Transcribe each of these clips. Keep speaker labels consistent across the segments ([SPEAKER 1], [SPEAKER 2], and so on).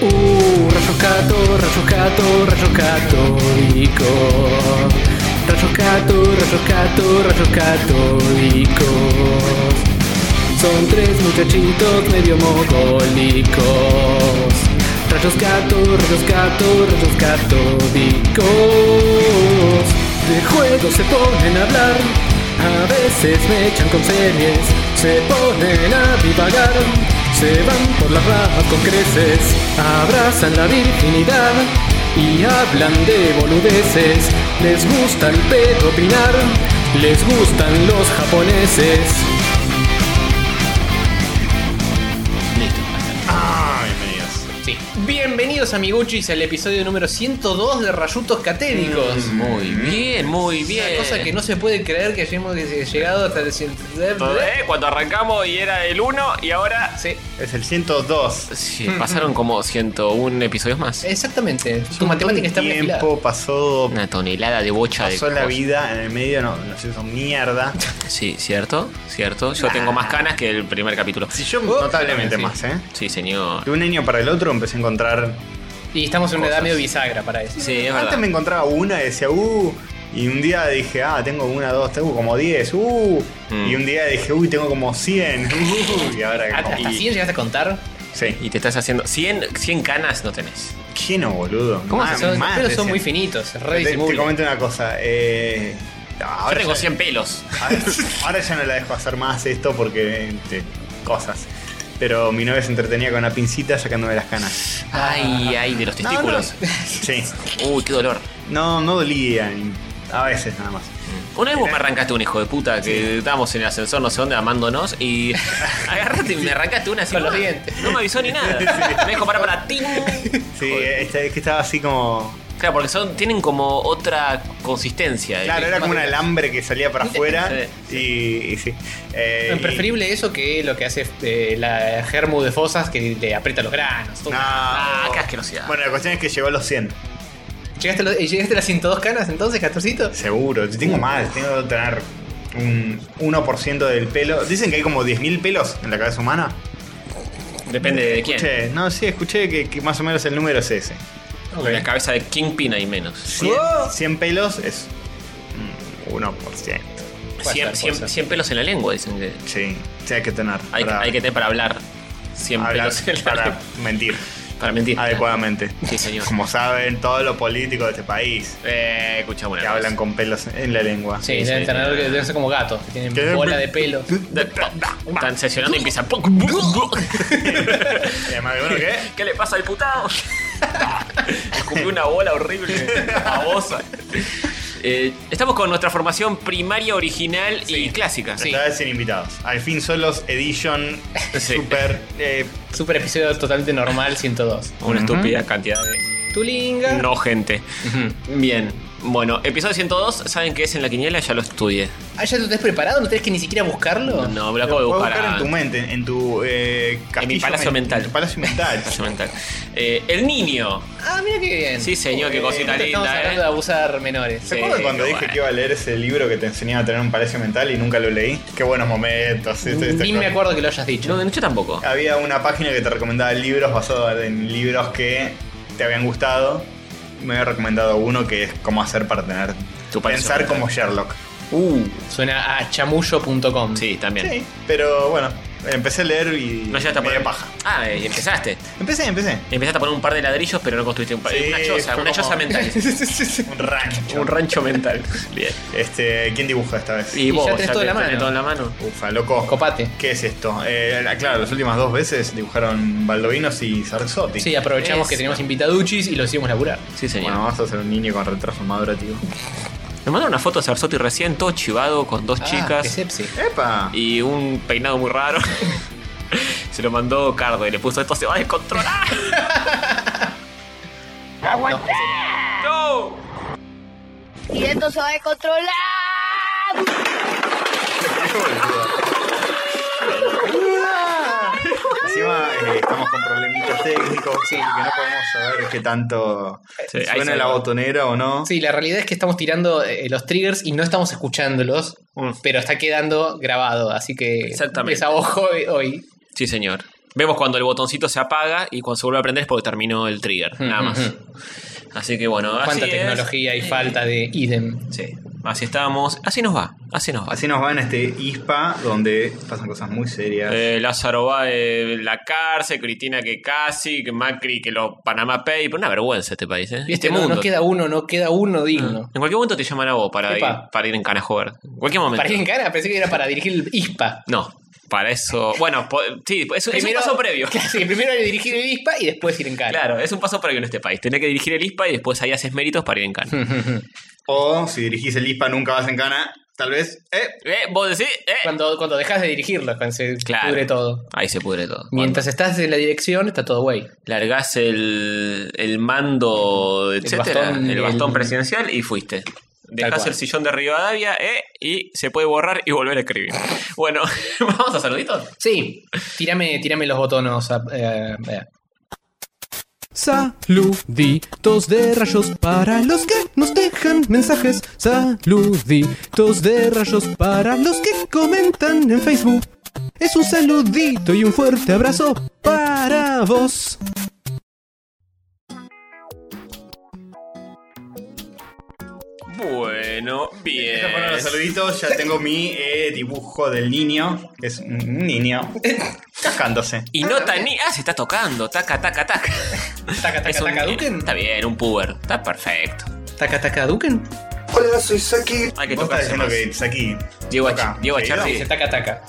[SPEAKER 1] Uh, rayo gato, rayo gato, rayo católico. Rayo gato, rayo gato, rayo católicos. Son tres muchachitos medio mogólicos. Rayos gato, rayos gato, rayos católicos. De juegos se ponen a hablar. A veces me echan con series. Se ponen a divagar. Se van por las ramas con creces, abrazan la virginidad y hablan de boludeces. Les gusta el pedo opinar, les gustan los japoneses.
[SPEAKER 2] Listo, hasta ahí.
[SPEAKER 3] Ah, bienvenidos.
[SPEAKER 2] Sí. Bienvenidos amiguchis al episodio número 102 de Rayutos Catédicos.
[SPEAKER 3] Mm,
[SPEAKER 4] Muy bien, muy bien.
[SPEAKER 2] Una cosa que no se puede creer que hayamos eh, llegado hasta el 102.
[SPEAKER 3] Entonces, ¿eh? Cuando arrancamos y era el 1 y ahora
[SPEAKER 2] Sí,
[SPEAKER 3] es el 102.
[SPEAKER 4] Sí, pasaron como 101 episodios más.
[SPEAKER 2] exactamente.
[SPEAKER 3] Es
[SPEAKER 2] Tu
[SPEAKER 3] un montón
[SPEAKER 2] matemática
[SPEAKER 3] de
[SPEAKER 2] está mezclada.
[SPEAKER 3] tiempo pasó,
[SPEAKER 4] Una tonelada de bocha de
[SPEAKER 3] pasó la
[SPEAKER 4] cosas.
[SPEAKER 3] vida en el medio, no, nos hizo mierda.
[SPEAKER 4] Sí, cierto, cierto. Yo tengo más canas que el primer capítulo.
[SPEAKER 3] Si yo
[SPEAKER 2] Oh,
[SPEAKER 3] notablemente
[SPEAKER 2] sí.
[SPEAKER 3] más, ¿eh?
[SPEAKER 4] Sí, señor.
[SPEAKER 3] De un año para el otro empecé a encontrar.
[SPEAKER 2] Y estamos en una edad
[SPEAKER 3] Cosas.
[SPEAKER 2] medio bisagra para eso.
[SPEAKER 4] Sí, es
[SPEAKER 3] Antes
[SPEAKER 4] verdad.
[SPEAKER 3] me encontraba una y decía, uh. Y un día dije, ah, tengo una, dos, tengo como 10, uh.
[SPEAKER 4] Mm.
[SPEAKER 3] Y un día dije, uy, tengo como 100, uh. Y ahora
[SPEAKER 2] ¿Hasta,
[SPEAKER 3] como-
[SPEAKER 2] hasta
[SPEAKER 3] y-
[SPEAKER 2] 100 llegaste a contar?
[SPEAKER 3] Sí.
[SPEAKER 4] Y te estás haciendo 100, 100 canas no tenés.
[SPEAKER 3] ¿Qué no, boludo?
[SPEAKER 4] ¿Cómo
[SPEAKER 3] Más-
[SPEAKER 2] Son-
[SPEAKER 3] más
[SPEAKER 2] pero
[SPEAKER 3] de
[SPEAKER 2] son
[SPEAKER 3] 100.
[SPEAKER 2] muy finitos, es re
[SPEAKER 3] Te, te
[SPEAKER 2] disimulo.
[SPEAKER 3] comento una cosa. Eh, ahora,
[SPEAKER 4] Yo tengo
[SPEAKER 3] ya-
[SPEAKER 4] 100 pelos.
[SPEAKER 3] ahora- ahora ya no la dejo hacer más esto porque. te- cosas. Pero mi novia se entretenía con una pincita sacándome las canas.
[SPEAKER 4] Ay, ay, de los
[SPEAKER 3] Ah. No,
[SPEAKER 4] testículos.
[SPEAKER 3] Sí.
[SPEAKER 4] Uy, qué dolor.
[SPEAKER 3] No, no dolía. ni- A veces nada más.
[SPEAKER 4] Una vez vos me arrancaste un hijo de puta que estábamos en el ascensor, no sé dónde, amándonos y agarraste y me arrancaste una así.
[SPEAKER 2] Con los
[SPEAKER 4] ¡ah!
[SPEAKER 2] dientes.
[SPEAKER 4] No me avisó ni nada. Me dijo para para ti.
[SPEAKER 3] Sí, esta- es que estaba así como.
[SPEAKER 4] Claro, porque son, tienen como otra consistencia.
[SPEAKER 3] Claro, era como un alambre que salía para afuera.
[SPEAKER 4] Sí,
[SPEAKER 3] Y, y sí. Eh,
[SPEAKER 2] Es preferible eso que lo que hace eh, la Germu de Fosas que le aprieta los granos.
[SPEAKER 3] y-
[SPEAKER 2] todo.
[SPEAKER 3] No.
[SPEAKER 4] Ah, qué asquerosidad.
[SPEAKER 3] Bueno, la cuestión es que llegó a los 100.
[SPEAKER 2] ¿Llegaste, a los- ¿Llegaste a las 102 canas entonces, Castorcito?
[SPEAKER 3] Seguro, yo tengo más, tengo que tener un 1% del pelo. Dicen que hay como 10.000 pelos en la cabeza humana.
[SPEAKER 4] Depende de quién.
[SPEAKER 3] Escuché, no, sí, escuché que, que más o menos el número es ese.
[SPEAKER 4] En la cabeza de Kingpin hay menos.
[SPEAKER 3] 100,
[SPEAKER 2] ¡Oh!
[SPEAKER 3] pelos es mm, 1%.
[SPEAKER 2] Puede
[SPEAKER 4] 100,
[SPEAKER 2] ser, puede ser.
[SPEAKER 4] pelos en la lengua, dicen que
[SPEAKER 3] Sí, sí, hay que tener.
[SPEAKER 4] hay,
[SPEAKER 3] para
[SPEAKER 4] hay que tener para hablar. 100
[SPEAKER 3] hablar,
[SPEAKER 4] pelos en la
[SPEAKER 3] para
[SPEAKER 4] lengua.
[SPEAKER 3] mentir
[SPEAKER 4] Para mentir.
[SPEAKER 3] adecuadamente.
[SPEAKER 4] Sí, señor.
[SPEAKER 3] Como saben todos los políticos de este país
[SPEAKER 4] Eh, escuchamos una
[SPEAKER 3] que
[SPEAKER 4] cosa.
[SPEAKER 3] hablan con pelos en la lengua.
[SPEAKER 2] Sí, deben,
[SPEAKER 4] sí.
[SPEAKER 2] tener- deben ser como gatos, que tienen
[SPEAKER 3] Que-
[SPEAKER 2] bola de pelo.
[SPEAKER 4] Están sesionando y empiezan.
[SPEAKER 3] Y además Eh, de uno que.
[SPEAKER 4] ¿Qué le pasa al putado? Escupió una bola horrible, babosa. Eh, estamos con nuestra formación primaria, original y clásica.
[SPEAKER 2] Sí.
[SPEAKER 3] Esta vez sin invitados. Al fin solos, edition,
[SPEAKER 4] Sí.
[SPEAKER 3] super. eh,
[SPEAKER 2] Super episodio totalmente normal, 102.
[SPEAKER 4] Una estúpida cantidad de.
[SPEAKER 2] Tulinga.
[SPEAKER 4] No, gente. Bien. Bueno, episodio 102, saben que es en la quiniela, ya lo estudié.
[SPEAKER 2] Ah, ¿ya lo tenés preparado? ¿No tenés que ni siquiera buscarlo?
[SPEAKER 4] No, me lo acabo de
[SPEAKER 3] Puedes
[SPEAKER 4] buscar.
[SPEAKER 3] buscar en
[SPEAKER 4] antes.
[SPEAKER 3] tu mente, en tu eh, castillo
[SPEAKER 4] palacio
[SPEAKER 3] men-
[SPEAKER 4] mental.
[SPEAKER 3] En tu palacio mental.
[SPEAKER 4] Espacio Ah, mental. Eh, el niño.
[SPEAKER 2] Ah, mira qué bien.
[SPEAKER 4] Sí, señor, qué
[SPEAKER 3] Eh,
[SPEAKER 4] cosita
[SPEAKER 2] Siempre Estamos
[SPEAKER 4] linda,
[SPEAKER 2] hablando de
[SPEAKER 4] eh.
[SPEAKER 2] abusar menores.
[SPEAKER 3] ¿Se acuerdan
[SPEAKER 4] Sí,
[SPEAKER 3] cuando dije
[SPEAKER 4] bueno.
[SPEAKER 3] que iba a leer ese libro que te enseñaba a tener un palacio mental y nunca lo leí? Qué buenos momentos. este- este-
[SPEAKER 2] Ni me acuerdo que lo hayas dicho.
[SPEAKER 4] No, de noche tampoco.
[SPEAKER 3] Había una página que te recomendaba libros basados en libros que te habían gustado. Me había recomendado uno que es cómo hacer para tener.
[SPEAKER 4] Tu palacio
[SPEAKER 3] pensar
[SPEAKER 4] mental.
[SPEAKER 3] como Sherlock.
[SPEAKER 4] Uh.
[SPEAKER 2] Suena a chamullo.com.
[SPEAKER 4] Sí, también.
[SPEAKER 3] Sí, pero bueno, empecé a leer y.
[SPEAKER 4] No llegaste a
[SPEAKER 3] me
[SPEAKER 4] poner
[SPEAKER 3] dio paja.
[SPEAKER 4] Ah, eh, empezaste.
[SPEAKER 3] Empecé, empecé.
[SPEAKER 4] Empezaste a poner un par de ladrillos, pero no construiste un par.
[SPEAKER 3] Sí,
[SPEAKER 4] una choza,
[SPEAKER 3] fue
[SPEAKER 4] una
[SPEAKER 3] como-
[SPEAKER 4] choza mental.
[SPEAKER 3] Un rancho.
[SPEAKER 4] un rancho mental. Bien.
[SPEAKER 3] Este, ¿Quién dibuja esta vez?
[SPEAKER 4] Y,
[SPEAKER 2] Y
[SPEAKER 4] vos,
[SPEAKER 2] ya tenés
[SPEAKER 4] ya
[SPEAKER 2] todo en
[SPEAKER 4] que
[SPEAKER 2] la
[SPEAKER 4] tenés
[SPEAKER 2] mano.
[SPEAKER 4] todo en la mano.
[SPEAKER 3] Ufa, loco.
[SPEAKER 2] Copate.
[SPEAKER 3] ¿Qué es esto? Eh, la- claro, las últimas dos veces dibujaron Baldovinos y Sarzotti.
[SPEAKER 2] Sí, aprovechamos
[SPEAKER 4] Es-
[SPEAKER 2] que teníamos invitaduchis y lo hicimos laburar.
[SPEAKER 4] Sí, señor.
[SPEAKER 3] Bueno, vas a ser un niño con retraso madurativo.
[SPEAKER 4] Me mandaron una foto de Sarsotti recién, todo chivado, con dos
[SPEAKER 2] Ah, qué
[SPEAKER 4] chicas
[SPEAKER 2] sepsi.
[SPEAKER 3] ¡Epa!
[SPEAKER 4] y un peinado muy raro. se lo mandó Cardo y le puso: Esto se va a descontrolar. ¡No!
[SPEAKER 5] Y esto se va a descontrolar.
[SPEAKER 3] Encima eh, estamos con problemitas técnicos sí. que no podemos saber qué tanto
[SPEAKER 4] Sí, ahí
[SPEAKER 3] suena
[SPEAKER 4] se
[SPEAKER 3] la
[SPEAKER 4] va.
[SPEAKER 3] botonera o no.
[SPEAKER 2] Sí, la realidad es que estamos tirando eh, los triggers y no estamos escuchándolos,
[SPEAKER 4] Mm.
[SPEAKER 2] pero está quedando grabado, así que
[SPEAKER 4] Exactamente.
[SPEAKER 2] es a ojo hoy. hoy.
[SPEAKER 4] Sí, señor. Vemos cuando el botoncito se apaga y cuando se vuelve a prender es porque terminó el trigger, nada más. Así que bueno, así
[SPEAKER 2] Cuánta
[SPEAKER 4] es.
[SPEAKER 2] tecnología y falta de idem.
[SPEAKER 4] Sí, así estamos. Así nos va, así nos va.
[SPEAKER 3] Así nos va en este ISPA donde pasan cosas muy serias.
[SPEAKER 4] Eh, Lázaro va de la cárcel, Cristina que casi, que Macri que lo Panamá Pay, pero una vergüenza este país, ¿eh?
[SPEAKER 2] Viste,
[SPEAKER 4] este
[SPEAKER 2] no,
[SPEAKER 4] mundo.
[SPEAKER 2] no queda uno, no queda uno digno.
[SPEAKER 4] En cualquier momento te llaman a vos para, ir,
[SPEAKER 2] Epa.
[SPEAKER 4] para ir en cana a jugar. En cualquier momento.
[SPEAKER 2] Para ir en cara, pensé que era para dirigir el ISPA.
[SPEAKER 4] No, para eso. Bueno, po- sí, es, es un paso previo.
[SPEAKER 2] Claro, sí, primero era dirigir el ISPA y después ir en cara.
[SPEAKER 4] Claro, es un paso previo en este país. Tenés que dirigir el ISPA y después ahí haces méritos para ir en
[SPEAKER 2] Hmm.
[SPEAKER 4] cana.
[SPEAKER 3] O si dirigís el ISPA nunca vas en cana, tal vez. Eh,
[SPEAKER 4] ¿Eh? ¿Vos decís? ¿Eh?
[SPEAKER 2] Cuando, cuando dejas de dirigirlo, cuando se
[SPEAKER 4] Claro.
[SPEAKER 2] pudre todo.
[SPEAKER 4] Ahí se pudre todo. Cuando
[SPEAKER 2] Mientras estás en la dirección, está todo güey.
[SPEAKER 4] largás el, el mando, etcétera, el
[SPEAKER 2] bastón
[SPEAKER 4] bastón,
[SPEAKER 2] del-
[SPEAKER 4] presidencial y fuiste. Dejás
[SPEAKER 2] cual.
[SPEAKER 4] el sillón de Rivadavia eh, y se puede borrar y volver a escribir. bueno, ¿vamos a saluditos?
[SPEAKER 2] Sí, tirame, tirame los botones. a- eh, eh.
[SPEAKER 1] Saluditos de rayos para los que nos dejan mensajes. Saluditos de rayos para los que comentan en Facebook. Es un saludito y un fuerte abrazo para vos.
[SPEAKER 4] Bueno, bien.
[SPEAKER 3] Esos fueron los saluditos, ya tengo mi eh, dibujo del niño, que es un niño cascándose.
[SPEAKER 4] Y no tan ni. Ah, se está tocando. Taca, taca, taca.
[SPEAKER 2] Taca, taca,
[SPEAKER 4] Es un- eh,
[SPEAKER 2] taca, Duken.
[SPEAKER 4] Está bien, un puber. Está perfecto.
[SPEAKER 2] Taca, taca, Duken.
[SPEAKER 6] Hola, soy Saki.
[SPEAKER 4] Hay que
[SPEAKER 3] Vos estás
[SPEAKER 4] tocarse
[SPEAKER 3] diciendo
[SPEAKER 4] más.
[SPEAKER 3] que es aquí.
[SPEAKER 4] Diego,
[SPEAKER 3] Toca.
[SPEAKER 4] Ach- Diego
[SPEAKER 3] Sí,
[SPEAKER 4] Acharri-
[SPEAKER 2] Dice taca, taca.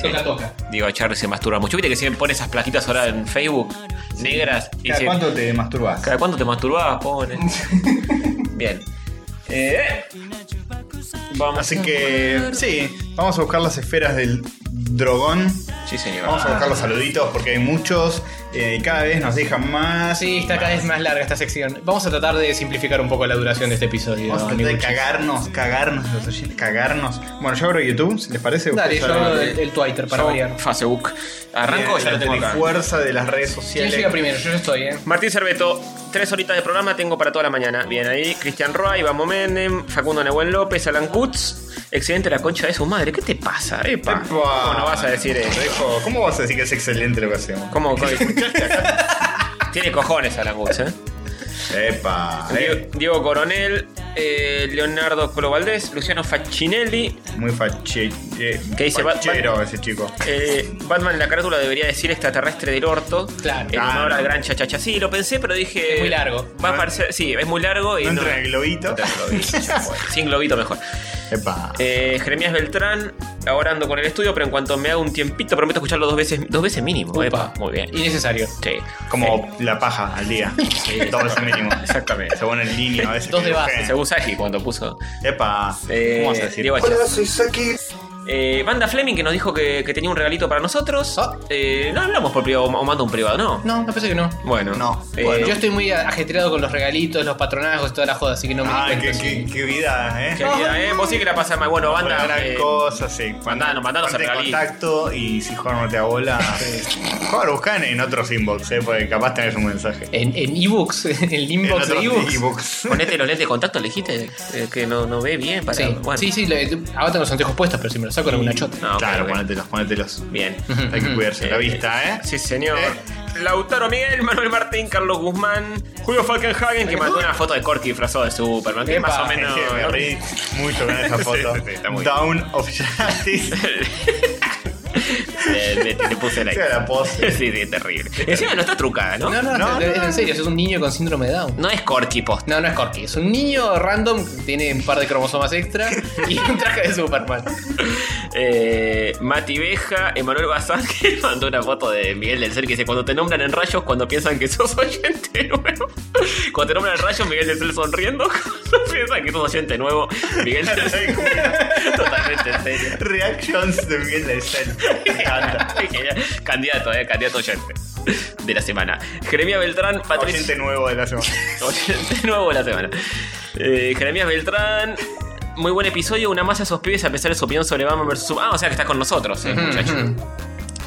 [SPEAKER 2] Toca, toca.
[SPEAKER 4] Diego Acharri se masturba mucho. Viste que siempre pone esas plaquitas ahora en Facebook negras. Y
[SPEAKER 3] ¿Cada
[SPEAKER 4] dice,
[SPEAKER 3] cuánto te masturbas?
[SPEAKER 4] ¿Cada cuánto te masturbabas, pone? bien. Eh, vamos.
[SPEAKER 3] Así que, sí, vamos a buscar las esferas del drogón.
[SPEAKER 4] Sí, señor.
[SPEAKER 3] Vamos a buscar los saluditos porque hay muchos eh, y cada vez nos dejan más.
[SPEAKER 2] Sí, está cada vez más larga esta sección. Vamos a tratar de simplificar un poco la duración de este episodio.
[SPEAKER 3] Vamos a tratar de
[SPEAKER 2] amiguchi.
[SPEAKER 3] cagarnos, cagarnos los oyentes, cagarnos. Bueno, yo abro YouTube, si les parece.
[SPEAKER 2] Dale,
[SPEAKER 3] ustedes
[SPEAKER 2] yo
[SPEAKER 3] abren-
[SPEAKER 2] abro el, el Twitter para
[SPEAKER 4] Yo,
[SPEAKER 2] variar.
[SPEAKER 4] Facebook. Arranco,
[SPEAKER 3] Arranco,
[SPEAKER 4] o ya lo tengo acá.
[SPEAKER 3] fuerza de las redes
[SPEAKER 2] ¿Quién
[SPEAKER 3] sociales.
[SPEAKER 2] llega primero? Yo ya estoy, ¿eh?
[SPEAKER 4] Martín Cerveto, tres horitas de programa tengo para toda la mañana. Bien ahí, Cristian Roa, Iván Momenem, Facundo Nahuel López, Alan Kutz. Excelente la concha de su madre. ¿Qué te pasa? Epa.
[SPEAKER 3] Epa.
[SPEAKER 4] ¿Cómo no vas a decir eso?
[SPEAKER 3] Rejo, ¿Cómo vas a decir que es excelente lo que hacemos?
[SPEAKER 4] ¿Cómo? cómo- Tiene cojones Alan Kutz, ¿eh?
[SPEAKER 3] Epa, eh,
[SPEAKER 4] Diego, Diego Coronel, eh, Leonardo Colo Valdés, Luciano Faccinelli.
[SPEAKER 3] muy fache, eh,
[SPEAKER 4] ¿Qué dice
[SPEAKER 3] fachero ese chico.
[SPEAKER 4] eh, Batman en la carátula debería decir extraterrestre del orto.
[SPEAKER 2] Claro.
[SPEAKER 4] En honor
[SPEAKER 3] Claro.
[SPEAKER 4] al gran chachacha. Sí, lo pensé, pero dije.
[SPEAKER 2] Es muy largo.
[SPEAKER 4] Va a parecer. Sí, es muy largo y
[SPEAKER 3] No
[SPEAKER 4] no.
[SPEAKER 3] entra en el globito.
[SPEAKER 4] Sin globito mejor.
[SPEAKER 3] Epa.
[SPEAKER 4] Eh, Jeremías Beltrán, ahora ando con el estudio, pero en cuanto me haga un tiempito, prometo escucharlo dos veces, dos veces mínimo.
[SPEAKER 2] Upa.
[SPEAKER 4] Epa, muy bien.
[SPEAKER 2] Innecesario.
[SPEAKER 4] Sí.
[SPEAKER 3] Como la paja al día. Todo ese mínimo.
[SPEAKER 4] Exactamente.
[SPEAKER 3] Según el niño a veces.
[SPEAKER 2] Dos
[SPEAKER 3] que
[SPEAKER 2] de base,
[SPEAKER 3] dibujé.
[SPEAKER 4] Según Sagi cuando puso.
[SPEAKER 3] Epa.
[SPEAKER 4] Eh,
[SPEAKER 3] ¿Cómo vas a decir?
[SPEAKER 4] Diego Achá.
[SPEAKER 6] Hola, soy Saki.
[SPEAKER 4] Eh, Banda Fleming que nos dijo que, que tenía un regalito para nosotros.
[SPEAKER 2] Ah.
[SPEAKER 4] Eh, no hablamos por privado o manda un privado, ¿no?
[SPEAKER 2] No, me parece que no.
[SPEAKER 4] Bueno.
[SPEAKER 3] No,
[SPEAKER 4] Eh,
[SPEAKER 3] bueno.
[SPEAKER 2] Yo estoy muy ajetreado con los regalitos, los patronajos y toda la joda, así que no me di
[SPEAKER 3] Ay,
[SPEAKER 2] cuenta,
[SPEAKER 3] qué,
[SPEAKER 2] sí.
[SPEAKER 3] Ah, qué, qué vida, eh.
[SPEAKER 4] qué vida, ¿eh? Vos sí que la pasás mal. Bueno,
[SPEAKER 3] Una
[SPEAKER 4] banda.
[SPEAKER 3] gran
[SPEAKER 4] eh,
[SPEAKER 3] cosa, sí.
[SPEAKER 4] mandanos, mandanos
[SPEAKER 3] Ponte
[SPEAKER 4] a
[SPEAKER 3] en
[SPEAKER 4] regalito.
[SPEAKER 3] contacto y si Juan no te abola, Juan buscan en otros inbox, eh, porque capaz tenés un mensaje.
[SPEAKER 2] En, en ebooks, en el
[SPEAKER 3] En
[SPEAKER 2] inbox de
[SPEAKER 3] otros
[SPEAKER 2] ebooks.
[SPEAKER 3] ebooks.
[SPEAKER 4] Ponete los lentes de contacto, le dijiste eh, que no, no ve bien. Para,
[SPEAKER 2] Sí,
[SPEAKER 4] bueno.
[SPEAKER 2] sí, sí, le- ahora tengo los anteojos puestos, pero si me los saco era una chota.
[SPEAKER 4] Ah, ok,
[SPEAKER 3] claro,
[SPEAKER 4] ok.
[SPEAKER 3] ponételos, ponételos.
[SPEAKER 4] Bien.
[SPEAKER 3] Hay que cuidarse la
[SPEAKER 4] Eh,
[SPEAKER 3] vista, ¿eh?
[SPEAKER 4] Sí, señor.
[SPEAKER 3] Eh.
[SPEAKER 4] Lautaro Miguel, Manuel Martín, Carlos Guzmán, Julio Falkenhagen, que mandó una foto de Corky disfrazado de Superman. Que
[SPEAKER 2] Epa.
[SPEAKER 4] más o
[SPEAKER 3] Me
[SPEAKER 4] menos.
[SPEAKER 3] reí mucho con esa foto. Down of Justice.
[SPEAKER 4] Le- le- le puse like.
[SPEAKER 3] Sea la pose.
[SPEAKER 4] sí, sí, terrible. Encima no está trucada, ¿no?
[SPEAKER 2] No, no,
[SPEAKER 3] No,
[SPEAKER 2] no, es,
[SPEAKER 3] no,
[SPEAKER 2] en serio, es un niño con síndrome de Down.
[SPEAKER 4] No es Corky post.
[SPEAKER 2] No, no es Corky, es un niño random que tiene un par de cromosomas extra y un traje de Superman.
[SPEAKER 4] Eh, Mati Beja, Emanuel Bazán, que mandó una foto de Miguel del Cel que dice: Cuando te nombran en rayos, cuando piensan que sos oyente nuevo. Cuando te nombran en rayos, Miguel del Cel sonriendo. Cuando piensan que sos oyente nuevo, Miguel del Cel. Totalmente en serio.
[SPEAKER 3] Reactions de Miguel del Cel. Me encanta.
[SPEAKER 4] candidato, eh, candidato oyente de la semana. Jeremías Beltrán,
[SPEAKER 3] Oyente
[SPEAKER 4] Patricio.
[SPEAKER 3] nuevo de la semana.
[SPEAKER 4] Oyente nuevo de la semana. Eh, Jeremías Beltrán. Muy buen episodio, una masa de esos pibes a pesar de su opinión sobre Batman vs. Superman. Ah, o sea que está con nosotros, eh, muchacho.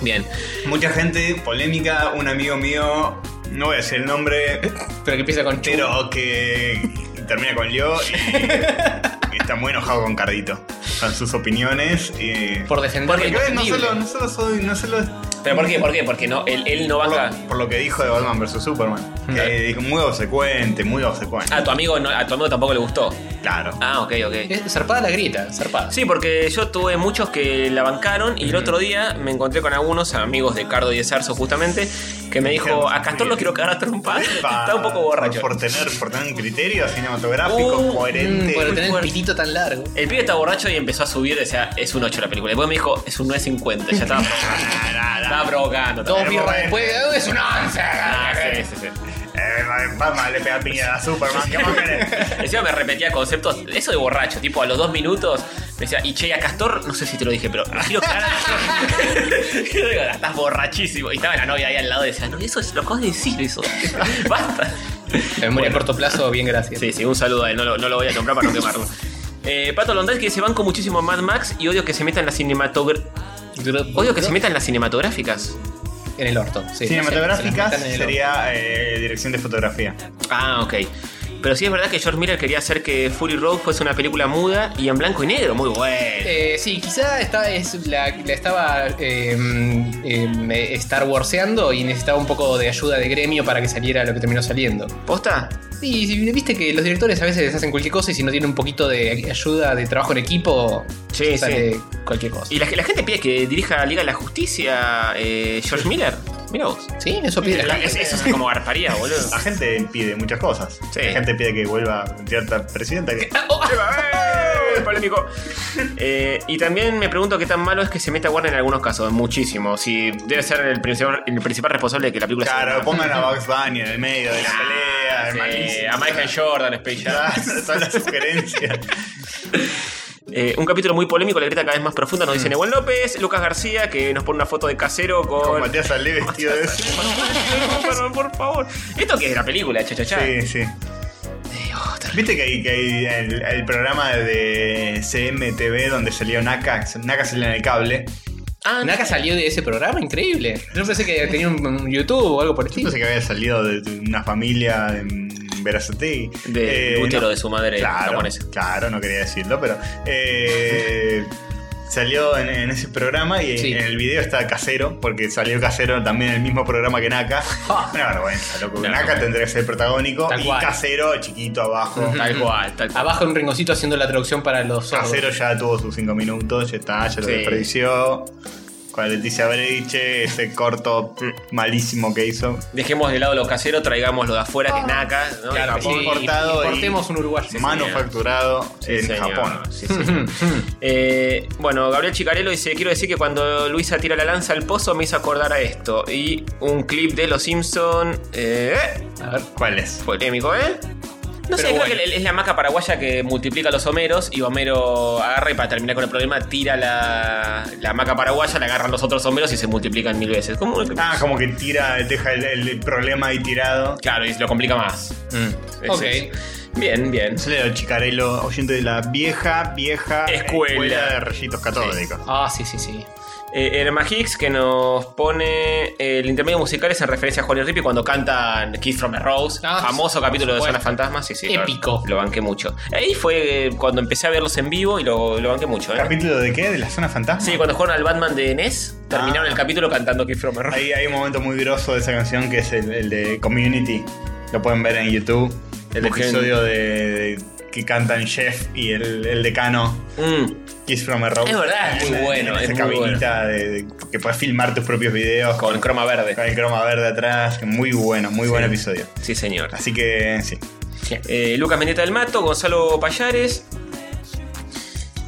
[SPEAKER 4] Bien.
[SPEAKER 3] Mucha gente polémica, un amigo mío, no voy a decir el nombre,
[SPEAKER 2] Pero que empieza con chu.
[SPEAKER 3] pero que termina con Leo y, y está muy enojado con Cardito. Con sus opiniones. Y...
[SPEAKER 2] Por defender
[SPEAKER 3] Porque
[SPEAKER 2] lo
[SPEAKER 3] no
[SPEAKER 2] indefendible.
[SPEAKER 3] solo, no solo soy, no solo
[SPEAKER 4] ¿Pero por qué? ¿Por qué? Porque no, él, él no
[SPEAKER 3] Por
[SPEAKER 4] banca.
[SPEAKER 3] lo, por lo que dijo de Batman vs Superman. Que dijo muy obsecuente, muy obsecuente.
[SPEAKER 4] A tu amigo no- a tu amigo tampoco le gustó.
[SPEAKER 3] Claro.
[SPEAKER 4] Ah, ok, ok.
[SPEAKER 2] Es zarpada la grieta, zarpada.
[SPEAKER 4] Sí, porque yo tuve muchos que la bancaron y el otro día me encontré con algunos amigos de Cardo y de Sarso justamente que me dijo, a Castor lo quiero cagar a trompa.
[SPEAKER 3] Pa-
[SPEAKER 4] Está un poco borracho.
[SPEAKER 3] Por, por tener, por tener un criterio cinematográfico
[SPEAKER 4] Uh,
[SPEAKER 3] coherente.
[SPEAKER 2] Mm, por tener el
[SPEAKER 4] fuerte.
[SPEAKER 2] pitito tan largo.
[SPEAKER 4] El pibe está borracho y empezó a subir, o sea, es un 8 la película. Después me dijo, es un 9.50, ya estaba provocando. estaba provocando.
[SPEAKER 2] Dos
[SPEAKER 4] también.
[SPEAKER 2] birras
[SPEAKER 3] bueno.
[SPEAKER 2] después, "Ah, es un once.
[SPEAKER 4] Ah, sí, sí, sí.
[SPEAKER 3] Eh, Batman le pega piña a Superman. ¿Qué más querés?
[SPEAKER 4] Encima me repetía conceptos, eso de borracho, tipo a los dos minutos me decía, y che, a Castor, no sé si te lo dije, pero me quiero cagar a Castor. Y yo digo, estás borrachísimo. Y estaba la novia ahí al lado y decía, no, eso es, lo acabas de decir, eso. Basta.
[SPEAKER 2] La memoria a corto plazo, bien, gracias.
[SPEAKER 4] Sí, sí, un saludo a él, no lo, no lo voy a comprar para no quemarlo. Eh, Pato Londres que se banco muchísimo a Mad Max y odio que se metan las cinematográficas. Odio que se metan las cinematográficas.
[SPEAKER 2] En el orto. Sí,
[SPEAKER 3] Cinematográficas
[SPEAKER 2] Se las metan en el
[SPEAKER 3] sería eh, dirección de fotografía.
[SPEAKER 4] Ah, ok. Pero sí es verdad que George Miller quería hacer que Fury Road fuese una película muda y en blanco y negro, muy bueno.
[SPEAKER 2] Eh, sí, quizá esta es la, la estaba eh, em, eh, Star Warseando y necesitaba un poco de ayuda de gremio para que saliera lo que terminó saliendo.
[SPEAKER 4] ¿Posta?
[SPEAKER 2] Y si- viste que los directores a veces hacen cualquier cosa y si no tienen un poquito de ayuda de trabajo en equipo,
[SPEAKER 4] Sí,
[SPEAKER 2] sale cualquier cosa.
[SPEAKER 4] Y la, la gente pide que dirija Liga de la Justicia eh, George Miller. Mira vos.
[SPEAKER 2] Sí, eso pide la
[SPEAKER 4] La- es- eso es como garparía, boludo.
[SPEAKER 3] La gente pide muchas cosas.
[SPEAKER 4] Sí.
[SPEAKER 3] La gente pide que vuelva cierta presidenta. Que...
[SPEAKER 4] ¡Eh, Polémico. Eh, y también me pregunto qué tan malo es que se meta Warner en algunos casos, muchísimo. Si debe ser el principal, el principal responsable de que la película
[SPEAKER 3] Claro,
[SPEAKER 4] sea- Ah,
[SPEAKER 3] pongan a Bugs Bunny en el medio de la pelea.
[SPEAKER 4] Sí,
[SPEAKER 3] el malísimo.
[SPEAKER 4] a Michael Jordan, Space Jam.
[SPEAKER 3] Claro, Son las sugerencias.
[SPEAKER 4] Eh, un capítulo muy polémico, la grieta cada vez más profunda, nos
[SPEAKER 3] Mm.
[SPEAKER 4] dice Nebuen López, Lucas García, que nos pone una foto de casero
[SPEAKER 3] Con
[SPEAKER 4] con.
[SPEAKER 3] Matías Alé vestido de eso.
[SPEAKER 4] Por- por favor. ¿Esto qué es la película, cha, cha, cha?
[SPEAKER 3] Sí, sí. Viste que hay, que hay el, el programa de CMTV donde salió Naka. Naka salía en el cable.
[SPEAKER 4] Ah,
[SPEAKER 2] Naka salió de ese programa, increíble. Yo pensé que tenía un, un YouTube o algo por el
[SPEAKER 3] Yo
[SPEAKER 2] estilo.
[SPEAKER 3] pensé que había salido de de una familia en Verazategui.
[SPEAKER 4] De
[SPEAKER 3] Eh,
[SPEAKER 4] útero
[SPEAKER 3] no.
[SPEAKER 4] de su madre
[SPEAKER 3] Claro,
[SPEAKER 4] japonesa.
[SPEAKER 3] claro, no quería decirlo, pero eh, salió en, en ese programa y
[SPEAKER 2] Sí.
[SPEAKER 3] en el video está Casero, porque salió Casero también en el mismo programa que Naka. Una vergüenza, loco.
[SPEAKER 4] No,
[SPEAKER 3] Naka tendría que ser protagónico
[SPEAKER 2] Tal
[SPEAKER 3] y
[SPEAKER 2] cual.
[SPEAKER 3] Casero chiquito abajo.
[SPEAKER 4] Tal cual, tal cual.
[SPEAKER 2] Abajo en un rinconcito haciendo la traducción para los sordos.
[SPEAKER 3] Casero Ah, ya tuvo sus cinco minutos, ya está, ya lo
[SPEAKER 4] Sí.
[SPEAKER 3] desperdició. Con Leticia Breche, ese corto malísimo que hizo.
[SPEAKER 4] Dejemos de lado lo casero, traigamos lo de afuera, que es Naka, ¿no?
[SPEAKER 2] Claro,
[SPEAKER 4] De
[SPEAKER 2] sí,
[SPEAKER 4] Japón.
[SPEAKER 2] y-
[SPEAKER 3] cortado
[SPEAKER 2] y
[SPEAKER 3] y-
[SPEAKER 2] cortemos un uruguayo.
[SPEAKER 3] manufacturado
[SPEAKER 4] Sí,
[SPEAKER 3] en
[SPEAKER 4] señor.
[SPEAKER 3] Japón.
[SPEAKER 4] Sí, señor. Eh, bueno, Gabriel Chicarello dice: Quiero decir que cuando Luisa tira la lanza al pozo me hizo acordar a esto. Y un clip de Los Simpson. Eh,
[SPEAKER 2] A ver.
[SPEAKER 3] ¿Cuál es?
[SPEAKER 4] Polémico, ¿eh? No
[SPEAKER 2] Pero
[SPEAKER 4] sé,
[SPEAKER 2] bueno.
[SPEAKER 4] creo que es la maca paraguaya que multiplica los homeros y Homero agarra y para terminar con el problema tira la, la maca paraguaya, la agarran los otros homeros y se multiplican mil veces. ¿Cómo?
[SPEAKER 3] Ah, como que tira, deja el, el problema ahí tirado.
[SPEAKER 4] Claro, y lo complica más.
[SPEAKER 3] Mm.
[SPEAKER 4] Es
[SPEAKER 2] Ok.
[SPEAKER 4] eso. Bien, bien.
[SPEAKER 3] Sale Chicarello, oyente de la vieja, vieja
[SPEAKER 4] Escuela.
[SPEAKER 3] de rayitos católicos.
[SPEAKER 2] Ah, sí, sí, sí.
[SPEAKER 4] Eh, Erma Hicks que nos pone eh, el intermedio musical es en referencia a Juan y Rippy cuando cantan Kiss from the Rose,
[SPEAKER 2] Ah,
[SPEAKER 4] famoso
[SPEAKER 2] por
[SPEAKER 4] capítulo de
[SPEAKER 2] supuesto.
[SPEAKER 4] Zona Fantasma, sí, sí, lo-
[SPEAKER 2] Épico.
[SPEAKER 4] Lo, banqué mucho. Ahí fue eh, cuando empecé a verlos en vivo y lo, lo banqué mucho, ¿eh?
[SPEAKER 3] ¿Capítulo de qué? ¿De la zona fantasma?
[SPEAKER 4] Sí, cuando jugaron al Batman de NES, terminaron
[SPEAKER 3] Ah.
[SPEAKER 4] el capítulo cantando Kiss from the Rose.
[SPEAKER 3] Ahí hay un momento muy grosso de esa canción que es el, el de Community. Lo pueden ver en YouTube. El
[SPEAKER 4] Busquen.
[SPEAKER 3] episodio de, de- que cantan Jeff y el, el decano.
[SPEAKER 4] Mm.
[SPEAKER 3] Kiss from a Rose.
[SPEAKER 4] Es verdad, es
[SPEAKER 3] En
[SPEAKER 4] muy
[SPEAKER 3] esa-
[SPEAKER 4] bueno,
[SPEAKER 3] en
[SPEAKER 4] es
[SPEAKER 3] Esa
[SPEAKER 4] muy
[SPEAKER 3] cabinita de- de- que puedes filmar tus propios videos con,
[SPEAKER 4] Con croma verde.
[SPEAKER 3] con el croma verde atrás. Muy bueno, muy buen episodio.
[SPEAKER 4] Sí, señor.
[SPEAKER 3] Así que sí.
[SPEAKER 4] Eh, Lucas Mendieta del Mato, Gonzalo Payares.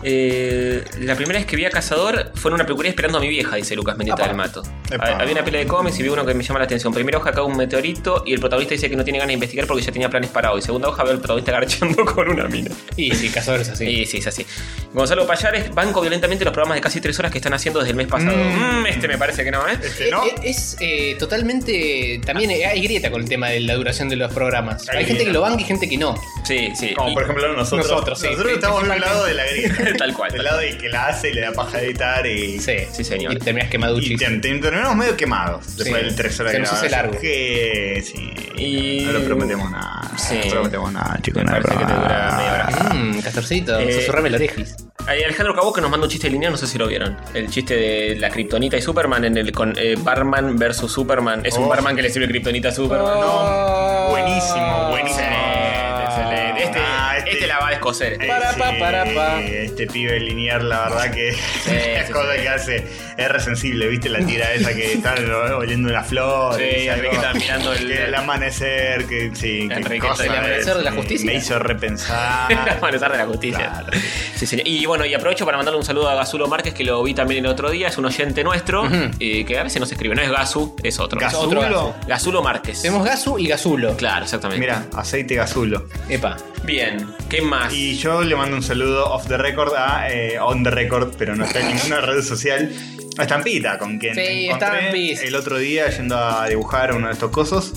[SPEAKER 4] Eh, la primera vez que vi a Cazador fue en una peluquería esperando a mi vieja, dice Lucas Mendieta
[SPEAKER 2] Apa.
[SPEAKER 4] del Mato.
[SPEAKER 3] Epa.
[SPEAKER 4] Ha- Había una pelea de cómics y vi uno que me llama la atención. Primera hoja acá un meteorito y el protagonista dice que no tiene ganas de investigar porque ya tenía planes para hoy. Segunda hoja veo al protagonista garchando con una mina.
[SPEAKER 2] Y sí, cazadores así.
[SPEAKER 4] Sí, sí, es así. Gonzalo Payares, banco violentamente los programas de casi tres horas que están haciendo desde el mes pasado.
[SPEAKER 3] Mm.
[SPEAKER 4] Mm, este me parece que no, ¿eh?
[SPEAKER 3] Este, ¿no?
[SPEAKER 2] Eh, Es eh, totalmente. También hay grieta con el tema de la duración de los programas.
[SPEAKER 3] Hay
[SPEAKER 2] Hay gente
[SPEAKER 3] grieta.
[SPEAKER 2] que lo banca y gente que no.
[SPEAKER 4] Sí, sí.
[SPEAKER 3] Como
[SPEAKER 4] Y-
[SPEAKER 3] por ejemplo nosotros.
[SPEAKER 2] Nosotros, sí.
[SPEAKER 3] estamos de un lado de la grieta.
[SPEAKER 4] tal cual.
[SPEAKER 3] Del
[SPEAKER 4] tal
[SPEAKER 3] lado de que la hace y le da paja a editar y.
[SPEAKER 2] Sí,
[SPEAKER 4] Sí, señor.
[SPEAKER 2] Y terminas
[SPEAKER 3] Y
[SPEAKER 2] quemaduchis.
[SPEAKER 3] te- te- terminamos medio quemados después
[SPEAKER 2] Sí.
[SPEAKER 3] del 3 horas
[SPEAKER 2] Se nos
[SPEAKER 3] grabadas.
[SPEAKER 2] hizo largo.
[SPEAKER 3] Que sí.
[SPEAKER 4] Y-
[SPEAKER 3] No le prometemos nada.
[SPEAKER 4] Sí.
[SPEAKER 3] No prometemos nada, chicos.
[SPEAKER 4] Me
[SPEAKER 3] no le
[SPEAKER 4] parece que te
[SPEAKER 3] prometemos
[SPEAKER 4] dura
[SPEAKER 3] nada.
[SPEAKER 4] media hora.
[SPEAKER 2] Mmm, Castorcito,
[SPEAKER 4] Eh,
[SPEAKER 2] susurrame la oreja.
[SPEAKER 4] Hay Alejandro Cabo que nos manda un chiste lineal, no sé si lo vieron. El chiste de la kriptonita y Superman en el con eh, Barman versus Superman. Es
[SPEAKER 3] Oh.
[SPEAKER 4] un Barman que le sirve kriptonita a Superman. Oh.
[SPEAKER 2] No.
[SPEAKER 3] Buenísimo, buenísimo.
[SPEAKER 4] Excelente, excelente. Este,
[SPEAKER 3] Ah, este-
[SPEAKER 4] este la va a descoser.
[SPEAKER 3] Eh,
[SPEAKER 2] Para, pa,
[SPEAKER 3] sí,
[SPEAKER 2] para, pa.
[SPEAKER 3] Este pibe linear, la verdad que las
[SPEAKER 4] sí,
[SPEAKER 3] cosas que hace es resensible, viste la tira esa que está oliendo una flor.
[SPEAKER 4] Sí,
[SPEAKER 3] y
[SPEAKER 4] Enrique
[SPEAKER 3] algo,
[SPEAKER 4] está mirando el-
[SPEAKER 3] que amanecer, que sí, que
[SPEAKER 4] Enrique,
[SPEAKER 3] cosa
[SPEAKER 4] el
[SPEAKER 2] amanecer de la
[SPEAKER 3] sí,
[SPEAKER 2] justicia.
[SPEAKER 3] Me hizo repensar.
[SPEAKER 4] Para de la justicia.
[SPEAKER 3] Claro.
[SPEAKER 4] Sí, señor. Y bueno, y aprovecho para mandarle un saludo a Gasulo Márquez, que lo vi también el otro día. Es un oyente nuestro,
[SPEAKER 2] Ujú.
[SPEAKER 4] eh, que a veces nos escribe. No es Gasu, es otro.
[SPEAKER 3] Gasulo.
[SPEAKER 2] otro gaso.
[SPEAKER 4] Gasulo Márquez.
[SPEAKER 2] Tenemos Gasu y Gasulo.
[SPEAKER 4] Claro, exactamente.
[SPEAKER 3] Mira, aceite gazulo.
[SPEAKER 2] Epa.
[SPEAKER 4] Bien, ¿qué más?
[SPEAKER 3] Y yo le mando un saludo off the record a eh, on the record, pero no está en ninguna red social. A Estampita, con quien
[SPEAKER 2] Sí,
[SPEAKER 3] me
[SPEAKER 2] Estampis.
[SPEAKER 3] el otro día yendo a dibujar uno de estos cosos.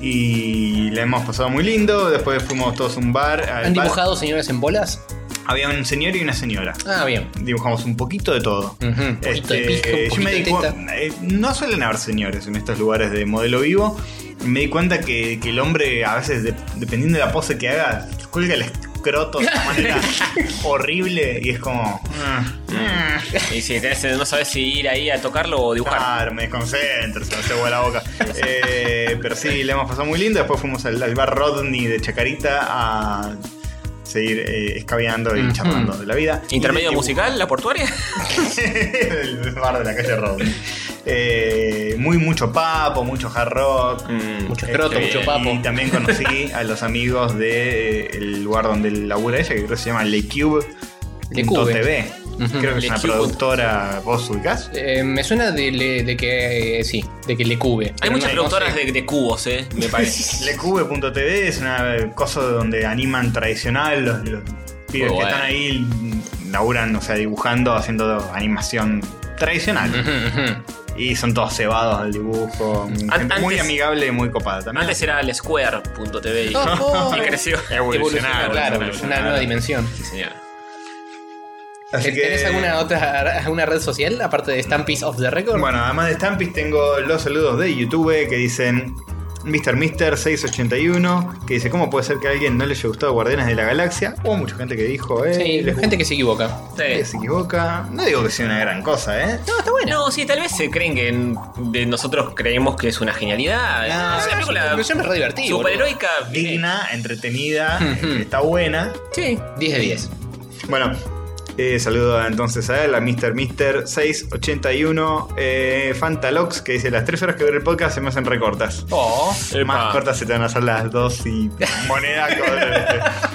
[SPEAKER 3] Y la hemos pasado muy lindo. Después fuimos todos a un bar. al
[SPEAKER 2] ¿Han
[SPEAKER 3] bar.
[SPEAKER 2] dibujado señores en bolas?
[SPEAKER 3] Había un señor y una señora.
[SPEAKER 2] Ah, bien.
[SPEAKER 3] Dibujamos un poquito de todo.
[SPEAKER 2] Ujú, un poquito de pija, un
[SPEAKER 3] Este, yo
[SPEAKER 2] poquito
[SPEAKER 3] me
[SPEAKER 2] de
[SPEAKER 3] di cu- eh, no suelen haber señores en estos lugares de modelo vivo. Me di cuenta que, que el hombre, a veces, de- dependiendo de la pose que haga, cuelga el escroto de una manera horrible y es como. mm,
[SPEAKER 4] Y si tenés- no sabes si ir ahí a tocarlo o dibujar.
[SPEAKER 3] Claro, "Ah, me desconcentro, se me hace agua la boca. Eh, pero sí, le hemos pasado muy lindo. Después fuimos al, al bar Rodney de Chacarita a seguir eh, escabeando y
[SPEAKER 2] Ujú.
[SPEAKER 3] charlando de la vida.
[SPEAKER 4] ¿Intermedio
[SPEAKER 3] Y de-
[SPEAKER 4] musical, la portuaria?
[SPEAKER 3] el bar de la calle Rodney. Eh, muy mucho papo, mucho hard rock.
[SPEAKER 4] Mm,
[SPEAKER 2] Mucho
[SPEAKER 3] Este,
[SPEAKER 2] escroto, mucho papo.
[SPEAKER 3] Y también conocí a los amigos del de, eh, el lugar donde labura ella, que creo que se llama Le Cube.
[SPEAKER 2] Le
[SPEAKER 3] punto
[SPEAKER 2] Cube.
[SPEAKER 3] TV.
[SPEAKER 2] Ujú,
[SPEAKER 3] Creo que
[SPEAKER 4] Le
[SPEAKER 3] es una
[SPEAKER 4] Cube.
[SPEAKER 3] productora. ¿Vos ubicás?
[SPEAKER 2] Eh, me suena de, le- de que eh, sí, de que le cube.
[SPEAKER 4] Hay
[SPEAKER 2] Pero
[SPEAKER 4] muchas
[SPEAKER 2] no- no sé.
[SPEAKER 4] productoras de, de cubos, eh, me parece.
[SPEAKER 3] Lecube.tv es una eh, cosa donde animan tradicional los, los pibes
[SPEAKER 4] Muy
[SPEAKER 3] que
[SPEAKER 4] bueno.
[SPEAKER 3] están ahí laburan, o sea, dibujando, haciendo animación tradicional.
[SPEAKER 2] Ujú, ujú.
[SPEAKER 3] Y son todos cebados al dibujo. gente muy
[SPEAKER 4] antes-
[SPEAKER 3] amigable y muy copada también.
[SPEAKER 4] Antes era el square.tv
[SPEAKER 2] Oh,
[SPEAKER 4] y,
[SPEAKER 2] Ojo.
[SPEAKER 4] y creció.
[SPEAKER 3] Evolucionaron,
[SPEAKER 2] claro, es una
[SPEAKER 3] evolucionaron.
[SPEAKER 2] nueva dimensión.
[SPEAKER 4] Sí, señor.
[SPEAKER 3] Así que-
[SPEAKER 2] ¿Tenés alguna otra alguna red social aparte de Stampis of the Record?
[SPEAKER 3] Bueno, además de Stampis tengo los saludos de YouTube que dicen Mr. Mister 681 que dice ¿Cómo puede ser que a alguien no le haya gustado Guardianes de la Galaxia? Hubo mucha gente que dijo, eh,
[SPEAKER 2] sí,
[SPEAKER 3] les
[SPEAKER 2] gente que se equivoca.
[SPEAKER 3] gusta, que se equivoca. No digo que sea una gran cosa, ¿eh?
[SPEAKER 4] No, está bueno. No, sí, tal vez se creen que en- de nosotros creemos que es una genialidad.
[SPEAKER 3] No,
[SPEAKER 4] es una Ah, película
[SPEAKER 2] Pero Ah, yo me re divertí. boludo.
[SPEAKER 4] superheroica.
[SPEAKER 3] Digna, entretenida, eh, está buena.
[SPEAKER 2] Sí, 10 de 10.
[SPEAKER 3] Bueno, eh, saludo entonces a él, a Mr. Mister 681 eh, Fantalox que dice las tres horas que dura el podcast se me hacen recortas.
[SPEAKER 2] Oh.
[SPEAKER 4] Epa.
[SPEAKER 3] Más cortas se te van a hacer las dos y moneda con-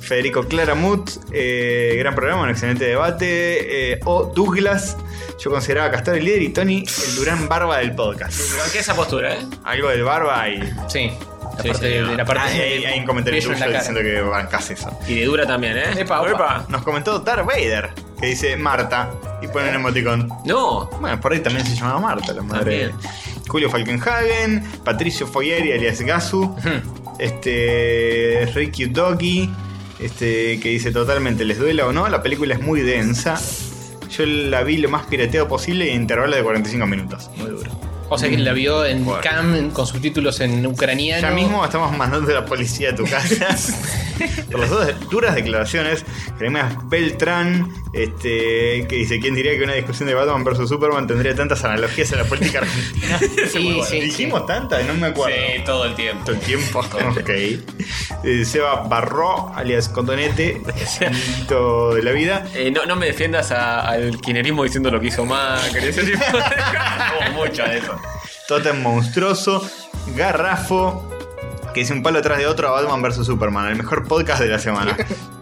[SPEAKER 3] Federico Claramut, eh, gran programa, un excelente debate. eh, o Douglas, yo consideraba a Castor el líder y Tony el Durán Barba del podcast.
[SPEAKER 4] ¿Qué es esa postura, eh?
[SPEAKER 3] Algo del Barba y.
[SPEAKER 2] Sí. La
[SPEAKER 4] Sí,
[SPEAKER 2] parte
[SPEAKER 4] sí,
[SPEAKER 2] de,
[SPEAKER 4] no.
[SPEAKER 2] la parte
[SPEAKER 3] Ah,
[SPEAKER 2] de-
[SPEAKER 3] hay, hay un comentario
[SPEAKER 2] bello en
[SPEAKER 3] tuyo
[SPEAKER 2] eh, la cara.
[SPEAKER 3] diciendo que bancas eso.
[SPEAKER 4] Y de dura también, ¿eh?
[SPEAKER 2] Epa, opa.
[SPEAKER 3] Nos comentó Darth Vader, que dice Marta, y pone un emoticón.
[SPEAKER 4] No.
[SPEAKER 3] Bueno, por ahí también se llamaba Marta, la madre.
[SPEAKER 4] También.
[SPEAKER 3] Julio Falkenhagen, Patricio Foyeri, alias Gasu, este, Ricky Doggy, este, que dice totalmente, ¿les duela o no? La película es muy densa. Yo la vi lo más pirateado posible en intervalo de 45 minutos. Muy duro.
[SPEAKER 2] O sea que la vio en
[SPEAKER 3] Bueno.
[SPEAKER 2] Cam con subtítulos en ucraniano.
[SPEAKER 3] Ya mismo estamos mandando a la policía a tu casa. Por las dos duras declaraciones, Jeremías Beltrán, este, que dice, ¿quién diría que una discusión de Batman vs Superman tendría tantas analogías a la política argentina?
[SPEAKER 2] Sí, sí,
[SPEAKER 3] Dijimos tantas, no me acuerdo.
[SPEAKER 4] Sí, todo el tiempo.
[SPEAKER 3] Todo el tiempo. Ok. Eh, Seba Barró, alias Cotonete, mito de la vida.
[SPEAKER 4] Eh, no, no me defiendas a- al kinerismo diciendo lo que hizo Macri. Ese tipo de cosas. Hubo mucho de eso.
[SPEAKER 3] Totem monstruoso, Garrafo, que dice un palo atrás de otro a Batman vs Superman, el mejor podcast de la semana.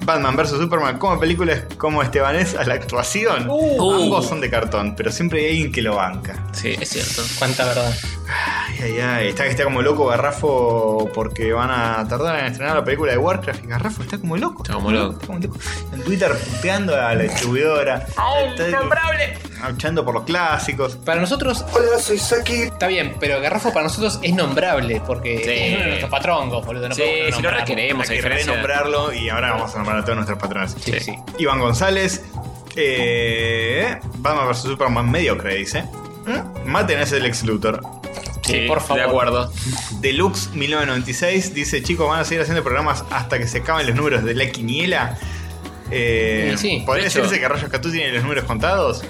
[SPEAKER 3] Batman vs Superman como película es como Estebanés a la actuación.
[SPEAKER 2] Uh.
[SPEAKER 3] Ambos son de cartón, pero siempre hay alguien que lo banca.
[SPEAKER 4] Sí, es cierto.
[SPEAKER 2] Cuánta verdad.
[SPEAKER 3] ay, ay. Está, está como loco Garrafo porque van a tardar en estrenar la película de Warcraft. Y Garrafo está como loco.
[SPEAKER 4] Está como loco.
[SPEAKER 3] Está como loco. En Twitter puteando a la distribuidora. Está Luchando por los clásicos.
[SPEAKER 2] Para nosotros
[SPEAKER 6] Hola, soy Saki.
[SPEAKER 2] está bien, pero Garrafo para nosotros es nombrable porque
[SPEAKER 4] Sí.
[SPEAKER 2] es uno de nuestros patrongos, boludo. No
[SPEAKER 4] Sí,
[SPEAKER 2] podemos no
[SPEAKER 4] si lo
[SPEAKER 2] nombrarlo.
[SPEAKER 4] requeremos, a
[SPEAKER 3] Hay que
[SPEAKER 4] diferencia. de-
[SPEAKER 3] renombrarlo y ahora vamos a nombrar a todos nuestros patrones.
[SPEAKER 2] Sí, sí.
[SPEAKER 3] Iván González. Eh, Batman vs. Superman mediocre, dice. ¿Mm? Maten a ese Lex Luthor.
[SPEAKER 2] Sí, por favor.
[SPEAKER 4] De acuerdo.
[SPEAKER 3] Deluxe 1996 dice: Chicos, van a seguir haciendo programas hasta que se acaben los números de la quiniela. Eh,
[SPEAKER 2] Y sí,
[SPEAKER 3] ¿Podría
[SPEAKER 4] de hecho.
[SPEAKER 3] decirse que Rayos Catú tiene los números contados?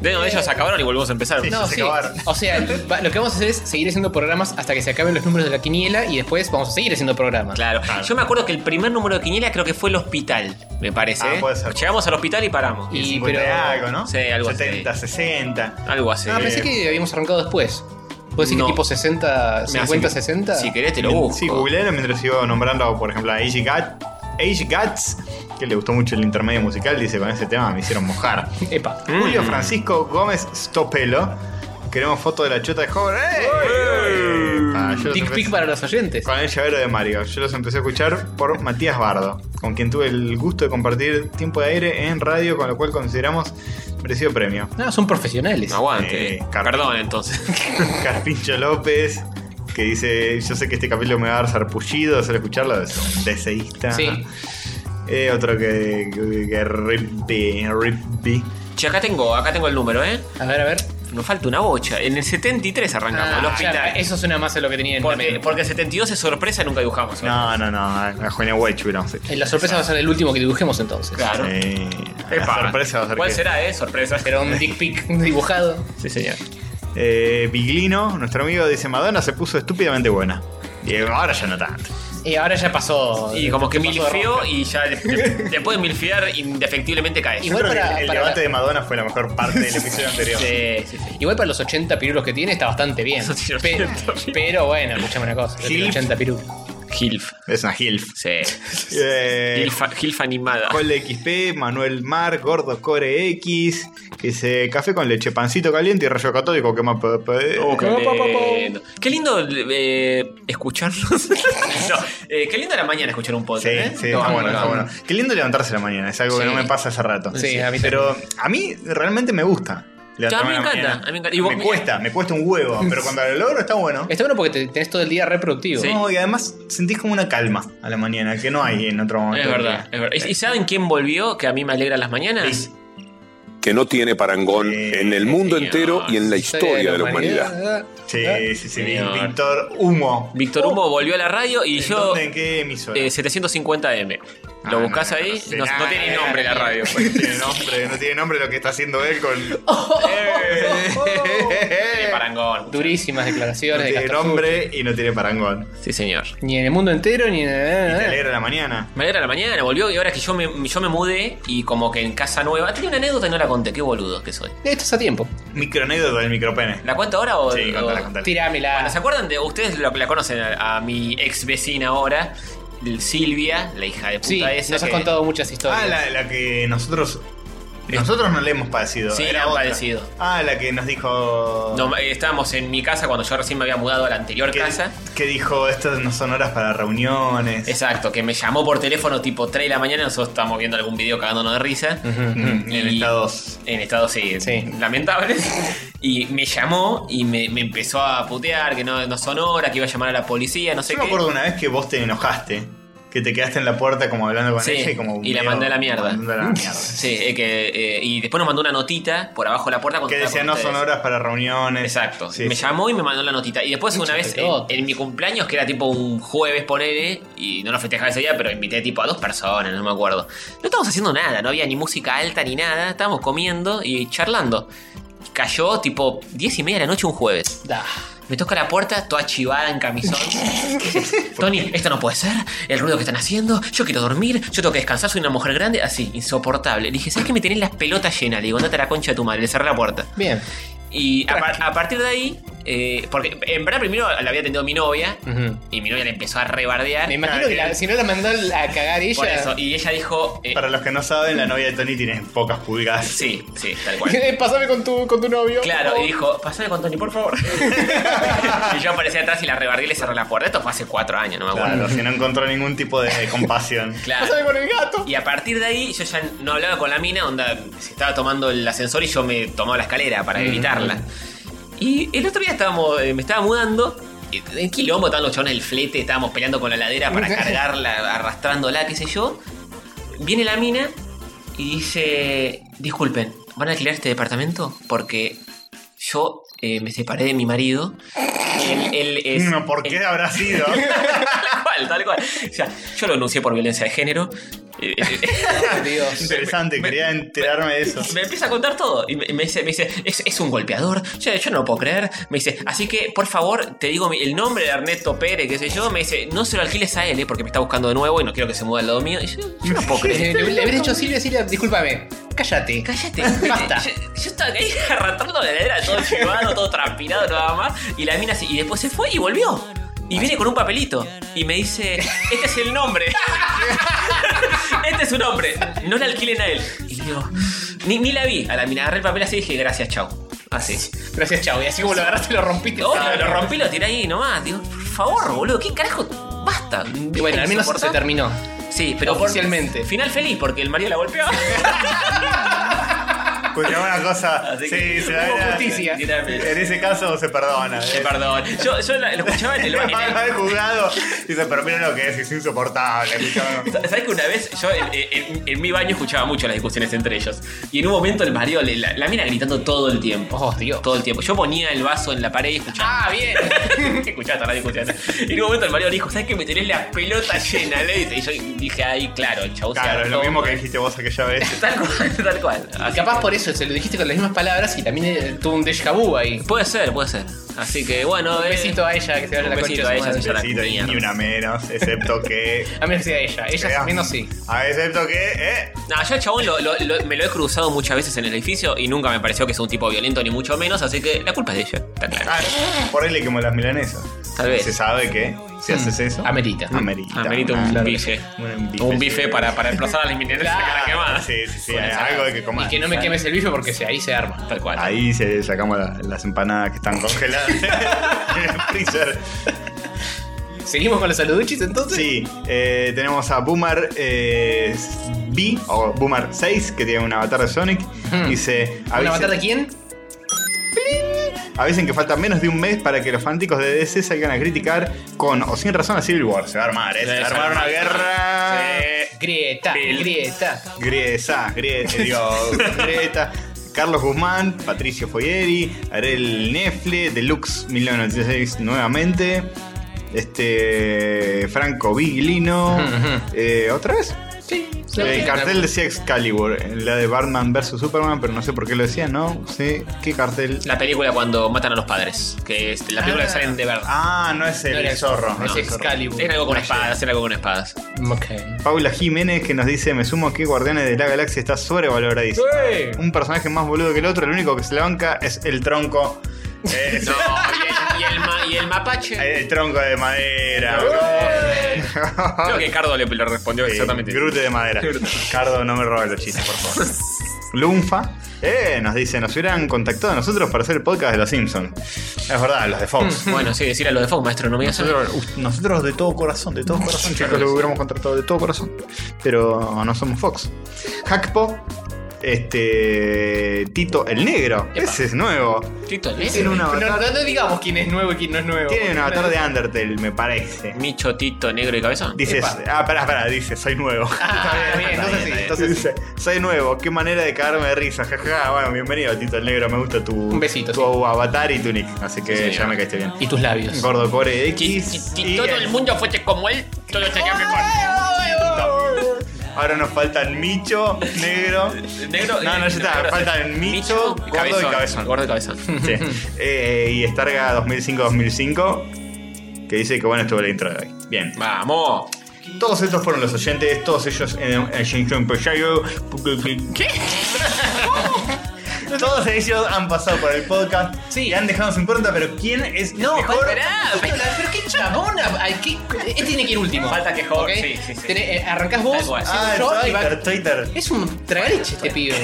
[SPEAKER 4] De uno de ellos acabaron y volvemos a empezar.
[SPEAKER 3] Sí.
[SPEAKER 2] No,
[SPEAKER 3] se
[SPEAKER 2] Eh, sí.
[SPEAKER 3] acabaron.
[SPEAKER 2] O sea, va- lo que vamos a hacer es seguir haciendo programas hasta que se acaben los números de la quiniela y después vamos a seguir haciendo programas.
[SPEAKER 4] Claro. Yo me acuerdo que el primer número de quiniela creo que fue el hospital, me parece.
[SPEAKER 3] Ah,
[SPEAKER 4] ¿eh?
[SPEAKER 3] puede ser.
[SPEAKER 4] Llegamos al hospital y paramos.
[SPEAKER 2] Y-
[SPEAKER 3] 50
[SPEAKER 2] pero-
[SPEAKER 3] algo, ¿no?
[SPEAKER 4] Sí, algo así.
[SPEAKER 3] 70, 60.
[SPEAKER 4] Algo eh, así.
[SPEAKER 2] Ah, pensé que habíamos arrancado después. ¿Puede ser
[SPEAKER 4] No.
[SPEAKER 2] que tipo 60,
[SPEAKER 4] Mirá,
[SPEAKER 2] 50,
[SPEAKER 4] si-
[SPEAKER 2] 60?
[SPEAKER 4] Si querés te lo busco.
[SPEAKER 3] Sí, googlealo mientras sigo nombrando, por ejemplo, a Age Gat- Age Gats, que le gustó mucho el intermedio musical, dice: Con ese tema me hicieron mojar.
[SPEAKER 2] Epa.
[SPEAKER 4] Mm.
[SPEAKER 3] Julio Francisco Gómez Stopelo. Queremos foto de la chota de joven. ¡Ey! Ah, yo los
[SPEAKER 2] Dick
[SPEAKER 3] empecé-
[SPEAKER 2] pic para los oyentes.
[SPEAKER 3] Con el llavero de Mario. Yo los empecé a escuchar por Matías Bardo, con quien tuve el gusto de compartir tiempo de aire en radio, con lo cual consideramos merecido premio.
[SPEAKER 2] No, son profesionales.
[SPEAKER 4] Aguante.
[SPEAKER 3] Eh, Carmen.
[SPEAKER 4] Perdón, entonces.
[SPEAKER 3] Carpincho López, que dice: Yo sé que este capítulo me va a dar sarpullido al escucharlo, es un deseísta.
[SPEAKER 2] Sí.
[SPEAKER 3] Eh, otro que. que, que Rippy, Rippy.
[SPEAKER 4] Che, acá tengo, acá tengo el número, ¿eh?
[SPEAKER 2] A ver, a ver.
[SPEAKER 4] Nos falta una bocha. En el 73 arrancamos,
[SPEAKER 2] Ah,
[SPEAKER 4] el hospital.
[SPEAKER 2] claro, eso suena más a lo que tenía en la
[SPEAKER 4] Porque,
[SPEAKER 2] mente.
[SPEAKER 4] porque 72 es sorpresa y nunca dibujamos. ¿eh? ¿no?
[SPEAKER 3] No, no, no, a Julia Weichu, no sé.
[SPEAKER 2] Eh, La sorpresa va a ser el último que dibujemos entonces.
[SPEAKER 4] Claro.
[SPEAKER 3] Eh, la
[SPEAKER 4] Epa.
[SPEAKER 3] sorpresa va a ser
[SPEAKER 4] ¿Cuál
[SPEAKER 3] que-
[SPEAKER 4] será, eh? Sorpresa.
[SPEAKER 2] Pero un dick pic dibujado.
[SPEAKER 4] Sí, señor.
[SPEAKER 3] Eh, Biglino, nuestro amigo, dice: Madonna se puso estúpidamente buena. Y ahora ya no tanto.
[SPEAKER 2] Y Eh, ahora ya pasó.
[SPEAKER 4] Y como que
[SPEAKER 2] pasó de
[SPEAKER 4] milfeo
[SPEAKER 2] rosca.
[SPEAKER 4] y ya de- de- después de milfear indefectiblemente caes.
[SPEAKER 2] Y Igual
[SPEAKER 3] Yo creo que
[SPEAKER 2] para-
[SPEAKER 3] el
[SPEAKER 2] para-
[SPEAKER 3] debate de Madonna fue la mejor parte del episodio anterior.
[SPEAKER 4] Sí, sí, sí.
[SPEAKER 2] Igual para los 80 pirulos que tiene está bastante bien.
[SPEAKER 4] Eso tiene
[SPEAKER 2] Pe-
[SPEAKER 4] 80 pirulos.
[SPEAKER 2] pero bueno, escuchame una cosa. yo tengo
[SPEAKER 3] Gil.
[SPEAKER 2] 80 pirulos.
[SPEAKER 4] Hilf.
[SPEAKER 3] Es una hilf.
[SPEAKER 4] Sí.
[SPEAKER 3] Eh,
[SPEAKER 4] Hilf, Hilf animada.
[SPEAKER 3] Cole XP, Manuel Mar, Gordo Core X, que dice café con leche, pancito caliente y rayo católico que más... pe- pe-
[SPEAKER 4] Oh, qué
[SPEAKER 2] Pa, pa, pa, pa.
[SPEAKER 4] lindo. Qué lindo eh, escucharnos. no, eh, qué lindo la mañana escuchar un podcast.
[SPEAKER 3] Sí,
[SPEAKER 4] ¿eh?
[SPEAKER 3] sí,
[SPEAKER 4] No,
[SPEAKER 3] está
[SPEAKER 4] no,
[SPEAKER 3] bueno,
[SPEAKER 4] no.
[SPEAKER 3] está bueno. Qué lindo levantarse a la mañana, es algo que
[SPEAKER 2] Sí.
[SPEAKER 3] no me pasa hace rato.
[SPEAKER 2] Sí, a mí
[SPEAKER 3] Pero a mí realmente me gusta.
[SPEAKER 4] Ya, a mí
[SPEAKER 3] levantarme
[SPEAKER 4] me
[SPEAKER 3] a la
[SPEAKER 4] encanta,
[SPEAKER 3] mañana.
[SPEAKER 4] a mí me encanta. Y vos-
[SPEAKER 3] Me cuesta, me cuesta un huevo, pero cuando lo logro está bueno.
[SPEAKER 2] Está bueno porque te- tenés todo el día reproductivo.
[SPEAKER 4] Sí.
[SPEAKER 3] No, y además sentís como una calma a la mañana que no hay en otro momento.
[SPEAKER 4] Es
[SPEAKER 3] del
[SPEAKER 4] verdad,
[SPEAKER 3] día.
[SPEAKER 4] es verdad. ¿Y- ¿Y saben quién volvió que a mí me alegra las mañanas?
[SPEAKER 7] que no tiene parangón
[SPEAKER 3] Sí,
[SPEAKER 7] en el mundo
[SPEAKER 4] señor.
[SPEAKER 7] entero y en la historia de la humanidad.
[SPEAKER 3] Sí, sí, sí,
[SPEAKER 4] Señor.
[SPEAKER 3] Víctor Humo.
[SPEAKER 4] Víctor Humo volvió a la radio y
[SPEAKER 3] ¿En
[SPEAKER 4] yo.
[SPEAKER 3] dónde, ¿En qué emisora?
[SPEAKER 4] eh, 750M.
[SPEAKER 3] Ah,
[SPEAKER 4] Lo buscás
[SPEAKER 3] no,
[SPEAKER 4] ahí,
[SPEAKER 3] sé Ah,
[SPEAKER 4] no,
[SPEAKER 3] nada,
[SPEAKER 4] no tiene
[SPEAKER 3] nada,
[SPEAKER 4] nombre la
[SPEAKER 3] nada,
[SPEAKER 4] radio.
[SPEAKER 3] eh,
[SPEAKER 4] pues.
[SPEAKER 3] No tiene nombre, no tiene nombre lo que está haciendo él con.
[SPEAKER 4] Tiene parangón.
[SPEAKER 2] Durísimas
[SPEAKER 3] no
[SPEAKER 2] declaraciones de
[SPEAKER 3] tiene
[SPEAKER 2] Castro
[SPEAKER 3] nombre y no tiene parangón.
[SPEAKER 4] Sí, señor.
[SPEAKER 2] Sur. Ni en el Eh, mundo entero, ni en.
[SPEAKER 3] Y te alegra la mañana.
[SPEAKER 4] Me alegra la mañana, volvió y ahora que yo me, yo me mudé y como que en casa nueva. Tenía una anécdota y no la conté, qué boludo que soy.
[SPEAKER 2] Esto es a tiempo.
[SPEAKER 3] Microanécdota del micropene.
[SPEAKER 4] ¿La cuento ahora o.?
[SPEAKER 3] Sí,
[SPEAKER 4] o-
[SPEAKER 3] contala, contala.
[SPEAKER 2] Tirámela.
[SPEAKER 4] Bueno, ¿Se acuerdan de ustedes lo que la conocen a, a mi ex vecina ahora? Silvia, la hija de puta
[SPEAKER 2] Sí,
[SPEAKER 4] esa.
[SPEAKER 2] nos has
[SPEAKER 4] que-
[SPEAKER 2] contado muchas historias.
[SPEAKER 3] Ah, la, la que nosotros. Nosotros no le hemos padecido.
[SPEAKER 4] Sí,
[SPEAKER 3] era
[SPEAKER 4] le han
[SPEAKER 3] otra.
[SPEAKER 4] padecido.
[SPEAKER 3] Ah, la que nos dijo.
[SPEAKER 4] No, eh, estábamos en mi casa cuando yo recién me había mudado a la anterior
[SPEAKER 3] que,
[SPEAKER 4] casa.
[SPEAKER 3] que dijo, estas no son horas para reuniones.
[SPEAKER 4] Exacto, que me llamó por teléfono tipo 3 de la mañana, nosotros estábamos viendo algún video cagándonos de risa.
[SPEAKER 3] Mm, En
[SPEAKER 4] Y-
[SPEAKER 3] estados.
[SPEAKER 4] En estado sí,
[SPEAKER 2] Sí.
[SPEAKER 4] lamentable. Y me llamó y me, me empezó a putear que no, no son horas, que iba a llamar a la policía, no sé
[SPEAKER 3] Yo
[SPEAKER 4] qué.
[SPEAKER 3] me acuerdo una vez que vos te enojaste. Que te quedaste en la puerta como hablando con
[SPEAKER 4] Sí,
[SPEAKER 3] ella y como.
[SPEAKER 4] y la
[SPEAKER 3] medio-
[SPEAKER 4] mandé a la mierda.
[SPEAKER 3] mandando a la mierda.
[SPEAKER 4] Sí, eh, que, eh, y después nos mandó una notita por abajo de la puerta. cuando
[SPEAKER 3] Que
[SPEAKER 4] estaba
[SPEAKER 3] decía
[SPEAKER 4] con
[SPEAKER 3] no
[SPEAKER 4] ustedes.
[SPEAKER 3] son horas para reuniones.
[SPEAKER 4] Exacto.
[SPEAKER 3] Sí,
[SPEAKER 4] me
[SPEAKER 3] sí.
[SPEAKER 4] llamó y me mandó la notita. Y después una vez, en,
[SPEAKER 2] pelota.
[SPEAKER 4] en mi cumpleaños, que era tipo un jueves, ponele, y no lo festejaba ese día, pero invité tipo a dos personas, no me acuerdo. No estábamos haciendo nada, no había ni música alta ni nada, estábamos comiendo y charlando. Cayó tipo 10 y media de la noche un jueves.
[SPEAKER 2] Da.
[SPEAKER 4] Me toca la puerta, toda chivada en camisón. Tony, esto no puede ser. El ruido que están haciendo. Yo quiero dormir. Yo tengo que descansar. Soy una mujer grande. Así, insoportable. Le dije, ¿sabes qué me tenés las pelotas llenas? Le digo, andate a la concha de tu madre. Le cerré la puerta.
[SPEAKER 2] Bien.
[SPEAKER 4] Y Y a, par- a partir de ahí, eh, porque en verdad primero la había atendido mi novia
[SPEAKER 2] Ujú.
[SPEAKER 4] y mi novia le empezó a rebardear.
[SPEAKER 2] Me imagino
[SPEAKER 3] Ah,
[SPEAKER 2] que la-
[SPEAKER 3] que-
[SPEAKER 2] si no la mandó a cagar ella.
[SPEAKER 4] eh. Por eso, y ella dijo. eh,
[SPEAKER 3] Para los que no saben, la novia de Tony tiene pocas pulgadas.
[SPEAKER 4] Sí, sí, tal cual.
[SPEAKER 2] Eh, Pásame con tu, con tu novio.
[SPEAKER 4] Claro,
[SPEAKER 2] por
[SPEAKER 4] y dijo, pasame con Tony, por favor. y yo aparecí atrás y la rebargué y le cerré la puerta. Esto fue hace cuatro años, no me acuerdo.
[SPEAKER 3] Claro, si no encontró ningún tipo de compasión.
[SPEAKER 4] Claro.
[SPEAKER 2] Pásame con el gato.
[SPEAKER 4] Y a partir de ahí yo ya no hablaba con la mina, onda, se estaba tomando el ascensor y yo me tomaba la escalera para evitarla. Y el otro día estábamos, eh, me estaba mudando, y en quilombo estaban los chabones del flete, estábamos peleando con la ladera para cargarla, arrastrándola, qué sé yo. Viene la mina y dice, disculpen, ¿van a alquilar este departamento? Porque yo eh, me separé de mi marido. Él, él es,
[SPEAKER 3] No, Mm, ¿por qué
[SPEAKER 4] él-
[SPEAKER 3] habrá sido?
[SPEAKER 4] tal cual, tal cual. O sea, yo lo denuncié por violencia de género. Eh, eh,
[SPEAKER 2] Ay, Dios.
[SPEAKER 3] Interesante,
[SPEAKER 4] me-
[SPEAKER 3] quería enterarme de eso.
[SPEAKER 4] Me empieza a contar todo. Y me, me dice, me dice es, es un golpeador. Yo, yo no lo puedo creer. Me dice, así que, por favor, te digo mi- el nombre de Ernesto Pérez, qué sé yo. Me dice, no se lo alquiles a él, eh, porque me está buscando de nuevo y no quiero que se mueva al lado mío. Y yo, yo no puedo
[SPEAKER 2] Eh,
[SPEAKER 4] creer.
[SPEAKER 2] le, le hubiera dicho Silvia, Silvia, discúlpame. Cállate.
[SPEAKER 4] Cállate,
[SPEAKER 2] Basta.
[SPEAKER 4] Yo, yo estaba ahí arrastrando la heladera, todo chivado, todo transpirado, nada más. Y la mina así. Y después se fue y volvió. Y viene con un papelito. Y me dice: Este es el nombre. este es su nombre. No le alquilen a él. Y digo: Ni, ni la vi. A la mina agarré el papel así y dije: Gracias, chau. Así.
[SPEAKER 2] Gracias, chao. Y así como lo agarraste, lo rompiste.
[SPEAKER 4] Obvio, lo rompí, lo tiré ahí nomás. Digo: Por favor, boludo, ¿qué carajo? Basta.
[SPEAKER 2] Y bueno, al menos se terminó.
[SPEAKER 4] Sí, pero
[SPEAKER 2] Oficialmente.
[SPEAKER 4] Final feliz porque el marido la golpeó.
[SPEAKER 3] Escuchame una cosa.
[SPEAKER 4] Así
[SPEAKER 3] Sí,
[SPEAKER 4] que-
[SPEAKER 3] se la
[SPEAKER 2] Hubo
[SPEAKER 3] era-
[SPEAKER 2] justicia.
[SPEAKER 3] En ese caso se perdona.
[SPEAKER 4] Eh, Perdón. Yo, yo la- lo escuchaba en el, en el-
[SPEAKER 3] El juzgado dice, pero mira lo que es, es insoportable. escuchame.
[SPEAKER 4] ¿Sabes que una vez yo en, en- en mi baño escuchaba mucho las discusiones entre ellos? Y en un momento el marido, le- la, la mina gritando todo el tiempo.
[SPEAKER 2] Oh, Dios.
[SPEAKER 4] Todo el tiempo. Yo ponía el vaso en la pared y escuchaba.
[SPEAKER 2] Ah, bien.
[SPEAKER 4] escuchaba todas las discusiones. Y en un momento el marido le dijo, ¿sabes que me tenés la pelota llena? Le dice. Y yo dije, ay, claro, el chavo se
[SPEAKER 3] Claro, es lo
[SPEAKER 4] hartó.
[SPEAKER 3] mismo que dijiste vos aquella vez.
[SPEAKER 4] Tal cual, tal cual.
[SPEAKER 2] Y
[SPEAKER 4] Así
[SPEAKER 2] capaz
[SPEAKER 4] que-
[SPEAKER 2] por eso se lo dijiste con las mismas palabras y también eh, tuvo un déjà vu ahí.
[SPEAKER 4] Puede ser, puede ser. Así que bueno, eh,
[SPEAKER 2] Un besito a ella que se vaya
[SPEAKER 4] un
[SPEAKER 2] a la
[SPEAKER 4] besito
[SPEAKER 2] concha de
[SPEAKER 4] a
[SPEAKER 2] su
[SPEAKER 4] ella,
[SPEAKER 2] madre.
[SPEAKER 4] señora.
[SPEAKER 3] Besito y
[SPEAKER 4] mierda.
[SPEAKER 3] ni una menos, excepto que.
[SPEAKER 2] A menos que sea ella. Ella menos sí.
[SPEAKER 3] Ah, Excepto que. ¿eh?
[SPEAKER 4] No, yo al chabón lo- lo- lo- me lo he cruzado muchas veces en el edificio y nunca me pareció que sea un tipo violento ni mucho menos, así que la culpa es de ella, está claro.
[SPEAKER 3] Ah, por él le quemó las milanesas.
[SPEAKER 4] Tal vez. Hmm.
[SPEAKER 3] Se sabe que si haces eso.
[SPEAKER 2] Amerita.
[SPEAKER 3] Amerita.
[SPEAKER 4] Amerita un
[SPEAKER 3] Ah,
[SPEAKER 4] bife.
[SPEAKER 3] Un bife. Ah,
[SPEAKER 4] Un bife para, para emplazar a las minerales
[SPEAKER 2] Claro,
[SPEAKER 4] a la quemada.
[SPEAKER 3] Sí, sí, sí.
[SPEAKER 4] Con ensalada.
[SPEAKER 3] algo de que comer.
[SPEAKER 2] Y que no me quemes el bife porque se- ahí se arma.
[SPEAKER 4] Tal cual.
[SPEAKER 3] Ahí se sacamos la- las empanadas que están congeladas en el freezer.
[SPEAKER 2] ¿Seguimos con los saluduchis entonces?
[SPEAKER 3] Sí, eh, tenemos a Boomer eh, B o Boomer 6 que tiene un avatar de Sonic.
[SPEAKER 2] Hmm.
[SPEAKER 3] Dice:
[SPEAKER 2] ¿Un
[SPEAKER 3] "Avisen-
[SPEAKER 2] avatar de quién?
[SPEAKER 3] Avisen que falta menos de un mes para que los fanáticos de DC salgan a criticar con o sin razón a Civil War. Se va a armar, ¿eh? Se va a
[SPEAKER 4] Sí,
[SPEAKER 3] armar una
[SPEAKER 4] sí.
[SPEAKER 3] guerra.
[SPEAKER 4] Eh,
[SPEAKER 2] Grieta,
[SPEAKER 4] Bill.
[SPEAKER 2] grieta.
[SPEAKER 3] Grieta, grieta, digo, grieta. Carlos Guzmán, Patricio Foyeri, Ariel Nefle, Deluxe 1996 nuevamente. Este. Franco Viglino. eh, ¿Otra vez?
[SPEAKER 2] Sí.
[SPEAKER 3] El cartel decía Excalibur, en la de Batman vs Superman, pero no sé por qué lo decía, no sé qué cartel.
[SPEAKER 4] La película cuando matan a los padres, que es la película
[SPEAKER 2] Ah.
[SPEAKER 4] que salen de verdad.
[SPEAKER 3] Ah, no es el
[SPEAKER 2] No era el
[SPEAKER 3] zorro.
[SPEAKER 2] zorro, no es
[SPEAKER 3] el zorro.
[SPEAKER 2] Excalibur.
[SPEAKER 4] Tienen algo con
[SPEAKER 2] No
[SPEAKER 4] espadas, tienen algo con espadas.
[SPEAKER 2] Ok.
[SPEAKER 3] Paula Jiménez que nos dice, me sumo que Guardianes de la Galaxia está sobrevaloradísimo.
[SPEAKER 2] ¡Ué!
[SPEAKER 3] Un personaje más boludo que el otro, el único que se la banca es el tronco. Eh,
[SPEAKER 4] No, y el, y el ma- y el mapache.
[SPEAKER 3] El tronco de madera.
[SPEAKER 4] Creo que Cardo le, le respondió
[SPEAKER 3] Sí,
[SPEAKER 4] exactamente.
[SPEAKER 3] Grute de madera. Cardo, no me robes los chistes, por favor. Lunfa. Eh, nos dice, nos hubieran contactado a nosotros para hacer el podcast de los Simpsons. Es verdad, los de Fox.
[SPEAKER 4] Bueno, sí, decir a lo de Fox, maestro, no me digas.
[SPEAKER 3] Nosotros, u- nosotros de todo corazón, de todo corazón, chicos, lo hubiéramos contratado de todo corazón. Pero no somos Fox. Hackpo, este. Tito el Negro. Ese es nuevo.
[SPEAKER 4] Tito, ¿eh?
[SPEAKER 3] Tiene un
[SPEAKER 2] No,
[SPEAKER 3] avatar.
[SPEAKER 2] no, no digamos quién es nuevo y quién no es nuevo.
[SPEAKER 3] Tiene un avatar de Undertale, me parece.
[SPEAKER 4] Micho, Tito, negro y cabeza.
[SPEAKER 3] Dice,
[SPEAKER 2] Epa.
[SPEAKER 3] ah, pará, pará, dice, soy nuevo.
[SPEAKER 2] Ah, bien, entonces sí. Entonces,
[SPEAKER 3] Dice, soy nuevo, qué manera de cagarme de risa, jaja. Bueno, bienvenido, Tito el Negro, me gusta tu,
[SPEAKER 2] Un besito,
[SPEAKER 3] tu avatar y tu nick, así que
[SPEAKER 4] Sí,
[SPEAKER 3] ya
[SPEAKER 4] señor.
[SPEAKER 3] me caíste bien.
[SPEAKER 2] y tus labios.
[SPEAKER 3] Gordo Core
[SPEAKER 4] Si,
[SPEAKER 3] X.
[SPEAKER 4] si- si
[SPEAKER 3] y
[SPEAKER 4] todo
[SPEAKER 3] el-
[SPEAKER 4] el mundo fuese como él, todo estaría mejor.
[SPEAKER 3] Ahora nos faltan Micho, Negro.
[SPEAKER 4] Negro,
[SPEAKER 3] No, no, ya está,
[SPEAKER 4] negro,
[SPEAKER 3] faltan Micho, Gordo y Cabezón.
[SPEAKER 4] Gordo y cabezón.
[SPEAKER 3] Sí. Eh, y Starga 2005-2005, que dice que bueno estuvo la intro de hoy. Bien.
[SPEAKER 4] Vamos.
[SPEAKER 3] Todos estos fueron los oyentes, todos ellos en el Shenzhen Peshayar. ¿Qué? Todos ellos han pasado por el podcast
[SPEAKER 2] Sí.
[SPEAKER 3] y han dejado su impronta, pero ¿quién es el
[SPEAKER 2] No,
[SPEAKER 3] mejor?
[SPEAKER 2] pará, pero, pero qué chabona. ay, qué- Este tiene que ir último.
[SPEAKER 4] Falta que joda,
[SPEAKER 2] ¿ok?
[SPEAKER 4] sí, sí, sí.
[SPEAKER 2] Tené- eh, arrancás vos,
[SPEAKER 4] Tal cual.
[SPEAKER 2] sigo
[SPEAKER 3] Ah,
[SPEAKER 2] yo, y va-
[SPEAKER 3] Twitter, Twitter.
[SPEAKER 2] Es un tragaliche este pibe.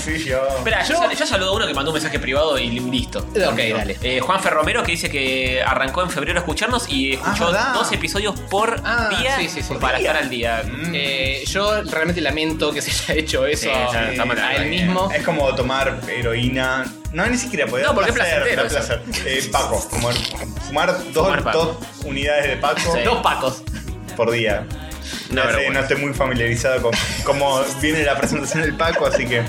[SPEAKER 3] Sí, yo.
[SPEAKER 4] Espera, yo, yo saludo a uno que mandó un mensaje privado y listo.
[SPEAKER 2] Ok, dale.
[SPEAKER 4] Eh, Juan Ferromero que dice que arrancó en febrero a escucharnos y escuchó
[SPEAKER 3] Ah, verdad.
[SPEAKER 4] dos episodios por
[SPEAKER 2] Ah,
[SPEAKER 4] día
[SPEAKER 2] sí, sí, sí.
[SPEAKER 4] para
[SPEAKER 2] Día.
[SPEAKER 4] estar al día.
[SPEAKER 2] Eh, yo realmente lamento que se haya hecho eso
[SPEAKER 4] Mm. Sí, ya está mal,
[SPEAKER 2] a él
[SPEAKER 4] eh,
[SPEAKER 2] mismo.
[SPEAKER 3] Es como tomar heroína. No, ni siquiera puede
[SPEAKER 4] No, porque es
[SPEAKER 3] da
[SPEAKER 4] placentero
[SPEAKER 3] placer. Eh, Paco, fumar, fumar, dos,
[SPEAKER 4] Fumar Paco.
[SPEAKER 3] dos unidades de Paco
[SPEAKER 4] Sí.
[SPEAKER 2] Dos pacos.
[SPEAKER 3] por día.
[SPEAKER 4] Una
[SPEAKER 3] Ya sé,
[SPEAKER 4] vergüenza.
[SPEAKER 3] no estoy muy familiarizado con cómo viene la presentación del Paco, así que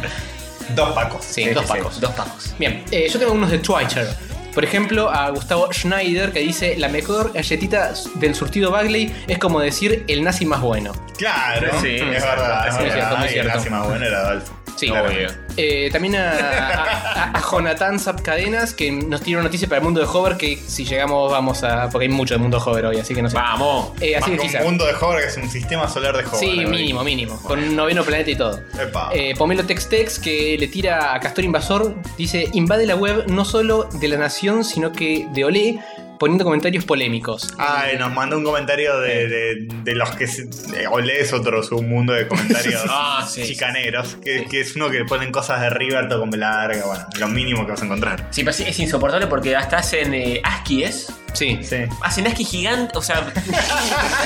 [SPEAKER 3] dos Pacos.
[SPEAKER 2] Sí, dos pacos.
[SPEAKER 4] Dos pacos.
[SPEAKER 2] Bien, eh, yo tengo unos de Twitter. Por ejemplo, a Gustavo Schneider que dice: La mejor galletita del surtido Bagley es como decir el nazi más bueno.
[SPEAKER 3] Claro,
[SPEAKER 4] Sí,
[SPEAKER 3] es
[SPEAKER 4] es
[SPEAKER 3] verdad.
[SPEAKER 2] es muy
[SPEAKER 3] verdad.
[SPEAKER 2] cierto, muy
[SPEAKER 3] Y
[SPEAKER 2] cierto.
[SPEAKER 3] la más buena era Adolfo.
[SPEAKER 2] Sí,
[SPEAKER 4] No,
[SPEAKER 2] claramente.
[SPEAKER 4] obvio.
[SPEAKER 2] Eh, también a, a, a- a Jonathan Zapcadenas que nos tiene una noticia para el mundo de Hover que si llegamos vamos a. porque hay mucho del mundo Hover hoy, así que no sé.
[SPEAKER 4] Vamos.
[SPEAKER 2] Eh,
[SPEAKER 3] Más
[SPEAKER 2] así
[SPEAKER 3] que
[SPEAKER 2] que
[SPEAKER 3] un
[SPEAKER 2] quizá.
[SPEAKER 3] mundo de Hover que es un sistema solar de Hover.
[SPEAKER 2] Sí,
[SPEAKER 3] ¿no?
[SPEAKER 2] mínimo, mínimo. Con un noveno planeta y todo.
[SPEAKER 3] Epa.
[SPEAKER 2] Eh, Pomelo Textex que le tira a Castor Invasor dice: invade la web no solo de la nación, sino que de Olé, poniendo comentarios polémicos.
[SPEAKER 3] Ay, nos mandó un comentario de, de- de los que se- eh, o lees otro submundo de comentarios
[SPEAKER 4] Ah, sí.
[SPEAKER 3] chicaneros, que, que es uno que ponen cosas de River, con larga, bueno, lo mínimo que vas a encontrar.
[SPEAKER 4] Sí, pero sí, es insoportable porque hasta hacen eh, ASCII, ¿es?
[SPEAKER 2] Sí.
[SPEAKER 3] Sí.
[SPEAKER 4] Hacen ASCII gigante, o sea,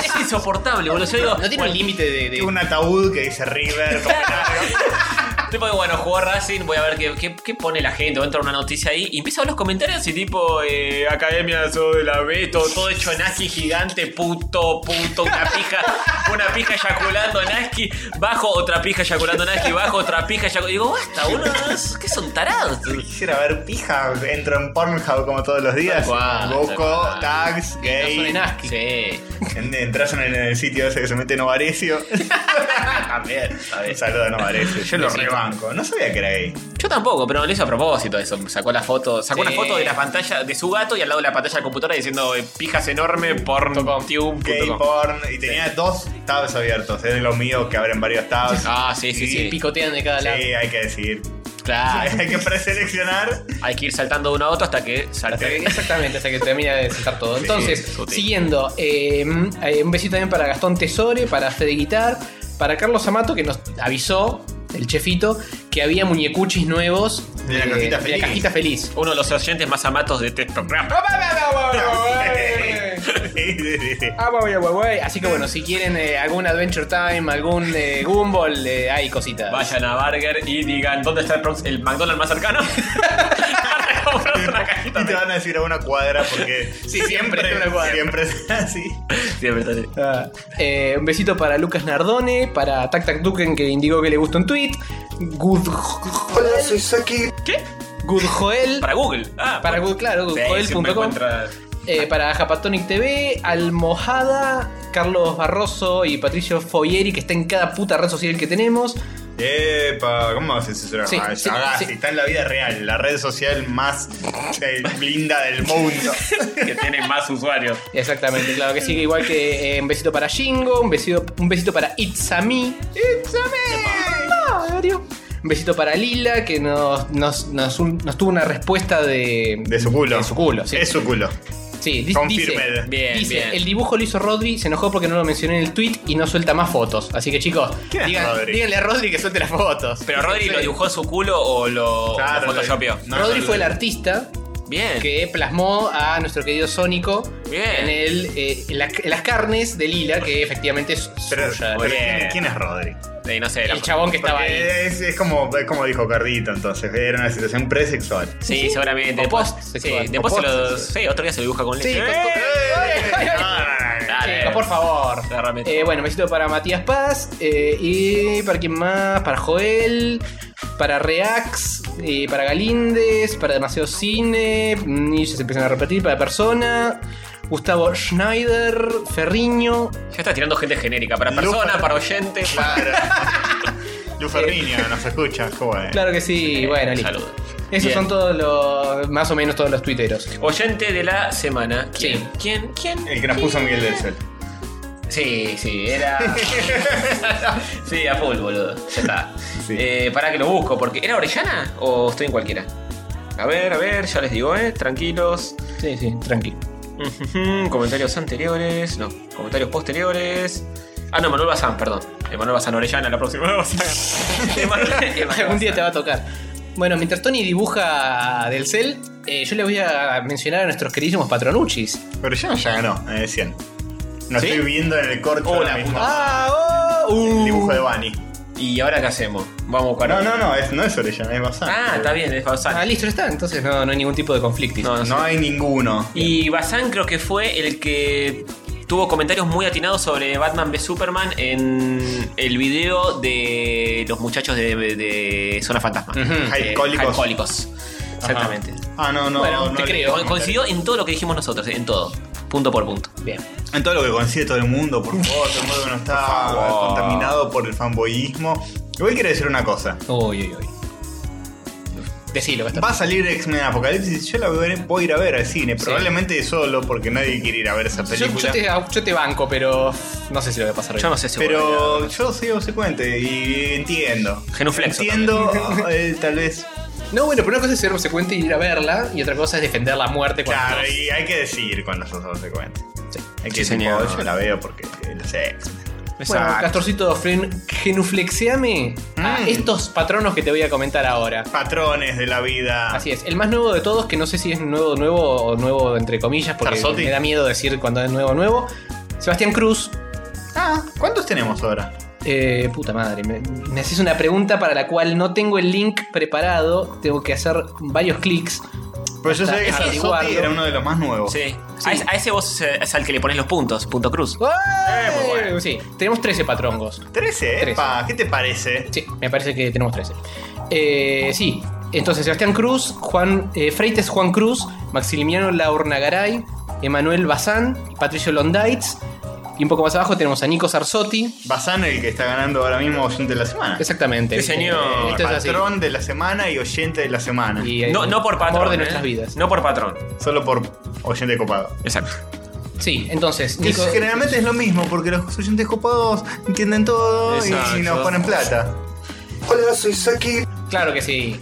[SPEAKER 4] es insoportable, boludo. Yo digo,
[SPEAKER 2] No tiene un límite de. de-
[SPEAKER 3] Tengo un ataúd que dice River, con
[SPEAKER 4] Tipo de, bueno, jugó Racing, voy a ver qué, qué, qué pone la gente, voy a entrar una noticia ahí. Y empiezo a ver los comentarios y tipo, eh, Academia sobre la Beto, todo hecho Naski gigante, puto, puto, una pija, una pija eyaculando Naski, bajo otra pija eyaculando Naski, bajo otra pija eyaculando. Digo, basta, uno, que son tarados.
[SPEAKER 3] Quisiera ver pija, entro en Pornhub como todos los días.
[SPEAKER 4] Tal cual,
[SPEAKER 3] Busco
[SPEAKER 4] tal cual.
[SPEAKER 3] tags,
[SPEAKER 2] no son
[SPEAKER 3] gay.
[SPEAKER 2] en ASCII.
[SPEAKER 4] Sí.
[SPEAKER 3] en- Entras en el, en el sitio ese que se mete Novarecio.
[SPEAKER 4] También,
[SPEAKER 3] Un
[SPEAKER 4] ¿sabes?
[SPEAKER 3] saludo a Novarecio. Yo lo
[SPEAKER 2] Sí.
[SPEAKER 3] rebanco. No sabía que era gay.
[SPEAKER 4] Yo tampoco, pero lo hizo a propósito eso. Sacó la foto, sacó
[SPEAKER 2] Sí.
[SPEAKER 4] una foto de la pantalla de su gato y al lado de la pantalla de la computadora diciendo eh, pijas enorme por
[SPEAKER 3] Gay porn. Y tenía dos tabs abiertos. Es de los míos que abren varios tabs.
[SPEAKER 4] Ah, sí, sí, sí.
[SPEAKER 2] Y picotean de cada
[SPEAKER 3] Sí,
[SPEAKER 2] lado.
[SPEAKER 3] hay que decir.
[SPEAKER 2] Ah.
[SPEAKER 4] Claro.
[SPEAKER 3] Hay que preseleccionar.
[SPEAKER 4] Hay que ir saltando de uno a otro hasta que
[SPEAKER 2] Hasta que-
[SPEAKER 4] salte.
[SPEAKER 2] exactamente, hasta que termina de sentar todo. Entonces,
[SPEAKER 4] sutil.
[SPEAKER 2] siguiendo, eh, eh, un besito también para Gastón Tesore, para Fede Guitar, para Carlos Amato, que nos avisó, el chefito, que había muñecuchis nuevos
[SPEAKER 3] De la
[SPEAKER 2] eh,
[SPEAKER 3] cajita
[SPEAKER 2] de
[SPEAKER 3] feliz.
[SPEAKER 2] la cajita feliz.
[SPEAKER 4] Uno de los oyentes más amatos de este programa.
[SPEAKER 2] Así que bueno, si quieren eh, algún Adventure Time, algún eh, Gumball, eh, hay cositas.
[SPEAKER 4] Vayan a Burger y digan dónde está el, prox- el McDonald's más cercano. Para comprar una cajita.
[SPEAKER 3] Y te van a decir a una cuadra porque
[SPEAKER 2] Sí, siempre es una cuadra.
[SPEAKER 3] siempre es así.
[SPEAKER 4] Siempre está así.
[SPEAKER 2] Ah, eh, un besito para Lucas Nardone, para Tac Tac Duken que indicó que le gusta un tweet, Good,
[SPEAKER 6] Hola, soy Saki.
[SPEAKER 2] Good Joel,
[SPEAKER 4] Para Google. Ah,
[SPEAKER 2] para
[SPEAKER 4] bueno.
[SPEAKER 2] Good, claro,
[SPEAKER 4] Sí,
[SPEAKER 2] goodjoel.com,
[SPEAKER 4] siempre encuentra-
[SPEAKER 2] eh, para Japatonic TV, Almojada, Carlos Barroso y Patricio Foyeri, que está en cada puta red social que tenemos.
[SPEAKER 3] Epa, ¿cómo vas a censurar?
[SPEAKER 2] Sí,
[SPEAKER 3] Ah,
[SPEAKER 2] sí,
[SPEAKER 3] Sagasti,
[SPEAKER 2] sí.
[SPEAKER 3] está en la vida real, la red social más eh, linda del mundo.
[SPEAKER 4] que tiene más usuarios.
[SPEAKER 2] Exactamente, claro que sí, igual que eh, un besito para Jingo, un besito, un besito para It's a Me. It's a Me. Un besito para Lila, que nos, nos, nos, un- nos tuvo una respuesta de...
[SPEAKER 3] De su culo.
[SPEAKER 2] De su culo, sí.
[SPEAKER 3] Es su culo.
[SPEAKER 2] Sí, di- dice,
[SPEAKER 3] Confirmed.
[SPEAKER 4] Bien,
[SPEAKER 2] dice,
[SPEAKER 4] bien.
[SPEAKER 2] el dibujo lo hizo Rodri, se enojó porque no lo mencioné en el tweet y no suelta más fotos. Así que chicos,
[SPEAKER 3] ¿Quién es
[SPEAKER 2] digan-
[SPEAKER 3] Rodri?
[SPEAKER 2] díganle a Rodri que suelte las fotos.
[SPEAKER 4] Pero Rodri
[SPEAKER 2] Sí.
[SPEAKER 4] lo dibujó en su culo o lo,
[SPEAKER 3] Claro,
[SPEAKER 4] lo photoshopeó.
[SPEAKER 3] no,
[SPEAKER 2] Rodri
[SPEAKER 3] no,
[SPEAKER 2] fue el
[SPEAKER 3] no.
[SPEAKER 2] artista
[SPEAKER 4] Bien.
[SPEAKER 2] que plasmó a nuestro querido Sónico
[SPEAKER 4] Bien.
[SPEAKER 2] en, el, eh, en la- en las carnes de Lila, que efectivamente es
[SPEAKER 3] Pero,
[SPEAKER 2] suya.
[SPEAKER 3] pero
[SPEAKER 4] bien.
[SPEAKER 3] ¿quién, quién es Rodri?
[SPEAKER 4] Eh, no sé, la-
[SPEAKER 2] el chabón que estaba
[SPEAKER 3] Porque
[SPEAKER 2] ahí.
[SPEAKER 3] Es, es como, es como dijo Cardito entonces, era una situación presexual.
[SPEAKER 4] Sí, seguramente.
[SPEAKER 2] O
[SPEAKER 4] Después-
[SPEAKER 2] post
[SPEAKER 4] sí,
[SPEAKER 2] sexual.
[SPEAKER 4] después
[SPEAKER 2] O
[SPEAKER 4] se
[SPEAKER 2] post
[SPEAKER 4] lo. Sí, otro día se lo dibuja con
[SPEAKER 2] Sí,
[SPEAKER 4] leche.
[SPEAKER 2] con- con- ay, ay, ay.
[SPEAKER 3] No, no, no, no.
[SPEAKER 4] Dale.
[SPEAKER 2] Chicos, por favor.
[SPEAKER 4] Claramente.
[SPEAKER 2] Eh, bueno, besito para Matías Paz. eh, y para quién más, para Joel, para Reax, eh, para Galíndez, para Demasiado Cine, mm, y ya se empiezan a repetir, para Persona, Gustavo Schneider, Ferriño,
[SPEAKER 4] Ya está tirando gente genérica. Para
[SPEAKER 3] Lupa.
[SPEAKER 4] personas, para oyentes, para.
[SPEAKER 3] Luferriño, nos escucha, eh, joven.
[SPEAKER 2] Claro que sí, bueno, listo.
[SPEAKER 4] Saludos.
[SPEAKER 2] Esos
[SPEAKER 4] Eh, Bien.
[SPEAKER 2] son todos los, más o menos todos los tuiteros.
[SPEAKER 4] Oyente de la semana.
[SPEAKER 2] Sí.
[SPEAKER 4] ¿Quién? ¿Quién? ¿Quién?
[SPEAKER 3] El que nos puso Miguel del Sol.
[SPEAKER 4] Sí, sí, era. sí, a full, boludo. Ya está.
[SPEAKER 3] Sí.
[SPEAKER 4] Eh, pará que lo busco, porque. ¿Era Orellana o estoy en cualquiera? A ver, a ver, ya les digo, eh. Tranquilos.
[SPEAKER 2] Sí, sí, tranqui.
[SPEAKER 4] Ujujú, comentarios anteriores. No, comentarios posteriores. Ah, no, Manuel Bazán, perdón. Eh, Manuel Bazán Orellana, la próxima. Emanuel- Emanuel
[SPEAKER 2] Algún día te
[SPEAKER 4] Bazán.
[SPEAKER 2] va a tocar. Bueno, mientras Tony dibuja del cel, eh, yo le voy a mencionar a nuestros queridísimos patronuchis.
[SPEAKER 3] Pero ya, ya ganó, me decían. No
[SPEAKER 4] ¿Sí?
[SPEAKER 3] estoy viendo en el corte
[SPEAKER 4] Oh,
[SPEAKER 3] ahora
[SPEAKER 4] la
[SPEAKER 3] mismo
[SPEAKER 2] ¡Ah! oh, uh.
[SPEAKER 3] el dibujo de Bunny.
[SPEAKER 4] ¿Y ahora qué hacemos? Vamos a buscar.
[SPEAKER 3] No, no, no, es, no es Orellana, es Bazán.
[SPEAKER 4] Ah, está bien, es
[SPEAKER 2] Ah,
[SPEAKER 4] Bazán.
[SPEAKER 2] listo, ya está. Entonces no, no hay ningún tipo de conflicto.
[SPEAKER 4] No, no sé.
[SPEAKER 3] No hay ninguno.
[SPEAKER 4] Y Bazán creo que fue el que tuvo comentarios muy atinados sobre Batman v Superman en el video de los muchachos de, de Zona Fantasma.
[SPEAKER 2] Ujú.
[SPEAKER 4] Eh,
[SPEAKER 3] Alcohólicos.
[SPEAKER 4] Alcohólicos.
[SPEAKER 3] Ajá.
[SPEAKER 4] Exactamente.
[SPEAKER 3] Ah, no, no.
[SPEAKER 2] Bueno,
[SPEAKER 3] no
[SPEAKER 2] te
[SPEAKER 3] le-
[SPEAKER 2] creo.
[SPEAKER 4] Co- ¿eh? Coincidió en todo lo que dijimos nosotros, en todo. Punto por punto.
[SPEAKER 2] Bien.
[SPEAKER 3] En todo lo que coincide todo el mundo, por favor, todo el mundo que no está
[SPEAKER 4] favor.
[SPEAKER 3] contaminado por el fanboyismo. Igual quiero decir una cosa.
[SPEAKER 2] Uy, uy, uy. Decilo, basta.
[SPEAKER 3] Va a salir X-Men Apocalipsis, yo la voy a- voy a ir a ver al cine, probablemente solo porque nadie quiere ir a ver esa
[SPEAKER 2] Yo, yo
[SPEAKER 3] película.
[SPEAKER 2] te, yo te banco, pero no sé si lo voy a pasar hoy.
[SPEAKER 4] Yo no sé si
[SPEAKER 3] Pero yo soy obsecuente y entiendo.
[SPEAKER 4] Genuflexo
[SPEAKER 3] Entiendo, eh, tal vez.
[SPEAKER 2] No, bueno, pero una cosa es ser obsecuente y ir a verla, y otra cosa es defender la muerte cuando.
[SPEAKER 3] Claro, y hay que decidir cuando sos obsecuente.
[SPEAKER 2] Sí.
[SPEAKER 3] Hay
[SPEAKER 4] Sí,
[SPEAKER 3] que decir,
[SPEAKER 4] señor.
[SPEAKER 3] "Oh, yo la veo porque eh, la sé X-Men.
[SPEAKER 2] Bueno,
[SPEAKER 3] Exacto.
[SPEAKER 2] Castorcito, fren- genuflexiame a
[SPEAKER 3] Mm.
[SPEAKER 2] estos patronos que te voy a comentar ahora.
[SPEAKER 3] Patrones de la vida.
[SPEAKER 2] Así es, el más nuevo de todos, que no sé si es nuevo, nuevo o nuevo entre comillas, porque
[SPEAKER 3] Sarsotti.
[SPEAKER 2] me da miedo decir cuando es nuevo, nuevo. Sebastián Cruz,
[SPEAKER 3] Ah, ¿cuántos tenemos ahora?
[SPEAKER 2] Eh, puta madre, me, me haces una pregunta para la cual no tengo el link preparado, tengo que hacer varios clics.
[SPEAKER 3] Pues yo
[SPEAKER 2] Hasta
[SPEAKER 3] sabía que Sarsotti
[SPEAKER 2] averiguarlo.
[SPEAKER 3] era uno de los más nuevos.
[SPEAKER 4] Sí. A, ese, a ese vos eh, es al que le pones los puntos, punto cruz.
[SPEAKER 2] ¡Ay!
[SPEAKER 3] muy
[SPEAKER 4] Eh,
[SPEAKER 3] bueno.
[SPEAKER 2] Sí, tenemos 13 patrongos.
[SPEAKER 3] 13, epa, ¿qué te parece?
[SPEAKER 2] Sí, me parece que tenemos 13. Eh, sí, entonces Sebastián Cruz, Juan eh, Freites Juan Cruz, Maximiliano Laurnagaray, Emanuel Bazán, Patricio Londaitz. Y un poco más abajo tenemos a Nico Sarsotti.
[SPEAKER 3] Bazán, el que está ganando ahora mismo oyente de la semana.
[SPEAKER 2] Exactamente.
[SPEAKER 4] Sí,
[SPEAKER 2] ¿viste?
[SPEAKER 4] señor.
[SPEAKER 2] Eh, Esto es así.
[SPEAKER 3] Patrón de la semana y oyente de la semana.
[SPEAKER 2] Y, eh,
[SPEAKER 4] No, no por
[SPEAKER 2] amor
[SPEAKER 4] patrón.
[SPEAKER 2] de
[SPEAKER 4] eh.
[SPEAKER 2] nuestras vidas.
[SPEAKER 4] No por patrón.
[SPEAKER 3] Solo por oyente copado.
[SPEAKER 4] Exacto.
[SPEAKER 2] Sí, entonces,
[SPEAKER 3] Que
[SPEAKER 2] Nico.
[SPEAKER 3] generalmente es lo mismo, porque los oyentes copados entienden todo y
[SPEAKER 4] Exacto.
[SPEAKER 3] nos ponen plata.
[SPEAKER 6] Hola, soy Saki.
[SPEAKER 2] Claro que sí.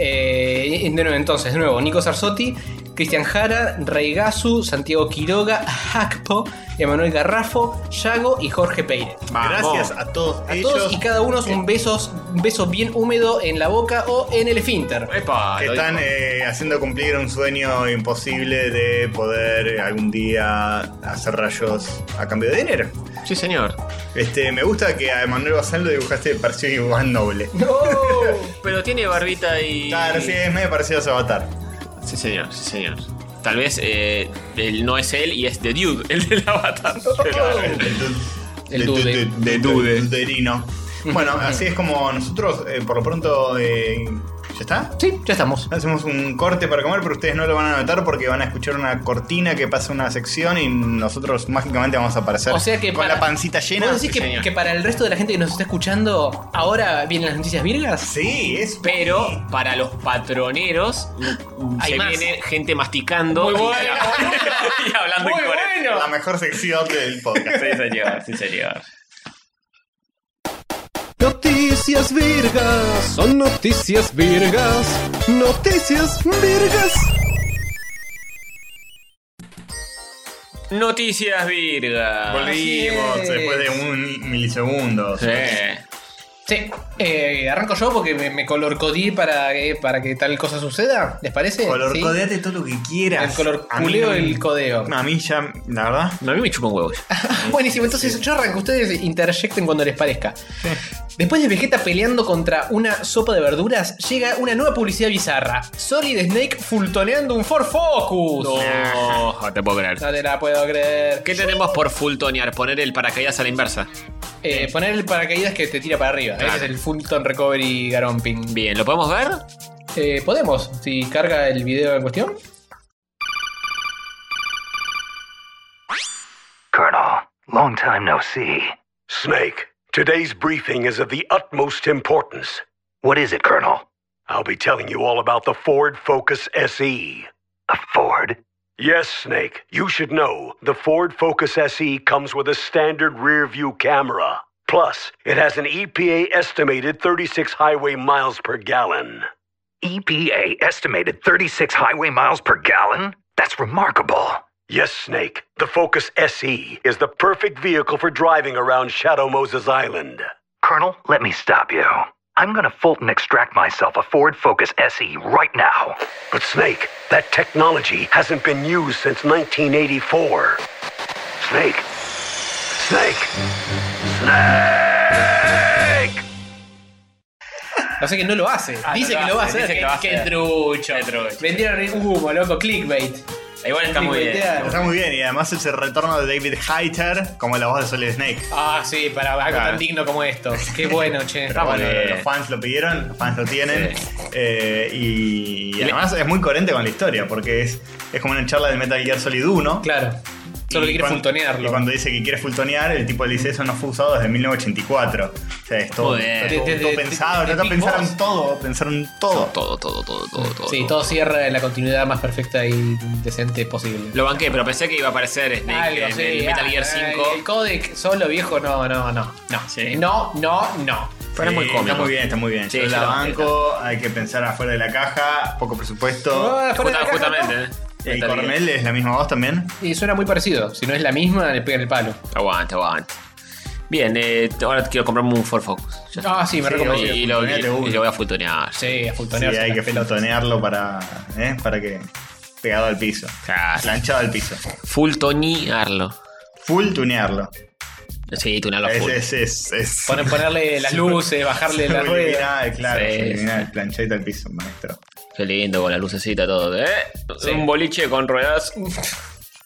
[SPEAKER 2] Eh, de nuevo, entonces, de nuevo, Nico Sarsotti, Cristian Jara, Reigazu, Santiago Quiroga, Jacpo, Emanuel Garrafo, Yago y Jorge Peire.
[SPEAKER 4] Vamos.
[SPEAKER 3] Gracias a todos
[SPEAKER 2] A
[SPEAKER 3] ellos.
[SPEAKER 2] todos y cada uno un beso, un beso bien húmedo en la boca o en el esfínter.
[SPEAKER 4] Epa,
[SPEAKER 3] que
[SPEAKER 4] lo
[SPEAKER 3] están
[SPEAKER 4] dijo.
[SPEAKER 3] eh, haciendo cumplir un sueño imposible de poder eh, algún día hacer rayos a cambio de dinero.
[SPEAKER 4] Sí, señor.
[SPEAKER 3] Este, me gusta que a Emanuel Bazán lo dibujaste de parecido y más noble.
[SPEAKER 2] ¡No!
[SPEAKER 4] Pero tiene barbita y.
[SPEAKER 3] Claro, sí, es medio parecido a su avatar.
[SPEAKER 4] Sí, señor, sí, señor. Tal vez eh, él no es él y es The Dude, el del avatar.
[SPEAKER 2] El dude.
[SPEAKER 3] De dude. Duderino. Bueno, así es como nosotros, eh, por lo pronto, eh, ¿ya está?
[SPEAKER 2] Sí, ya estamos.
[SPEAKER 3] Hacemos un corte para comer, pero ustedes no lo van a notar porque van a escuchar una cortina que pasa una sección y nosotros mágicamente vamos a aparecer
[SPEAKER 2] O sea que
[SPEAKER 3] con
[SPEAKER 2] para-
[SPEAKER 3] la pancita llena.
[SPEAKER 2] ¿Vos decís
[SPEAKER 3] Sí,
[SPEAKER 2] que,
[SPEAKER 3] señor.
[SPEAKER 2] que para el resto de la gente que nos está escuchando, ahora vienen las noticias virgas?
[SPEAKER 3] Sí, es...
[SPEAKER 4] Pero para los patroneros
[SPEAKER 2] Hay
[SPEAKER 4] se
[SPEAKER 2] más.
[SPEAKER 4] viene gente masticando
[SPEAKER 2] Muy bueno.
[SPEAKER 4] y hablando en coreano.
[SPEAKER 3] La mejor sección del podcast.
[SPEAKER 4] Sí, señor, sí, señor.
[SPEAKER 1] Noticias virgas, son noticias virgas, noticias virgas.
[SPEAKER 4] Noticias Virga.
[SPEAKER 3] Volvimos
[SPEAKER 2] es.
[SPEAKER 3] después de un milisegundo.
[SPEAKER 4] Sí.
[SPEAKER 2] Sí, eh, arranco yo porque me, me colorcodí para, eh, para que tal cosa suceda, ¿les parece? Sí.
[SPEAKER 3] Colorcodeate todo lo que quieras.
[SPEAKER 2] El color
[SPEAKER 3] A mí
[SPEAKER 2] culeo,
[SPEAKER 3] no-
[SPEAKER 2] el codeo.
[SPEAKER 3] A mí ya, la verdad.
[SPEAKER 4] No, a mí me chupan huevos.
[SPEAKER 2] Buenísimo, entonces yo arranco, ustedes interjecten cuando les parezca. Después de Vegeta peleando contra una sopa de verduras, llega una nueva publicidad bizarra. Solid Snake fultoneando un Ford Focus.
[SPEAKER 4] No, no te puedo creer.
[SPEAKER 2] No te la puedo creer.
[SPEAKER 4] ¿Qué tenemos por fultonear? Poner el paracaídas a la inversa.
[SPEAKER 2] Eh, poner el paracaídas que te tira para arriba.
[SPEAKER 4] Claro.
[SPEAKER 2] Ese es el Fulton Recovery Garomping.
[SPEAKER 4] Bien, ¿lo podemos ver?
[SPEAKER 2] Eh, ¿Podemos? Si carga el video en cuestión.
[SPEAKER 8] Colonel, long time no see.
[SPEAKER 9] Snake, today's briefing is of the utmost importance.
[SPEAKER 8] What is it, Colonel?
[SPEAKER 9] I'll be telling you all about the Ford Focus SE.
[SPEAKER 8] A Ford?
[SPEAKER 9] E. Yes, Snake, you should know the Ford Focus SE comes with a standard rear view camera. Plus, it has an EPA estimated 36 highway miles per gallon.
[SPEAKER 10] EPA E estimated 36 highway miles per gallon? That's remarkable.
[SPEAKER 9] Yes, Snake, the Focus SE is the perfect vehicle for driving around Shadow Moses Island.
[SPEAKER 10] Colonel, let me stop you. I'm gonna Fulton extract myself a Ford Focus SE right now.
[SPEAKER 9] But, Snake, that technology hasn't been used since 1984. Snake! Snake! Snake!
[SPEAKER 1] O sea que no lo hace.
[SPEAKER 2] Ah,
[SPEAKER 1] dice
[SPEAKER 2] no
[SPEAKER 1] que lo va a hacer.
[SPEAKER 2] dice que lo va a
[SPEAKER 1] Qué
[SPEAKER 2] hacer.
[SPEAKER 1] trucho.
[SPEAKER 2] Qué trucho.
[SPEAKER 1] Vendieron el humo, Uh, loco. Clickbait.
[SPEAKER 2] Igual está
[SPEAKER 3] Eh,
[SPEAKER 2] muy bien.
[SPEAKER 1] Clickbaitearon.
[SPEAKER 3] Está muy bien, y además es el retorno de David Hayter como la voz de Solid Snake.
[SPEAKER 1] Ah, sí, para algo tan
[SPEAKER 3] Claro.
[SPEAKER 1] digno como esto. Qué bueno, che.
[SPEAKER 3] Pero bueno,
[SPEAKER 2] bien.
[SPEAKER 3] los fans lo pidieron, los fans lo tienen. eh, y, y además es muy coherente con la historia, porque es, es como una charla de Metal Gear Solid 1.
[SPEAKER 1] Claro. Solo
[SPEAKER 3] Y
[SPEAKER 1] que quiere
[SPEAKER 3] cuando- Y
[SPEAKER 1] fultonearlo.
[SPEAKER 3] cuando dice que quiere fultonear, el tipo le dice eso no fue usado desde 1984. O sea, es todo,
[SPEAKER 2] Joder.
[SPEAKER 3] está todo-
[SPEAKER 1] De- de-
[SPEAKER 3] todo
[SPEAKER 1] de-
[SPEAKER 3] pensado.
[SPEAKER 1] de- de
[SPEAKER 3] no
[SPEAKER 1] Big
[SPEAKER 3] pensaron
[SPEAKER 1] Boss.
[SPEAKER 3] todo, pensaron todo.
[SPEAKER 4] Todo, todo, todo, todo, todo.
[SPEAKER 1] Sí, todo cierra en la continuidad más perfecta y decente posible.
[SPEAKER 4] Lo banqué, pero pensé que iba a aparecer Snake
[SPEAKER 1] Algo,
[SPEAKER 4] en
[SPEAKER 1] sí,
[SPEAKER 4] el Metal
[SPEAKER 1] ah,
[SPEAKER 4] Gear
[SPEAKER 1] eh,
[SPEAKER 4] 5.
[SPEAKER 1] El codec solo viejo, no, no, no. No,
[SPEAKER 4] Sí.
[SPEAKER 1] no, no, no.
[SPEAKER 4] Pero es muy
[SPEAKER 3] Sí,
[SPEAKER 4] cómico.
[SPEAKER 3] Está muy bien, está muy bien.
[SPEAKER 4] Sí,
[SPEAKER 3] Yo la
[SPEAKER 4] yo lo-
[SPEAKER 3] banco, hay que pensar afuera de la caja, poco presupuesto.
[SPEAKER 1] Ah, fuera de la
[SPEAKER 4] Justa-
[SPEAKER 1] caja,
[SPEAKER 4] justamente,
[SPEAKER 1] ¿no?
[SPEAKER 4] ¿eh?
[SPEAKER 3] el
[SPEAKER 4] Metal Gear.
[SPEAKER 3] Cornell es la misma voz también.
[SPEAKER 1] Y suena muy parecido. Si no es la misma, le pegan el palo.
[SPEAKER 4] Aguante, aguante. Bien, eh, ahora quiero comprarme un Ford Focus. Ya está.
[SPEAKER 1] Ah, sí, me
[SPEAKER 3] Sí,
[SPEAKER 1] recomiendo.
[SPEAKER 3] obvio.
[SPEAKER 4] y, lo, y-
[SPEAKER 3] fultoneate uno.
[SPEAKER 4] y lo voy a futonear.
[SPEAKER 1] Sí, a
[SPEAKER 3] Sí,
[SPEAKER 1] fultonearse
[SPEAKER 3] hay
[SPEAKER 1] las
[SPEAKER 3] que
[SPEAKER 1] pelotas.
[SPEAKER 3] pelotonearlo para, ¿eh? para que pegado al piso.
[SPEAKER 4] Claro.
[SPEAKER 3] Planchado al piso.
[SPEAKER 4] Fultonearlo.
[SPEAKER 3] Full tunearlo.
[SPEAKER 4] Sí, tunearlo a
[SPEAKER 3] Es,
[SPEAKER 4] full.
[SPEAKER 3] es, es, es.
[SPEAKER 1] Poner- ponerle las luces, bajarle las ruedas.
[SPEAKER 3] Subliminal, claro,
[SPEAKER 4] Sí,
[SPEAKER 3] subliminal, planchadito al piso, maestro.
[SPEAKER 4] Qué lindo con la lucecita todo, ¿eh?
[SPEAKER 1] Sí.
[SPEAKER 4] Un boliche con ruedas.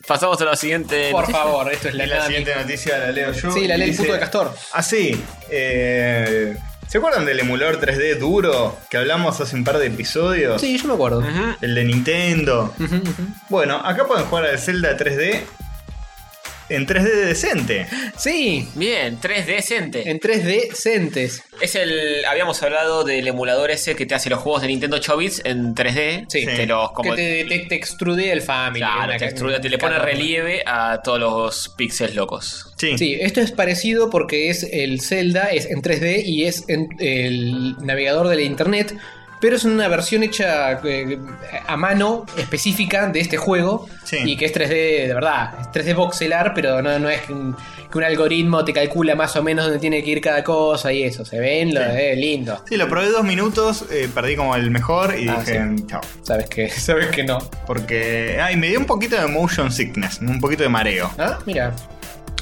[SPEAKER 4] Pasamos a la siguiente.
[SPEAKER 1] Por
[SPEAKER 4] noticia.
[SPEAKER 1] favor, esto es la,
[SPEAKER 3] Y la
[SPEAKER 1] nada
[SPEAKER 3] siguiente noticia la leo yo.
[SPEAKER 1] mi- Sí, la
[SPEAKER 3] y
[SPEAKER 1] ley del
[SPEAKER 3] dice-
[SPEAKER 1] puto de Castor.
[SPEAKER 3] Ah, sí. eh, ¿Se acuerdan del emulador 3D duro que hablamos hace un par de episodios?
[SPEAKER 1] Sí, yo me acuerdo.
[SPEAKER 4] Ujú.
[SPEAKER 3] El de Nintendo.
[SPEAKER 1] Ujú, ujú.
[SPEAKER 3] Bueno, acá pueden jugar al Zelda 3D en 3D de decente.
[SPEAKER 1] Sí,
[SPEAKER 4] Bien, 3D decente.
[SPEAKER 1] en 3D Centes.
[SPEAKER 4] Es el. Habíamos hablado del emulador ese que te hace los juegos de Nintendo 8 bits en 3D.
[SPEAKER 1] Sí.
[SPEAKER 4] Te los como.
[SPEAKER 1] que te, te, te extrude el family.
[SPEAKER 4] Claro,
[SPEAKER 1] una
[SPEAKER 4] te,
[SPEAKER 1] ca-
[SPEAKER 4] extrude- te le pone
[SPEAKER 1] cada-
[SPEAKER 4] relieve a todos los píxeles locos.
[SPEAKER 3] Sí.
[SPEAKER 1] Sí, esto es parecido porque es el Zelda, es en 3D y es en el navegador de la internet, pero es una versión hecha eh, a mano específica de este juego
[SPEAKER 3] Sí.
[SPEAKER 1] y que es 3D de verdad, es 3D voxelar, pero no, no es que un, que un algoritmo te calcula más o menos dónde tiene que ir cada cosa y eso, se ven, lo
[SPEAKER 3] Sí.
[SPEAKER 1] eh, lindo.
[SPEAKER 3] Sí, lo probé dos minutos, eh, perdí como el mejor y
[SPEAKER 1] Ah,
[SPEAKER 3] dije, chao.
[SPEAKER 1] Sabes que sabes que no.
[SPEAKER 3] Porque. Ay, me dio un poquito de motion sickness, un poquito de mareo.
[SPEAKER 1] Ah, mira.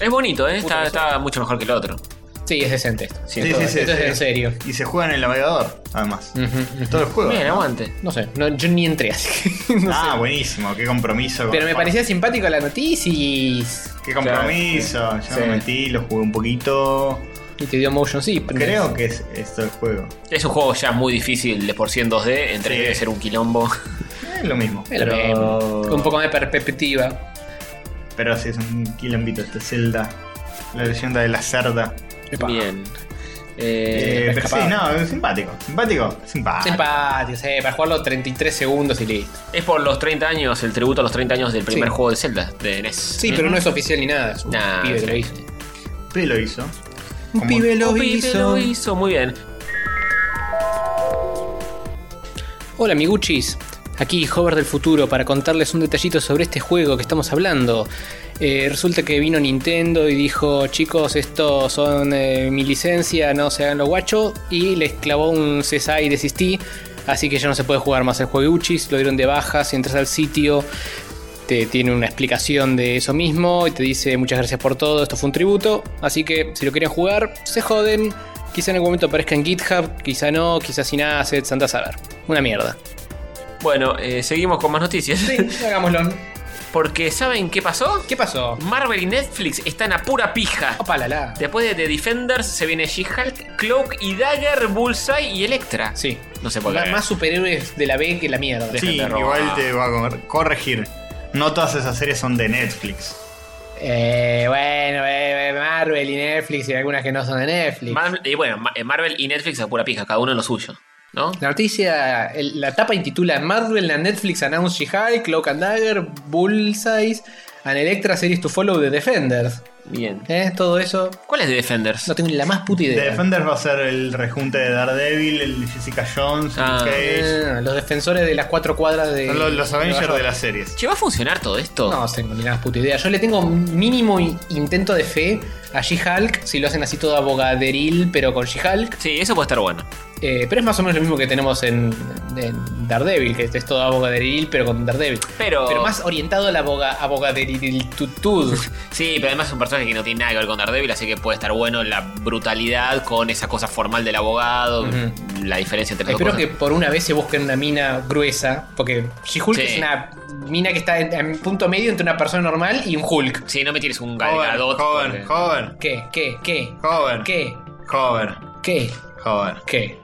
[SPEAKER 4] Es bonito, ¿eh?
[SPEAKER 1] Puta,
[SPEAKER 4] Está, está mucho mejor que el otro.
[SPEAKER 1] Sí, es decente esto.
[SPEAKER 4] Sí,
[SPEAKER 1] esto
[SPEAKER 3] sí, sí,
[SPEAKER 1] esto es
[SPEAKER 3] sí.
[SPEAKER 1] en serio. Mm.
[SPEAKER 3] Y se juega en el navegador, además.
[SPEAKER 1] Ujú, ujú.
[SPEAKER 3] Todo el juego.
[SPEAKER 4] Bien,
[SPEAKER 3] ¿no?
[SPEAKER 4] aguante.
[SPEAKER 1] No sé, no- yo ni entré así. que no sé.
[SPEAKER 3] ah, buenísimo, qué compromiso. con
[SPEAKER 1] Pero
[SPEAKER 3] el
[SPEAKER 1] me
[SPEAKER 3] fan.
[SPEAKER 1] parecía simpático la noticia.
[SPEAKER 3] Qué compromiso. Yo
[SPEAKER 4] Sí.
[SPEAKER 3] me metí, lo jugué un poquito.
[SPEAKER 1] Y te dio motion sickness.
[SPEAKER 3] Creo que es esto el juego.
[SPEAKER 4] Es un juego ya muy difícil de por sí en 2D. En 3D debe ser un quilombo.
[SPEAKER 3] Es lo mismo.
[SPEAKER 1] Es lo
[SPEAKER 3] pero...
[SPEAKER 1] mismo. Con un poco más de perspectiva.
[SPEAKER 3] Pero sí, es un quilombito este Zelda. La leyenda de la cerda.
[SPEAKER 1] Epa.
[SPEAKER 4] Bien.
[SPEAKER 3] Eh,
[SPEAKER 4] Eh,
[SPEAKER 3] pero sí,
[SPEAKER 1] escapado.
[SPEAKER 3] no, es simpático. Simpático. Simpático.
[SPEAKER 1] Simpático, eh, para jugarlo 33 segundos y listo.
[SPEAKER 4] es por los 30 años, el tributo a los 30 años del primer
[SPEAKER 1] Sí.
[SPEAKER 4] juego de Zelda, de NES.
[SPEAKER 1] Sí, pero no es oficial ni nada. Es un
[SPEAKER 4] Nah,
[SPEAKER 1] pibe que lo
[SPEAKER 4] sí.
[SPEAKER 1] hizo.
[SPEAKER 3] Pe lo hizo.
[SPEAKER 1] Un
[SPEAKER 3] Como-
[SPEAKER 1] pibe lo
[SPEAKER 4] Un pibe
[SPEAKER 1] hizo.
[SPEAKER 4] lo hizo, muy bien.
[SPEAKER 1] Hola, amiguchis. Aquí Hover del futuro para contarles un detallito sobre este juego que estamos hablando. Eh, resulta que vino Nintendo y dijo, chicos, estos son eh, mi licencia, no se hagan los guachos. Y les clavó un CSI y desistí. Así que ya no se puede jugar más el juego de Uchis. Lo dieron de baja, si entras al sitio te tiene una explicación de eso mismo y te dice muchas gracias por todo, esto fue un tributo, así que si lo quieren jugar, se joden, quizá en algún momento aparezca en GitHub, quizá no, quizá sin assets, andás a ver. Una mierda.
[SPEAKER 4] Bueno, eh, seguimos con más noticias.
[SPEAKER 1] hagámoslo.
[SPEAKER 4] Porque ¿saben qué pasó?
[SPEAKER 1] ¿Qué pasó?
[SPEAKER 4] Marvel y Netflix están a pura pija.
[SPEAKER 1] Opa, la la.
[SPEAKER 4] Después de The Defenders se viene She-Hulk, Cloak y Dagger, Bullseye y Electra.
[SPEAKER 1] Sí.
[SPEAKER 4] No sé por
[SPEAKER 1] Ma-
[SPEAKER 4] qué.
[SPEAKER 1] Más superhéroes de la B que la mierda.
[SPEAKER 4] Sí.
[SPEAKER 3] Sí,
[SPEAKER 4] Dejen de robar.
[SPEAKER 3] igual te va a cor- corregir. No todas esas series son de Netflix.
[SPEAKER 1] Eh, bueno, eh, eh, Marvel y Netflix y algunas que no son de Netflix.
[SPEAKER 4] Mar- y bueno, Ma- eh, Marvel y Netflix a pura pija, cada uno en lo suyo. ¿No?
[SPEAKER 1] La noticia, el- la tapa intitula Marvel and Netflix announce She-Hulk, Cloak and Dagger, Bullseye and Electra series to follow The Defenders.
[SPEAKER 4] Bien.
[SPEAKER 1] ¿Eh? Todo eso,
[SPEAKER 4] ¿Cuál es de Defenders?
[SPEAKER 1] no tengo ni la más puta
[SPEAKER 3] The
[SPEAKER 1] idea.
[SPEAKER 3] Defenders va a ser el rejunte de Daredevil, el de Jessica Jones, Luke
[SPEAKER 4] Ah.
[SPEAKER 3] Cage.
[SPEAKER 1] Ah, los defensores de las cuatro cuadras de.
[SPEAKER 3] Son los, los Avengers de
[SPEAKER 1] Nueva York.
[SPEAKER 3] las series.
[SPEAKER 4] Che, ¿va a funcionar todo esto?
[SPEAKER 1] No tengo ni la más puta idea. Yo le tengo mínimo i- intento de fe a She-Hulk si lo hacen así todo abogaderil, pero con She-Hulk.
[SPEAKER 4] Sí, eso puede estar bueno.
[SPEAKER 1] Eh, pero es más o menos lo mismo que tenemos en, en Daredevil, que es todo abogaderil, pero con Daredevil.
[SPEAKER 4] Pero.
[SPEAKER 1] Pero más orientado a la aboga, abogaderilitud.
[SPEAKER 4] Sí, pero además es un personaje que no tiene nada que ver con Daredevil, así que puede estar bueno la brutalidad con esa cosa formal del abogado,
[SPEAKER 1] Ujú.
[SPEAKER 4] la diferencia entre las dos
[SPEAKER 1] Espero que
[SPEAKER 4] cosas.
[SPEAKER 1] por una vez se busquen una mina gruesa, porque She-Hulk
[SPEAKER 4] Sí.
[SPEAKER 1] es una mina que está en, en punto medio entre una persona normal y un Hulk.
[SPEAKER 4] Sí, no me tires un
[SPEAKER 3] Joven,
[SPEAKER 4] galgadot.
[SPEAKER 3] joven,
[SPEAKER 4] porque-
[SPEAKER 3] joven,
[SPEAKER 1] ¿Qué? ¿Qué? ¿Qué?
[SPEAKER 3] joven,
[SPEAKER 1] ¿Qué?
[SPEAKER 3] joven,
[SPEAKER 1] ¿Qué?
[SPEAKER 3] joven.
[SPEAKER 1] ¿Qué?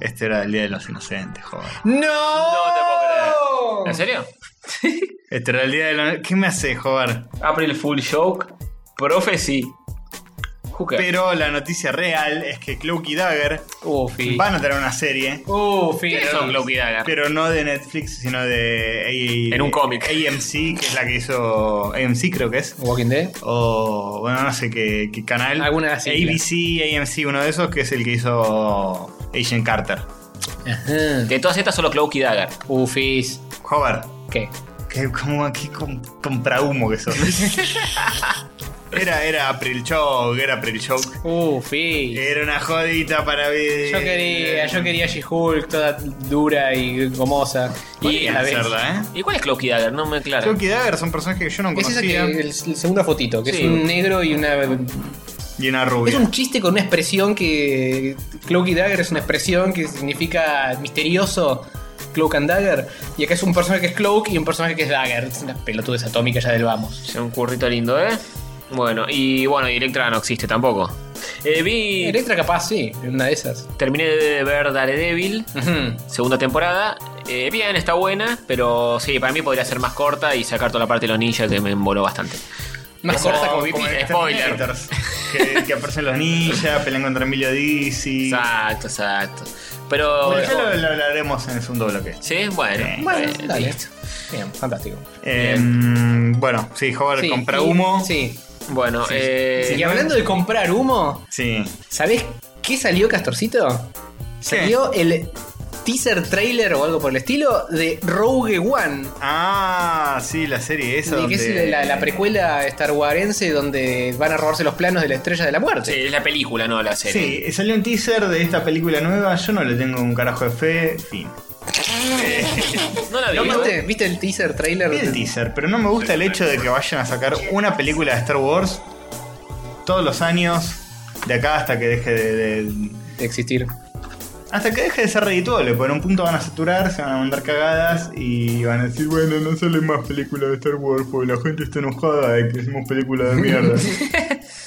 [SPEAKER 3] Este era el día de los inocentes, joven.
[SPEAKER 1] ¡No!
[SPEAKER 4] No te puedo creer. ¿En serio?
[SPEAKER 3] Este era el día de los... ¿Qué me hace, joven?
[SPEAKER 4] April Full Joke, Prophecy. Hooker.
[SPEAKER 3] Pero la noticia real es que Cloak y Dagger
[SPEAKER 1] Ufi.
[SPEAKER 3] van a tener una serie,
[SPEAKER 1] Ufi.
[SPEAKER 4] ¿Quiénes son Cloak y Dagger?
[SPEAKER 3] pero no de Netflix, sino de... A-
[SPEAKER 4] En un cómic.
[SPEAKER 3] AMC, que es la que hizo... AMC creo que es.
[SPEAKER 1] Walking Dead.
[SPEAKER 3] O, bueno, no sé qué, qué canal.
[SPEAKER 1] Alguna sigla.
[SPEAKER 3] ABC, AMC, uno de esos, que es el que hizo Agent Carter.
[SPEAKER 1] Ajá.
[SPEAKER 4] De todas estas, solo Cloak y Dagger.
[SPEAKER 1] Ufis.
[SPEAKER 3] Joder,
[SPEAKER 1] ¿Qué?
[SPEAKER 3] qué, como, qué com- comprahumo que sos. era, era April Joke, era April Joke.
[SPEAKER 1] Ufis.
[SPEAKER 3] Era una jodita para ver.
[SPEAKER 1] Yo quería, yo quería She-Hulk toda dura y gomosa. Y a la vez.
[SPEAKER 3] hacerla, ¿eh?
[SPEAKER 4] ¿Y cuál es Cloak y Dagger? No me aclara.
[SPEAKER 3] Cloak y Dagger son personajes que yo no
[SPEAKER 1] Es esa que
[SPEAKER 3] conocía.
[SPEAKER 1] el, el segunda fotito, que
[SPEAKER 4] Sí.
[SPEAKER 1] es un negro y una.
[SPEAKER 3] Y una
[SPEAKER 1] Es
[SPEAKER 3] rubia.
[SPEAKER 1] un chiste con una expresión que. Cloak y Dagger es una expresión que significa misterioso. Cloak and Dagger. Y acá es un personaje que es Cloak y un personaje que es Dagger. Es una pelotudez atómica ya del vamos.
[SPEAKER 4] Es un currito lindo, ¿eh? Bueno, y bueno, y Electra no existe tampoco. Eh, vi.
[SPEAKER 1] Electra capaz, sí, una de esas.
[SPEAKER 4] Terminé de ver Daredevil.
[SPEAKER 1] Ujú.
[SPEAKER 4] segunda temporada. Eh, bien, está buena, pero sí, para mí podría ser más corta y sacar toda la parte de los ninjas que me emboló bastante.
[SPEAKER 1] Más corta como
[SPEAKER 3] como
[SPEAKER 1] pipí.
[SPEAKER 3] en
[SPEAKER 4] spoiler.
[SPEAKER 3] Terminators, Que, que aparecen los ninjas, pelean contra Emilio Dizzy.
[SPEAKER 4] Exacto, exacto. Pero.
[SPEAKER 3] Bueno, ya lo, lo hablaremos en el segundo bloque.
[SPEAKER 4] Sí, bueno.
[SPEAKER 3] Sí.
[SPEAKER 1] Bueno,
[SPEAKER 4] eh,
[SPEAKER 1] dale.
[SPEAKER 4] listo.
[SPEAKER 1] Bien, fantástico.
[SPEAKER 3] Em, bueno, sí, joder,
[SPEAKER 1] Sí,
[SPEAKER 3] compra
[SPEAKER 1] y-
[SPEAKER 3] humo. Sí.
[SPEAKER 1] Sí.
[SPEAKER 4] Bueno, eh,
[SPEAKER 1] Y hablando de comprar humo, ¿Sabés qué salió, Castorcito? Salió el teaser trailer o algo por el estilo de Rogue One.
[SPEAKER 3] Ah, sí, la serie esa.
[SPEAKER 1] de que
[SPEAKER 3] donde-
[SPEAKER 1] es la, la precuela starwarense donde van a robarse los planos de la estrella de la
[SPEAKER 4] sí,
[SPEAKER 1] muerte.
[SPEAKER 4] es la película, no la serie.
[SPEAKER 3] Sí, salió un teaser de esta película nueva. Yo no le tengo un carajo de fe. Fin.
[SPEAKER 4] No la vi.
[SPEAKER 1] ¿No
[SPEAKER 4] ¿eh?
[SPEAKER 1] ¿Viste, ¿Viste el teaser trailer?
[SPEAKER 3] Vi el teaser, pero no me gusta el hecho de que vayan a sacar una película de Star Wars todos los años, de acá hasta que deje de. de-
[SPEAKER 1] de existir.
[SPEAKER 3] hasta que deje de ser redituable, porque en un punto van a saturar, se van a mandar cagadas y van a decir, bueno, no salen más películas de Star Wars porque la gente está enojada de que hicimos películas de mierda.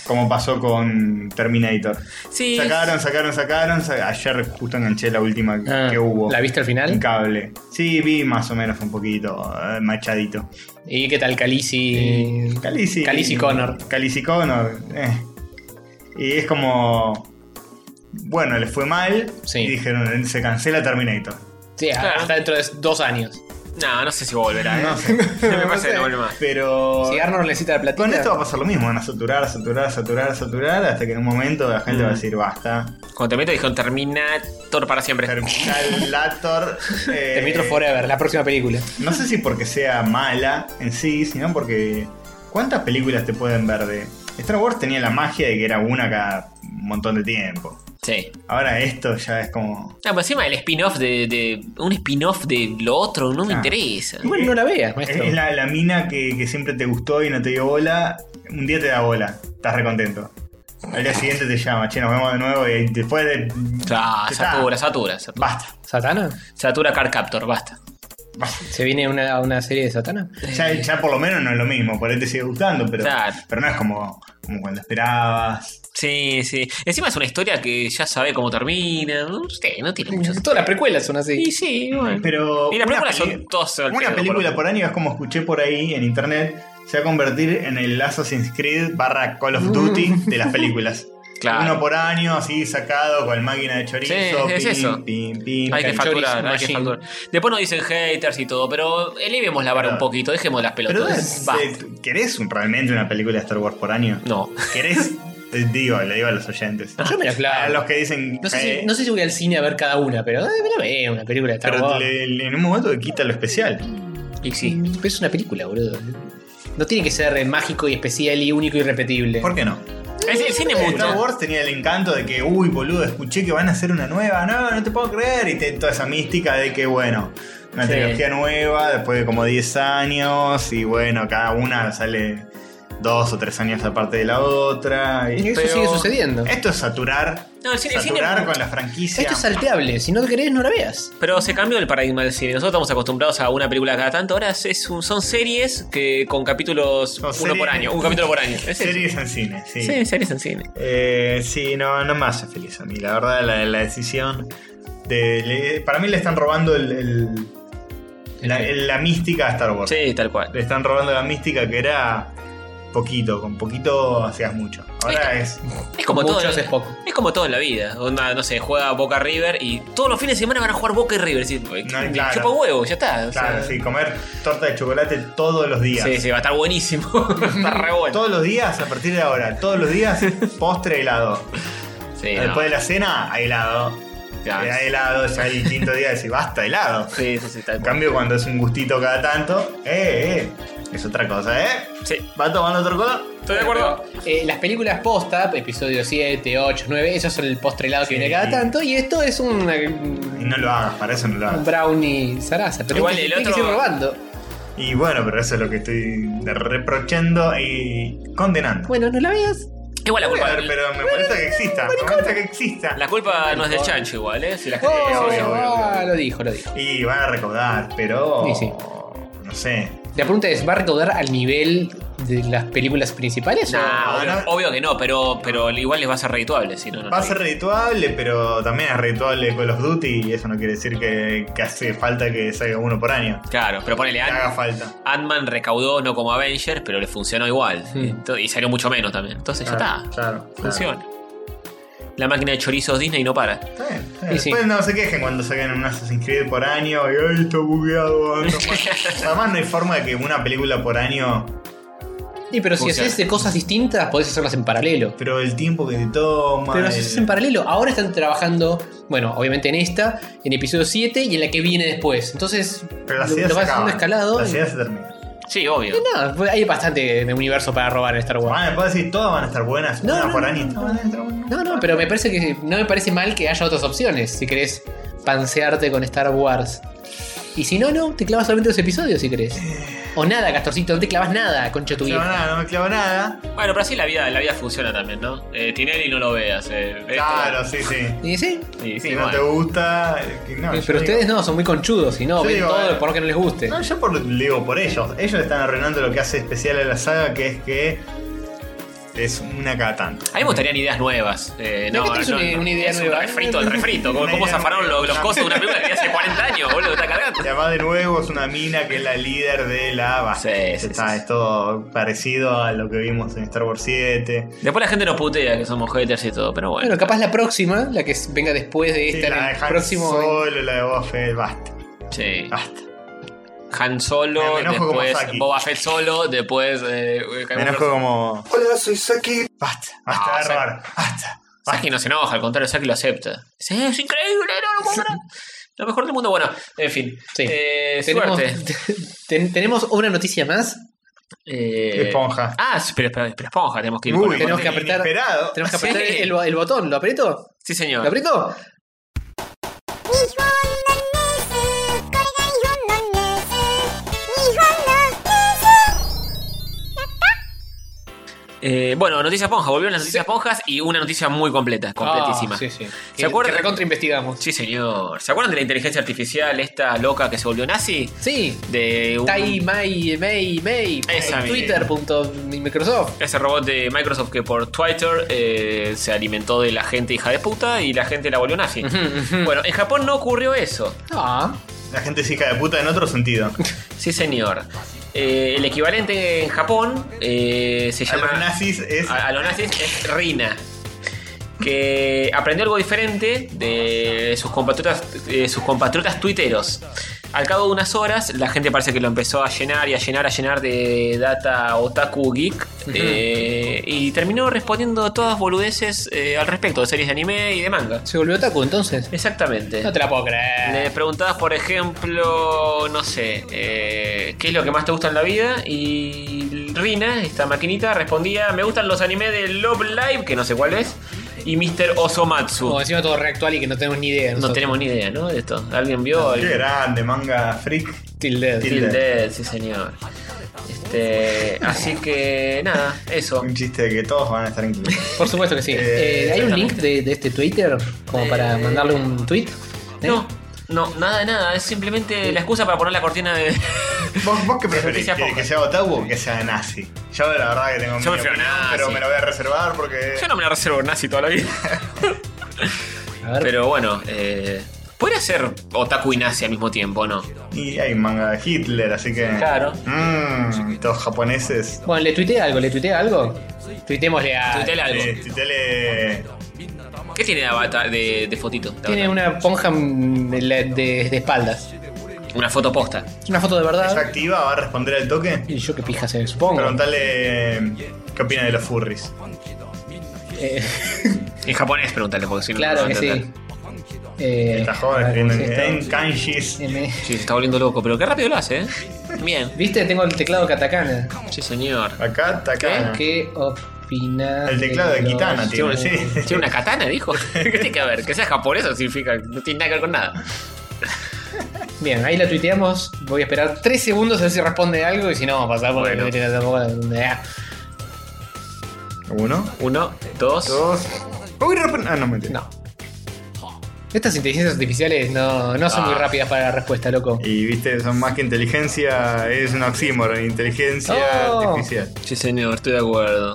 [SPEAKER 3] Como pasó con Terminator.
[SPEAKER 4] Sí.
[SPEAKER 3] Sacaron, sacaron, sacaron. sa- Ayer justo enganché la última que-
[SPEAKER 1] Ah,
[SPEAKER 3] que hubo.
[SPEAKER 1] ¿La viste al final?
[SPEAKER 2] Mm.
[SPEAKER 3] En cable. Sí, vi más o menos un poquito eh, machadito.
[SPEAKER 1] ¿Y qué tal Calisi?
[SPEAKER 3] Calisi.
[SPEAKER 1] Khaleesi Connor.
[SPEAKER 3] Khaleesi Connor. eh. Y es como. Bueno, les fue mal.
[SPEAKER 1] Sí.
[SPEAKER 3] Y dijeron, se cancela Terminator.
[SPEAKER 1] Sí, a-
[SPEAKER 4] Claro.
[SPEAKER 1] hasta dentro de dos años.
[SPEAKER 4] No, no sé si volverá. ¿eh?
[SPEAKER 3] No sé.
[SPEAKER 4] me parece que no vuelve más.
[SPEAKER 3] Pero.
[SPEAKER 1] Si Arnold necesita la platita.
[SPEAKER 3] Con esto va a pasar lo mismo, van a saturar, saturar, saturar, saturar, hasta que en un momento la gente va a
[SPEAKER 1] Mm.
[SPEAKER 3] decir basta.
[SPEAKER 4] Cuando te meto, dijeron Terminator para siempre.
[SPEAKER 3] Terminator. eh,
[SPEAKER 1] Terminator Forever, la próxima película.
[SPEAKER 3] No sé si porque sea mala en sí, sino porque. ¿Cuántas películas te pueden ver de.? Star Wars tenía la magia de que era una cada un montón de tiempo.
[SPEAKER 4] sí.
[SPEAKER 3] Ahora esto ya es como.
[SPEAKER 4] No, pero encima el spin-off de, de- Un spin-off de lo otro no me
[SPEAKER 3] Ah.
[SPEAKER 4] interesa.
[SPEAKER 1] Igual no la veas,
[SPEAKER 3] Es,
[SPEAKER 1] maestro.
[SPEAKER 3] es la, la mina que, que siempre te gustó y no te dio bola. Un día te da bola. Estás recontento. Al día siguiente te llama, che, nos vemos de nuevo y después de.
[SPEAKER 4] Ah,
[SPEAKER 3] Ya está.
[SPEAKER 4] satura, satura, satura.
[SPEAKER 3] Basta.
[SPEAKER 1] ¿Satana?
[SPEAKER 4] Satura Car Captor, basta.
[SPEAKER 1] ¿Se viene una, una serie de Satana?
[SPEAKER 3] Ya, ya por lo menos no es lo mismo. Por ahí te sigue gustando, pero.
[SPEAKER 4] Claro.
[SPEAKER 3] Pero no es como, como cuando esperabas.
[SPEAKER 4] Sí, sí. Encima es una historia que ya sabe cómo termina. No sé, no tiene mucho sentido.
[SPEAKER 1] Todas las precuelas son así.
[SPEAKER 4] Sí, sí, bueno.
[SPEAKER 3] Pero.
[SPEAKER 4] Y las
[SPEAKER 3] una
[SPEAKER 4] películas
[SPEAKER 3] peli-
[SPEAKER 4] son todas al
[SPEAKER 3] Una
[SPEAKER 4] pedo,
[SPEAKER 3] película
[SPEAKER 4] por-
[SPEAKER 3] por año es como escuché por ahí en internet. Se va a convertir en el Assassin's Creed barra Call of Duty de las películas.
[SPEAKER 4] Claro.
[SPEAKER 3] Uno por año, así sacado con la máquina de chorizo.
[SPEAKER 4] Sí, es
[SPEAKER 3] pim,
[SPEAKER 4] eso.
[SPEAKER 3] pim, pim,
[SPEAKER 4] Hay que
[SPEAKER 3] pim.
[SPEAKER 2] chorizo
[SPEAKER 4] facturar, hay que
[SPEAKER 2] machine.
[SPEAKER 4] facturar. Después nos dicen haters y todo, pero elevemos la vara un poquito, dejemos las
[SPEAKER 3] Pero
[SPEAKER 4] pelotas.
[SPEAKER 3] es-
[SPEAKER 4] Va.
[SPEAKER 3] eh, ¿tú- ¿querés un- realmente una película de Star Wars por año?
[SPEAKER 4] No.
[SPEAKER 3] ¿Querés? Te digo, le digo a los oyentes.
[SPEAKER 2] Yo me la
[SPEAKER 3] A los
[SPEAKER 2] clavo.
[SPEAKER 3] que dicen.
[SPEAKER 2] No sé,
[SPEAKER 3] eh,
[SPEAKER 2] si, no sé si voy al cine a ver cada una, pero eh, me la veo, una película de Star
[SPEAKER 3] Pero
[SPEAKER 2] Wars.
[SPEAKER 3] le- le- en un momento le quita lo especial.
[SPEAKER 4] Y sí.
[SPEAKER 2] Pero Es una película, boludo. No tiene que ser eh, mágico y especial y único y repetible.
[SPEAKER 3] ¿Por qué no?
[SPEAKER 4] Es el cine
[SPEAKER 3] Eh, Star
[SPEAKER 4] mucho.
[SPEAKER 3] Wars tenía el encanto de que, uy, boludo, escuché que van a hacer una nueva, no, no te puedo creer. Y te- toda esa mística de que, bueno, una
[SPEAKER 2] Sí.
[SPEAKER 3] trilogía nueva después de como 10 años, y bueno, cada una sale dos o tres años aparte de la otra.
[SPEAKER 2] Y eso sigue sucediendo.
[SPEAKER 3] Esto es saturar.
[SPEAKER 4] No, el cine- el cine-
[SPEAKER 3] saturar con la franquicia.
[SPEAKER 2] Esto es salteable. Si no lo querés, no la veas.
[SPEAKER 4] Pero se cambió el paradigma del cine. Nosotros estamos acostumbrados a una película cada tanto. Ahora es un, son series que con capítulos
[SPEAKER 3] Son
[SPEAKER 4] uno
[SPEAKER 3] series-
[SPEAKER 4] por año. Un capítulo por año. Es eso.
[SPEAKER 3] Series en cine, sí.
[SPEAKER 4] Sí, series en cine.
[SPEAKER 3] Eh, sí, no, no me hace feliz a mí. La verdad, la, la decisión. De, le- para mí le están robando el, el- la, el- la mística a Star Wars.
[SPEAKER 4] Sí, tal cual.
[SPEAKER 3] Le están robando la mística que era poquito. Con poquito hacías mucho. Ahora es.
[SPEAKER 4] Es como
[SPEAKER 2] Mucho
[SPEAKER 4] todo.
[SPEAKER 2] haces poco.
[SPEAKER 4] Es como todo en la vida. Onda, no sé, juega Boca River y todos los fines de semana van a jugar Boca y River. Es decir, me
[SPEAKER 3] claro.
[SPEAKER 4] chupa huevo, ya está. o
[SPEAKER 3] Claro,
[SPEAKER 4] sea,
[SPEAKER 3] sí, comer torta de chocolate todos los días.
[SPEAKER 4] Sí, sí, va a estar buenísimo. está re bueno.
[SPEAKER 3] Todos los días, a partir de ahora, todos los días, postre helado.
[SPEAKER 4] Sí, no.
[SPEAKER 3] Después de la cena, a helado.
[SPEAKER 4] Claro.
[SPEAKER 3] Ya helado, ya el quinto día decís, basta, helado.
[SPEAKER 4] Sí, sí, sí, tal
[SPEAKER 3] En
[SPEAKER 4] cual.
[SPEAKER 3] cambio, cuando es un gustito cada tanto, eh, eh, es otra cosa, ¿eh?
[SPEAKER 4] Sí,
[SPEAKER 3] ¿Va tomando otro cosa?
[SPEAKER 4] estoy de acuerdo.
[SPEAKER 2] Eh, las películas posta, episodio 7, 8, 9, esos son el postrelado
[SPEAKER 3] Sí.
[SPEAKER 2] que viene cada tanto. Y esto es un, eh,
[SPEAKER 3] Y
[SPEAKER 2] un
[SPEAKER 3] no lo hagas, para eso no lo hagas.
[SPEAKER 2] brownie zaraza. Pero
[SPEAKER 4] Igual
[SPEAKER 2] tiene que-
[SPEAKER 4] el
[SPEAKER 2] tiene que
[SPEAKER 4] otro-
[SPEAKER 2] seguir robando.
[SPEAKER 3] Y bueno, pero eso es lo que estoy reprochando y condenando.
[SPEAKER 2] Bueno, no la veas.
[SPEAKER 4] Igual la culpa.
[SPEAKER 3] Pero- pero me molesta que exista, me molesta que exista.
[SPEAKER 4] La culpa no es del chancho igual, ¿eh? Si la gente-
[SPEAKER 2] Oh,
[SPEAKER 3] obvio, obvio,
[SPEAKER 2] ah,
[SPEAKER 3] obvio.
[SPEAKER 2] Lo dijo, lo dijo.
[SPEAKER 3] Y van a recaudar, pero.
[SPEAKER 2] Sí, sí.
[SPEAKER 3] No sé.
[SPEAKER 2] La pregunta es: ¿va a recaudar al nivel de las películas principales? o-
[SPEAKER 4] Nah, obvio,
[SPEAKER 3] no.
[SPEAKER 4] obvio que no, pero, pero igual les va a ser redituable. Si no, no
[SPEAKER 3] Va a
[SPEAKER 4] no.
[SPEAKER 3] ser redituable, pero también es redituable Call of Duty y eso no quiere decir que, que hace falta que salga uno por año.
[SPEAKER 4] Claro, pero ponele
[SPEAKER 3] Que haga
[SPEAKER 4] Ant-
[SPEAKER 3] falta.
[SPEAKER 4] Ant-Man recaudó no como Avengers, pero le funcionó igual. Ento- Y salió mucho menos también. Entonces ya
[SPEAKER 3] Claro,
[SPEAKER 4] está.
[SPEAKER 3] claro,
[SPEAKER 4] Funciona. La máquina de chorizos Disney no para.
[SPEAKER 3] Está bien, está bien.
[SPEAKER 2] Y sí.
[SPEAKER 3] Después no se quejen cuando saquen un Assassin's Creed por año y ay, está bugueado. ay, no más". Además no hay forma de que una película por año,
[SPEAKER 2] Y pero si
[SPEAKER 4] Funciona.
[SPEAKER 2] haces de cosas distintas, podés hacerlas en paralelo.
[SPEAKER 3] pero el tiempo que te toma.
[SPEAKER 2] Pero
[SPEAKER 3] el-
[SPEAKER 2] las haces en paralelo. Ahora están trabajando, bueno, obviamente en esta, en episodio 7 y en la que viene después. Entonces,
[SPEAKER 3] pero las
[SPEAKER 2] lo,
[SPEAKER 3] ideas
[SPEAKER 2] lo
[SPEAKER 3] se
[SPEAKER 2] vas haciendo
[SPEAKER 3] acaban.
[SPEAKER 2] escalado.
[SPEAKER 3] Las
[SPEAKER 2] y-
[SPEAKER 3] ideas se terminan.
[SPEAKER 4] Sí, obvio.
[SPEAKER 2] No, pues hay bastante de universo para robar en Star Wars.
[SPEAKER 3] Van a poder ah, decir todas van a estar buenas,
[SPEAKER 2] No,
[SPEAKER 3] una
[SPEAKER 2] no,
[SPEAKER 3] por
[SPEAKER 2] no,
[SPEAKER 3] año.
[SPEAKER 2] no,
[SPEAKER 3] todas van a estar buenas.
[SPEAKER 2] No, no, pero me parece que no me parece mal que haya otras opciones si querés pansearte con Star Wars. Y si no, no, te clavas solamente los episodios si querés. O nada, Castorcito, no te clavas nada, concha tu
[SPEAKER 3] No me clavo
[SPEAKER 2] vieja.
[SPEAKER 3] nada, no me clavo nada.
[SPEAKER 4] Bueno, pero así la vida, la vida funciona también, ¿no? Eh, Tinelli no lo veas. eh, esto-
[SPEAKER 3] Claro, sí, sí.
[SPEAKER 2] Y sí,
[SPEAKER 4] Sí, sí,
[SPEAKER 3] si no
[SPEAKER 4] bueno.
[SPEAKER 3] te gusta. eh, que no, yo
[SPEAKER 2] pero
[SPEAKER 3] digo-
[SPEAKER 2] ustedes no, son muy conchudos y no,
[SPEAKER 3] Yo
[SPEAKER 2] ven
[SPEAKER 3] digo,
[SPEAKER 2] todo
[SPEAKER 3] eh,
[SPEAKER 2] por lo que no les guste.
[SPEAKER 3] No, yo por, digo por ellos. Ellos están arruinando lo que hace especial a la saga, que es que es una cada tanto.
[SPEAKER 4] A mí me gustarían ideas nuevas. Eh,
[SPEAKER 2] No,
[SPEAKER 4] no,
[SPEAKER 2] acá tenés
[SPEAKER 4] no,
[SPEAKER 2] una-
[SPEAKER 4] no.
[SPEAKER 2] una idea
[SPEAKER 4] es
[SPEAKER 2] nueva.
[SPEAKER 4] Un refrito, el refrito. ¿Cómo,
[SPEAKER 3] Una
[SPEAKER 4] cómo
[SPEAKER 3] idea
[SPEAKER 4] zafaron
[SPEAKER 3] nueva.
[SPEAKER 4] los, los costos de una película que hace 40 años, boludo? Está cargando.
[SPEAKER 3] Y además de nuevo es una mina que es la líder de la base.
[SPEAKER 4] Sí, sí,
[SPEAKER 3] Está,
[SPEAKER 4] sí.
[SPEAKER 3] Es todo parecido a lo que vimos en Star Wars 7.
[SPEAKER 4] Después la gente nos putea que somos haters y todo, pero bueno.
[SPEAKER 2] Bueno, capaz la próxima, la que s- venga después de
[SPEAKER 3] Sí,
[SPEAKER 2] esta, en
[SPEAKER 3] la
[SPEAKER 2] el
[SPEAKER 3] de Han
[SPEAKER 2] próximo.
[SPEAKER 3] Solo, la de Boba Fett, basta.
[SPEAKER 4] sí.
[SPEAKER 3] Basta.
[SPEAKER 4] Han Solo,
[SPEAKER 3] Ah. Me enojo como
[SPEAKER 4] después
[SPEAKER 3] Saki.
[SPEAKER 4] Boba Fett Solo, después... Eh,
[SPEAKER 3] Me enojo como.
[SPEAKER 6] Hola, soy Saki.
[SPEAKER 3] Basta, basta
[SPEAKER 4] Ah,
[SPEAKER 3] de
[SPEAKER 4] sí.
[SPEAKER 3] robar. Basta.
[SPEAKER 4] Saki no se enoja, al contrario, Saki lo acepta. Dice, es increíble, no lo puedo creer". Lo mejor del mundo, bueno, en fin.
[SPEAKER 2] Sí.
[SPEAKER 4] Eh,
[SPEAKER 2] Tenemos,
[SPEAKER 4] suerte.
[SPEAKER 2] ten- tenemos una noticia más.
[SPEAKER 4] Eh,
[SPEAKER 3] Esponja.
[SPEAKER 4] Ah, sí, pero, pero- pero esponja, tenemos que ir con
[SPEAKER 3] Uy,
[SPEAKER 4] el
[SPEAKER 2] tenemos que
[SPEAKER 4] contenido.
[SPEAKER 2] apretar-
[SPEAKER 3] Inesperado.
[SPEAKER 2] Tenemos que
[SPEAKER 4] Sí.
[SPEAKER 2] apretar el, bo- el botón. ¿Lo aprieto?
[SPEAKER 4] Sí,
[SPEAKER 2] ¿Lo
[SPEAKER 4] señor.
[SPEAKER 2] aprieto?
[SPEAKER 4] Eh, bueno, noticias ponjas, volvieron las noticias ponjas y una noticia muy completa, completísima.
[SPEAKER 2] Ah, sí, sí.
[SPEAKER 4] ¿Se
[SPEAKER 2] Que-
[SPEAKER 4] acuerdan?
[SPEAKER 2] Que recontra investigamos.
[SPEAKER 4] Sí, señor. ¿Se acuerdan de la inteligencia artificial, esta loca que se volvió nazi?
[SPEAKER 2] Sí.
[SPEAKER 4] De un-
[SPEAKER 2] Tai, Mai, Mei, Mei.
[SPEAKER 4] Esa misma.
[SPEAKER 2] Twitter. punto mi- Microsoft.
[SPEAKER 4] ese robot de Microsoft que por Twitter eh, se alimentó de la gente hija de puta y la gente la volvió nazi. Bueno, en Japón no ocurrió eso.
[SPEAKER 2] Ah,
[SPEAKER 3] La gente es hija de puta en otro sentido.
[SPEAKER 4] Sí, señor. Eh, el equivalente en Japón eh, se
[SPEAKER 3] A
[SPEAKER 4] llama. Ah,
[SPEAKER 3] los nazis es.
[SPEAKER 4] a, a los nazis es Rina. que aprendió algo diferente de sus compatriotas, eh, sus compatriotas tuiteros. Al cabo de unas horas, la gente parece que lo empezó a llenar y a llenar, a llenar de data otaku geek. eh, y terminó respondiendo todas boludeces eh, al respecto de series de anime y de manga.
[SPEAKER 2] Se volvió Taco entonces.
[SPEAKER 4] Exactamente.
[SPEAKER 2] No te la puedo creer.
[SPEAKER 4] Le preguntabas, por ejemplo, no sé, eh, ¿qué es lo que más te gusta en la vida? Y Rina, esta maquinita, respondía, me gustan los animes de Love Live, que no sé cuál es, y Mr. Osomatsu.
[SPEAKER 2] Como decimos todo reactual y que no tenemos ni idea.
[SPEAKER 4] no tenemos ni idea, ¿no? De esto. ¿Alguien vio?
[SPEAKER 3] Qué
[SPEAKER 4] el-
[SPEAKER 3] grande, manga freak.
[SPEAKER 2] Tilde.
[SPEAKER 3] Tilde.
[SPEAKER 4] Evil Dead, sí señor. Este, así que nada, eso.
[SPEAKER 3] Un chiste de que todos van a estar incluidos.
[SPEAKER 2] Por supuesto que sí.
[SPEAKER 3] Eh,
[SPEAKER 2] Eh, ¿Hay un link de, de este Twitter como para
[SPEAKER 4] Eh,
[SPEAKER 2] mandarle un tweet? ¿Eh?
[SPEAKER 4] No, no, nada de nada, es simplemente la excusa para poner la cortina de...
[SPEAKER 3] ¿Vos, vos qué preferís?
[SPEAKER 4] Noticias
[SPEAKER 3] ¿Que, que
[SPEAKER 4] pocas.
[SPEAKER 3] sea otaku o que sea nazi? Yo la verdad que tengo
[SPEAKER 4] Yo
[SPEAKER 3] mi
[SPEAKER 4] prefiero
[SPEAKER 3] opinión,
[SPEAKER 4] nazi.
[SPEAKER 3] pero me lo voy a reservar porque...
[SPEAKER 4] Yo no me la reservo nazi toda la vida.
[SPEAKER 2] A ver.
[SPEAKER 4] Pero bueno, eh, podría ser otaku y nazi al mismo tiempo, ¿no?
[SPEAKER 3] Y hay manga de Hitler, así que...
[SPEAKER 4] Claro.
[SPEAKER 3] Mmm, todos japoneses.
[SPEAKER 2] Bueno, le tuiteé algo, le tuiteé algo. Tuitémosle a.
[SPEAKER 4] Tuiteale algo.
[SPEAKER 3] Eh, tuiteale-
[SPEAKER 4] ¿Qué tiene de, avatar, de, de fotito? de
[SPEAKER 2] Tiene
[SPEAKER 4] avatar?
[SPEAKER 2] ¿Eh? una ponja mm, de, la- de- de espaldas.
[SPEAKER 4] Una foto posta.
[SPEAKER 2] Es una foto de verdad.
[SPEAKER 3] ¿Es activa? ¿Va a responder al toque?
[SPEAKER 2] Y yo qué pija se supongo.
[SPEAKER 3] Preguntale qué opina de los furries.
[SPEAKER 2] Eh,
[SPEAKER 4] En japonés, pregúntale, porque si no, no
[SPEAKER 2] claro
[SPEAKER 4] va a
[SPEAKER 2] que sí.
[SPEAKER 4] entender.
[SPEAKER 2] Eh,
[SPEAKER 3] Está joven,
[SPEAKER 2] a ver,
[SPEAKER 3] escribiendo
[SPEAKER 2] ¿cómo se
[SPEAKER 3] en
[SPEAKER 2] está?
[SPEAKER 3] kanjis.
[SPEAKER 2] M.
[SPEAKER 4] Sí, se está volviendo loco, pero qué rápido lo hace, ¿eh? Bien.
[SPEAKER 2] ¿Viste? Tengo el teclado katakana.
[SPEAKER 4] Sí, señor.
[SPEAKER 3] Acá, acá.
[SPEAKER 2] ¿Qué opinas?
[SPEAKER 3] El teclado de
[SPEAKER 2] los-
[SPEAKER 3] Kitana, tío. Sí.
[SPEAKER 4] Tiene una katana, dijo. ¿Qué tiene que ver? Que sea japonés no significa. No tiene nada que ver con nada.
[SPEAKER 2] Bien, ahí la tuiteamos. Voy a esperar 3 segundos a ver si responde algo y si no, vamos a pasar porque
[SPEAKER 4] Bueno.
[SPEAKER 2] no tiene tampoco la-
[SPEAKER 3] Uno,
[SPEAKER 4] Uno, dos.
[SPEAKER 3] dos. Uy, rep- Ah, no me
[SPEAKER 2] No. Estas inteligencias artificiales no, no son
[SPEAKER 4] Ah.
[SPEAKER 2] muy rápidas para la respuesta, loco.
[SPEAKER 3] Y viste, son más que inteligencia, es un oxímoron, inteligencia
[SPEAKER 2] Oh.
[SPEAKER 3] artificial.
[SPEAKER 4] Sí, señor, estoy de acuerdo.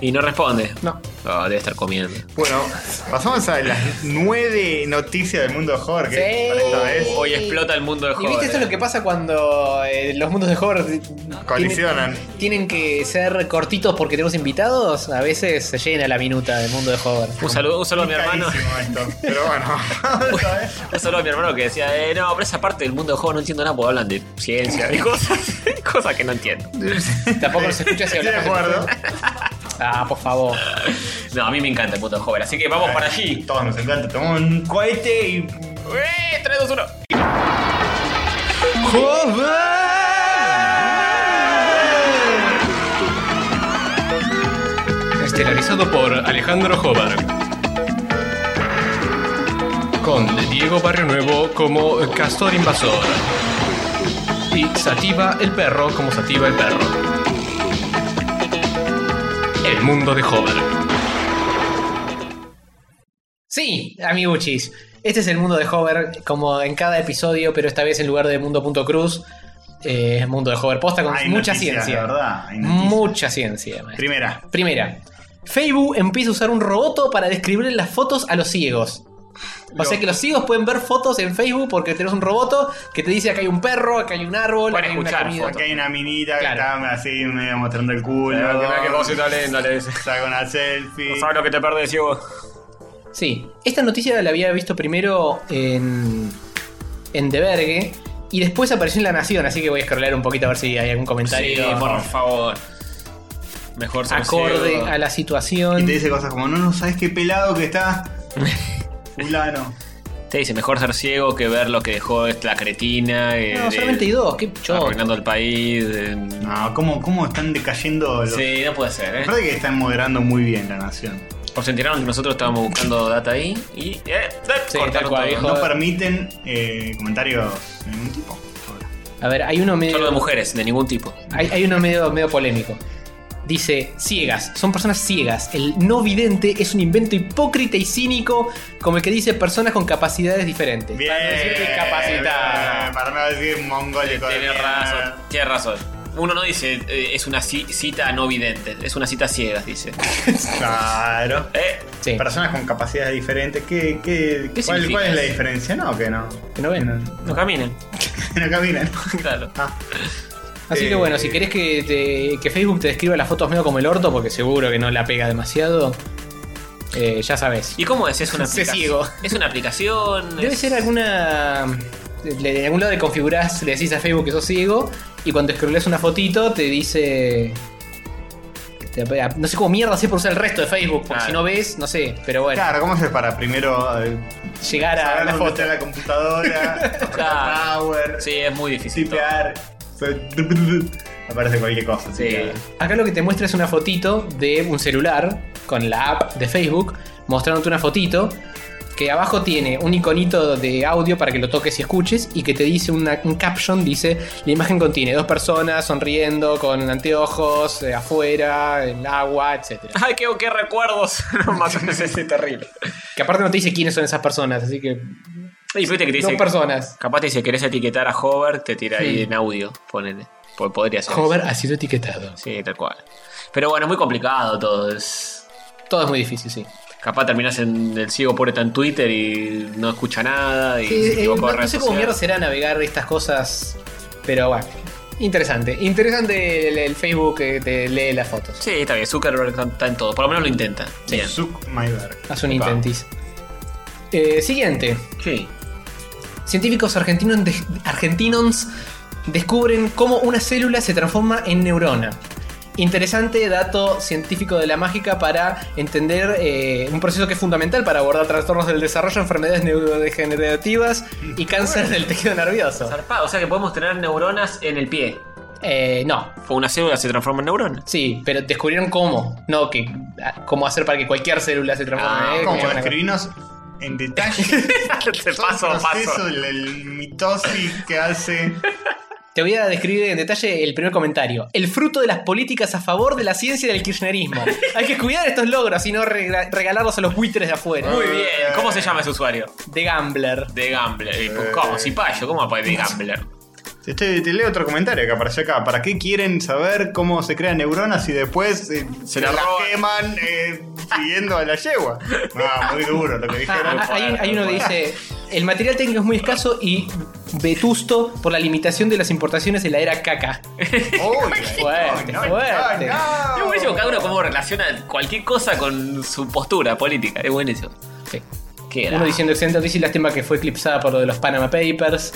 [SPEAKER 4] Y no responde.
[SPEAKER 2] No.
[SPEAKER 4] Ah, debe estar comiendo.
[SPEAKER 3] Bueno, pasamos a las nueve noticias del mundo de horror, que
[SPEAKER 2] Sí.
[SPEAKER 3] para esta vez
[SPEAKER 4] Hoy explota el mundo de
[SPEAKER 2] Y viste, esto es lo que pasa cuando eh, los mundos de horror tienen-
[SPEAKER 3] colisionan.
[SPEAKER 2] Tienen, que ser cortitos porque tenemos invitados. A veces se llena la minuta del mundo de horror.
[SPEAKER 4] Un saludo, un saludo a mi hermano.
[SPEAKER 3] Carísimo esto, pero bueno, esta vez
[SPEAKER 4] Un saludo a mi hermano que decía, eh, no, pero esa parte del mundo de juego no entiendo nada porque hablan de ciencia y cosas, cosas que no entiendo.
[SPEAKER 2] Tampoco nos escucha si
[SPEAKER 3] Estoy de
[SPEAKER 2] hablamos.
[SPEAKER 3] acuerdo.
[SPEAKER 2] Ah, por favor.
[SPEAKER 4] No, a mí me encanta el mundo de joven, así que vamos para allí.
[SPEAKER 3] Todos nos encanta, tomamos un cohete y.
[SPEAKER 4] ¡Eh! 3, 2, 1.
[SPEAKER 1] Estelarizado por Alejandro Jobar. Con Diego Barrio Nuevo como Castor Invasor. Y Sativa el Perro como Sativa el Perro. El mundo de Jobar.
[SPEAKER 2] Sí, amiguchis. Este es el mundo de Hover, como en cada episodio, pero esta vez en lugar de mundo.cruz, eh, es mundo de Hover posta con
[SPEAKER 3] Hay
[SPEAKER 2] mucha
[SPEAKER 3] noticias,
[SPEAKER 2] ciencia.
[SPEAKER 3] la verdad, hay noticias.
[SPEAKER 2] mucha ciencia. maestro.
[SPEAKER 3] Primera.
[SPEAKER 2] Primera, Facebook empieza a usar un roboto para describir las fotos a los ciegos. O sea que los ciegos pueden ver fotos en Facebook porque tenés un roboto que te dice acá hay un perro, acá hay un árbol,
[SPEAKER 4] Pueden
[SPEAKER 2] acá hay una
[SPEAKER 4] escuchar
[SPEAKER 2] comida.
[SPEAKER 4] fotos.
[SPEAKER 3] Acá hay una minita
[SPEAKER 2] Claro.
[SPEAKER 3] que está así medio mostrando el culo.
[SPEAKER 4] talento, le dice.
[SPEAKER 3] Saca una selfie.
[SPEAKER 4] lo que te perdés, ciego.
[SPEAKER 2] Sí, esta noticia la había visto primero en. en De Vergue. Y después apareció en La Nación, así que voy a escrolear un poquito a ver si hay algún
[SPEAKER 4] Sí,
[SPEAKER 2] comentario
[SPEAKER 4] por favor. Mejor ser
[SPEAKER 2] acorde
[SPEAKER 4] ciego.
[SPEAKER 2] a la
[SPEAKER 3] Y
[SPEAKER 2] situación.
[SPEAKER 3] te dice cosas como, no, no sabes qué pelado que está. Fulano.
[SPEAKER 4] Te dice, mejor ser ciego que ver lo que dejó la cretina. eh,
[SPEAKER 2] No,
[SPEAKER 4] de-
[SPEAKER 2] solamente hay dos,
[SPEAKER 3] Ah,
[SPEAKER 2] qué choto.
[SPEAKER 4] Arruinando el país. eh.
[SPEAKER 3] No, ¿cómo, cómo están decayendo los.
[SPEAKER 4] Sí, no puede ser,
[SPEAKER 3] La
[SPEAKER 4] ¿eh?
[SPEAKER 3] verdad es que están moderando muy bien la nación.
[SPEAKER 4] Por se enteraron que nosotros estábamos buscando data ahí y. ¡Eh!
[SPEAKER 2] Sí,
[SPEAKER 4] cortaron
[SPEAKER 2] tal cual,
[SPEAKER 4] todo.
[SPEAKER 2] viejo.
[SPEAKER 4] Un
[SPEAKER 3] No
[SPEAKER 2] Joder.
[SPEAKER 3] permiten eh, comentarios de ningún tipo.
[SPEAKER 2] A ver, hay uno medio.
[SPEAKER 4] Solo de mujeres, de ningún tipo.
[SPEAKER 2] Hay, hay uno medio, medio polémico. Dice, ciegas, son personas ciegas. El no vidente es un invento hipócrita y cínico como el que dice personas con capacidades diferentes.
[SPEAKER 3] Bien.
[SPEAKER 2] Para no decir discapacitada.
[SPEAKER 3] bien, Para no decir mongólico. de
[SPEAKER 4] Tienes
[SPEAKER 3] mierda.
[SPEAKER 4] razón, tienes razón. Uno no dice, eh, es una ci- cita no vidente, es una cita ciega, dice.
[SPEAKER 3] Claro.
[SPEAKER 4] ¿Eh?
[SPEAKER 2] Sí,
[SPEAKER 3] Personas con capacidades diferentes. ¿Qué, qué,
[SPEAKER 4] ¿Qué
[SPEAKER 3] cuál,
[SPEAKER 4] significa
[SPEAKER 3] cuál es la
[SPEAKER 4] eso?
[SPEAKER 3] diferencia? No, que no.
[SPEAKER 2] que no ven.
[SPEAKER 4] No caminen.
[SPEAKER 3] No caminan.
[SPEAKER 4] claro.
[SPEAKER 3] Ah,
[SPEAKER 2] Así que
[SPEAKER 3] Eh,
[SPEAKER 2] bueno, si querés que, te- que Facebook te describa las fotos medio como el orto, porque seguro que no la pega demasiado,
[SPEAKER 1] eh, ya sabes.
[SPEAKER 4] ¿Y cómo es? ¿Es una
[SPEAKER 1] Se
[SPEAKER 4] aplicación?
[SPEAKER 1] ciego.
[SPEAKER 4] ¿Es una aplicación?
[SPEAKER 1] Debe
[SPEAKER 4] ¿Es-
[SPEAKER 1] ser alguna. le- En algún lado le configurás, le decís a Facebook que sos ciego, y cuando scrolleas una fotito te dice. te ap- No sé cómo mierda haces por usar el resto de Facebook, porque
[SPEAKER 4] Claro.
[SPEAKER 1] si no ves, no sé, pero bueno,
[SPEAKER 3] Claro, ¿cómo haces para primero eh,
[SPEAKER 1] llegar a
[SPEAKER 3] saber
[SPEAKER 1] la
[SPEAKER 3] dónde
[SPEAKER 1] foto.
[SPEAKER 3] está la computadora, tocar
[SPEAKER 4] Claro.
[SPEAKER 3] power,
[SPEAKER 4] Sí, es muy difícil. todo.
[SPEAKER 3] tipear, se- aparece cualquier cosa.
[SPEAKER 4] Sí.
[SPEAKER 3] tipear.
[SPEAKER 1] Acá lo que te muestra es una fotito de un celular con la app de Facebook, mostrándote una fotito que abajo tiene un iconito de audio para que lo toques y escuches y que te dice una- un caption, dice, la imagen contiene dos personas sonriendo, con anteojos, eh, afuera, el agua, etc.
[SPEAKER 4] Ay, qué, qué recuerdos. no más es terrible.
[SPEAKER 1] Que aparte no te dice quiénes son esas personas, así que
[SPEAKER 4] Y fíjate que te
[SPEAKER 1] dos
[SPEAKER 4] dice.
[SPEAKER 1] personas.
[SPEAKER 4] Capaz te dice, querés etiquetar a Hover, te tira ahí
[SPEAKER 1] Sí.
[SPEAKER 4] en audio, ponele. Po- Podría ser.
[SPEAKER 1] Hover ha sido etiquetado.
[SPEAKER 4] Sí, tal cual. Pero bueno, es muy complicado todo. Es...
[SPEAKER 1] Todo es muy difícil, sí.
[SPEAKER 4] Capaz terminás en el ciego pobre está en Twitter y no escucha nada y
[SPEAKER 1] Sí,
[SPEAKER 4] se
[SPEAKER 1] eh, no,
[SPEAKER 4] equivocó de
[SPEAKER 1] no
[SPEAKER 4] red
[SPEAKER 1] sé cómo
[SPEAKER 4] social.
[SPEAKER 1] mierda será navegar estas cosas, pero bueno. Interesante, interesante el, el Facebook que te lee las fotos.
[SPEAKER 4] Sí, está bien, Zuckerberg está- está en todo, por lo menos lo intenta. Bien.
[SPEAKER 3] Suck my berg.
[SPEAKER 1] Haz un intentis. Eh, siguiente.
[SPEAKER 4] Sí.
[SPEAKER 1] Científicos argentinos, de- argentinos descubren cómo una célula se transforma en neurona. Interesante dato científico de la mágica para entender eh, un proceso que es fundamental para abordar trastornos del desarrollo, enfermedades neurodegenerativas y cáncer del tejido nervioso.
[SPEAKER 4] Zarpado, o sea que podemos tener neuronas en el pie.
[SPEAKER 1] Eh, no,
[SPEAKER 4] Fue una célula se transforma en neurona.
[SPEAKER 1] Sí, pero descubrieron cómo. No, que ah, cómo hacer para que cualquier célula se transforme
[SPEAKER 4] Ah,
[SPEAKER 1] en
[SPEAKER 3] Como
[SPEAKER 1] una-
[SPEAKER 3] escribinos en detalle
[SPEAKER 4] Te
[SPEAKER 3] todo
[SPEAKER 4] paso
[SPEAKER 3] el
[SPEAKER 4] a
[SPEAKER 3] proceso,
[SPEAKER 4] paso.
[SPEAKER 3] el, el mitosis que hace.
[SPEAKER 1] Te voy a describir en detalle el primer comentario. El fruto de las políticas a favor de la ciencia y del kirchnerismo. Hay que cuidar estos logros y no rega- regalarlos a los buitres de afuera.
[SPEAKER 4] Muy bien. ¿Cómo se llama ese usuario?
[SPEAKER 1] De Gambler.
[SPEAKER 4] De Gambler. Eh, pues, ¿Cómo? Cipayo, ¿cómo puede de Gambler?
[SPEAKER 3] Te, estoy- te leo otro comentario que apareció acá. ¿Para qué quieren saber cómo se crean neuronas y después eh, se
[SPEAKER 4] la
[SPEAKER 3] las
[SPEAKER 4] roban.
[SPEAKER 3] queman eh, siguiendo a la yegua? No, muy duro lo que dijeron.
[SPEAKER 1] Ah, ah, hay, hay uno que dice: El material técnico es muy escaso y vetusto por la limitación de las importaciones de la era caca.
[SPEAKER 3] Uy,
[SPEAKER 1] Fuerte,
[SPEAKER 3] no, no,
[SPEAKER 1] fuerte.
[SPEAKER 3] no.
[SPEAKER 4] Es buenísimo cada uno cómo relaciona cualquier cosa con su postura política. Es buenísimo.
[SPEAKER 1] Sí.
[SPEAKER 4] ¿Qué era?
[SPEAKER 1] Uno diciendo excelente noticia y lástima que fue eclipsada por lo de los Panama Papers.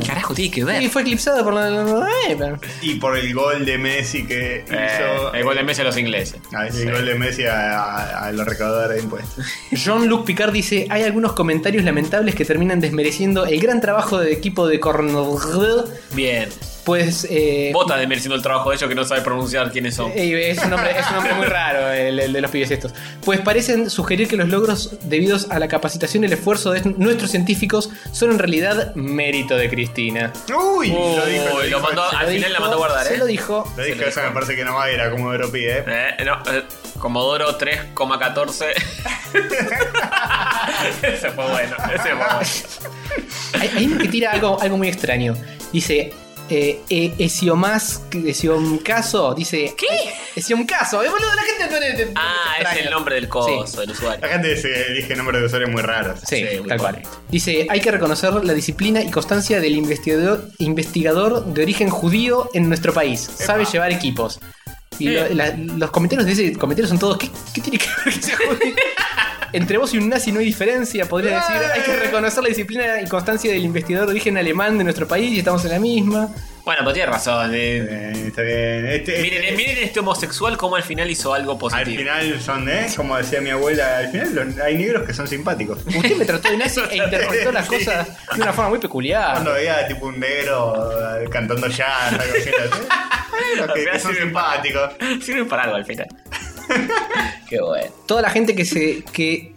[SPEAKER 4] ¿Qué carajo tiene que ver?
[SPEAKER 1] Y fue eclipsada por lo de los Panama Papers.
[SPEAKER 3] Y por el gol de Messi que hizo.
[SPEAKER 4] Eh, el gol de Messi a los ingleses.
[SPEAKER 3] Ah, el gol de Messi a, a- a los recaudadores de impuestos.
[SPEAKER 1] Jean-Luc Picard dice: Hay algunos comentarios lamentables que terminan desmereciendo el gran trabajo del equipo de Cornell.
[SPEAKER 4] Bien.
[SPEAKER 1] Pues. Eh,
[SPEAKER 4] Bota de mereciendo el trabajo de ellos que no sabe pronunciar quiénes son.
[SPEAKER 1] eh, es, un nombre, es un nombre muy raro el, el de los pibes estos. Pues parecen sugerir que los logros debidos a la capacitación y el esfuerzo de nuestros científicos son en realidad mérito de Cristina.
[SPEAKER 4] Uy,
[SPEAKER 3] Uy, lo dijo.
[SPEAKER 4] lo
[SPEAKER 3] dijo.
[SPEAKER 4] mandó-
[SPEAKER 1] eh, Se
[SPEAKER 4] al
[SPEAKER 1] lo
[SPEAKER 4] final la mandó a guardar,
[SPEAKER 1] Se
[SPEAKER 4] ¿eh?
[SPEAKER 1] lo dijo.
[SPEAKER 3] Lo dijo, eso me parece que nomás era como europea, ¿eh?
[SPEAKER 4] Eh, no, eh, Comodoro 3,14. ese fue bueno. Ese fue bueno.
[SPEAKER 1] Hay, hay uno que tira algo, algo muy extraño. Dice. Eh, eh, Esiomas, Esioncaso, dice. ¿Qué? Esioncaso, eh, boludo, la gente no le- le- le-
[SPEAKER 4] Ah, es
[SPEAKER 1] extraña.
[SPEAKER 4] el nombre del
[SPEAKER 1] Sí.
[SPEAKER 4] coso, del
[SPEAKER 3] La
[SPEAKER 4] usuario.
[SPEAKER 3] gente se elige nombres de usuarios muy raros.
[SPEAKER 1] Sí,
[SPEAKER 4] Sí, muy
[SPEAKER 1] tal cual.
[SPEAKER 4] correcto.
[SPEAKER 1] Dice, hay que reconocer la disciplina y constancia del investigador, investigador de origen judío en nuestro país. Sabe llevar equipos. Y lo- la- los comentarios de ese comentario son todos, ¿qué, qué tiene que ver que sea judío? Entre vos y un nazi no hay diferencia, podría decir. Hay que reconocer la disciplina y constancia del investigador de origen alemán de nuestro país y estamos en la misma.
[SPEAKER 4] Bueno, pero tiene razón. eh.
[SPEAKER 3] Eh, está bien. Este,
[SPEAKER 4] Miren, eh,
[SPEAKER 3] este-
[SPEAKER 4] miren este homosexual como al final hizo algo
[SPEAKER 3] al
[SPEAKER 4] positivo.
[SPEAKER 3] final son, ¿eh? Como decía mi abuela, al final los- hay negros que son simpáticos.
[SPEAKER 1] Usted me trató de nazi e interpretó las cosas de una forma muy peculiar.
[SPEAKER 3] Cuando veía tipo un negro eh, cantando jazz, algo así, ¿eh? Los que, que son simpáticos.
[SPEAKER 4] Sirven para algo al final. Qué bueno.
[SPEAKER 1] Toda la gente que se, que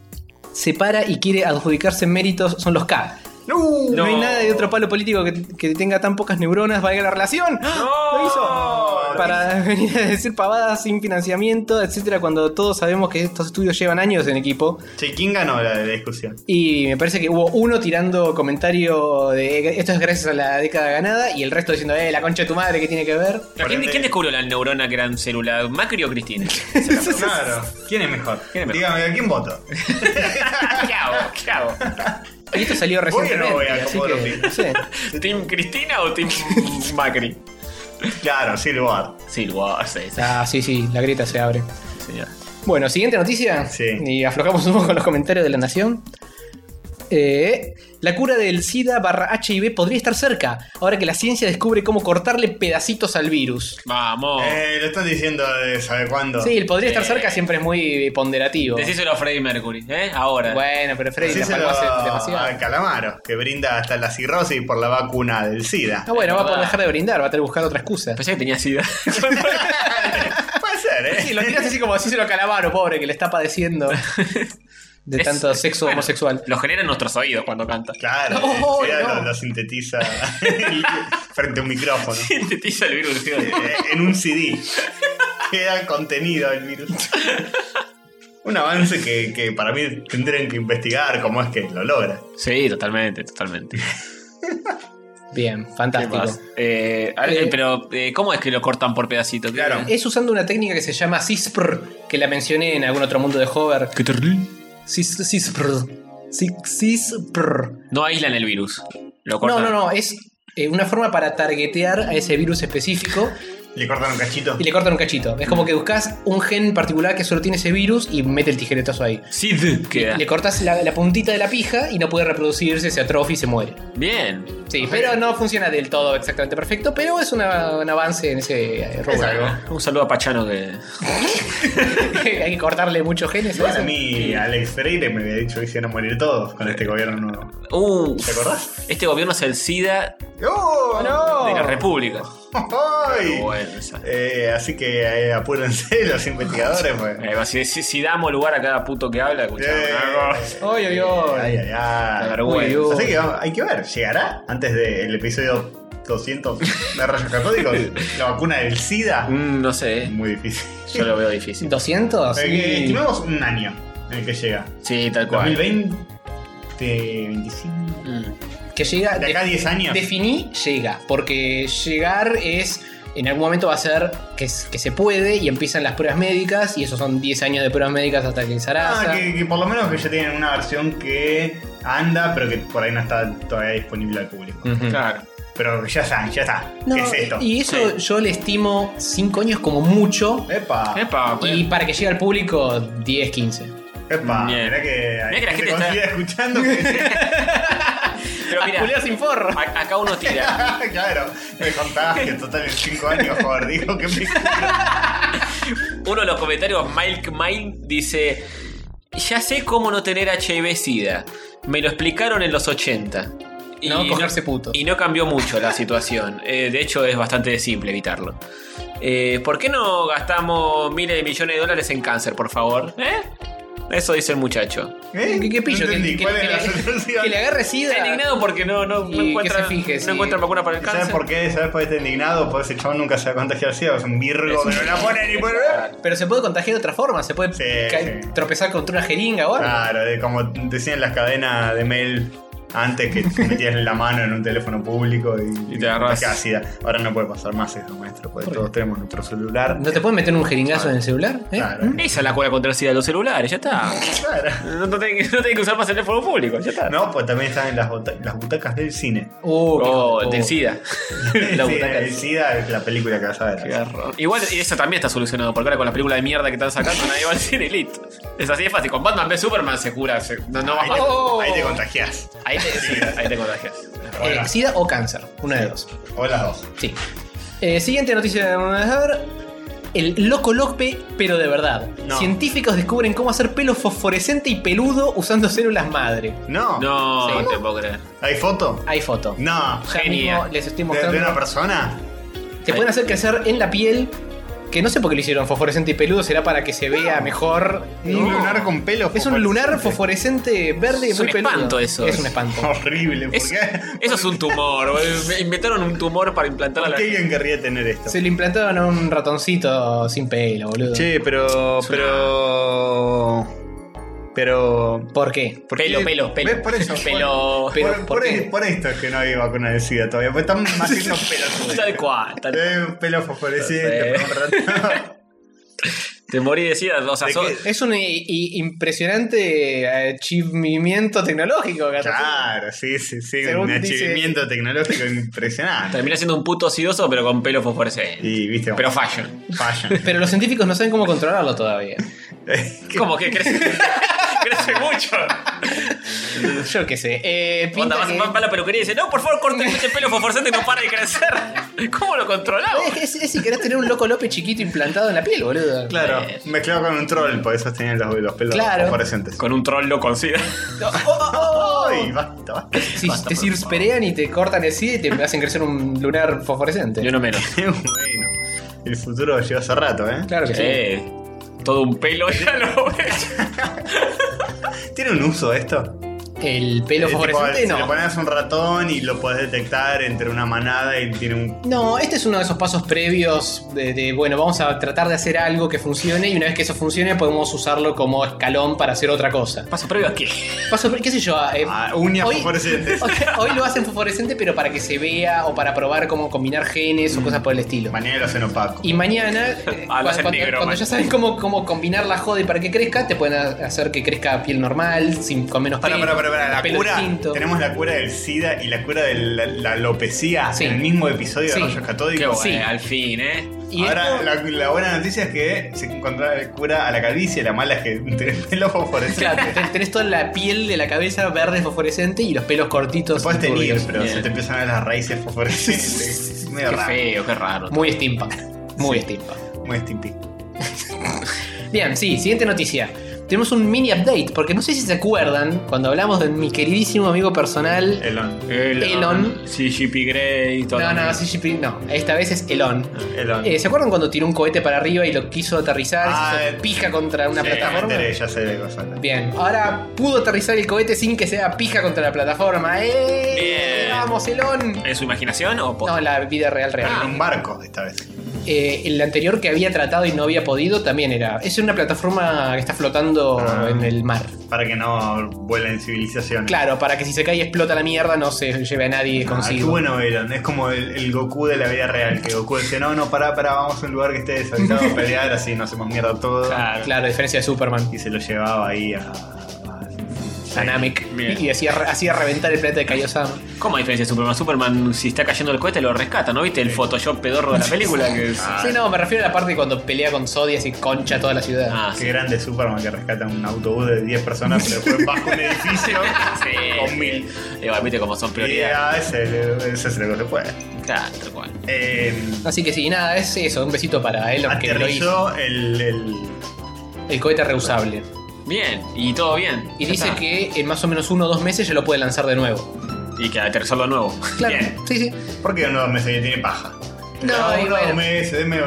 [SPEAKER 1] se para y quiere adjudicarse méritos son los K.
[SPEAKER 3] ¡No!
[SPEAKER 1] No, hay nada de otro palo político que, que tenga tan pocas neuronas, valga la relación.
[SPEAKER 4] No.
[SPEAKER 1] Lo hizo para venir a decir pavadas sin financiamiento, etcétera, cuando todos sabemos que estos estudios llevan años en equipo.
[SPEAKER 3] Che, ¿quién ganó la, la discusión?
[SPEAKER 1] Y me parece que hubo uno tirando comentario de esto es gracias a la década ganada y el resto diciendo, eh, la concha de tu madre, ¿qué tiene que ver?
[SPEAKER 4] ¿Quién, quién descubrió la neurona que eran célula? ¿Macri o Cristina?
[SPEAKER 3] Claro. ¿Quién es mejor?
[SPEAKER 4] ¿Quién es mejor?
[SPEAKER 3] Dígame, ¿a quién voto?
[SPEAKER 4] ¿Qué hago? ¿Qué hago?
[SPEAKER 1] Y esto salió
[SPEAKER 3] o no voy a
[SPEAKER 1] recientemente. así
[SPEAKER 3] Comodoro
[SPEAKER 1] que,
[SPEAKER 3] Pi?
[SPEAKER 1] no sé.
[SPEAKER 4] ¿Team Cristina o Team Macri?
[SPEAKER 3] claro, sí, lugar.
[SPEAKER 4] Sí, lo hace, sí,
[SPEAKER 2] Ah.
[SPEAKER 1] Ah, sí, sí, la grieta se abre.
[SPEAKER 4] señor.
[SPEAKER 2] Bueno, siguiente noticia.
[SPEAKER 3] Sí.
[SPEAKER 2] Y aflojamos un poco los comentarios de la nación. Eh, la cura del SIDA barra HIV podría estar cerca, ahora que la ciencia descubre cómo cortarle pedacitos al virus.
[SPEAKER 4] Vamos.
[SPEAKER 3] Eh, lo estás diciendo de sabe cuándo.
[SPEAKER 2] Sí, el podría estar
[SPEAKER 4] Eh.
[SPEAKER 2] cerca siempre es muy ponderativo.
[SPEAKER 4] Decíselo a Freddie Mercury, ¿eh? Ahora.
[SPEAKER 2] Bueno, pero Freddy, la
[SPEAKER 3] Decíselo
[SPEAKER 2] palma hace
[SPEAKER 3] a
[SPEAKER 2] demasiado.
[SPEAKER 3] Calamaro, que brinda hasta la cirrosis por la vacuna del SIDA.
[SPEAKER 2] Ah, bueno, va a poder
[SPEAKER 4] verdad.
[SPEAKER 2] dejar de brindar, va a tener que buscar otra excusa.
[SPEAKER 4] Pensé que tenía sida.
[SPEAKER 3] Puede ser, ¿eh?
[SPEAKER 2] Sí, lo tiras así como así se lo calamaro, pobre, que le está padeciendo de
[SPEAKER 4] Es-
[SPEAKER 2] tanto sexo
[SPEAKER 4] bueno,
[SPEAKER 2] homosexual.
[SPEAKER 4] Lo generan nuestros oídos cuando canta.
[SPEAKER 3] Claro,
[SPEAKER 2] Oh,
[SPEAKER 3] el SIDA
[SPEAKER 2] no.
[SPEAKER 3] lo, lo sintetiza frente a un micrófono.
[SPEAKER 4] Sintetiza el virus. tío.
[SPEAKER 3] Eh, en un CD. Queda contenido el virus. Un avance que, que para mí tendrían que investigar cómo es que lo logra.
[SPEAKER 4] Sí, totalmente, totalmente.
[SPEAKER 2] Bien,
[SPEAKER 4] ¿Qué
[SPEAKER 2] fantástico.
[SPEAKER 4] más? Eh, al-
[SPEAKER 2] Eh,
[SPEAKER 4] pero, eh, ¿cómo es que lo cortan por pedacitos?
[SPEAKER 3] Claro.
[SPEAKER 2] Es usando una técnica que se llama CISPR, que la mencioné en algún otro mundo de Hover.
[SPEAKER 4] ¿Qué terrible.
[SPEAKER 2] Cis- CISPR. Cis- CISPR.
[SPEAKER 4] No aíslan el virus. Lo
[SPEAKER 2] No,
[SPEAKER 4] cortan.
[SPEAKER 2] no, no, es eh, una forma para targetear a ese virus específico
[SPEAKER 3] Le cortan un cachito.
[SPEAKER 2] y le cortan un cachito. Es como que buscas un gen particular que solo tiene ese virus y mete el tijeretazo ahí.
[SPEAKER 4] Sid queda.
[SPEAKER 2] Le cortas la, la puntita de la pija y no puede reproducirse, se atrofia y se muere.
[SPEAKER 4] Bien.
[SPEAKER 2] Sí, pero no funciona del todo exactamente perfecto, pero es una- un avance en ese eh, rubro.
[SPEAKER 4] Un saludo a Pachano que.
[SPEAKER 2] Hay que cortarle muchos genes.
[SPEAKER 3] Igual
[SPEAKER 2] ¿no?
[SPEAKER 3] a mí, Alex Freire me había dicho que se iban a morir todos con este gobierno nuevo.
[SPEAKER 4] Uh,
[SPEAKER 3] ¿Te acordás?
[SPEAKER 4] este gobierno es el SIDA
[SPEAKER 3] ¡Oh, no!
[SPEAKER 4] de la República.
[SPEAKER 3] ¡Ay!
[SPEAKER 4] Oh, Bueno, esa-
[SPEAKER 3] Eh, así que eh, apúrense los investigadores, pues.
[SPEAKER 4] Eh, va, si, si- si damos lugar a cada puto que habla, escuchamos.
[SPEAKER 3] Eh,
[SPEAKER 4] ¿no? Ah,
[SPEAKER 2] Ay, ay, ay.
[SPEAKER 3] Ay, ay, ay.
[SPEAKER 4] La
[SPEAKER 2] Uy,
[SPEAKER 4] vergüenza.
[SPEAKER 2] uy.
[SPEAKER 3] Así que vamos- hay que ver, ¿llegará antes del episodio 200 de Rayos Catódicos la vacuna del SIDA?
[SPEAKER 4] Mm, no sé, eh.
[SPEAKER 3] Muy difícil.
[SPEAKER 4] yo lo veo difícil.
[SPEAKER 2] 200?
[SPEAKER 3] Eh, que
[SPEAKER 2] Sí.
[SPEAKER 3] Estimemos un año en el que llega.
[SPEAKER 4] Sí, tal cual.
[SPEAKER 3] 2020, 25.
[SPEAKER 4] Mm.
[SPEAKER 2] Que llega.
[SPEAKER 3] De acá a 10 años.
[SPEAKER 2] Definí llega, porque llegar es. En algún momento va a ser que, es- que se puede y empiezan las pruebas médicas, y esos son 10 años de pruebas médicas hasta que en
[SPEAKER 3] Ah,
[SPEAKER 2] Sarasa.
[SPEAKER 3] que, que por lo menos que ya tienen una versión que anda, pero que por ahí no está todavía disponible al público.
[SPEAKER 2] Ujú.
[SPEAKER 4] Claro.
[SPEAKER 3] Pero ya está, ya está.
[SPEAKER 2] No,
[SPEAKER 3] ¿Qué es esto?
[SPEAKER 2] Y eso
[SPEAKER 4] Sí.
[SPEAKER 2] yo le estimo 5 años como mucho,
[SPEAKER 3] Epa,
[SPEAKER 4] Epa,
[SPEAKER 2] y
[SPEAKER 4] pues.
[SPEAKER 2] para que llegue al público 10, 15.
[SPEAKER 3] epa.
[SPEAKER 4] Bien.
[SPEAKER 3] Mirá que, hay
[SPEAKER 4] Mirá que la gente
[SPEAKER 3] con
[SPEAKER 4] está-
[SPEAKER 3] SIDA escuchando que...
[SPEAKER 4] Pero mira,
[SPEAKER 2] Julián sin forro.
[SPEAKER 4] a- acá uno tira.
[SPEAKER 3] claro, me contabas que en total en 5 años, joder, dijo que me...
[SPEAKER 4] Uno de los comentarios, Mike Mile, dice: Ya sé cómo no tener HIV-Sida. Me lo explicaron en los 80.
[SPEAKER 2] No, cogerse puto.
[SPEAKER 4] Y no cambió mucho la situación. Eh, de hecho, es bastante simple evitarlo. Eh, ¿Por qué no gastamos miles de millones de dólares en cáncer, por favor? ¿Eh? Eso dice el muchacho.
[SPEAKER 3] ¿Eh?
[SPEAKER 2] ¿Qué, qué pillo?
[SPEAKER 3] No
[SPEAKER 2] Que,
[SPEAKER 3] entendí,
[SPEAKER 2] que-
[SPEAKER 3] ¿cuál
[SPEAKER 2] que
[SPEAKER 3] es la
[SPEAKER 2] le,
[SPEAKER 3] solución?
[SPEAKER 2] que le agarre
[SPEAKER 4] Está
[SPEAKER 2] sida.
[SPEAKER 4] indignado porque no, no,
[SPEAKER 2] Y
[SPEAKER 4] no
[SPEAKER 2] que
[SPEAKER 4] encuentra,
[SPEAKER 2] se fije, sí.
[SPEAKER 4] no encuentra vacuna para el
[SPEAKER 3] ¿Sabes
[SPEAKER 4] cáncer.
[SPEAKER 3] por qué? ¿Sabes por qué está indignado? Porque ese chabón nunca se va a contagiar SIDA, es un virgo que no la pone ni por
[SPEAKER 2] Pero se puede contagiar de otra forma, se puede
[SPEAKER 3] Sí,
[SPEAKER 2] ca-
[SPEAKER 3] sí.
[SPEAKER 2] tropezar contra una jeringa o algo.
[SPEAKER 3] Claro, de como decían las cadenas de mail antes que te metías la mano en un teléfono público y,
[SPEAKER 4] Y te agarrás.
[SPEAKER 3] contagiás SIDA. Ahora no puede pasar más eso, maestro, porque todos tenemos nuestro celular.
[SPEAKER 2] ¿No ¿eh? te pueden meter un jeringazo en el celular? eh?
[SPEAKER 3] Claro.
[SPEAKER 4] Esa es la cura contra el SIDA de los celulares, ya está.
[SPEAKER 3] Claro.
[SPEAKER 4] No, no tienen, que- no tienen que usar más el teléfono público, ya está.
[SPEAKER 3] No, pues también están en las, bota- las butacas del cine.
[SPEAKER 2] Uh, qué
[SPEAKER 4] Oh,
[SPEAKER 2] hijo de
[SPEAKER 4] del
[SPEAKER 2] puta.
[SPEAKER 4] SIDA. la
[SPEAKER 3] Sí,
[SPEAKER 4] butaca
[SPEAKER 3] el
[SPEAKER 4] del SIDA.
[SPEAKER 3] SIDA es la película que vas a ver.
[SPEAKER 4] Igual y eso también está solucionado, porque ahora con la película de mierda que están sacando nadie va al cine y listo. Es así de fácil. Con Batman v Superman se cura. se- no, no
[SPEAKER 3] Ahí,
[SPEAKER 4] vas-
[SPEAKER 3] te,
[SPEAKER 2] Oh.
[SPEAKER 3] ahí te contagias.
[SPEAKER 4] ahí, te, sí, ahí te contagias.
[SPEAKER 2] Eh, sida o cáncer, una de dos.
[SPEAKER 3] O las dos.
[SPEAKER 2] Sí. Eh, siguiente noticia de ver. El loco Lope, pero de verdad.
[SPEAKER 3] No.
[SPEAKER 2] Científicos descubren cómo hacer pelo fosforescente y peludo usando células madre.
[SPEAKER 3] No.
[SPEAKER 4] No,
[SPEAKER 2] Sí.
[SPEAKER 4] no te puedo creer.
[SPEAKER 3] ¿Hay foto?
[SPEAKER 2] Hay foto.
[SPEAKER 3] No.
[SPEAKER 2] Ya
[SPEAKER 4] genia.
[SPEAKER 2] mismo les estoy
[SPEAKER 3] ¿De, de
[SPEAKER 2] mostrando.
[SPEAKER 3] una persona?
[SPEAKER 2] Te pueden hacer crecer en la piel. Que no sé por qué lo hicieron fosforescente y peludo, será para que se vea mejor.
[SPEAKER 3] Un
[SPEAKER 2] No.
[SPEAKER 3] lunar con pelo.
[SPEAKER 2] Es un lunar
[SPEAKER 3] fosforescente.
[SPEAKER 2] fosforescente verde y
[SPEAKER 4] Es
[SPEAKER 2] muy
[SPEAKER 4] un
[SPEAKER 2] peludo.
[SPEAKER 4] espanto eso.
[SPEAKER 2] Es un espanto.
[SPEAKER 3] Horrible. ¿Por
[SPEAKER 4] Es-
[SPEAKER 3] qué?
[SPEAKER 4] eso es un tumor. boludo. Inventaron un tumor para implantar a
[SPEAKER 3] ¿Por
[SPEAKER 4] la
[SPEAKER 3] qué alguien querría tener esto?
[SPEAKER 2] Se lo implantaron a un ratoncito sin pelo, boludo.
[SPEAKER 3] Che, pero.
[SPEAKER 4] Es una-
[SPEAKER 3] Pero. Pero.
[SPEAKER 2] ¿Por qué?
[SPEAKER 3] ¿por
[SPEAKER 4] Pelo,
[SPEAKER 3] qué-
[SPEAKER 4] pelo, pelo.
[SPEAKER 3] ¿Ves? Por eso.
[SPEAKER 4] Pelo.
[SPEAKER 3] Por,
[SPEAKER 2] Pero,
[SPEAKER 3] por-
[SPEAKER 2] ¿por
[SPEAKER 3] por
[SPEAKER 2] qué?
[SPEAKER 3] es- por esto es que no hay vacuna de SIDA todavía. Porque están haciendo pelotudes.
[SPEAKER 4] Tal cual. tal-
[SPEAKER 3] Eh, pelo fosforescente,
[SPEAKER 4] Sí.
[SPEAKER 3] por un rato.
[SPEAKER 4] Te morí de sida. O sea,
[SPEAKER 3] ¿De
[SPEAKER 4] sos-
[SPEAKER 3] qué?
[SPEAKER 2] Es un i- i- impresionante eh, achievimiento tecnológico, gato.
[SPEAKER 3] Claro, sí, sí, sí.
[SPEAKER 2] Según
[SPEAKER 3] un
[SPEAKER 2] dice-
[SPEAKER 3] achievimiento tecnológico impresionante.
[SPEAKER 4] terminás siendo un puto sidoso, pero con pelo fosforescente.
[SPEAKER 3] Y viste,
[SPEAKER 4] Pero fashion.
[SPEAKER 3] fallan.
[SPEAKER 2] Pero los científicos no saben cómo controlarlo todavía.
[SPEAKER 4] Como que crece, crece mucho.
[SPEAKER 2] Yo qué sé. Eh,
[SPEAKER 4] Onda,
[SPEAKER 2] pinta
[SPEAKER 4] vas,
[SPEAKER 2] que-
[SPEAKER 4] vas a la peluquería y dice, no, por favor, corten este pelo fosforescente no para de crecer. ¿Cómo lo controlamos?
[SPEAKER 2] Es, es- es si querés tener un loco López chiquito implantado en la piel, boludo.
[SPEAKER 3] Claro,
[SPEAKER 4] Eh.
[SPEAKER 3] mezclado con un troll, por eso tenían los, los pelos
[SPEAKER 2] Claro.
[SPEAKER 3] fosforescentes.
[SPEAKER 4] Con un troll lo consigue.
[SPEAKER 2] Oh, oh, oh, oh.
[SPEAKER 3] Ay, basta, basta.
[SPEAKER 2] Si
[SPEAKER 3] basta,
[SPEAKER 2] te
[SPEAKER 3] por favor.
[SPEAKER 2] cirperean y te cortan el SIDA y te hacen crecer un lunar fosforescente.
[SPEAKER 4] Yo no menos.
[SPEAKER 3] Qué bueno. El futuro llegó hace rato, ¿eh?
[SPEAKER 2] Claro que sí.
[SPEAKER 4] Eh, todo un pelo ya lo ves.
[SPEAKER 3] ¿Tiene un uso esto?
[SPEAKER 2] El pelo
[SPEAKER 4] Eh,
[SPEAKER 3] Es tipo,
[SPEAKER 2] fosforescente
[SPEAKER 3] si le
[SPEAKER 2] no.
[SPEAKER 3] pones un ratón y lo podés detectar entre una manada y tiene un.
[SPEAKER 2] No, este es uno de esos pasos previos de, de, bueno, vamos a tratar de hacer algo que funcione y una vez que eso funcione podemos usarlo como escalón para hacer otra cosa.
[SPEAKER 4] Paso previo a qué?
[SPEAKER 2] Paso, pre- qué sé yo, eh,
[SPEAKER 3] Ah, uñas
[SPEAKER 2] hoy-
[SPEAKER 3] fosforescentes.
[SPEAKER 2] hoy, hoy lo hacen fosforescente pero para que se vea o para probar cómo combinar genes o cosas por el estilo.
[SPEAKER 3] Mañana lo hacen opaco.
[SPEAKER 2] Y mañana, eh,
[SPEAKER 4] Ah, lo
[SPEAKER 2] cuando,
[SPEAKER 4] hacen
[SPEAKER 2] cuando-
[SPEAKER 4] negro,
[SPEAKER 2] cuando
[SPEAKER 4] man.
[SPEAKER 2] ya saben cómo, cómo combinar la joda y para que crezca, te pueden ha- hacer que crezca piel normal, sin, con menos
[SPEAKER 3] Para,
[SPEAKER 2] pelo,
[SPEAKER 3] para, para, para, la
[SPEAKER 2] pelo
[SPEAKER 3] cura.
[SPEAKER 2] distinto.
[SPEAKER 3] Tenemos la cura del SIDA y la cura de la, la alopecia
[SPEAKER 2] Sí.
[SPEAKER 3] en el mismo episodio
[SPEAKER 2] Sí.
[SPEAKER 3] de Rayos
[SPEAKER 4] Qué
[SPEAKER 3] Catódicos.
[SPEAKER 4] bueno,
[SPEAKER 2] Sí.
[SPEAKER 4] al fin, ¿eh?
[SPEAKER 2] Y
[SPEAKER 3] Ahora,
[SPEAKER 2] esto-
[SPEAKER 3] la, la buena noticia es que se encontró la cura a la calvicie, la mala es que tenés pelo
[SPEAKER 2] Claro,
[SPEAKER 3] fosforescente.
[SPEAKER 2] ten- tenés toda la piel de la cabeza verde fosforescente y los pelos cortitos.
[SPEAKER 3] Lo puedes
[SPEAKER 2] y
[SPEAKER 3] tener,
[SPEAKER 2] rubios.
[SPEAKER 3] pero
[SPEAKER 4] Bien.
[SPEAKER 3] se te empiezan a ver las raíces fosforescentes. Muy
[SPEAKER 4] Qué
[SPEAKER 3] raro,
[SPEAKER 4] feo, qué raro.
[SPEAKER 2] Muy steampunk. Muy steampunk.
[SPEAKER 3] muy stimpy.
[SPEAKER 2] Bien, sí, siguiente noticia. Tenemos un mini update, porque no sé si se acuerdan cuando hablamos de mi queridísimo amigo personal.
[SPEAKER 3] Elon.
[SPEAKER 2] Elon.
[SPEAKER 4] CGP Grey, todo.
[SPEAKER 2] No, no, CGP, no. Esta vez es Elon.
[SPEAKER 3] Elon.
[SPEAKER 2] Eh, ¿Se acuerdan cuando tiró un cohete para arriba y lo quiso aterrizar?
[SPEAKER 3] Ah,
[SPEAKER 2] se hizo
[SPEAKER 3] eh,
[SPEAKER 2] pija contra una
[SPEAKER 3] Sí,
[SPEAKER 2] plataforma.
[SPEAKER 3] me enteré, ya sé de cosas.
[SPEAKER 2] Bien, ahora pudo aterrizar el cohete sin que sea pija contra la plataforma. ¡Eh!
[SPEAKER 4] Bien.
[SPEAKER 2] ¡Vamos, Elon!
[SPEAKER 4] ¿Es su imaginación o po-
[SPEAKER 2] No, la vida real, real.
[SPEAKER 3] Pero en un barco esta vez.
[SPEAKER 2] Eh, el anterior que había tratado y no había podido también era. Es una plataforma que está flotando
[SPEAKER 3] Ah.
[SPEAKER 2] en el mar.
[SPEAKER 3] Para que no vuelen civilizaciones.
[SPEAKER 2] Claro, para que si se cae y explota la mierda no se lleve a nadie
[SPEAKER 3] Ah, qué
[SPEAKER 2] consigo.
[SPEAKER 3] bueno Elon, es como el, el Goku de la vida real, que Goku dice, no, no, pará, pará, vamos a un lugar que esté deshabitado a pelear, así nos hacemos mierda todo.
[SPEAKER 2] Claro, claro, a diferencia de Superman.
[SPEAKER 3] Y se lo llevaba ahí a... a-
[SPEAKER 2] A Namek.
[SPEAKER 4] Bien.
[SPEAKER 2] Y, y hacía, re- hacía reventar el planeta de Kaiosama.
[SPEAKER 4] ¿Cómo hay diferencia de Superman? Superman, si está cayendo el cohete, lo rescata, ¿no viste? El Photoshop pedorro de la película que es.
[SPEAKER 2] Sí, no, me refiero a la parte cuando pelea con Zodias y concha toda la ciudad.
[SPEAKER 4] Ah,
[SPEAKER 3] Qué
[SPEAKER 4] sí.
[SPEAKER 3] grande Superman que rescata un autobús de 10 personas, pero después bajo un edificio con mil.
[SPEAKER 4] Igual, Eh, viste cómo son
[SPEAKER 3] Y
[SPEAKER 4] prioridades.
[SPEAKER 3] a ese, ese es lo que se puede.
[SPEAKER 4] Claro, tal cual.
[SPEAKER 3] Eh,
[SPEAKER 2] Así que sí, nada, es eso. Un besito para Elon que lo hizo.
[SPEAKER 3] aterrizó el, el-
[SPEAKER 2] El cohete reusable.
[SPEAKER 4] Bien, y todo bien.
[SPEAKER 2] Y
[SPEAKER 4] Ya
[SPEAKER 2] dice
[SPEAKER 4] está.
[SPEAKER 2] que en más o menos uno o dos meses ya lo puede lanzar de nuevo.
[SPEAKER 4] Y que aterrizó lo nuevo.
[SPEAKER 2] Claro,
[SPEAKER 4] Bien.
[SPEAKER 2] sí, sí.
[SPEAKER 3] ¿Por qué no me sé que tiene paja?
[SPEAKER 2] No, y
[SPEAKER 3] uno,
[SPEAKER 2] bueno.
[SPEAKER 3] dos meses, deme-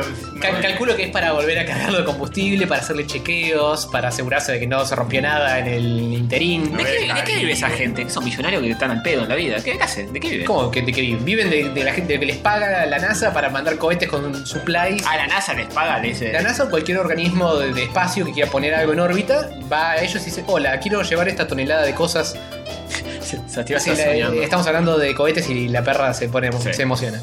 [SPEAKER 2] Cal- calculo que es para volver a cargarlo de combustible, para hacerle chequeos, para asegurarse de que no se rompió nada en el interín.
[SPEAKER 4] ¿De
[SPEAKER 3] ver,
[SPEAKER 4] qué, de qué
[SPEAKER 3] Cari.
[SPEAKER 4] vive esa gente? Que son millonarios que están al pedo en la vida. ¿Qué, qué hacen? ¿De qué viven?
[SPEAKER 2] ¿Cómo? ¿Que, de que viven? ¿Viven de, de la gente de que les paga la NASA para mandar cohetes con supplies?
[SPEAKER 4] A la NASA les paga, le dice.
[SPEAKER 2] La NASA o cualquier organismo de, de espacio que quiera poner algo en órbita va a ellos y dice, hola, quiero llevar esta tonelada de cosas.
[SPEAKER 4] Sativa
[SPEAKER 2] Sí,
[SPEAKER 4] está
[SPEAKER 2] la- eh,
[SPEAKER 4] soñando.
[SPEAKER 2] estamos hablando de cohetes y la perra se pone
[SPEAKER 4] Sí.
[SPEAKER 2] se emociona.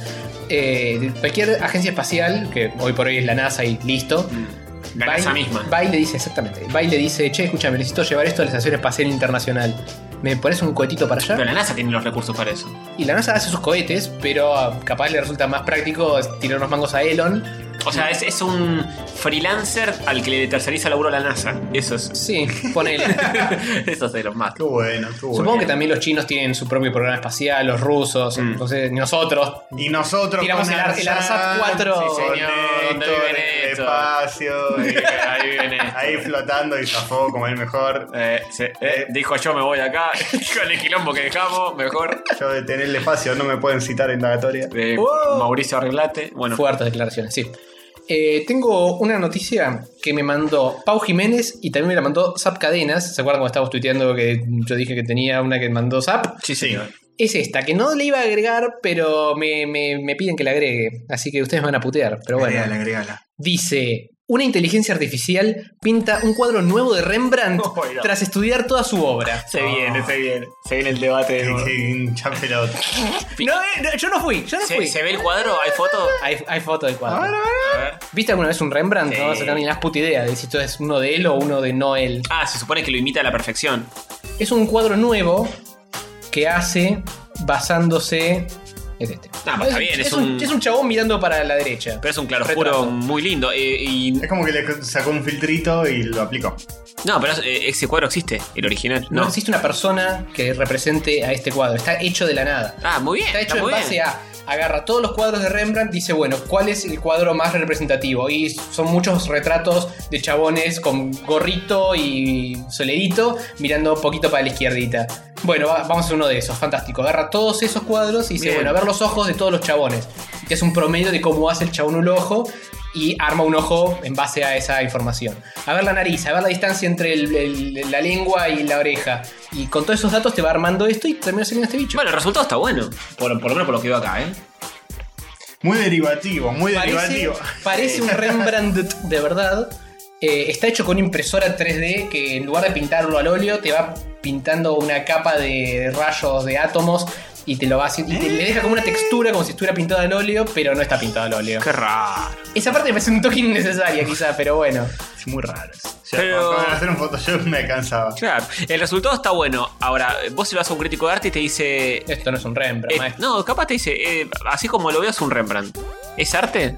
[SPEAKER 2] Eh, de- cualquier agencia espacial, que hoy por hoy es la NASA y listo,
[SPEAKER 4] Mm. La
[SPEAKER 2] va y-
[SPEAKER 4] NASA misma.
[SPEAKER 2] va y le dice, exactamente, va y le dice, che, escúchame, necesito llevar esto a la Estación Espacial Internacional. ¿Me pones un cohetito para allá?
[SPEAKER 4] Pero la NASA tiene los recursos para eso.
[SPEAKER 2] Y la NASA hace sus cohetes, pero ah, capaz le resulta más práctico tirar unos mangos a Elon.
[SPEAKER 4] O sea, es, es un freelancer al que le terceriza laburo a la NASA. Eso es.
[SPEAKER 2] Sí, ponele.
[SPEAKER 4] eso es de los más.
[SPEAKER 3] Qué bueno, qué bueno.
[SPEAKER 2] Supongo que también los chinos tienen su propio programa espacial, los rusos,
[SPEAKER 3] Mm.
[SPEAKER 2] entonces nosotros.
[SPEAKER 3] Y nosotros
[SPEAKER 2] Tiramos
[SPEAKER 3] con
[SPEAKER 2] el Ar- el ARSAT 4.
[SPEAKER 3] con
[SPEAKER 2] Sí,
[SPEAKER 4] señor, ¿dónde
[SPEAKER 3] Néstor
[SPEAKER 4] viven
[SPEAKER 3] en el
[SPEAKER 4] estos?
[SPEAKER 3] espacio, y-
[SPEAKER 4] Ahí viene.
[SPEAKER 3] ahí flotando y zafó como el mejor.
[SPEAKER 4] Eh, se- eh, dijo yo me voy de acá. Con el quilombo que dejamos, mejor.
[SPEAKER 3] Yo de tener el espacio no me pueden citar en indagatoria.
[SPEAKER 4] De
[SPEAKER 2] Oh.
[SPEAKER 4] Mauricio Arreglate. Bueno,
[SPEAKER 2] Fuertes declaraciones, sí. Eh, tengo una noticia que me mandó Pau Jiménez y también me la mandó Zap Cadenas. ¿Se acuerdan cuando estábamos tuiteando que yo dije que tenía una que mandó Zap?
[SPEAKER 3] Sí, sí.
[SPEAKER 2] Es esta, que no le iba a agregar, pero me, me- me piden que la agregue. Así que ustedes me van a putear. Pero bueno,
[SPEAKER 3] Agregala, agregala.
[SPEAKER 2] dice: Una inteligencia artificial pinta un cuadro nuevo de Rembrandt
[SPEAKER 4] Oh, no.
[SPEAKER 2] tras estudiar toda su obra.
[SPEAKER 4] se viene, se viene. Se viene el debate de
[SPEAKER 3] Que-
[SPEAKER 4] nuevo.
[SPEAKER 3] que hincha pelota.
[SPEAKER 2] No, eh, no, yo no fui, yo no
[SPEAKER 4] ¿Se,
[SPEAKER 2] fui.
[SPEAKER 4] se ve el cuadro? ¿Hay foto?
[SPEAKER 2] Hay, hay foto del cuadro.
[SPEAKER 4] A ver.
[SPEAKER 2] ¿Viste alguna vez un Rembrandt?
[SPEAKER 4] Sí.
[SPEAKER 2] No vas a tener ni la puta idea de si esto es uno de él o uno de no él.
[SPEAKER 4] Ah, se supone que lo imita a la perfección.
[SPEAKER 2] Es un cuadro nuevo que hace basándose. Es este.
[SPEAKER 4] Nah, pero Ah, pues, está bien, es, un,
[SPEAKER 2] es un chabón mirando para la derecha.
[SPEAKER 4] Pero es un claroscuro
[SPEAKER 2] Retrato.
[SPEAKER 4] muy lindo. eh, y,
[SPEAKER 3] Es como que le sacó un filtrito y lo aplicó.
[SPEAKER 4] no, pero es- eh, ese cuadro existe, el original.
[SPEAKER 2] No.
[SPEAKER 4] No.
[SPEAKER 2] existe una persona que represente a este cuadro. Está hecho de la nada.
[SPEAKER 4] Ah, muy bien.
[SPEAKER 2] Está
[SPEAKER 4] Está,
[SPEAKER 2] hecho en
[SPEAKER 4] muy
[SPEAKER 2] base
[SPEAKER 4] bien.
[SPEAKER 2] a. Agarra todos los cuadros de Rembrandt, dice, bueno, ¿cuál es el cuadro más representativo? Y son muchos retratos de chabones con gorrito y solerito mirando un poquito para la izquierdita. Bueno, va- vamos a hacer uno de esos, fantástico. Agarra todos esos cuadros y dice,
[SPEAKER 4] Bien.
[SPEAKER 2] bueno, a ver los ojos de todos los chabones. Y te hace un promedio de cómo hace el chabón un ojo y arma un ojo en base a esa información. A ver la nariz, a ver la distancia entre el- el- la lengua y la oreja. Y con todos esos datos te va armando esto y termina saliendo este bicho.
[SPEAKER 4] Bueno, el resultado está bueno. Por, por lo menos por lo que veo acá, ¿eh?
[SPEAKER 3] Muy derivativo, muy
[SPEAKER 2] parece,
[SPEAKER 3] derivativo.
[SPEAKER 2] parece un Rembrandt de verdad. Eh, está hecho con impresora 3D que en lugar de pintarlo al óleo te va pintando una capa de rayos de átomos y te lo va haciendo. Y te, le deja como una textura como si estuviera pintado al óleo, pero no está pintado al óleo.
[SPEAKER 4] Qué raro.
[SPEAKER 2] Esa parte me parece un toque innecesaria quizá, pero bueno.
[SPEAKER 3] Es muy raro. eso. O sea,
[SPEAKER 4] Pero-
[SPEAKER 3] Para hacer un Photoshop me alcanzaba.
[SPEAKER 4] Claro. El resultado está bueno. Ahora, vos se lo vas a un crítico de arte y te dice.
[SPEAKER 2] Esto no es un Rembrandt,
[SPEAKER 4] eh,
[SPEAKER 2] maestro.
[SPEAKER 4] no, capaz te dice, eh, así como lo veo es un Rembrandt. ¿Es arte?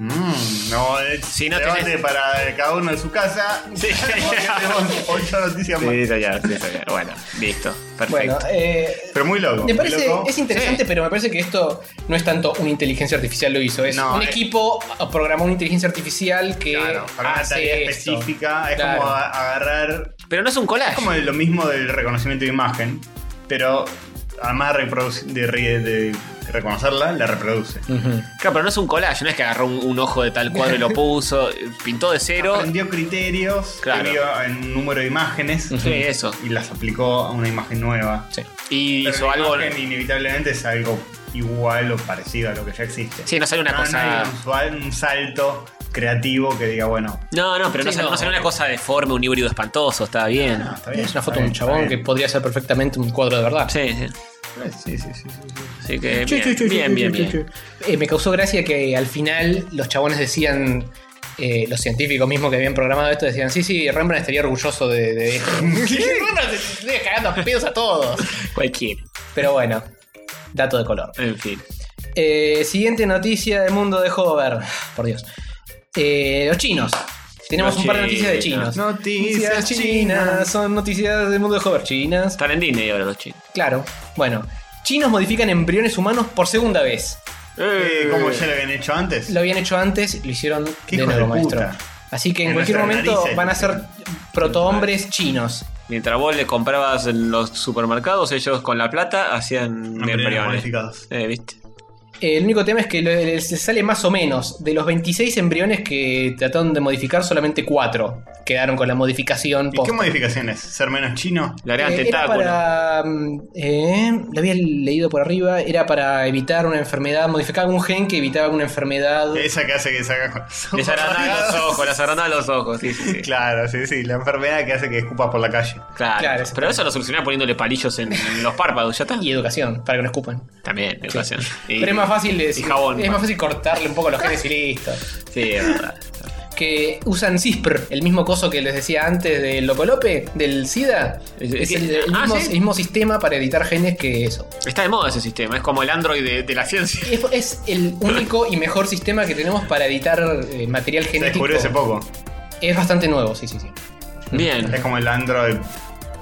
[SPEAKER 3] Mm, no, es
[SPEAKER 4] Si no
[SPEAKER 3] debate
[SPEAKER 4] tenés-
[SPEAKER 3] para cada uno en su casa.
[SPEAKER 4] Sí.
[SPEAKER 3] Tenemos ocho noticias más.
[SPEAKER 4] ya, sí, está bien. Bueno, listo. Perfecto.
[SPEAKER 2] Bueno, eh,
[SPEAKER 3] Pero muy loco.
[SPEAKER 2] me
[SPEAKER 3] muy
[SPEAKER 2] parece
[SPEAKER 3] loco.
[SPEAKER 2] es interesante, pero me parece que esto no es tanto una inteligencia artificial lo hizo, es
[SPEAKER 3] No,
[SPEAKER 2] un
[SPEAKER 3] eh.
[SPEAKER 2] equipo ah, programó una inteligencia artificial que
[SPEAKER 3] Claro, para una
[SPEAKER 2] Eh, hace
[SPEAKER 3] tarea
[SPEAKER 2] esto.
[SPEAKER 3] específica. Es
[SPEAKER 2] Claro.
[SPEAKER 3] como a- agarrar.
[SPEAKER 4] Pero no es un collage.
[SPEAKER 3] Es como lo mismo del reconocimiento de imagen, pero además de, reproduci- de re- de reconocerla, la reproduce.
[SPEAKER 4] Claro, pero no es un collage, no es que agarró un, un ojo de tal cuadro y lo puso, eh, pintó de cero.
[SPEAKER 3] Aprendió criterios
[SPEAKER 4] Claro.
[SPEAKER 3] que vio en un número de imágenes
[SPEAKER 4] Sí, eso.
[SPEAKER 3] y las aplicó a una imagen nueva.
[SPEAKER 2] Sí.
[SPEAKER 4] Y
[SPEAKER 3] Pero
[SPEAKER 4] hizo
[SPEAKER 3] la
[SPEAKER 4] algo.
[SPEAKER 3] imagen inevitablemente es algo igual o parecido a lo que ya existe.
[SPEAKER 4] Sí, no sale una
[SPEAKER 3] no,
[SPEAKER 4] cosa.
[SPEAKER 3] no hay un sual- un, salto creativo que diga, bueno,
[SPEAKER 4] No, no, pero no,
[SPEAKER 2] Sí,
[SPEAKER 4] sale,
[SPEAKER 2] no.
[SPEAKER 4] no sale una cosa deforme, un híbrido espantoso, está bien.
[SPEAKER 3] ah, está bien.
[SPEAKER 2] Es una foto
[SPEAKER 3] está
[SPEAKER 2] de un
[SPEAKER 3] bien,
[SPEAKER 2] chabón
[SPEAKER 3] está
[SPEAKER 2] que
[SPEAKER 3] bien.
[SPEAKER 2] podría ser perfectamente un cuadro de verdad.
[SPEAKER 4] Sí, sí.
[SPEAKER 2] Eh,
[SPEAKER 3] Sí, sí, sí, sí, sí.
[SPEAKER 4] Así que.
[SPEAKER 2] Chu,
[SPEAKER 4] Bien,
[SPEAKER 2] chu, chu, chu,
[SPEAKER 4] bien,
[SPEAKER 2] chu,
[SPEAKER 4] bien.
[SPEAKER 2] chu,
[SPEAKER 4] bien.
[SPEAKER 2] chu. Eh, me causó gracia que al final los chabones decían, eh, los científicos mismos que habían programado esto, decían, sí, sí, Rembrandt estaría orgulloso de, de esto. Rembrandt se estaría cagando a pedos a todos.
[SPEAKER 4] Cualquiera.
[SPEAKER 2] Pero bueno, dato de color.
[SPEAKER 4] En fin.
[SPEAKER 2] Eh, siguiente noticia del mundo de Hover. Por Dios. Eh, los chinos. Tenemos
[SPEAKER 4] Los
[SPEAKER 2] un par de noticias de
[SPEAKER 4] chinos.
[SPEAKER 2] chinos.
[SPEAKER 3] Noticias chinas.
[SPEAKER 2] Son noticias del mundo de Hover. Chinas.
[SPEAKER 4] Están en Disney ahora los chicos.
[SPEAKER 2] Claro. Bueno, chinos modifican embriones humanos por segunda vez.
[SPEAKER 3] Eh, como ya lo habían hecho antes.
[SPEAKER 2] Lo habían hecho antes, lo hicieron
[SPEAKER 3] Qué
[SPEAKER 2] de
[SPEAKER 3] hijo de
[SPEAKER 2] nuevo,
[SPEAKER 3] puta.
[SPEAKER 2] maestro. Así que en,
[SPEAKER 3] En
[SPEAKER 2] cualquier
[SPEAKER 3] nuestras
[SPEAKER 2] momento
[SPEAKER 3] narices.
[SPEAKER 2] van a ser protohombres chinos.
[SPEAKER 4] Mientras vos le comprabas en los supermercados, ellos con la plata hacían
[SPEAKER 3] Embriones
[SPEAKER 4] embriones.
[SPEAKER 3] modificados.
[SPEAKER 4] Eh, ¿viste?
[SPEAKER 2] El único tema es que le- se sale más o menos. De los 26 embriones que trataron de modificar, solamente 4 quedaron con la modificación.
[SPEAKER 3] ¿Y
[SPEAKER 2] posta.
[SPEAKER 3] qué modificaciones? ¿Ser menos chino?
[SPEAKER 4] Le agregan
[SPEAKER 2] Eh, era
[SPEAKER 4] tentáculos.
[SPEAKER 2] para. mm, eh, lo había leído por arriba. Era para evitar una enfermedad. Modificar algún gen que evitaba una enfermedad.
[SPEAKER 3] Esa que hace que saca
[SPEAKER 4] Les agrandaban los ojos, les agrandaban los ojos. Sí, sí, sí.
[SPEAKER 3] Claro, sí, sí. La enfermedad que hace que escupas por la calle.
[SPEAKER 4] Claro.
[SPEAKER 2] Claro,
[SPEAKER 4] pero eso lo solucionaba poniéndole palillos en, en los párpados, ya está.
[SPEAKER 2] Y educación, para que no escupan.
[SPEAKER 4] También, educación. Y-
[SPEAKER 2] Pero es más fácil de-
[SPEAKER 4] y jabón.
[SPEAKER 2] Es más fácil cortarle un poco los genes y listo.
[SPEAKER 4] Sí, es verdad.
[SPEAKER 2] Que usan CISPR, el mismo coso que les decía antes del Locolope, del SIDA.
[SPEAKER 4] Es-
[SPEAKER 2] Es
[SPEAKER 4] es-
[SPEAKER 2] el, el
[SPEAKER 4] ah,
[SPEAKER 2] mismo,
[SPEAKER 4] ¿sí?
[SPEAKER 2] el mismo sistema para editar genes que eso.
[SPEAKER 4] Está de moda ese sistema, es como el Android de, de la ciencia.
[SPEAKER 2] Es, es el único y mejor sistema que tenemos para editar eh, material
[SPEAKER 3] Se
[SPEAKER 2] genético.
[SPEAKER 3] descubrió hace poco.
[SPEAKER 2] Es bastante nuevo, sí, sí, sí.
[SPEAKER 3] Es
[SPEAKER 4] Bien.
[SPEAKER 3] como el Android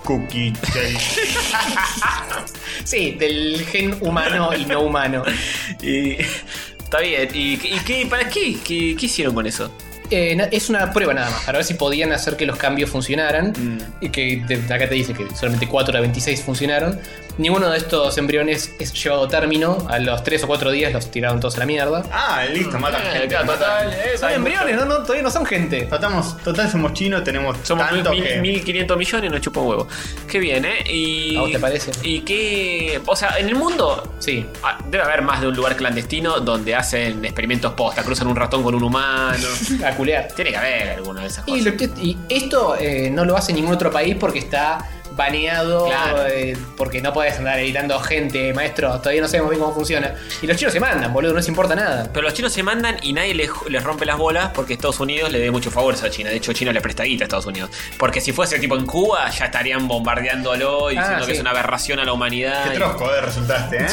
[SPEAKER 3] Cookie Tail.
[SPEAKER 2] Sí, del gen humano y no humano.
[SPEAKER 4] Y- está bien. ¿Y, y qué, para qué? qué? qué hicieron con eso?
[SPEAKER 2] Eh, na- es una prueba nada más, para ver si podían hacer que los cambios funcionaran.
[SPEAKER 4] Mm.
[SPEAKER 2] Y que te- acá te dice que solamente 4 de 26 funcionaron. Ninguno de estos embriones es llevado a término. A los 3 o 4 días los tiraron todos a la mierda.
[SPEAKER 3] Ah, listo, mata
[SPEAKER 4] Eh,
[SPEAKER 3] gente.
[SPEAKER 4] claro, total, eh,
[SPEAKER 2] Son
[SPEAKER 4] hay
[SPEAKER 2] embriones, no, no, todavía no son gente.
[SPEAKER 3] Matamos, total somos chinos, tenemos
[SPEAKER 4] Somos
[SPEAKER 3] tanto
[SPEAKER 4] mil-
[SPEAKER 3] que...
[SPEAKER 4] 1500 millones, no chupa un huevo. Qué bien, ¿eh? Y,
[SPEAKER 2] ¿A vos te parece?
[SPEAKER 4] ¿Y qué? O sea, en el mundo
[SPEAKER 2] Sí.
[SPEAKER 4] ah, debe haber más de un lugar clandestino donde hacen experimentos posta, cruzan un ratón con un humano.
[SPEAKER 2] A culear.
[SPEAKER 4] Tiene que haber alguna de esas
[SPEAKER 2] Y,
[SPEAKER 4] cosas.
[SPEAKER 2] lo que- y esto eh, no lo hace ningún otro país porque está baneado,
[SPEAKER 4] Claro.
[SPEAKER 2] eh, porque no puedes andar editando gente, maestro, todavía no sabemos bien cómo funciona. Y los chinos se mandan, boludo, no les importa nada.
[SPEAKER 4] Pero los chinos se mandan y nadie les, les rompe las bolas porque Estados Unidos le dé muchos favores a China. De hecho, China le presta guita a Estados Unidos. Porque si fuese tipo en Cuba, ya estarían bombardeándolo y
[SPEAKER 2] Ah,
[SPEAKER 4] diciendo que
[SPEAKER 2] sí.
[SPEAKER 4] es una aberración a la humanidad.
[SPEAKER 3] Qué
[SPEAKER 4] y-
[SPEAKER 3] trosco eh, resultaste, ¿eh?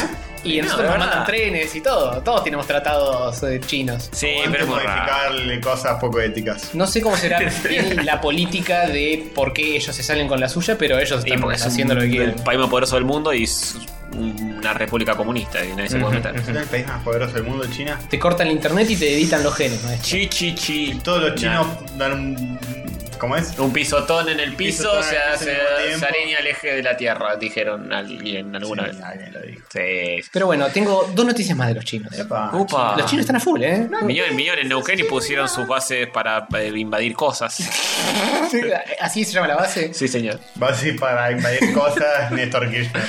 [SPEAKER 2] Y
[SPEAKER 4] No,
[SPEAKER 2] nosotros
[SPEAKER 4] de
[SPEAKER 2] nos
[SPEAKER 4] verdad.
[SPEAKER 2] mandan trenes y todo. Todos tenemos tratados eh, chinos.
[SPEAKER 4] Sí,
[SPEAKER 3] Antes
[SPEAKER 4] pero es muy raro.
[SPEAKER 3] modificarle cosas poco éticas.
[SPEAKER 2] No sé cómo será bien la política de por qué ellos se salen con la suya, pero ellos
[SPEAKER 4] Y
[SPEAKER 2] están
[SPEAKER 4] porque es
[SPEAKER 2] haciendo
[SPEAKER 4] un-
[SPEAKER 2] lo que quieren.
[SPEAKER 4] el país más poderoso del mundo y es una república comunista y nadie se puede meter.
[SPEAKER 3] ¿Es el país más poderoso del mundo, China?
[SPEAKER 2] Te cortan el internet y te editan los genes, maestro.
[SPEAKER 4] Chi, chi, chi.
[SPEAKER 3] Y todos los
[SPEAKER 4] Nah.
[SPEAKER 3] chinos dan un. ¿Cómo es?
[SPEAKER 4] Un pisotón en el piso,
[SPEAKER 3] Pisotón en
[SPEAKER 4] se
[SPEAKER 3] el piso
[SPEAKER 4] hace
[SPEAKER 3] al mismo tiempo.
[SPEAKER 4] Sarenia al eje de la tierra, dijeron alguien alguna
[SPEAKER 3] Sí,
[SPEAKER 4] vez.
[SPEAKER 3] alguien lo dijo.
[SPEAKER 4] Sí.
[SPEAKER 2] Pero bueno, tengo dos noticias más de los chinos.
[SPEAKER 3] Epa.
[SPEAKER 4] Upa.
[SPEAKER 2] Ah, Los chinos están a full, ¿eh?
[SPEAKER 4] Millones, millones en Neuquén y pusieron sus bases para eh, invadir cosas.
[SPEAKER 2] Así se llama la base.
[SPEAKER 4] Sí, señor.
[SPEAKER 3] Va así para invadir cosas, Néstor Kirchner.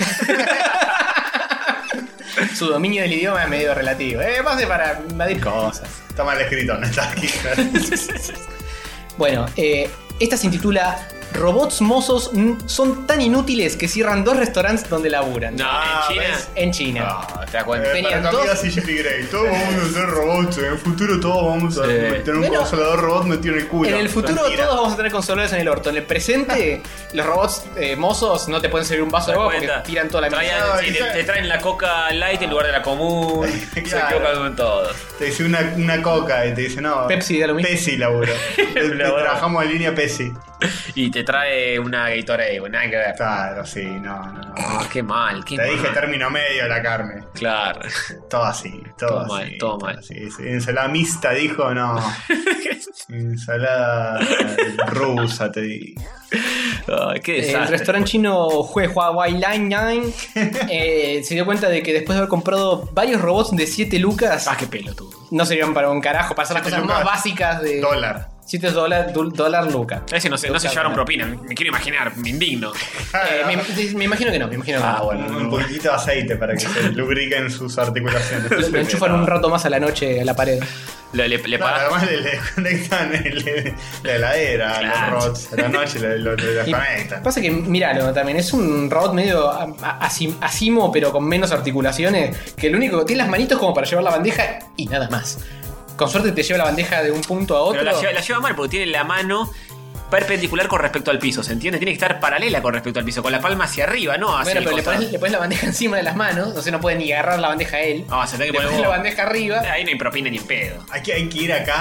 [SPEAKER 2] Su dominio del idioma es medio relativo. Eh, base para invadir cosas.
[SPEAKER 3] Está Eh, mal escrito, Néstor Kirchner.
[SPEAKER 2] Bueno, eh, esta se intitula Robots mozos n- son tan inútiles que cierran dos restaurantes donde laburan.
[SPEAKER 4] No,
[SPEAKER 3] Ah,
[SPEAKER 4] en China.
[SPEAKER 3] ¿ves?
[SPEAKER 2] En China.
[SPEAKER 4] No, te das
[SPEAKER 3] Eh,
[SPEAKER 4] cuenta.
[SPEAKER 2] Tenían
[SPEAKER 3] para Camila
[SPEAKER 2] dos-
[SPEAKER 3] y Jerry Grey. Todos vamos a ser robots. En el futuro todos vamos a
[SPEAKER 4] Sí.
[SPEAKER 3] tener un
[SPEAKER 2] Bueno,
[SPEAKER 3] consolador robot metido en el culo.
[SPEAKER 2] En el futuro
[SPEAKER 3] Mentira.
[SPEAKER 2] todos vamos a tener consoladores en el orto. En el presente, los robots eh, mozos no te pueden servir un vaso
[SPEAKER 4] ¿Te
[SPEAKER 2] de
[SPEAKER 4] das
[SPEAKER 2] agua porque
[SPEAKER 4] cuenta?
[SPEAKER 2] tiran toda la
[SPEAKER 4] Traían-
[SPEAKER 2] mierda.
[SPEAKER 3] Ah,
[SPEAKER 4] sí, te,
[SPEAKER 3] quizá-
[SPEAKER 4] te traen la coca light en lugar de la común. Se
[SPEAKER 3] Claro.
[SPEAKER 4] equivocan con todo.
[SPEAKER 3] Te dice una, una coca y te dice, no.
[SPEAKER 2] Pepsi, da lo mismo.
[SPEAKER 3] Pepsi laburo. Te- te
[SPEAKER 4] Laburo.
[SPEAKER 3] trabajamos en línea Pepsi.
[SPEAKER 4] Y te trae una Gatorade, bueno, nada que ver.
[SPEAKER 3] Claro, sí, no, no. no.
[SPEAKER 4] Ah, qué mal, qué
[SPEAKER 3] Te
[SPEAKER 4] mal.
[SPEAKER 3] dije término medio la carne.
[SPEAKER 4] Claro.
[SPEAKER 3] Todo así, todo,
[SPEAKER 4] Todo
[SPEAKER 3] así.
[SPEAKER 4] mal, todo mal.
[SPEAKER 3] así. Es- Ensalada mixta, dijo, no. Ensalada rusa, te digo.
[SPEAKER 4] Ay, Ah, qué
[SPEAKER 2] Eh, El
[SPEAKER 4] desastre.
[SPEAKER 2] restaurante chino Hue Huawei Line Nine eh, se dio cuenta de que después de haber comprado varios robots de 7 lucas,
[SPEAKER 4] Ah, qué pelotudo.
[SPEAKER 2] no servían para un carajo, para hacer las
[SPEAKER 3] Siete
[SPEAKER 2] cosas más
[SPEAKER 3] lucas.
[SPEAKER 2] básicas de.
[SPEAKER 3] Dólar.
[SPEAKER 2] 7 dólares, dólar luca.
[SPEAKER 4] Ese no se, no se
[SPEAKER 2] Lucas,
[SPEAKER 4] llevaron
[SPEAKER 2] bueno.
[SPEAKER 4] propina, me quiero imaginar, me indigno.
[SPEAKER 2] Eh, me, me imagino que no, me imagino que no.
[SPEAKER 3] Un, un poquitito de aceite para que se lubriquen sus articulaciones.
[SPEAKER 4] Pues
[SPEAKER 2] Lo, lo enchufan un rato más a la noche a la pared.
[SPEAKER 4] Le, le, le
[SPEAKER 3] No,
[SPEAKER 4] pagás-
[SPEAKER 3] además le, le conectan el- la heladera,
[SPEAKER 4] Claro.
[SPEAKER 3] los rods, a la noche le- lo, lo
[SPEAKER 2] Y
[SPEAKER 3] desconectan.
[SPEAKER 2] pasa que, míralo también, es un robot medio a- a- asim- asimo, pero con menos articulaciones. Que lo único que tiene las manitos como para llevar la bandeja y nada más. Con suerte te lleva la bandeja de un punto a otro.
[SPEAKER 4] Pero la lleva, la lleva mal porque tiene la mano perpendicular con respecto al piso, ¿se entiende? Tiene que estar paralela con respecto al piso, con la palma hacia arriba, no hacia
[SPEAKER 2] Bueno,
[SPEAKER 4] el
[SPEAKER 2] pero le
[SPEAKER 4] costado.
[SPEAKER 2] pones, le pones la bandeja encima de las manos, entonces no puede ni agarrar la bandeja a él.
[SPEAKER 4] Ah, se tiene que
[SPEAKER 2] le
[SPEAKER 4] poner
[SPEAKER 2] pones la
[SPEAKER 4] vos.
[SPEAKER 2] bandeja arriba.
[SPEAKER 4] Ahí no hay propina ni en pedo.
[SPEAKER 3] Hay que, hay que ir acá,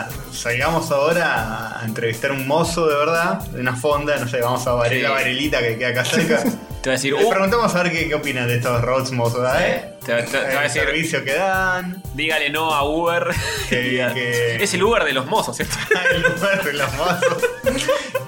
[SPEAKER 3] a- salgamos ahora a entrevistar a un mozo de verdad, de una fonda, no sé, vamos a Varela,
[SPEAKER 4] Sí.
[SPEAKER 3] Varelita que queda acá cerca.
[SPEAKER 4] Te va a decir,
[SPEAKER 3] Le
[SPEAKER 4] uh,
[SPEAKER 3] preguntamos a ver qué, qué opinan de estos robots mozos, ¿eh?
[SPEAKER 4] te, va- te- te va a
[SPEAKER 3] El
[SPEAKER 4] decir,
[SPEAKER 3] servicio que dan,
[SPEAKER 4] dígale no a Uber.
[SPEAKER 3] Que-
[SPEAKER 4] Diga-
[SPEAKER 3] que-
[SPEAKER 4] Es el Uber de los mozos, ¿cierto?
[SPEAKER 3] el lugar de los mozos,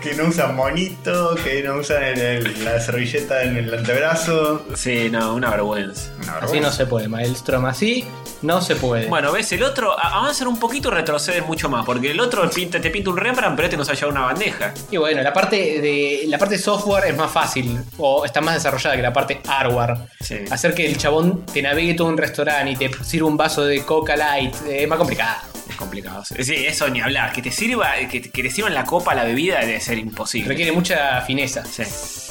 [SPEAKER 3] que no usan monito, que no usan el- el- la servilleta en el antebrazo.
[SPEAKER 4] Sí, no, una vergüenza.
[SPEAKER 2] Así no se puede, Maelstrom. Así no se puede.
[SPEAKER 4] Bueno, ves, el otro a- avanzan un poquito y retroceden mucho más, porque el otro pinta- te pinta un Rembrandt, pero este nos ha llevado una bandeja.
[SPEAKER 2] Y bueno, la parte de la parte software es más fácil o está más desarrollada que la parte hardware.
[SPEAKER 4] Sí.
[SPEAKER 2] Hacer que el chabón te navegue todo un restaurante y te sirva un vaso de Coca Light eh, es más complicado.
[SPEAKER 4] Es complicado. Sí, eso ni hablar. Que te sirva, que, que te sirvan la copa, la bebida, debe ser imposible.
[SPEAKER 2] Requiere mucha fineza.
[SPEAKER 4] Sí.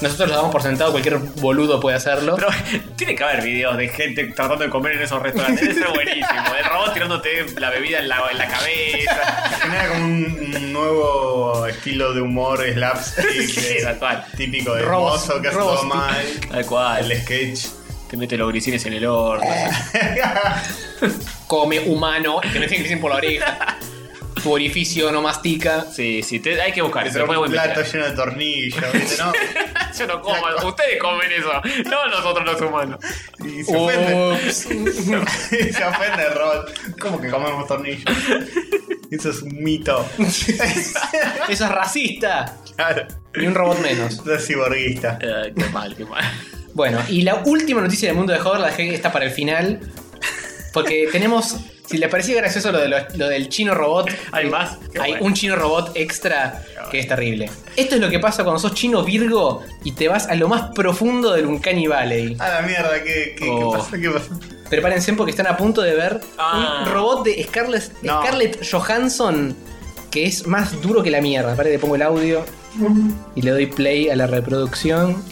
[SPEAKER 2] Nosotros lo damos por sentado, cualquier boludo puede hacerlo.
[SPEAKER 4] Pero tiene que haber videos de gente tratando de comer en esos restaurantes. Debe ser buenísimo. El robot tirándote la bebida en la, en la cabeza.
[SPEAKER 3] Genera como un, un nuevo estilo de humor slapstick
[SPEAKER 4] Sí,
[SPEAKER 3] de-
[SPEAKER 4] tal cual.
[SPEAKER 3] típico de
[SPEAKER 2] Robos-
[SPEAKER 3] mozo que hace todo
[SPEAKER 2] robostic.
[SPEAKER 3] mal. Ah,
[SPEAKER 4] Tal
[SPEAKER 3] El
[SPEAKER 4] cual.
[SPEAKER 3] sketch.
[SPEAKER 4] Te mete los grisines en el horno.
[SPEAKER 2] Come humano, que no tiene que ir por la oreja. Tu orificio no mastica.
[SPEAKER 4] Sí, sí, te- hay que buscar.
[SPEAKER 3] Que
[SPEAKER 4] eso,
[SPEAKER 3] trae
[SPEAKER 4] después
[SPEAKER 3] un
[SPEAKER 4] voy a
[SPEAKER 3] plato
[SPEAKER 4] investigar.
[SPEAKER 3] lleno de tornillos, ¿viste? ¿no?
[SPEAKER 4] Yo no como. Ustedes comen eso. No nosotros los humanos.
[SPEAKER 3] Y se ofende.
[SPEAKER 2] Ups.
[SPEAKER 3] Y se ofende el robot. ¿Cómo que comemos tornillos? Eso es un mito.
[SPEAKER 2] Eso es racista.
[SPEAKER 3] Claro.
[SPEAKER 2] Y un robot menos.
[SPEAKER 3] Eso es ciborguista.
[SPEAKER 4] Eh, qué mal, qué mal.
[SPEAKER 2] Bueno, y la última noticia del mundo de Horror la dejé esta para el final. Porque tenemos. Si les parecía gracioso lo, de lo, lo del chino robot. eh,
[SPEAKER 4] ¿Hay más? Qué
[SPEAKER 2] Hay
[SPEAKER 4] bueno.
[SPEAKER 2] un chino robot extra que es terrible. Esto es lo que pasa cuando sos chino Virgo y te vas a lo más profundo del Uncanny Valley.
[SPEAKER 3] A la mierda, ¿qué, qué,
[SPEAKER 4] Oh.
[SPEAKER 3] qué pasó? ¿Qué pasó?
[SPEAKER 2] Prepárense porque están a punto de ver
[SPEAKER 4] Ah.
[SPEAKER 2] un robot de Scarlett,
[SPEAKER 3] No.
[SPEAKER 2] Scarlett Johansson que es más duro que la mierda. Para le pongo el audio y le doy play a la reproducción.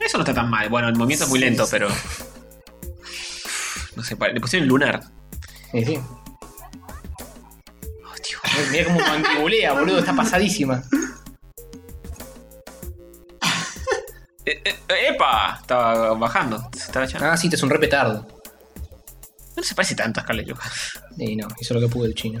[SPEAKER 4] Eso no está tan mal. Bueno, el movimiento es muy lento, pero. No sé, pa- le pusieron lunar.
[SPEAKER 2] Y sí.
[SPEAKER 4] Oh,
[SPEAKER 2] Mira cómo mandibulea, boludo, está pasadísima.
[SPEAKER 4] Eh, Eh, ¡Epa! Estaba bajando. se Estaba echando.
[SPEAKER 2] Ah, sí, te es un repetardo.
[SPEAKER 4] No se parece tanto a Scarlett Johansson.
[SPEAKER 2] Y no, hizo lo que pudo el chino.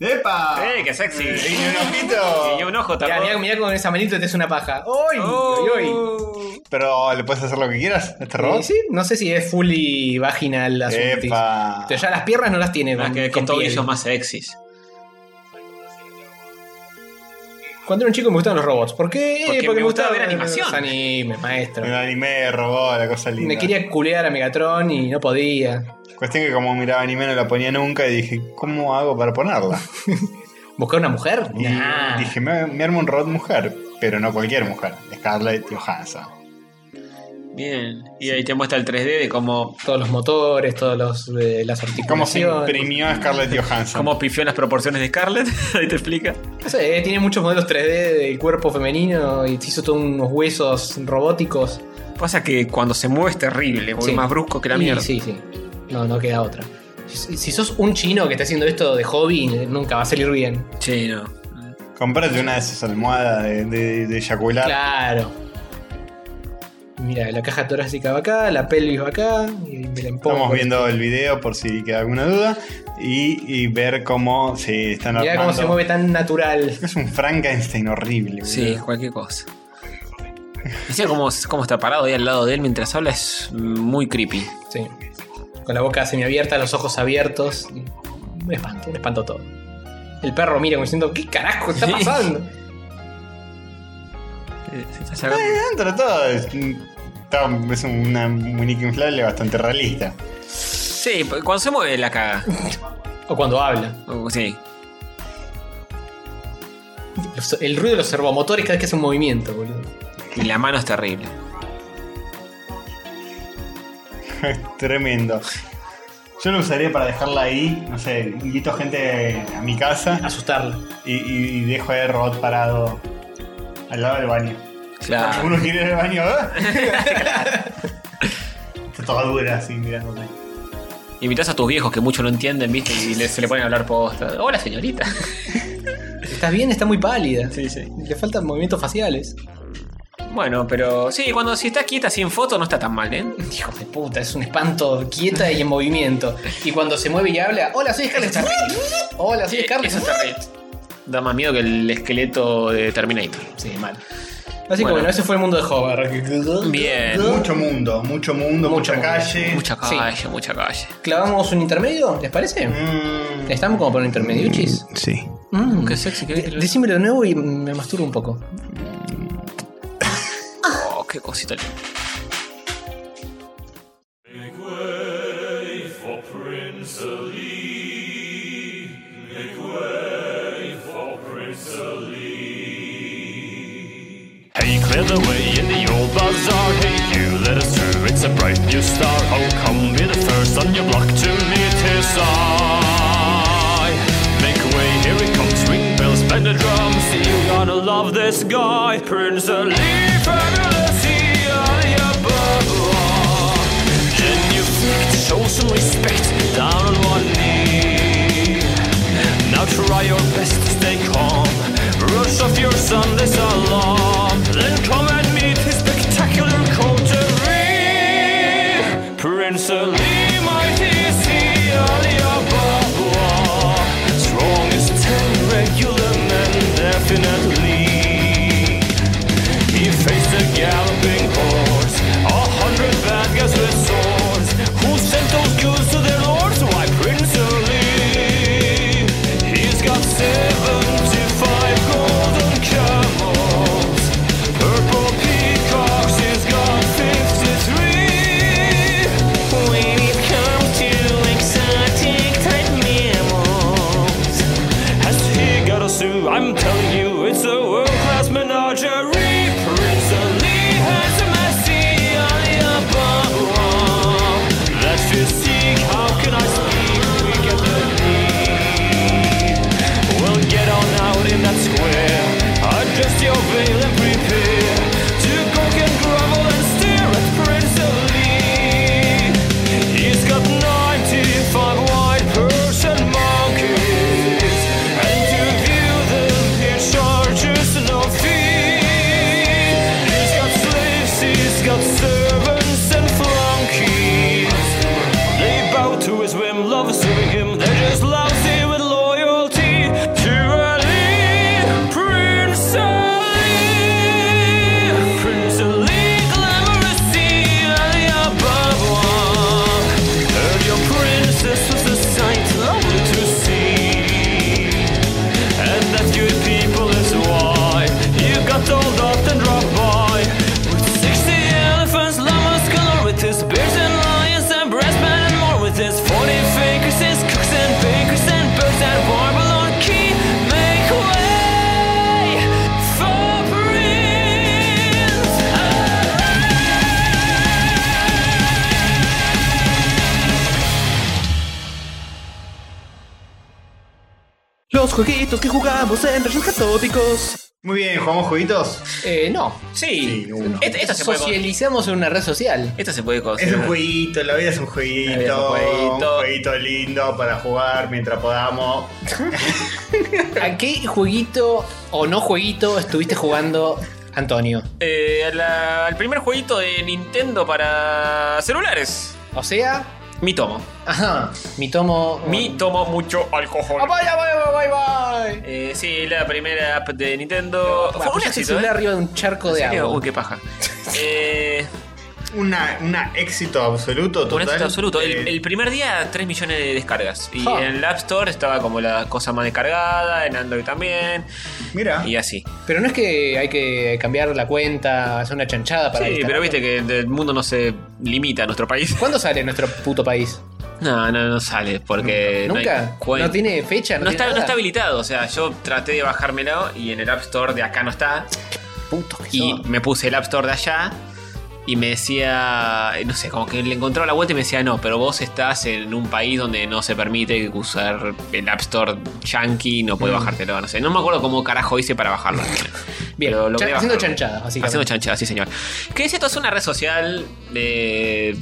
[SPEAKER 3] ¡Epa!
[SPEAKER 4] ¡Eh, qué sexy!
[SPEAKER 3] ¡Y un ojito!
[SPEAKER 4] Y un ojo
[SPEAKER 2] Oh.
[SPEAKER 4] Oh.
[SPEAKER 2] Mirá,
[SPEAKER 4] tampoco.
[SPEAKER 2] mirá, mirá con esa manito te es una paja. ¡Uy! ¡Uy! uy!
[SPEAKER 3] Pero le puedes hacer lo que quieras a este robot.
[SPEAKER 2] Eh, sí, no sé si es fully vaginal la Pero
[SPEAKER 3] ¡Epa!
[SPEAKER 2] ya las piernas no las tiene.
[SPEAKER 4] Más
[SPEAKER 2] con-
[SPEAKER 4] que
[SPEAKER 2] con
[SPEAKER 4] con
[SPEAKER 2] piel.
[SPEAKER 4] tobillos más sexys.
[SPEAKER 2] Cuando era un chico me gustaban los robots. ¿Por qué? Eh,
[SPEAKER 4] Porque me gustaba ver animación.
[SPEAKER 2] los animes, maestro.
[SPEAKER 3] Un anime, robot, la cosa linda.
[SPEAKER 2] Me quería culear a Megatron y no podía.
[SPEAKER 3] Cuestión que como miraba anime no la ponía nunca y dije, ¿cómo hago para ponerla?
[SPEAKER 2] ¿Buscar una mujer?
[SPEAKER 3] Y
[SPEAKER 2] Nah.
[SPEAKER 3] dije, me, me armo un robot mujer, pero no cualquier mujer, Scarlett Johansson.
[SPEAKER 4] Bien. Y ahí te muestra el 3D de cómo,
[SPEAKER 2] Todos los motores, todas los, eh, las
[SPEAKER 3] ¿Cómo se
[SPEAKER 2] articulaciones.
[SPEAKER 3] imprimió Scarlett Johansson?
[SPEAKER 4] cómo pifió en las proporciones de Scarlett. ahí te explica.
[SPEAKER 2] No sé, eh, tiene muchos modelos 3D del cuerpo femenino y se hizo todos unos huesos robóticos.
[SPEAKER 4] Pasa que cuando se mueve es terrible, boludo,
[SPEAKER 2] Sí.
[SPEAKER 4] más brusco que la
[SPEAKER 2] Y
[SPEAKER 4] mierda.
[SPEAKER 2] Sí, sí. No, no queda otra. Si, si sos un chino que está haciendo esto de hobby, nunca va a salir bien.
[SPEAKER 4] Sí, no.
[SPEAKER 3] Comprate una de esas almohadas de, de, de eyacular.
[SPEAKER 2] Claro. Mira, la caja torácica va acá, la pelvis va acá, y me la empongo.
[SPEAKER 3] Estamos viendo el video por si queda alguna duda y, y ver cómo se están
[SPEAKER 2] Mirá
[SPEAKER 3] armando.
[SPEAKER 2] cómo se mueve tan natural.
[SPEAKER 3] Es un Frankenstein horrible. boludo.
[SPEAKER 4] Sí, cualquier cosa. Decía cómo, cómo está parado ahí al lado de él mientras habla es muy creepy.
[SPEAKER 2] Sí. Con la boca semiabierta, los ojos abiertos. y Un espanto, un espanto todo. El perro mira como diciendo, ¿qué carajo está
[SPEAKER 4] Sí.
[SPEAKER 2] pasando?
[SPEAKER 4] Eh, Se está
[SPEAKER 3] Eh,
[SPEAKER 4] sacando.
[SPEAKER 3] dentro de todo es, está- es una muñeca inflable bastante realista.
[SPEAKER 4] Sí, pues, cuando se mueve la caga.
[SPEAKER 2] O cuando habla.
[SPEAKER 4] Uh, Sí.
[SPEAKER 2] Los- el ruido de los servomotores cada vez que hace un movimiento, boludo.
[SPEAKER 4] Y la mano es terrible.
[SPEAKER 3] Tremendo. Yo lo usaría para dejarla ahí, no sé, invito gente a mi casa
[SPEAKER 2] Asustarlo.
[SPEAKER 3] y, y- y dejo el robot parado al lado del baño.
[SPEAKER 2] Ah.
[SPEAKER 4] Claro.
[SPEAKER 3] Uno quiere ir al baño, ¿eh? Está toda dura así mirándote.
[SPEAKER 4] Invitas a tus viejos que mucho no entienden, ¿viste? Y le- se le ponen a hablar posta. Hola, señorita.
[SPEAKER 2] ¿Estás bien? Está muy pálida.
[SPEAKER 4] Sí, sí.
[SPEAKER 2] Le faltan movimientos faciales.
[SPEAKER 4] Bueno, pero sí, cuando si estás quieta sin foto no está tan mal, ¿eh?
[SPEAKER 2] Hijo de puta, es un espanto quieta y en movimiento. Y cuando se mueve y habla, hola, soy Scarlett. Hola, soy Scarlett.
[SPEAKER 4] Eso está re- Da más miedo que el esqueleto de Terminator.
[SPEAKER 2] Sí, mal. Así que
[SPEAKER 4] Bueno.
[SPEAKER 2] bueno, ese fue el mundo de Hover.
[SPEAKER 4] Bien.
[SPEAKER 3] Mucho mundo, mucho mundo,
[SPEAKER 2] Mucho
[SPEAKER 3] mucha
[SPEAKER 2] mundo.
[SPEAKER 3] calle.
[SPEAKER 4] Mucha eh. calle, mucha calle.
[SPEAKER 2] ¿Clavamos un intermedio? ¿Les parece?
[SPEAKER 3] Mm,
[SPEAKER 2] ¿Estamos como por un intermedio, chis?
[SPEAKER 3] sí.
[SPEAKER 2] Mm.
[SPEAKER 4] Qué sexy, qué
[SPEAKER 2] De- decímelo de nuevo y me masturbo un poco.
[SPEAKER 4] Oh, qué cosita linda.
[SPEAKER 10] Hey, clear the way in the old bazaar. Hey, you let us through. It's a bright new star. Oh, come be the first on your block to meet his eye. Make way, here it comes. Ring bells, bend the drums. You're gonna love this guy, Prince Ali. Fabulous, he are your bubble. Then you flick to show some respect down on one knee. Now try your best to stay calm. Brush off your Sunday's alarm. Then come and meet his spectacular coterie. Prince Ali, mighty sea, Ali Ababa. Strong as ten regular men, definitely. He faced a galloping horse, a hundred bad guys with swords. Who sent those goons to their lords? Why, Prince Ali. He's got seventy-five golden camels, purple peacocks. He's got fifty-three. When it comes to exotic type mammals, has he got a zoo? I'm telling you, it's a world-class menagerie. Prince Ali has a messiah above. That physique, how can I speak? We get the need. Well, get on out in that square. Adjust your veil and prepare to coke and grovel and stare at Prince Ali. He's got 95 white person monkeys. And to view the pitch
[SPEAKER 2] Los jueguitos que jugamos en rayos catódicos.
[SPEAKER 4] Eh,
[SPEAKER 3] Muy bien, ¿jugamos jueguitos?
[SPEAKER 2] Eh, no. Sí.
[SPEAKER 4] Este,
[SPEAKER 2] Esto- esto se puede con- Socializamos en una red social.
[SPEAKER 4] Esto este se puede
[SPEAKER 3] Es
[SPEAKER 4] considerar.
[SPEAKER 3] un jueguito, la vida es un
[SPEAKER 2] La vida es un
[SPEAKER 3] jueguito, un
[SPEAKER 2] jueguito.
[SPEAKER 3] jueguito lindo para jugar mientras podamos.
[SPEAKER 2] ¿A qué jueguito o no jueguito estuviste jugando, Antonio?
[SPEAKER 4] Eh, a la- al primer jueguito de Nintendo para celulares.
[SPEAKER 2] O sea,
[SPEAKER 4] Mi tomo.
[SPEAKER 2] ajá, mi tomo.
[SPEAKER 4] Mi tomo mucho alcohol.
[SPEAKER 2] Ah, vaya, vaya, vaya, vaya.
[SPEAKER 4] Eh, sí, la primera app de Nintendo.
[SPEAKER 2] Bueno, pues
[SPEAKER 4] Fue un
[SPEAKER 2] pusiste el
[SPEAKER 4] éxito.
[SPEAKER 2] celular
[SPEAKER 4] ¿eh?
[SPEAKER 2] arriba de un charco
[SPEAKER 4] ¿En
[SPEAKER 2] de
[SPEAKER 4] serio?
[SPEAKER 2] agua.
[SPEAKER 4] Uy, qué paja. Eh,
[SPEAKER 3] Una, una éxito absoluto, total.
[SPEAKER 4] un éxito este absoluto.
[SPEAKER 3] Eh,
[SPEAKER 4] El, el primer día, 3 millones de descargas. Y
[SPEAKER 2] Ah.
[SPEAKER 4] en el App Store estaba como la cosa más descargada, en Android también.
[SPEAKER 3] Mira,
[SPEAKER 4] Y así.
[SPEAKER 2] Pero no es que hay que cambiar la cuenta, hacer una chanchada para.
[SPEAKER 4] Sí,
[SPEAKER 2] instalar.
[SPEAKER 4] pero viste que el mundo no se limita a nuestro país.
[SPEAKER 2] ¿Cuándo sale nuestro puto país?
[SPEAKER 4] No, no, no sale, porque no hay
[SPEAKER 2] ¿Nunca? ¿No,
[SPEAKER 4] cuenta.
[SPEAKER 2] tiene fecha?
[SPEAKER 4] No
[SPEAKER 2] tiene
[SPEAKER 4] está, no
[SPEAKER 2] nada?
[SPEAKER 4] está habilitado, o sea, yo traté de bajármelo y en el App Store de acá no está.
[SPEAKER 2] Putos que
[SPEAKER 4] Y
[SPEAKER 2] son.
[SPEAKER 4] me puse el App Store de allá y me decía, no sé, como que le encontraba la vuelta y me decía, no, pero vos estás en un país donde no se permite usar el App Store yankee, no
[SPEAKER 2] Mm.
[SPEAKER 4] puedes bajártelo, no sé. No me acuerdo cómo carajo hice para bajarlo.
[SPEAKER 2] Bien,
[SPEAKER 4] pero logré
[SPEAKER 2] chan- haciendo
[SPEAKER 4] bajarlo.
[SPEAKER 2] chanchadas, básicamente.
[SPEAKER 4] Haciendo chanchada, sí, señor. Que es esto? Es una red social eh,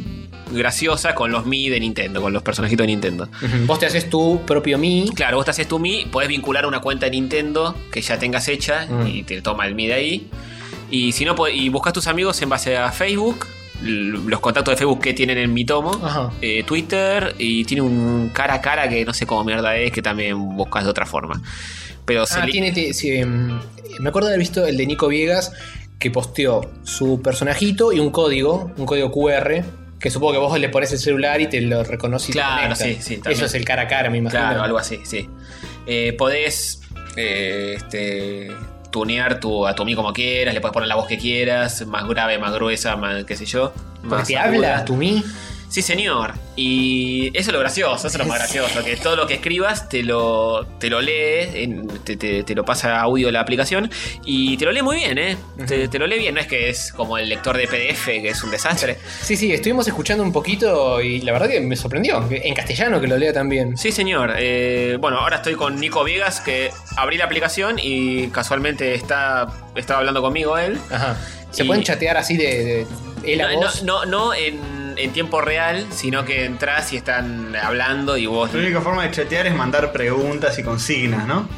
[SPEAKER 4] graciosa con los Mi de Nintendo, con los personajitos de Nintendo.
[SPEAKER 2] Ujú, Vos te haces tu propio mi.
[SPEAKER 4] Claro, vos te haces tu Mi, podés vincular una cuenta de Nintendo que ya tengas hecha
[SPEAKER 2] Mm.
[SPEAKER 4] y te toma el Mi de ahí. Y si no, po- y buscas tus amigos en base a Facebook, l- los contactos de Facebook que tienen en Mi Tomo,
[SPEAKER 2] Ajá.
[SPEAKER 4] eh, Twitter, y tiene un cara a cara que no sé cómo mierda es, que también buscas de otra forma. Pero se
[SPEAKER 2] Ah,
[SPEAKER 4] li-
[SPEAKER 2] tiene. te- sí, em, me acuerdo de haber visto el de Nico Viegas que posteó su personajito y un código, un código QR. Que supongo que vos le pones el celular y te lo reconoce y te
[SPEAKER 4] Claro,
[SPEAKER 2] conecta.
[SPEAKER 4] sí, sí, también.
[SPEAKER 2] Eso es el cara a cara, me imagino.
[SPEAKER 4] Claro, algo así, sí. Eh, podés eh, este, tunear tu, a tu Mi como quieras, le podés poner la voz que quieras, más grave, más gruesa, más qué sé yo.
[SPEAKER 2] Porque
[SPEAKER 4] más
[SPEAKER 2] te
[SPEAKER 4] aguda.
[SPEAKER 2] habla tu mi.
[SPEAKER 4] Sí, señor. Y eso es lo gracioso, eso es lo más gracioso, que todo lo que escribas te lo, te lo lee, en- te, te- te lo pasa audio la aplicación y te lo lee muy bien, ¿eh? Te, te lo lee bien, no es que es como el lector de PDF, que es un desastre.
[SPEAKER 2] Sí, sí, estuvimos escuchando un poquito y la verdad que me sorprendió. que- En castellano que lo lea también.
[SPEAKER 4] Sí, señor. Eh, bueno, ahora estoy con Nico Viegas, que abrí la aplicación y casualmente está, estaba hablando conmigo él.
[SPEAKER 2] Ajá. Se
[SPEAKER 4] Y-
[SPEAKER 2] pueden chatear así de, de él a
[SPEAKER 4] No, no,
[SPEAKER 2] vos.
[SPEAKER 4] no, no en, en tiempo real, sino que entras y están hablando y vos...
[SPEAKER 3] la única forma de chatear es mandar preguntas y consignas, ¿no?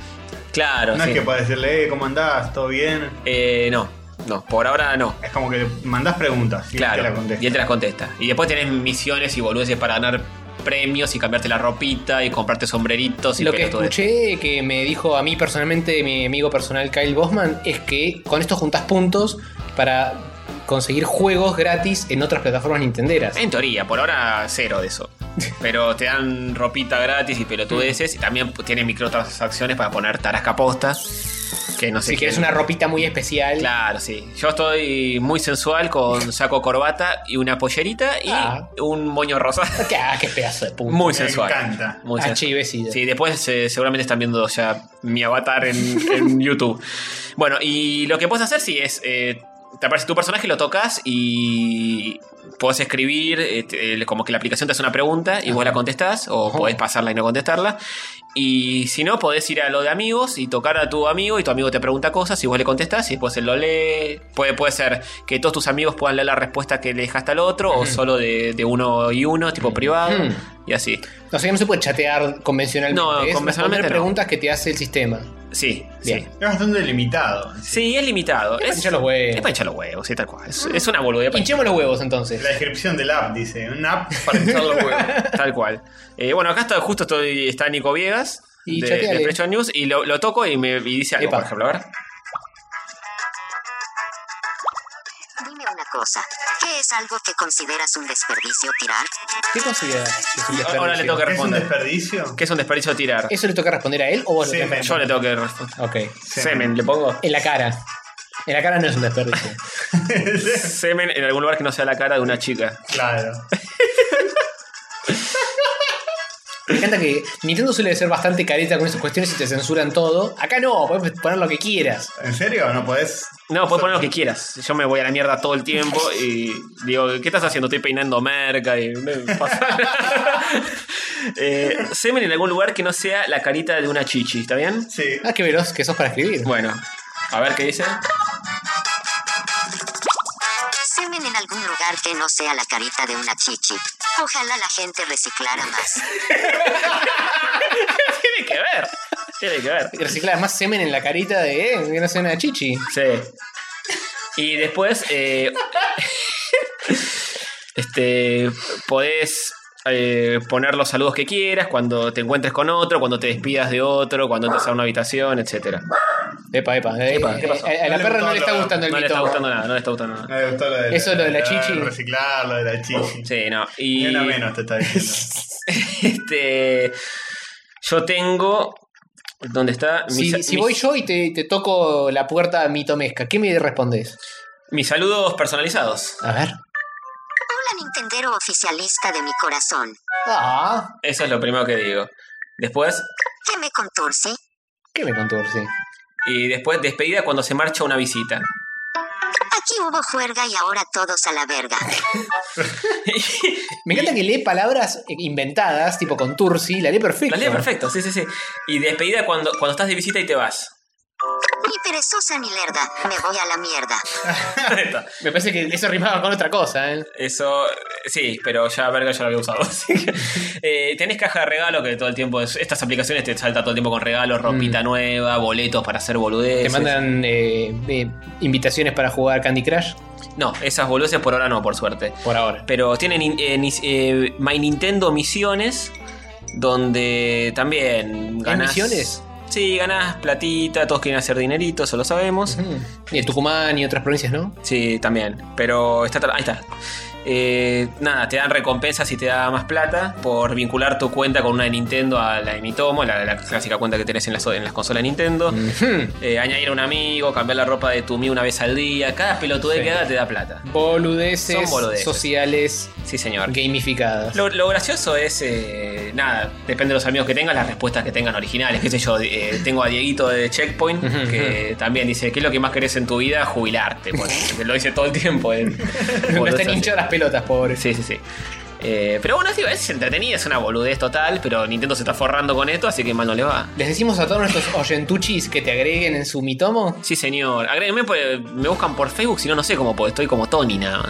[SPEAKER 4] Claro,
[SPEAKER 3] no
[SPEAKER 4] Ah, sí.
[SPEAKER 3] es que para decirle, "Eh, ¿cómo andás? ¿Todo bien?
[SPEAKER 4] Eh, no, no, por ahora no.
[SPEAKER 3] Es como que le mandás preguntas y él
[SPEAKER 4] Claro,
[SPEAKER 3] te la contesta.
[SPEAKER 4] y él te las contesta. Y después tenés misiones y boludeces para ganar premios y cambiarte la ropita y comprarte sombreritos y
[SPEAKER 2] Lo que
[SPEAKER 4] pelotudeces.
[SPEAKER 2] escuché que me dijo a mí personalmente mi amigo personal Kyle Bosman es que con esto juntas puntos para conseguir juegos gratis en otras plataformas nintenderas.
[SPEAKER 4] En teoría, por ahora cero de eso. Pero te dan ropita gratis y pelotudeces. Y también tiene microtransacciones para poner tarasca posta. Que no sé
[SPEAKER 2] Si quieres
[SPEAKER 4] quién-
[SPEAKER 2] una ropita muy especial.
[SPEAKER 4] Claro, sí. Yo estoy muy sensual con saco corbata y una pollerita y
[SPEAKER 2] Ah.
[SPEAKER 4] un moño rosa.
[SPEAKER 2] Ah, qué pedazo de puta.
[SPEAKER 4] Muy
[SPEAKER 3] Uh, Me
[SPEAKER 4] sensual.
[SPEAKER 3] encanta.
[SPEAKER 4] Muy
[SPEAKER 2] Ah,
[SPEAKER 4] sensual.
[SPEAKER 2] chivecida.
[SPEAKER 4] Sí, después eh, seguramente están viendo ya mi avatar en, en YouTube. Bueno, y lo que puedes hacer sí es. eh, te aparece tu personaje, lo tocas y. Puedes escribir, eh, te- eh, como que la aplicación te hace una pregunta y vos la contestás, o podés pasarla y no contestarla. Y si no, podés ir a lo de amigos y tocar a tu amigo y tu amigo te pregunta cosas y vos le contestás y después él lo lee. Puede, puede ser que todos tus amigos puedan leer la respuesta que le dejaste al otro o solo de, de uno y uno, tipo privado,
[SPEAKER 2] Ujú.
[SPEAKER 4] y así.
[SPEAKER 2] O sea que no se puede chatear convencionalmente.
[SPEAKER 4] No,
[SPEAKER 2] es responder
[SPEAKER 4] convencionalmente no.
[SPEAKER 2] preguntas que te hace el sistema.
[SPEAKER 4] Sí,
[SPEAKER 2] Bien.
[SPEAKER 4] sí.
[SPEAKER 3] Es bastante limitado.
[SPEAKER 4] Sí, es limitado.
[SPEAKER 2] para hinchar los huevos.
[SPEAKER 4] Es para hinchar los huevos, sí, tal cual. Es, es una boludez. para
[SPEAKER 2] Pinchemos los huevos entonces.
[SPEAKER 3] La descripción del app dice, una app para echar los huevos.
[SPEAKER 4] hinchar- Tal cual. Eh, bueno, acá está, justo estoy, está Nico Viegas.
[SPEAKER 2] Y
[SPEAKER 4] de,
[SPEAKER 2] chateale.
[SPEAKER 4] de Pressure News. Y lo, lo toco y me y dice algo,
[SPEAKER 2] Epa.
[SPEAKER 4] por ejemplo. A ver.
[SPEAKER 11] Dime una cosa, ¿qué es algo que consideras un desperdicio tirar?
[SPEAKER 2] ¿Qué consideras? que es un
[SPEAKER 4] Y ahora le
[SPEAKER 2] desperdicio?
[SPEAKER 4] tengo que
[SPEAKER 3] ¿Es un
[SPEAKER 4] responder.
[SPEAKER 3] desperdicio?
[SPEAKER 4] ¿Qué es un desperdicio tirar?
[SPEAKER 2] ¿Eso le toca responder a él o vos
[SPEAKER 3] Sí,
[SPEAKER 2] le
[SPEAKER 4] Yo le tengo que responder.
[SPEAKER 2] Ok.
[SPEAKER 4] Semen. ¿le pongo?
[SPEAKER 2] En la cara. En la cara no es un desperdicio.
[SPEAKER 4] Semen en algún lugar que no sea la cara de una chica.
[SPEAKER 3] claro.
[SPEAKER 2] Me encanta que Nintendo suele ser bastante careta con esas cuestiones y te censuran todo. Acá no, puedes poner lo que quieras.
[SPEAKER 3] ¿En serio? ¿No podés?
[SPEAKER 4] No, puedes poner lo que quieras. Yo me voy a la mierda todo el tiempo y digo, ¿qué estás haciendo? Estoy peinando merca y me pasa. Eh, semen en algún lugar que no sea la carita de una chichi, ¿está bien?
[SPEAKER 3] Sí.
[SPEAKER 2] Ah, qué veloz que sos para escribir.
[SPEAKER 4] Bueno, a ver qué dice.
[SPEAKER 11] Semen en algún lugar que no sea la carita de una chichi. Ojalá la gente reciclara más.
[SPEAKER 4] Tiene que ver. Tiene que ver.
[SPEAKER 2] Reciclar más semen en la carita de, eh, que no sea una chichi.
[SPEAKER 4] Sí. Y después, eh, este, podés eh, poner los saludos que quieras cuando te encuentres con otro, cuando te despidas de otro, cuando entres a una habitación, etcétera.
[SPEAKER 2] Epa, epa. eh,
[SPEAKER 4] Epa, ¿qué
[SPEAKER 2] eh,
[SPEAKER 4] pasó?
[SPEAKER 2] A, a la
[SPEAKER 3] No le
[SPEAKER 2] perra
[SPEAKER 3] gustó
[SPEAKER 2] no le está
[SPEAKER 3] lo-
[SPEAKER 2] gustando el
[SPEAKER 4] No le
[SPEAKER 2] mito.
[SPEAKER 4] está gustando nada, no le está gustando
[SPEAKER 2] Eh,
[SPEAKER 4] nada.
[SPEAKER 3] Me gustó lo de
[SPEAKER 2] Eso, lo de la chichi.
[SPEAKER 3] Reciclar, lo de la chichi.
[SPEAKER 4] Sí, no. Y
[SPEAKER 3] Ni una menos te está diciendo.
[SPEAKER 4] este, yo tengo. ¿Dónde está? Mi sa-
[SPEAKER 2] Si, si
[SPEAKER 4] mi-
[SPEAKER 2] voy yo y te, te toco la puerta mitomesca, ¿qué me respondes?
[SPEAKER 4] Mis saludos personalizados.
[SPEAKER 2] A ver.
[SPEAKER 11] Hola Nintendero oficialista de mi corazón.
[SPEAKER 2] Ah,
[SPEAKER 4] Eso es lo primero que digo. Después,
[SPEAKER 11] Que me conturce.
[SPEAKER 2] ¿qué me contorce?
[SPEAKER 4] y después despedida cuando se marcha una visita.
[SPEAKER 11] Aquí hubo juerga y ahora todos a la verga.
[SPEAKER 2] Me encanta que lee palabras inventadas, tipo con Tursi, la lee perfecto.
[SPEAKER 4] La ley perfecto, sí, sí, sí. Y despedida cuando, cuando estás de visita y te vas.
[SPEAKER 11] Ni perezosa ni lerda. Me voy a la mierda.
[SPEAKER 4] Ahí está.
[SPEAKER 2] Me parece que eso rimaba con otra cosa, ¿eh?
[SPEAKER 4] Eso, eh, sí, pero ya verga ya lo había usado. así que, eh, tenés caja de regalo que todo el tiempo, es- estas aplicaciones te salta todo el tiempo con
[SPEAKER 2] Mm.
[SPEAKER 4] regalos, ropita nueva, boletos para hacer boludeces.
[SPEAKER 2] Te mandan eh, eh, invitaciones para jugar Candy Crush
[SPEAKER 4] No, esas boludeces por ahora no, por suerte.
[SPEAKER 2] por ahora.
[SPEAKER 4] Pero tienen in- eh, nis- eh, My Nintendo Misiones, donde también ganás.
[SPEAKER 2] misiones?
[SPEAKER 4] Sí, ganás platita, todos quieren hacer dinerito, eso lo sabemos.
[SPEAKER 2] Y en Tucumán y otras provincias, ¿no?
[SPEAKER 4] Sí, también. Pero está. tra- Ahí está. Eh, nada, te dan recompensas y te da más plata por vincular tu cuenta con una de Nintendo a la de Mitomo, la, la clásica cuenta que tenés en las, en las consolas de Nintendo.
[SPEAKER 2] Mm. Hmm.
[SPEAKER 4] Eh, añadir a un amigo, cambiar la ropa de tu Mi una vez al día. Cada pelotudez
[SPEAKER 2] Sí.
[SPEAKER 4] que haga te da plata.
[SPEAKER 2] Boludeces,
[SPEAKER 4] Son boludeces.
[SPEAKER 2] sociales
[SPEAKER 4] Sí, señor.
[SPEAKER 2] gamificadas.
[SPEAKER 4] Lo, lo gracioso es, eh, nada, depende de los amigos que tengas, las respuestas que tengan originales. Qué sé yo, eh, tengo a Dieguito de Checkpoint,
[SPEAKER 2] Ujú,
[SPEAKER 4] que también dice, ¿qué es lo que más querés en tu vida? Jubilarte. Bueno, lo dice todo el tiempo. eh.
[SPEAKER 2] no
[SPEAKER 4] Boludeces
[SPEAKER 2] están
[SPEAKER 4] así.
[SPEAKER 2] hinchadas las pelotas, pobres.
[SPEAKER 4] Sí, sí, sí. Eh, pero bueno, sí, es entretenida, es una boludez total, pero Nintendo se está forrando con esto, así que mal no le va.
[SPEAKER 2] ¿Les decimos a todos nuestros oyentuchis que te agreguen en su mitomo?
[SPEAKER 4] Sí, señor. Agréguenme, pues, me buscan por Facebook, si no, no sé cómo puedo. Estoy como Tony, nada más.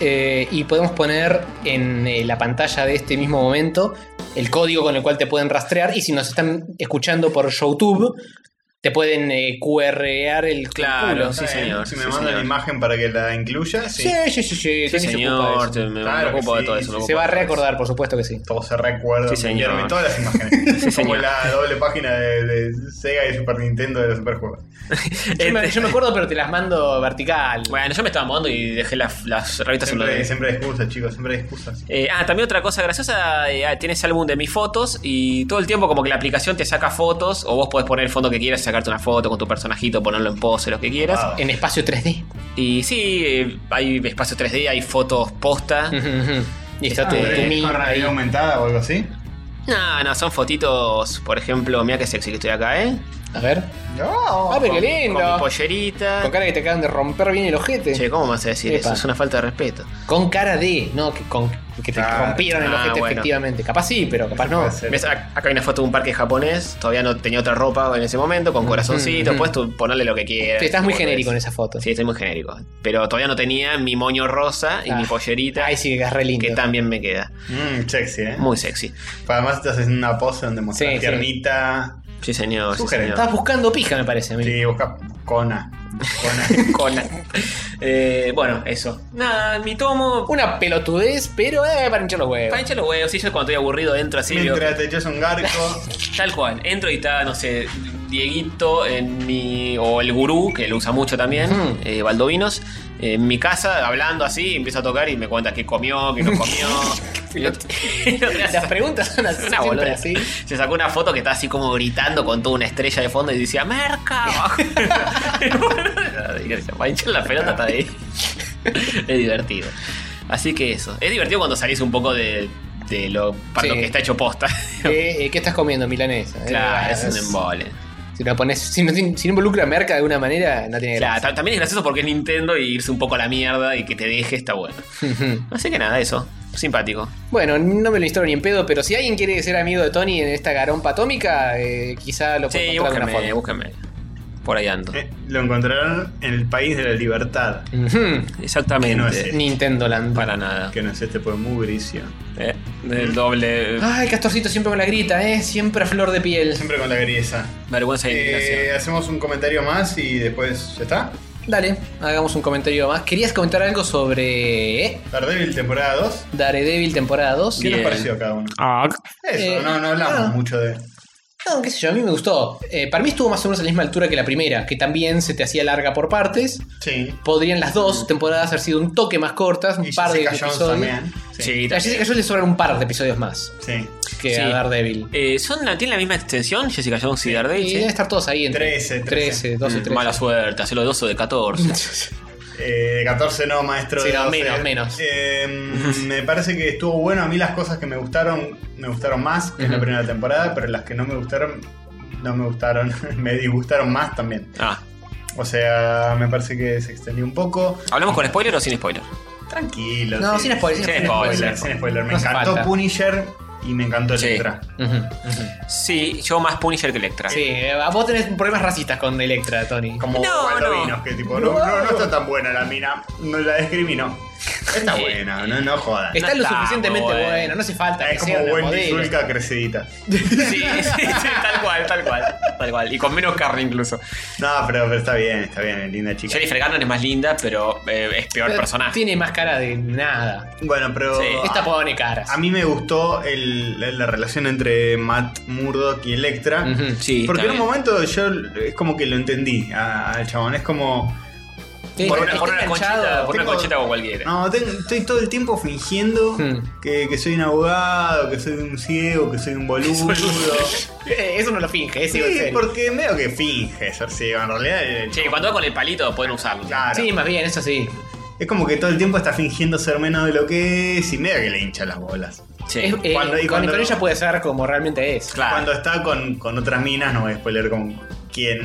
[SPEAKER 2] Eh, y podemos poner en eh, la pantalla de este mismo momento el código con el cual te pueden rastrear. Y si nos están escuchando por YouTube, te pueden eh, QRear el
[SPEAKER 4] Claro,
[SPEAKER 2] culo.
[SPEAKER 4] Sí, señor,
[SPEAKER 3] Si
[SPEAKER 4] sí,
[SPEAKER 3] me mandan
[SPEAKER 4] señor.
[SPEAKER 3] la imagen para que la incluya, sí.
[SPEAKER 2] Sí, sí, sí, sí.
[SPEAKER 4] Sí,
[SPEAKER 2] ¿quién se ocupa de
[SPEAKER 4] señor.
[SPEAKER 2] eso?
[SPEAKER 4] te- Me, me
[SPEAKER 3] Claro que
[SPEAKER 4] ocupo de
[SPEAKER 3] sí,
[SPEAKER 4] todo
[SPEAKER 2] Se va
[SPEAKER 4] eso. me
[SPEAKER 2] a
[SPEAKER 4] ocupo de todo eso.
[SPEAKER 2] reacordar, por supuesto que sí.
[SPEAKER 3] Todo se recuerda.
[SPEAKER 4] Sí, señor.
[SPEAKER 3] enviarme todas las imágenes.
[SPEAKER 4] Sí,
[SPEAKER 3] Como
[SPEAKER 4] señor.
[SPEAKER 3] la doble página de, de Sega y Super Nintendo de los superjuegos.
[SPEAKER 2] Yo me,
[SPEAKER 4] Este-
[SPEAKER 2] yo me acuerdo, pero te las mando vertical.
[SPEAKER 4] Bueno, yo me estaba mudando y dejé las, las revistas en lo
[SPEAKER 3] Siempre,
[SPEAKER 4] de...
[SPEAKER 3] siempre hay excusas, chicos, siempre hay excusas.
[SPEAKER 4] Eh, ah, también otra cosa graciosa, eh, ah, tienes álbum de mis fotos y todo el tiempo como que la aplicación te saca fotos o vos podés poner el fondo que quieras, sacarte una foto con tu personajito, ponerlo en pose, lo que quieras.
[SPEAKER 3] Wow.
[SPEAKER 2] En espacio 3D.
[SPEAKER 4] Y sí, eh, hay espacio 3D, hay fotos posta.
[SPEAKER 2] Ujú, ujú. y está
[SPEAKER 3] Ah,
[SPEAKER 4] Este-
[SPEAKER 2] tu,
[SPEAKER 3] ¿es
[SPEAKER 2] tu mi-
[SPEAKER 3] ¿Con realidad aumentada o algo así?
[SPEAKER 4] No, no, son fotitos, por ejemplo, mira que sexy que estoy acá, ¿eh?
[SPEAKER 2] A ver.
[SPEAKER 3] No.
[SPEAKER 2] Ah, pero qué
[SPEAKER 4] Con mi
[SPEAKER 2] lindo.
[SPEAKER 4] pollerita.
[SPEAKER 2] Con cara que te acaban de romper bien el ojete.
[SPEAKER 4] Che, ¿cómo me vas a decir
[SPEAKER 2] Epa.
[SPEAKER 4] eso? Es una falta de respeto.
[SPEAKER 2] Con cara de, no, que, con, que te
[SPEAKER 3] Ah,
[SPEAKER 2] rompieron el
[SPEAKER 4] ah,
[SPEAKER 2] ojete
[SPEAKER 4] bueno.
[SPEAKER 2] efectivamente. Capaz sí, pero capaz no.
[SPEAKER 3] Puede ser.
[SPEAKER 4] ¿Ves? Ac- Acá hay una foto de un parque japonés, todavía no tenía otra ropa en ese momento, con corazoncito,
[SPEAKER 2] ujú.
[SPEAKER 4] puedes tú ponerle lo que quieras.
[SPEAKER 2] Sí, estás muy
[SPEAKER 4] Como
[SPEAKER 2] genérico en
[SPEAKER 4] ves.
[SPEAKER 2] esa foto.
[SPEAKER 4] Sí, estoy muy genérico. Pero todavía no tenía mi moño rosa y
[SPEAKER 2] Ah.
[SPEAKER 4] mi pollerita,
[SPEAKER 2] Ay, sí, que es re lindo.
[SPEAKER 4] que también me queda.
[SPEAKER 3] Mmm, sexy, ¿eh?
[SPEAKER 4] Muy sexy.
[SPEAKER 3] Además, estás haciendo una pose donde mostrar
[SPEAKER 2] Sí, sí.
[SPEAKER 3] piernita.
[SPEAKER 4] Sí, señor. sí,
[SPEAKER 3] Sugerente.
[SPEAKER 4] señor.
[SPEAKER 2] Estabas buscando pija, me parece. a mí.
[SPEAKER 3] Sí, busca cona. Cona.
[SPEAKER 4] Cola. Eh, bueno, eso. Nada, mi tomo.
[SPEAKER 2] Una pelotudez, pero eh, para hinchar los
[SPEAKER 4] Para
[SPEAKER 2] huevos.
[SPEAKER 4] hinchar los huevos, y yo cuando estoy aburrido entro así. digo,
[SPEAKER 3] Mientras te echas un garco.
[SPEAKER 4] tal cual, entro y está, no sé, Dieguito en mi. o el gurú, que lo usa mucho también,
[SPEAKER 2] Ujú.
[SPEAKER 4] eh, Baldovinos, en mi casa, hablando así, empieza a tocar y me cuenta qué comió, qué no comió. Y lo- y lo-
[SPEAKER 2] Las preguntas son así,
[SPEAKER 4] Una
[SPEAKER 2] siempre
[SPEAKER 4] boluda.
[SPEAKER 2] así.
[SPEAKER 4] Se sacó una foto que estaba así como gritando con toda una estrella de fondo y decía ¡Merca! Para hinchar la pelota está ahí. es divertido. Así que eso. Es divertido cuando salís un poco de, de lo, para
[SPEAKER 2] Sí.
[SPEAKER 4] lo que está hecho posta.
[SPEAKER 2] Eh, eh, ¿Qué estás comiendo, milanesa? Eh,
[SPEAKER 4] claro,
[SPEAKER 2] ah,
[SPEAKER 4] es un embole.
[SPEAKER 2] Si no pones, si no, tiene- si no involucra merca de alguna manera, no tiene
[SPEAKER 4] Claro,
[SPEAKER 2] gracia.
[SPEAKER 4] ta- también es gracioso porque es Nintendo y irse un poco a la mierda y que te deje está bueno.
[SPEAKER 2] Ujú.
[SPEAKER 4] Así que nada, eso. simpático.
[SPEAKER 2] Bueno, no me lo instalo ni en pedo, pero si alguien quiere ser amigo de Tony en esta garompa atómica, eh, quizá lo pueda
[SPEAKER 4] Sí,
[SPEAKER 2] encontrar de una
[SPEAKER 4] búsquenme,
[SPEAKER 2] forma.
[SPEAKER 4] búsquenme. Por ahí ando.
[SPEAKER 3] eh, Lo encontrarán en el país de la libertad.
[SPEAKER 4] Exactamente.
[SPEAKER 3] Que no es este.
[SPEAKER 2] Nintendo Land.
[SPEAKER 4] Para nada.
[SPEAKER 3] Que no es este pues mugricio.
[SPEAKER 4] Eh, del doble.
[SPEAKER 3] Ah,
[SPEAKER 2] Ay, Castorcito siempre con la grita, ¿eh? Siempre a flor de piel.
[SPEAKER 3] Siempre con la griesa.
[SPEAKER 4] Vergüenza y
[SPEAKER 3] Eh, hacemos un comentario más y después ya está.
[SPEAKER 2] Dale, hagamos un comentario más. ¿Querías comentar algo sobre. eh,
[SPEAKER 3] Daredevil temporada 2?
[SPEAKER 2] Daredevil temporada 2.
[SPEAKER 3] ¿Qué nos pareció a cada uno? Eso,
[SPEAKER 2] Eh,
[SPEAKER 3] no, no hablamos
[SPEAKER 2] ah.
[SPEAKER 3] mucho de.
[SPEAKER 2] No, qué sé yo, a mí me gustó. Eh, para mí estuvo más o menos a la misma altura que la primera, que también se te hacía larga por partes.
[SPEAKER 3] Sí.
[SPEAKER 2] Podrían las
[SPEAKER 4] Mm.
[SPEAKER 2] dos temporadas haber sido un toque más cortas, un par de
[SPEAKER 3] Jessica Jones
[SPEAKER 2] episodios.
[SPEAKER 3] también.
[SPEAKER 4] Sí,
[SPEAKER 2] A Jessica Jones le sobran un par de episodios más
[SPEAKER 3] Sí.
[SPEAKER 2] que a
[SPEAKER 4] Sí.
[SPEAKER 2] Daredevil.
[SPEAKER 4] Eh, ¿son la, ¿Tienen la misma extensión Jessica Jones y Daredevil?
[SPEAKER 2] Y
[SPEAKER 4] sí?
[SPEAKER 2] deben estar todos ahí entre
[SPEAKER 3] 13,
[SPEAKER 2] 13, 12,
[SPEAKER 4] Mm,
[SPEAKER 2] 13.
[SPEAKER 4] Mala suerte, hacerlo de 12 o de 14.
[SPEAKER 3] Eh, 14 no, maestro.
[SPEAKER 2] Sí,
[SPEAKER 3] de
[SPEAKER 2] no,
[SPEAKER 3] 12.
[SPEAKER 2] menos, menos.
[SPEAKER 3] Eh, me parece que estuvo bueno. A mí las cosas que me gustaron, me gustaron más que en la
[SPEAKER 2] Ujú.
[SPEAKER 3] primera temporada, pero las que no me gustaron, no me gustaron. me disgustaron más también.
[SPEAKER 4] ah,
[SPEAKER 3] O sea, me parece que se extendió un poco.
[SPEAKER 4] ¿hablamos con spoiler o sin spoiler?
[SPEAKER 3] Tranquilo.
[SPEAKER 2] No,
[SPEAKER 3] sí.
[SPEAKER 2] sin spoiler, sin
[SPEAKER 4] Sin
[SPEAKER 2] spoiler.
[SPEAKER 4] spoiler.
[SPEAKER 3] Sin spoiler. Me
[SPEAKER 2] No hace
[SPEAKER 3] encantó
[SPEAKER 2] falta.
[SPEAKER 3] Punisher y me encantó
[SPEAKER 4] Sí.
[SPEAKER 3] Electra.
[SPEAKER 2] Ujú.
[SPEAKER 4] Sí, yo más Punisher que Electra.
[SPEAKER 2] Sí, eh, vos tenés problemas racistas con Electra, Tony.
[SPEAKER 3] Como
[SPEAKER 4] No,
[SPEAKER 3] Baldovinos,
[SPEAKER 4] no.
[SPEAKER 3] que tipo, no, no, no está tan buena la mina. No la discrimino. Está buena, no, no jodas.
[SPEAKER 2] Está lo
[SPEAKER 4] está muy
[SPEAKER 2] suficientemente bueno.
[SPEAKER 4] bueno.
[SPEAKER 2] no hace falta.
[SPEAKER 3] es
[SPEAKER 2] que sea
[SPEAKER 3] como
[SPEAKER 2] una
[SPEAKER 3] Wendy
[SPEAKER 2] modelo.
[SPEAKER 3] Zulka crecidita.
[SPEAKER 4] Sí, sí, sí, tal cual, tal cual. Tal cual. Y con menos carne incluso.
[SPEAKER 3] No, pero, pero está bien, está bien, es linda chica.
[SPEAKER 4] Jennifer Garner es más linda, pero eh, es peor
[SPEAKER 2] Pero
[SPEAKER 4] personaje.
[SPEAKER 2] Tiene más cara de nada.
[SPEAKER 3] Bueno, pero
[SPEAKER 4] Sí.
[SPEAKER 2] Esta pone caras.
[SPEAKER 3] Ah. a, a mí me gustó el- la, la relación entre Matt Murdock y Electra.
[SPEAKER 2] Ujú.
[SPEAKER 4] Sí,
[SPEAKER 3] Porque en un
[SPEAKER 4] también.
[SPEAKER 3] momento yo es como que lo entendí a- al chabón. Es como,
[SPEAKER 2] Sí,
[SPEAKER 4] Por
[SPEAKER 2] que
[SPEAKER 4] una,
[SPEAKER 2] esté
[SPEAKER 4] por una
[SPEAKER 2] enganchado,
[SPEAKER 4] conchita, por una
[SPEAKER 3] tengo-
[SPEAKER 4] conchita con cualquiera.
[SPEAKER 3] no, tengo- estoy todo el tiempo fingiendo
[SPEAKER 2] Hmm.
[SPEAKER 3] que, que soy un abogado, que soy un ciego, que soy un boludo.
[SPEAKER 2] Eh, Eso no lo finge, es
[SPEAKER 3] Sí,
[SPEAKER 2] sí, serio.
[SPEAKER 3] porque medio que finge ser ciego. En realidad, el
[SPEAKER 4] Che, cuando va con el palito pueden usarlo.
[SPEAKER 3] Claro.
[SPEAKER 2] Sí, más bien, eso sí.
[SPEAKER 3] Es como que todo el tiempo está fingiendo ser menos de lo que es y medio que le hincha las bolas.
[SPEAKER 4] Sí.
[SPEAKER 2] Es- eh,
[SPEAKER 3] Cuando- y
[SPEAKER 2] con,
[SPEAKER 3] cuando-
[SPEAKER 2] con ella puede ser como realmente es.
[SPEAKER 4] Claro.
[SPEAKER 3] Cuando está con, con otras minas, no voy a spoiler con quién,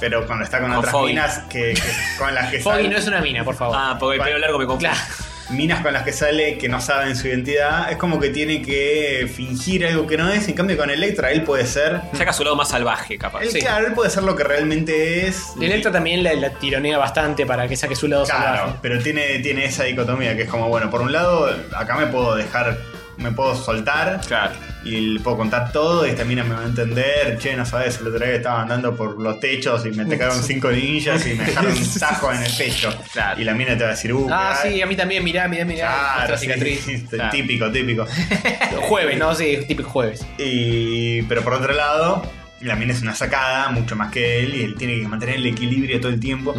[SPEAKER 3] pero cuando está con,
[SPEAKER 4] Con
[SPEAKER 3] otras
[SPEAKER 4] Foggy.
[SPEAKER 3] minas que, que- con las que
[SPEAKER 2] Foggy
[SPEAKER 3] sale,
[SPEAKER 2] no es una mina, por favor.
[SPEAKER 4] Ah, porque el pelo largo me confunde.
[SPEAKER 2] Claro.
[SPEAKER 3] minas con las que sale que no saben su identidad, es como que tiene que fingir algo que no es. En cambio, con Electra, él puede ser.
[SPEAKER 4] Saca su lado más salvaje, capaz.
[SPEAKER 3] Él,
[SPEAKER 2] Sí.
[SPEAKER 3] Claro, él puede ser lo que realmente es.
[SPEAKER 2] Y Electra también la, la tironea bastante para que saque su lado
[SPEAKER 3] Claro,
[SPEAKER 2] salvaje.
[SPEAKER 3] pero tiene, tiene esa dicotomía que es como, bueno, por un lado, acá me puedo dejar, me puedo soltar.
[SPEAKER 4] Claro.
[SPEAKER 3] Y le puedo contar todo y esta mina me va a entender. Che, no sabes, el otro día estaba andando por los techos y me atacaron cinco ninjas y me dejaron un tajo en el pecho.
[SPEAKER 4] Claro.
[SPEAKER 3] Y la mina te va a decir, uh,
[SPEAKER 2] Ah,
[SPEAKER 3] ay,
[SPEAKER 2] sí, a mí también, mirá, mirá, mirá.
[SPEAKER 3] Claro,
[SPEAKER 2] nuestra
[SPEAKER 3] sí,
[SPEAKER 2] cicatriz.
[SPEAKER 3] sí, sí,
[SPEAKER 4] Claro.
[SPEAKER 3] típico, típico.
[SPEAKER 2] Jueves, no, sí, típico jueves.
[SPEAKER 3] Y, pero por otro lado, la mina es una sacada, mucho más que él, y él tiene que mantener el equilibrio todo el tiempo.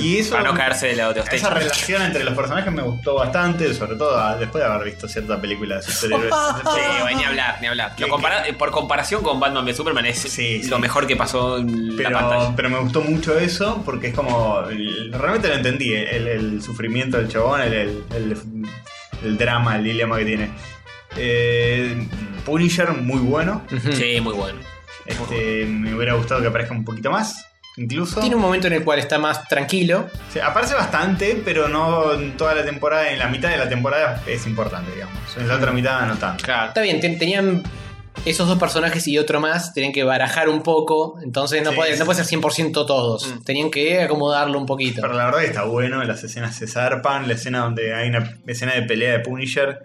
[SPEAKER 3] Y eso.
[SPEAKER 4] Para no caerse del lado de
[SPEAKER 3] Esa
[SPEAKER 4] usted.
[SPEAKER 3] relación entre los personajes me gustó bastante, sobre todo a- después de haber visto cierta película de superhéroes.
[SPEAKER 4] Sí, bueno, ni hablar, ni hablar. Lo
[SPEAKER 3] Que-
[SPEAKER 4] compara- eh, por comparación con Batman v Superman es
[SPEAKER 3] Sí, sí.
[SPEAKER 4] lo mejor que pasó en la
[SPEAKER 3] Pero,
[SPEAKER 4] pantalla.
[SPEAKER 3] pero me gustó mucho eso porque es como. el- Realmente lo entendí, el, el sufrimiento del chabón, el, el- el- el drama, el dilema que tiene. Eh, Punisher, muy bueno.
[SPEAKER 4] Sí, muy bueno.
[SPEAKER 3] Este, me hubiera gustado que aparezca un poquito más, incluso.
[SPEAKER 2] Tiene un momento en el cual está más tranquilo.
[SPEAKER 3] O sea, aparece bastante, pero no en toda la temporada. En la mitad de la temporada es importante, digamos. En la otra mitad no tanto.
[SPEAKER 4] Claro.
[SPEAKER 2] Está bien, ten- tenían esos dos personajes y otro más, tenían que barajar un poco, entonces no,
[SPEAKER 3] Sí,
[SPEAKER 2] puede,
[SPEAKER 3] sí. Mm.
[SPEAKER 2] no puede ser 100% todos, tenían que acomodarlo un poquito.
[SPEAKER 3] Pero la verdad que está bueno, las escenas se zarpan, la escena donde hay una escena de pelea de Punisher,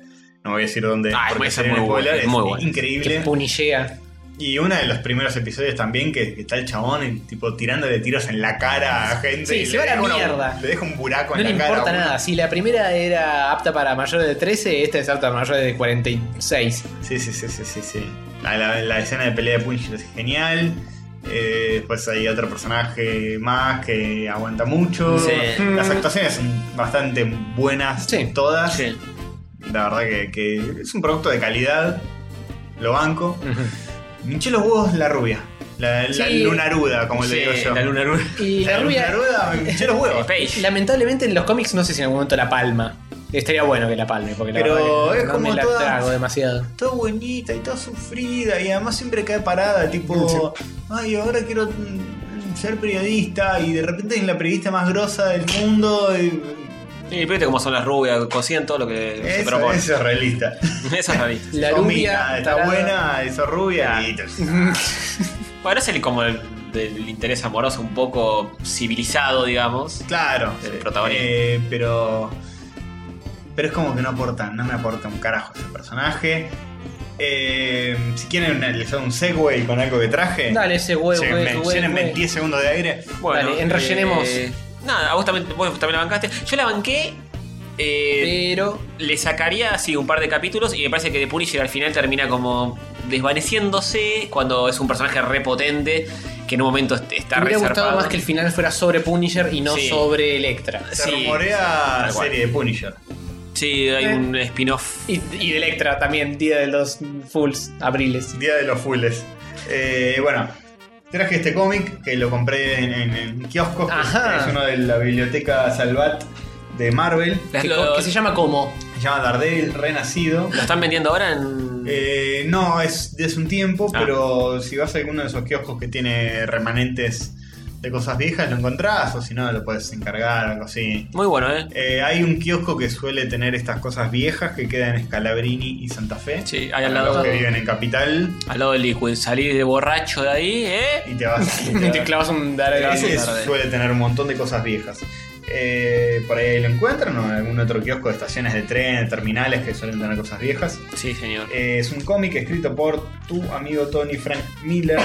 [SPEAKER 3] no voy a decir dónde,
[SPEAKER 4] Ah,
[SPEAKER 3] porque
[SPEAKER 4] esa es
[SPEAKER 3] sería un
[SPEAKER 4] muy buena,
[SPEAKER 3] spoiler,
[SPEAKER 4] es muy buena.
[SPEAKER 2] que
[SPEAKER 3] increíble.
[SPEAKER 2] punillea.
[SPEAKER 3] Y uno de los primeros episodios también que, que está el chabón y, tipo tirándole tiros en la cara a gente.
[SPEAKER 2] Sí,
[SPEAKER 3] y
[SPEAKER 2] se
[SPEAKER 3] le
[SPEAKER 2] va a la
[SPEAKER 3] deja una-
[SPEAKER 2] mierda.
[SPEAKER 3] le deja un buraco
[SPEAKER 2] No
[SPEAKER 3] en
[SPEAKER 2] le
[SPEAKER 3] la cara.
[SPEAKER 2] importa
[SPEAKER 3] a uno.
[SPEAKER 2] nada, si la primera era apta para mayores de 13, esta es apta para mayores de 46.
[SPEAKER 3] Sí, sí, sí, sí, sí, sí. La, la- la escena de pelea de Punisher es genial. Eh, después hay otro personaje más que aguanta mucho.
[SPEAKER 4] Sí.
[SPEAKER 3] Las actuaciones son bastante buenas
[SPEAKER 2] Sí.
[SPEAKER 3] todas.
[SPEAKER 4] Sí.
[SPEAKER 3] La verdad que, que es un producto de calidad. Lo banco. Me hinché los huevos la rubia. La, la
[SPEAKER 2] Sí.
[SPEAKER 3] lunaruda, como
[SPEAKER 4] Sí,
[SPEAKER 3] le digo yo.
[SPEAKER 4] La luna luna.
[SPEAKER 2] Y la,
[SPEAKER 3] La
[SPEAKER 2] rubia,
[SPEAKER 3] lunaruda, me hinché los huevos.
[SPEAKER 4] Page.
[SPEAKER 2] lamentablemente en los cómics no sé si en algún momento la palma. Estaría bueno que la palme, porque la
[SPEAKER 3] Pero
[SPEAKER 2] verdad que
[SPEAKER 3] es
[SPEAKER 2] no
[SPEAKER 3] como
[SPEAKER 2] me la
[SPEAKER 3] toda-
[SPEAKER 2] trago demasiado.
[SPEAKER 3] Toda bonita y toda sufrida y además siempre cae parada, tipo, ay, ahora quiero mm, ser periodista y de repente es la periodista más grosa del mundo y
[SPEAKER 4] Y viste cómo son las rubias, cocían todo lo que se
[SPEAKER 3] Eso-
[SPEAKER 4] propone.
[SPEAKER 3] eso es realista.
[SPEAKER 4] Eso es realista.
[SPEAKER 3] La Sos rubia mina, está tarada. buena,
[SPEAKER 4] eso rubia. bueno, es el, como el del interés amoroso un poco civilizado, digamos.
[SPEAKER 3] Claro.
[SPEAKER 4] Del protagonista.
[SPEAKER 3] Eh, pero. Pero es como que no aporta, no me aporta un carajo este personaje. Eh, si quieren, una- les hago un segue con algo que traje.
[SPEAKER 2] Dale ese huevo,
[SPEAKER 3] Sí,
[SPEAKER 2] huevo,
[SPEAKER 3] me-
[SPEAKER 2] huevo,
[SPEAKER 3] llénenme
[SPEAKER 2] huevo.
[SPEAKER 3] 10 segundos de aire.
[SPEAKER 4] Bueno,
[SPEAKER 2] Dale, enrellenemos.
[SPEAKER 4] eh, nada, vos también, vos también la bancaste. Yo la banqué. eh,
[SPEAKER 2] Pero.
[SPEAKER 4] Le sacaría así un par de capítulos y me parece que The Punisher al final termina como desvaneciéndose cuando es un personaje repotente que en un momento est- está
[SPEAKER 2] Me hubiera gustado
[SPEAKER 4] reservado.
[SPEAKER 2] más que el final fuera sobre Punisher y no
[SPEAKER 4] Sí.
[SPEAKER 2] sobre Electra.
[SPEAKER 4] Se Sí, rumorea tal cual. serie de
[SPEAKER 3] Punisher.
[SPEAKER 4] Sí, hay
[SPEAKER 2] Eh.
[SPEAKER 4] un spin-off.
[SPEAKER 2] Y, y de Electra también, Día de los Fools, abriles.
[SPEAKER 3] Día de los Fools. Eh, bueno, traje este cómic que lo compré en, en- en kioscos. que
[SPEAKER 2] Ajá.
[SPEAKER 3] Es uno de la biblioteca Salvat de Marvel.
[SPEAKER 2] Que, co- que se llama como.
[SPEAKER 3] Se llama Daredevil Renacido.
[SPEAKER 4] ¿Lo están vendiendo ahora en.?
[SPEAKER 3] Eh, no, es de hace un tiempo,
[SPEAKER 4] Ah.
[SPEAKER 3] pero si vas a alguno de esos kioscos que tiene remanentes de cosas viejas, lo encontrás, o si no, lo puedes encargar, algo así.
[SPEAKER 4] Muy bueno, ¿eh?
[SPEAKER 3] Eh, hay un kiosco que suele tener estas cosas viejas que quedan en Scalabrini y Santa Fe.
[SPEAKER 4] Sí, hay al
[SPEAKER 3] Para
[SPEAKER 4] lado.
[SPEAKER 3] los que viven en Capital.
[SPEAKER 4] Al lado del liquid, salís de borracho de ahí, ¿eh?
[SPEAKER 3] Y te vas.
[SPEAKER 2] Y te clavas un Daredevil.
[SPEAKER 3] Ese
[SPEAKER 2] Un Daredevil.
[SPEAKER 3] suele tener un montón de cosas viejas. Eh, por ahí lo encuentran o en algún otro kiosco de estaciones de tren, de terminales que suelen tener cosas viejas.
[SPEAKER 4] Sí, señor.
[SPEAKER 3] Eh, es un cómic escrito por tu amigo Tony Frank Miller.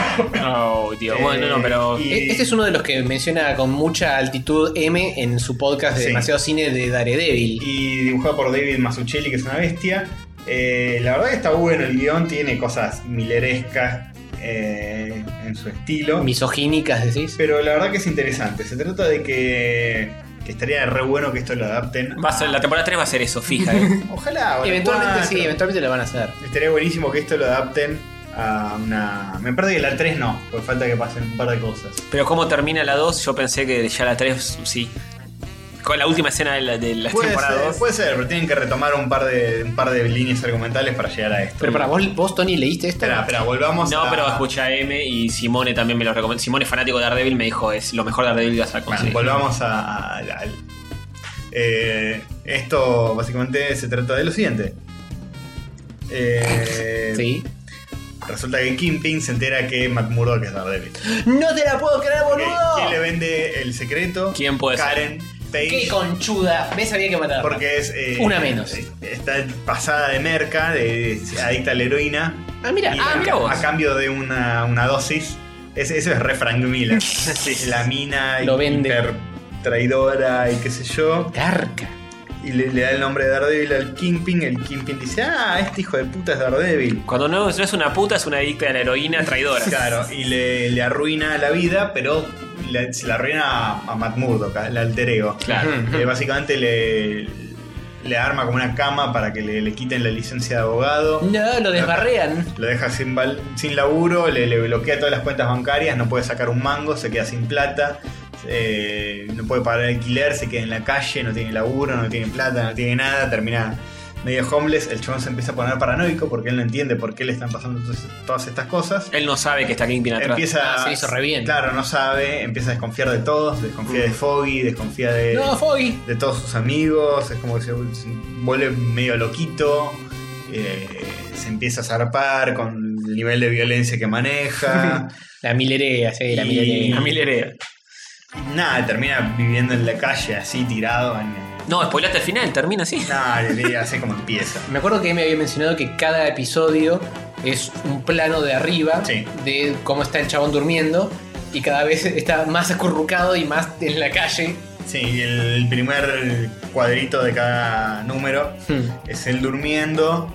[SPEAKER 4] Oh, tío. Bueno,
[SPEAKER 3] eh,
[SPEAKER 4] no, pero.
[SPEAKER 2] E- Este es uno de los que menciona con mucha altitud M en su podcast de
[SPEAKER 3] Sí.
[SPEAKER 2] demasiado cine de Daredevil.
[SPEAKER 3] y dibujado por David Mazzucchelli, que es una bestia. Eh, la verdad que está bueno, el guión tiene cosas millerescas eh, en su estilo.
[SPEAKER 2] Misogínicas, decís.
[SPEAKER 3] Pero la verdad que es interesante. Se trata de que, que estaría re bueno que esto lo adapten.
[SPEAKER 4] Va a ser- la temporada 3 va a ser eso, fija, ¿eh?
[SPEAKER 3] Ojalá, o la
[SPEAKER 2] eventualmente
[SPEAKER 3] cuatro.
[SPEAKER 2] sí, eventualmente lo van a hacer.
[SPEAKER 3] Estaría buenísimo que esto lo adapten a una. Me parece que la 3 no, porque falta que pasen un par de cosas.
[SPEAKER 4] Pero cómo termina la 2, yo pensé que ya la 3, sí. Con la última escena de la, de la
[SPEAKER 3] Puede
[SPEAKER 4] temporada
[SPEAKER 3] ser,
[SPEAKER 4] 2.
[SPEAKER 3] puede ser, pero tienen que retomar un par de un par de líneas argumentales para llegar a esto.
[SPEAKER 2] Pero para Ah, vos, vos Tony, ¿leíste esto?
[SPEAKER 3] Espera, espera, volvamos
[SPEAKER 4] No,
[SPEAKER 3] a-
[SPEAKER 4] pero escucha a M y Simone también me lo recomendó. Simone, fanático de Daredevil, me dijo: es lo mejor Daredevil que vas a
[SPEAKER 3] Bueno,
[SPEAKER 4] conseguir.
[SPEAKER 3] volvamos a. a- al- eh, esto básicamente se trata de lo siguiente. Eh, Resulta que Kingpin se entera que Matt Murdock es Daredevil.
[SPEAKER 2] ¡No te la puedo creer, boludo!
[SPEAKER 3] ¿Quién Eh, le vende el secreto?
[SPEAKER 4] ¿Quién puede ser?
[SPEAKER 3] Karen Page.
[SPEAKER 2] ¡Qué conchuda! ¿Ves? Había que matarla.
[SPEAKER 3] Porque es. eh,
[SPEAKER 2] Una menos.
[SPEAKER 3] eh, Está pasada de merca, de, de- adicta a la heroína.
[SPEAKER 2] Ah, mira,
[SPEAKER 3] y
[SPEAKER 2] ah,
[SPEAKER 3] a-
[SPEAKER 2] mira vos.
[SPEAKER 3] a cambio de una, una dosis. Ese- eso es re Frank Miller. La mina
[SPEAKER 2] Lo vende.
[SPEAKER 3] hiper traidora y qué sé yo.
[SPEAKER 2] Carca.
[SPEAKER 3] Y le, le da el nombre de Daredevil al Kingpin. El Kingpin dice: Ah, este hijo de puta es Daredevil.
[SPEAKER 4] Cuando no, no es una puta, es una adicta a la heroína traidora.
[SPEAKER 3] Claro, y le, le arruina la vida, pero le- se la arruina a, a Matt Murdock, al alter ego.
[SPEAKER 4] Claro.
[SPEAKER 3] Eh, básicamente le, le arma como una cama para que le, le quiten la licencia de abogado.
[SPEAKER 2] No, lo desbarrean.
[SPEAKER 3] Lo deja sin, val- sin laburo, le, le bloquea todas las cuentas bancarias, no puede sacar un mango, se queda sin plata, eh, no puede pagar alquiler, se queda en la calle, no tiene laburo, no tiene plata, no tiene nada, termina medio homeless, el chabón se empieza a poner paranoico porque él no entiende por qué le están pasando todas- todas estas cosas.
[SPEAKER 4] Él no sabe que está Kingpin atrás. Ah,
[SPEAKER 3] Empieza, Claro, no sabe, empieza a desconfiar de todos, desconfía de
[SPEAKER 4] Mm.
[SPEAKER 3] Foggy, desconfía de,
[SPEAKER 2] No, Foggy.
[SPEAKER 3] de todos sus amigos, es como que se se vuelve medio loquito, eh, se empieza a zarpar con el nivel de violencia que maneja.
[SPEAKER 2] La milerea, sí, la
[SPEAKER 3] Y-
[SPEAKER 2] milerea.
[SPEAKER 3] La milerea. Nada, termina viviendo en la calle así tirado. En,
[SPEAKER 4] No, spoilaste el final, termina así.
[SPEAKER 3] nada, le- le- así como empieza.
[SPEAKER 2] Me acuerdo que me había mencionado que cada episodio es un plano de arriba de cómo está el chabón durmiendo y cada vez está más acurrucado y más en la calle. Eh,
[SPEAKER 3] Sí, y el primer cuadrito de cada número
[SPEAKER 2] Hmm.
[SPEAKER 3] es él durmiendo,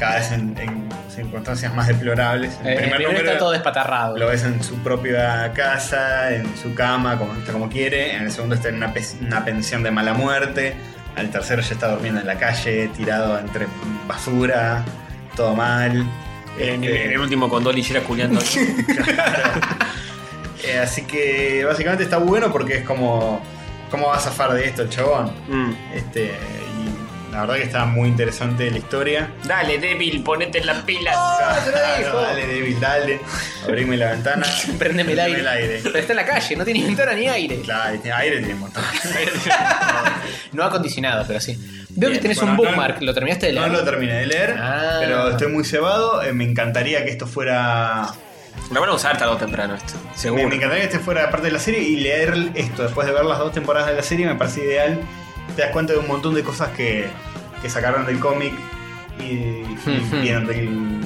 [SPEAKER 3] cada vez en, en circunstancias más deplorables.
[SPEAKER 2] Eh, el primero está todo despatarrado.
[SPEAKER 3] Lo ves en su propia casa, en su cama, como, está como quiere. En el segundo está en una, pes- una pensión de mala muerte. Al tercero ya está durmiendo en la calle, tirado entre basura, todo mal.
[SPEAKER 2] Eh,
[SPEAKER 4] En,
[SPEAKER 3] Este,
[SPEAKER 4] en el último con Dolly Shira culiando.
[SPEAKER 3] eh, así que básicamente está bueno porque es como. ¿Cómo va a zafar de esto el chabón? Este, La verdad que está muy interesante la historia.
[SPEAKER 4] Dale, débil, ponete en las pilas.
[SPEAKER 2] Ah,
[SPEAKER 3] Claro, dale, débil, dale. Abrime la ventana.
[SPEAKER 2] Prendeme el aire. Pero
[SPEAKER 3] aire.
[SPEAKER 2] está en la calle, no tiene ventana ni aire.
[SPEAKER 3] Claro, tiene- aire tiene un montón.
[SPEAKER 2] No acondicionado, pero sí. Veo que
[SPEAKER 3] Bien,
[SPEAKER 2] tenés
[SPEAKER 3] bueno,
[SPEAKER 2] un
[SPEAKER 3] no-
[SPEAKER 2] bookmark, ¿lo terminaste de leer?
[SPEAKER 3] No lo terminé de leer,
[SPEAKER 2] Ah.
[SPEAKER 3] pero estoy muy cebado. Eh, me encantaría que esto fuera.
[SPEAKER 4] Lo van a usar tarde o temprano esto.
[SPEAKER 3] Me, me encantaría que este fuera parte de la serie y leer esto después de ver las dos temporadas de la serie me parece ideal. Te das cuenta de un montón de cosas que, que sacaron del cómic y, y
[SPEAKER 2] Hmm, hmm.
[SPEAKER 3] vieron del-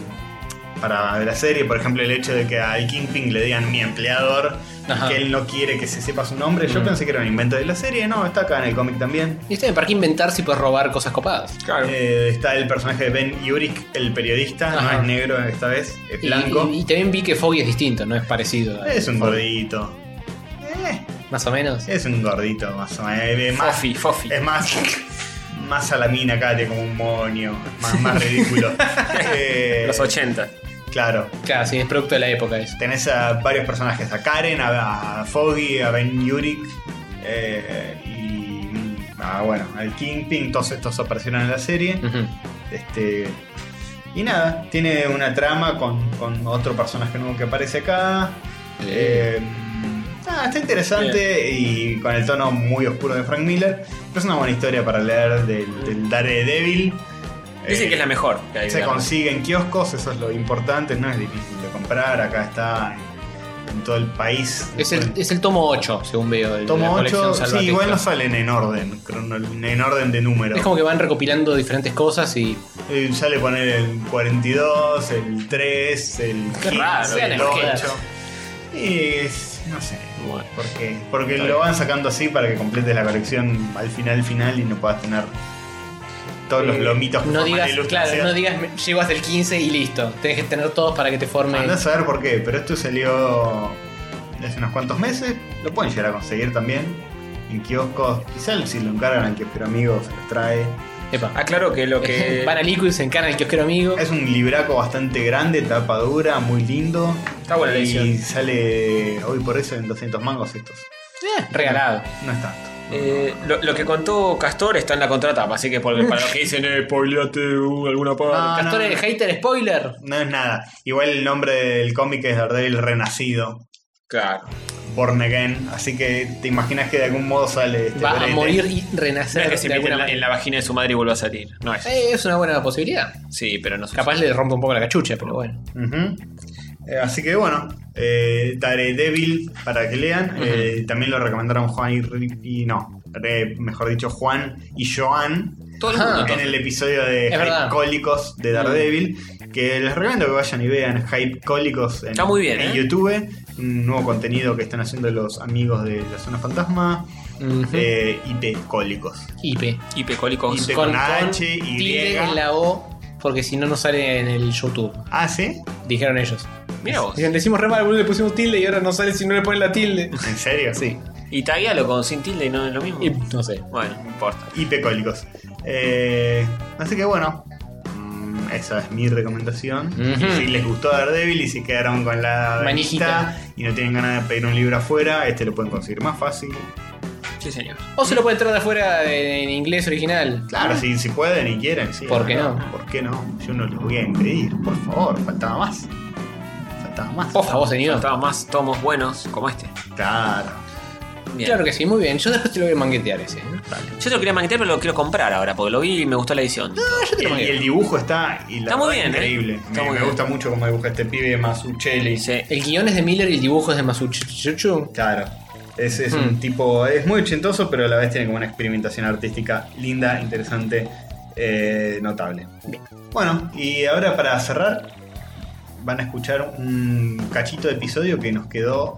[SPEAKER 3] para la serie. Por ejemplo, el hecho de que al Kingpin le digan mi empleador, y
[SPEAKER 2] Ajá.
[SPEAKER 3] que él no quiere que se sepa su nombre. Yo
[SPEAKER 2] Mm.
[SPEAKER 3] pensé que era un invento de la serie, no, está acá en el cómic también.
[SPEAKER 2] Y está bien, ¿para qué inventar si puedes robar cosas copadas?
[SPEAKER 3] Eh, está el personaje de Ben Urich, el periodista,
[SPEAKER 2] Ajá.
[SPEAKER 3] no es negro esta vez, es
[SPEAKER 2] Y-
[SPEAKER 3] blanco.
[SPEAKER 2] Y, y también vi que Foggy es distinto, no es parecido. a
[SPEAKER 3] es un
[SPEAKER 2] Foggy.
[SPEAKER 3] gordito. Eh,
[SPEAKER 2] Más o menos.
[SPEAKER 3] Es un gordito, más o menos. Eh, más-
[SPEAKER 4] Fofi, Fofi.
[SPEAKER 3] Es más. Más a la mina acá, tiene como un moño. Más, más ridículo. Eh,
[SPEAKER 4] Los 80.
[SPEAKER 3] Claro.
[SPEAKER 2] Claro, sí, es producto de la época eso.
[SPEAKER 3] Pues, Tenés a varios personajes: a Karen, a, a Foggy, a Ben Urich. eh, y. ah, bueno, al Kingpin. Todos estos aparecieron en la serie.
[SPEAKER 2] Ujú.
[SPEAKER 3] Este. Y nada, tiene una trama con, con otro personaje nuevo que aparece acá. Eh, ah, está interesante y con el tono muy oscuro de Frank Miller. Pero es una buena historia para leer del, del Daredevil.
[SPEAKER 4] Dicen
[SPEAKER 3] Eh,
[SPEAKER 4] que es la mejor. que hay,
[SPEAKER 3] se
[SPEAKER 4] digamos.
[SPEAKER 3] consigue en kioscos, eso es lo importante. No es difícil de comprar, acá está en, en todo el país.
[SPEAKER 2] Es el, es el tomo 8, según veo. de la
[SPEAKER 3] Tomo
[SPEAKER 2] colección
[SPEAKER 3] 8, sí,
[SPEAKER 2] Salvatexta.
[SPEAKER 3] igual no salen en orden, cronol- en orden de número.
[SPEAKER 2] Es como que van recopilando diferentes cosas y.
[SPEAKER 3] Eh, Ya le ponen el 42, el 3, el
[SPEAKER 2] Qué
[SPEAKER 3] 15,
[SPEAKER 2] raro,
[SPEAKER 3] el
[SPEAKER 2] qué
[SPEAKER 3] 8. Y es- no sé
[SPEAKER 4] Bueno.
[SPEAKER 3] por qué. Porque lo van sacando así para que completes la colección al final, final y no puedas tener todos los
[SPEAKER 2] Eh,
[SPEAKER 3] lomitos que
[SPEAKER 2] No
[SPEAKER 3] forman
[SPEAKER 2] digas,
[SPEAKER 3] la ilustración.
[SPEAKER 2] claro, no digas, me- llego hasta el 15 y listo. Tenés que tener todos para que te forme.
[SPEAKER 3] Andá a saber por qué, pero esto salió hace unos cuantos meses. Lo pueden llegar a conseguir también en kioscos. Quizás si lo encargan al kiosquero amigo se los trae.
[SPEAKER 2] Epa.
[SPEAKER 4] Aclaro que lo que.
[SPEAKER 2] Eh, Van a Liquid, se encarna el kiosquero amigo.
[SPEAKER 3] Es un libraco bastante grande, tapa dura, muy lindo.
[SPEAKER 4] Está buena la
[SPEAKER 3] Y
[SPEAKER 4] edición.
[SPEAKER 3] sale hoy por eso en 200 mangos estos.
[SPEAKER 2] Eh, regalado.
[SPEAKER 3] No es tanto.
[SPEAKER 4] Eh, lo, lo que contó Castor está en la contratapa, así que por- para los que dicen, eh, spoileate uh, alguna parte.
[SPEAKER 3] Ah, no,
[SPEAKER 2] Castor el
[SPEAKER 3] no.
[SPEAKER 2] Eh, hater spoiler.
[SPEAKER 3] No es nada. Igual el nombre del cómic es Daredevil Renacido,
[SPEAKER 4] Claro.
[SPEAKER 3] Born Again. Así que te imaginas que de algún modo sale este
[SPEAKER 2] Va a
[SPEAKER 3] brete.
[SPEAKER 2] morir y
[SPEAKER 4] No
[SPEAKER 2] renacer
[SPEAKER 4] es que se
[SPEAKER 2] de
[SPEAKER 4] mete
[SPEAKER 2] alguna
[SPEAKER 4] en la, en
[SPEAKER 2] manera.
[SPEAKER 4] la vagina de su madre y vuelva a salir. No es.
[SPEAKER 2] Eh, es una buena posibilidad.
[SPEAKER 4] Sí, pero no sé.
[SPEAKER 2] Capaz le rompe un poco la cachucha, pero bueno.
[SPEAKER 3] Ujú. Eh, así que bueno, eh, Daredevil para que lean. Eh, también lo recomendaron Juan y, Ri- y no, re- mejor dicho, Juan y Joan.
[SPEAKER 4] Todo el
[SPEAKER 2] Ajá.
[SPEAKER 4] mundo.
[SPEAKER 3] en el episodio de
[SPEAKER 2] Es
[SPEAKER 3] Hype
[SPEAKER 2] verdad.
[SPEAKER 3] Cólicos de Daredevil. Que les recomiendo que vayan y vean Hype Cólicos en,
[SPEAKER 4] Está muy bien,
[SPEAKER 3] en
[SPEAKER 4] ¿eh?
[SPEAKER 3] YouTube. Un nuevo contenido que están haciendo los amigos de la Zona Fantasma.
[SPEAKER 2] Ujú.
[SPEAKER 3] eh, IP Cólicos.
[SPEAKER 2] IP.
[SPEAKER 4] IP cólicos.
[SPEAKER 3] IP. con H, Y.
[SPEAKER 2] tilde en la O, porque si no, no sale en el YouTube.
[SPEAKER 3] Ah, ¿sí?
[SPEAKER 2] Dijeron ellos.
[SPEAKER 4] Mira vos.
[SPEAKER 2] Dicen, le hicimos re mal, boludo, le pusimos tilde y ahora no sale si no le ponen la tilde.
[SPEAKER 3] ¿En serio?
[SPEAKER 2] Sí.
[SPEAKER 4] Y taguealo con sin tilde y no es lo mismo.
[SPEAKER 2] Y no sé.
[SPEAKER 4] Bueno, no importa.
[SPEAKER 3] IP Cólicos. Eh, así que bueno. mm, Esa es mi recomendación.
[SPEAKER 2] Ujú.
[SPEAKER 3] Si les gustó Daredevil y si quedaron con la
[SPEAKER 2] Manijita.
[SPEAKER 3] manijita y no tienen ganas de pedir un libro afuera, este lo pueden conseguir más fácil.
[SPEAKER 4] Sí, señor.
[SPEAKER 2] O se lo pueden traer de afuera en inglés original.
[SPEAKER 3] Claro, si, si pueden y quieren, sí.
[SPEAKER 2] ¿Por qué
[SPEAKER 3] claro.
[SPEAKER 2] no?
[SPEAKER 3] ¿Por qué no? Yo no les voy a impedir, por favor, faltaba más. Faltaba más.
[SPEAKER 2] Por favor, señor.
[SPEAKER 4] Faltaban más tomos buenos como este.
[SPEAKER 3] Claro.
[SPEAKER 4] Bien.
[SPEAKER 2] Claro que sí, muy bien. Yo después te lo voy a manguetear ese. ¿eh?
[SPEAKER 4] Yo te lo quería manguetear, pero lo quiero comprar ahora, porque lo vi y me gustó la edición.
[SPEAKER 2] Ah, yo te lo
[SPEAKER 3] Y el, y el
[SPEAKER 2] mangueteo.
[SPEAKER 3] dibujo está, y la
[SPEAKER 4] Está muy
[SPEAKER 3] verdad,
[SPEAKER 4] bien, ¿eh?
[SPEAKER 3] increíble.
[SPEAKER 4] Está
[SPEAKER 3] me
[SPEAKER 4] muy
[SPEAKER 3] me
[SPEAKER 4] bien.
[SPEAKER 3] gusta mucho cómo dibuja este pibe Masuchelli.
[SPEAKER 4] Sí.
[SPEAKER 2] El guión es de Miller y el dibujo es de Masuchu.
[SPEAKER 3] Claro. Es, es
[SPEAKER 2] Mm.
[SPEAKER 3] un tipo, es muy ochentoso, pero a la vez tiene como una experimentación artística linda, interesante, eh, notable. Bueno, y ahora para cerrar, van a escuchar un cachito de episodio que nos quedó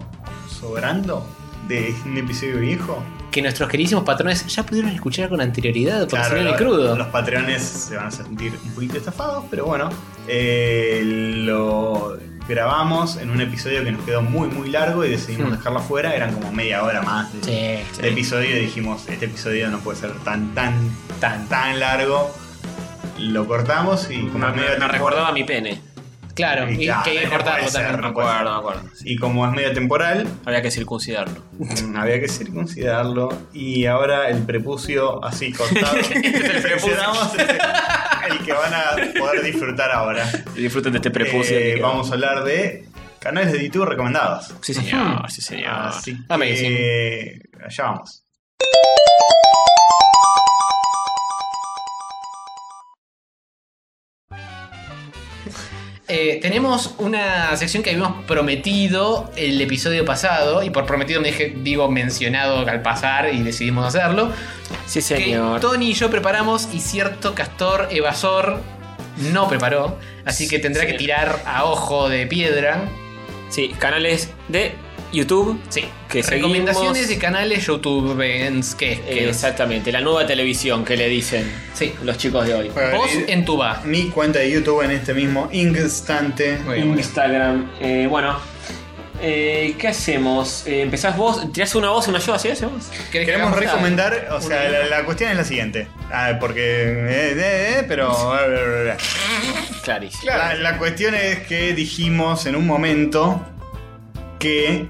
[SPEAKER 3] sobrando de un episodio viejo.
[SPEAKER 2] Que nuestros queridísimos patrones ya pudieron escuchar con anterioridad, porque
[SPEAKER 3] Claro,
[SPEAKER 2] se vieron el
[SPEAKER 3] los,
[SPEAKER 2] crudo.
[SPEAKER 3] los patreones se van a sentir un poquito estafados, pero bueno, eh, lo grabamos en un episodio que nos quedó muy muy largo y decidimos
[SPEAKER 2] Mm.
[SPEAKER 3] dejarlo fuera, eran como media hora más de,
[SPEAKER 2] Sí,
[SPEAKER 3] de episodio y dijimos, este episodio no puede ser tan tan tan tan largo. Lo cortamos y como
[SPEAKER 4] Me, eh,
[SPEAKER 3] medio
[SPEAKER 4] me- me
[SPEAKER 3] tiempo-
[SPEAKER 4] recordaba mi pene.
[SPEAKER 2] Claro, y
[SPEAKER 3] Ah,
[SPEAKER 2] que hay que
[SPEAKER 3] no
[SPEAKER 2] cortarlo
[SPEAKER 3] puede
[SPEAKER 2] también.
[SPEAKER 3] ser, no puede ser. Y como es medio temporal, mm,
[SPEAKER 4] había que circuncidarlo.
[SPEAKER 3] Había que circuncidarlo. Y ahora el prepucio así cortado. Este
[SPEAKER 4] Este
[SPEAKER 3] Circuncidamos Este el que van a poder disfrutar ahora.
[SPEAKER 4] Disfruten de este prepucio.
[SPEAKER 3] Eh, vamos a hablar de canales de YouTube recomendados.
[SPEAKER 4] Sí, señor, sí, señor. Ah,
[SPEAKER 3] Así que,
[SPEAKER 4] Amazing.
[SPEAKER 3] eh, allá vamos.
[SPEAKER 2] Eh, tenemos una sección que habíamos prometido el episodio pasado, y por prometido me dije, digo mencionado al pasar y decidimos hacerlo.
[SPEAKER 4] Sí,
[SPEAKER 2] Que Tony y yo preparamos y cierto castor evasor no preparó, así que tendrá que tirar a ojo de piedra.
[SPEAKER 4] Sí, canales de YouTube.
[SPEAKER 2] Sí,
[SPEAKER 4] que
[SPEAKER 2] recomendaciones
[SPEAKER 4] seguimos.
[SPEAKER 2] de canales YouTube que, que
[SPEAKER 4] Eh, Exactamente, la nueva televisión que le dicen los chicos de hoy.
[SPEAKER 2] Vos en tuba.
[SPEAKER 3] Eh, Mi cuenta de YouTube en este mismo instante.
[SPEAKER 4] Instagram. Eh, bueno, eh, ¿qué hacemos? Eh, ¿Empezás vos? ¿Tirás una voz, una yo? ¿Así hacemos?
[SPEAKER 3] Queremos recomendar, o sea, la, la cuestión es la siguiente. Ah, porque. eh, eh, eh, pero.
[SPEAKER 4] Clarísimo.
[SPEAKER 3] La, la cuestión es que dijimos en un momento que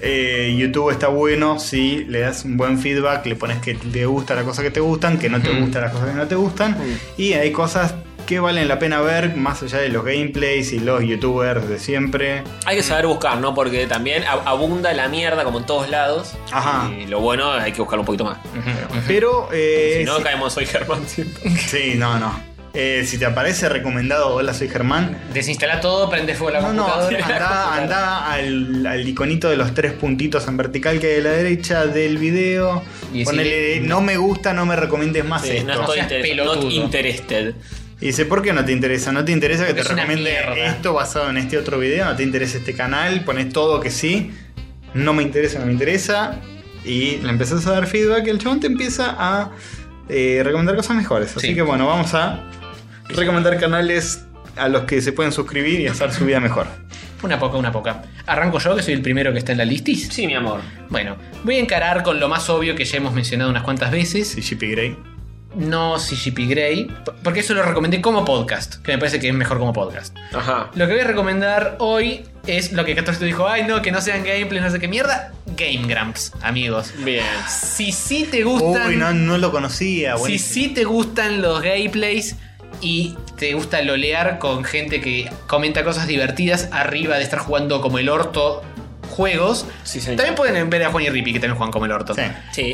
[SPEAKER 3] eh, YouTube está bueno si le das un buen feedback, le pones que te gusta las cosas que te gustan, que no te
[SPEAKER 4] Ujú.
[SPEAKER 3] gustan las cosas que no te gustan.
[SPEAKER 4] Mm.
[SPEAKER 3] Y hay cosas que valen la pena ver, más allá de los gameplays y los youtubers de siempre.
[SPEAKER 4] Hay que saber buscar, ¿no? Porque también ab- abunda la mierda como en todos lados.
[SPEAKER 3] Ajá.
[SPEAKER 4] Y lo bueno hay que buscar un poquito más.
[SPEAKER 3] Pero. eh,
[SPEAKER 4] Si no,
[SPEAKER 3] si-
[SPEAKER 4] caemos hoy, Germán. siempre.
[SPEAKER 3] Sí, no, no. Eh, si te aparece recomendado, hola, soy Germán.
[SPEAKER 2] Desinstala todo, prende fuego a la
[SPEAKER 3] No, no,
[SPEAKER 2] computadora.
[SPEAKER 3] anda, anda al, al iconito de los tres puntitos en vertical que hay a la derecha del video.
[SPEAKER 4] Y
[SPEAKER 3] Ponele,
[SPEAKER 4] decirle-
[SPEAKER 3] no me gusta, no me recomiendes más
[SPEAKER 4] Sí,
[SPEAKER 3] esto.
[SPEAKER 4] no estoy inter- not interested.
[SPEAKER 3] Y dice, ¿por qué no te interesa? ¿No te interesa que
[SPEAKER 4] Es
[SPEAKER 3] te
[SPEAKER 4] una
[SPEAKER 3] recomiende
[SPEAKER 4] mierda.
[SPEAKER 3] esto basado en este otro video? ¿No te interesa este canal? Pones todo que sí. No me interesa, no me interesa. Y le empezás a dar feedback y el chabón te empieza a eh, recomendar cosas mejores. Así que bueno, vamos a recomendar canales a los que se pueden suscribir y hacer su vida mejor.
[SPEAKER 2] Una poca, una poca. Arranco yo, que soy el primero que está en la listis.
[SPEAKER 4] Sí, mi amor.
[SPEAKER 2] Bueno, voy a encarar con lo más obvio que ya hemos mencionado unas cuantas veces.
[SPEAKER 3] CGP Grey.
[SPEAKER 2] No CGP Grey, p- porque eso lo recomendé como podcast, que me parece que es mejor como podcast.
[SPEAKER 4] Ajá.
[SPEAKER 2] Lo que voy a recomendar hoy es lo que 14 dijo, ay no, que no sean gameplays, no sé qué mierda. Game Grumps, amigos.
[SPEAKER 4] Bien.
[SPEAKER 2] Si sí te gustan...
[SPEAKER 3] Uy, no, no lo conocía.
[SPEAKER 2] Si
[SPEAKER 3] buenísimo.
[SPEAKER 2] sí te gustan los gameplays y te gusta lolear con gente que comenta cosas divertidas arriba de estar jugando como el orto juegos, también pueden ver a Juan y Rippy que también juegan como el orto.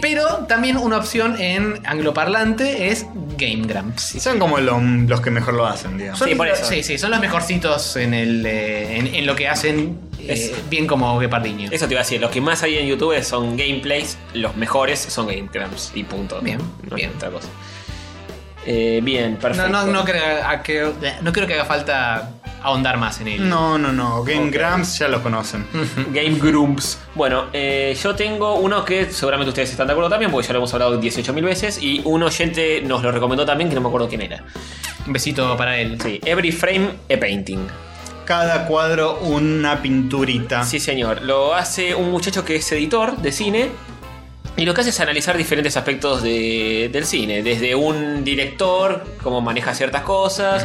[SPEAKER 2] Pero también una opción en angloparlante es Game Grumps.
[SPEAKER 3] Son como lo- los que mejor lo hacen, digamos.
[SPEAKER 2] Son los- Sí, sí, son los mejorcitos en, el, eh, en, en lo que hacen eh,
[SPEAKER 4] Es-
[SPEAKER 2] bien como Gepardiño.
[SPEAKER 4] Eso te iba a decir, los que más hay en YouTube son gameplays, los mejores son gamegrams y punto.
[SPEAKER 2] Bien,
[SPEAKER 4] no bien. Otra cosa. Eh, bien,
[SPEAKER 2] No,
[SPEAKER 4] perfecto.
[SPEAKER 2] no, no, creo, a que- no creo que haga falta ahondar más en ello.
[SPEAKER 3] No, no, no. Game
[SPEAKER 4] Ok.
[SPEAKER 3] Grumps ya los conocen.
[SPEAKER 4] Game Grumps. Bueno, eh, yo tengo uno que seguramente ustedes están de acuerdo también, porque ya lo hemos hablado 18.000 veces, y un oyente nos lo recomendó también, que no me acuerdo quién era.
[SPEAKER 2] Un besito para él.
[SPEAKER 4] Sí, Every Frame a Painting.
[SPEAKER 3] Cada cuadro una pinturita.
[SPEAKER 4] Sí, señor. Lo hace un muchacho que es editor de cine. Y lo que hace es analizar diferentes aspectos de- del cine. Desde un director, cómo maneja ciertas cosas,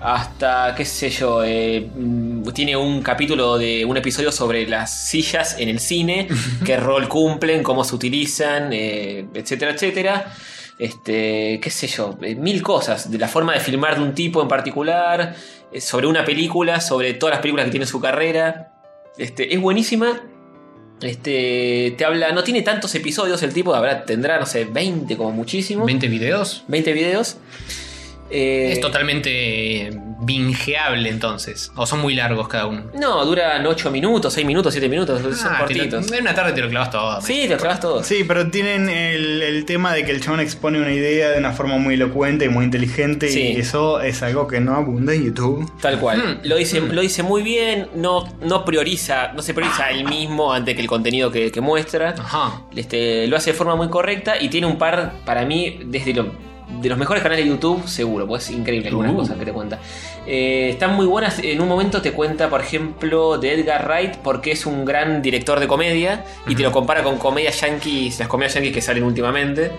[SPEAKER 4] hasta, qué sé yo, eh, mm, tiene un capítulo de un episodio sobre las sillas en el cine, qué rol cumplen, cómo se utilizan, eh, etcétera, etcétera. Este, qué sé yo, eh, mil cosas. De la forma de filmar de un tipo en particular, eh, sobre una película, sobre todas las películas que tiene en su carrera. Este, es buenísima. Este, te habla, no tiene tantos episodios el tipo, habrá, tendrá, no sé, 20 como muchísimo.
[SPEAKER 2] 20 videos.
[SPEAKER 4] 20 videos. Eh,
[SPEAKER 2] Es totalmente eh, bingeable entonces. O son muy largos cada uno.
[SPEAKER 4] No, duran 8 minutos, 6 minutos, 7 minutos, son
[SPEAKER 2] Ah, te lo-
[SPEAKER 4] cortitos.
[SPEAKER 2] en una tarde te lo clavas todo. man.
[SPEAKER 4] Sí, te clavas todo.
[SPEAKER 3] Sí, pero tienen el, el tema de que el chabón expone una idea de una forma muy elocuente y muy inteligente.
[SPEAKER 4] Sí.
[SPEAKER 3] Y eso es algo que no abunda en YouTube.
[SPEAKER 4] Tal cual.
[SPEAKER 2] Mm.
[SPEAKER 4] Lo, dice, lo dice muy bien, no, no prioriza, no se prioriza él mismo antes que el contenido que, que muestra.
[SPEAKER 2] Ajá.
[SPEAKER 4] Este, lo hace de forma muy correcta y tiene un par, para mí, desde lo de los mejores canales de YouTube, seguro, pues es increíble algunas
[SPEAKER 12] Uh.
[SPEAKER 4] cosas que te cuenta. Eh, están muy buenas. En un momento te cuenta, por ejemplo, de Edgar Wright, porque es un gran director de comedia y te lo compara con comedias yankees, las comedias yankees que salen últimamente,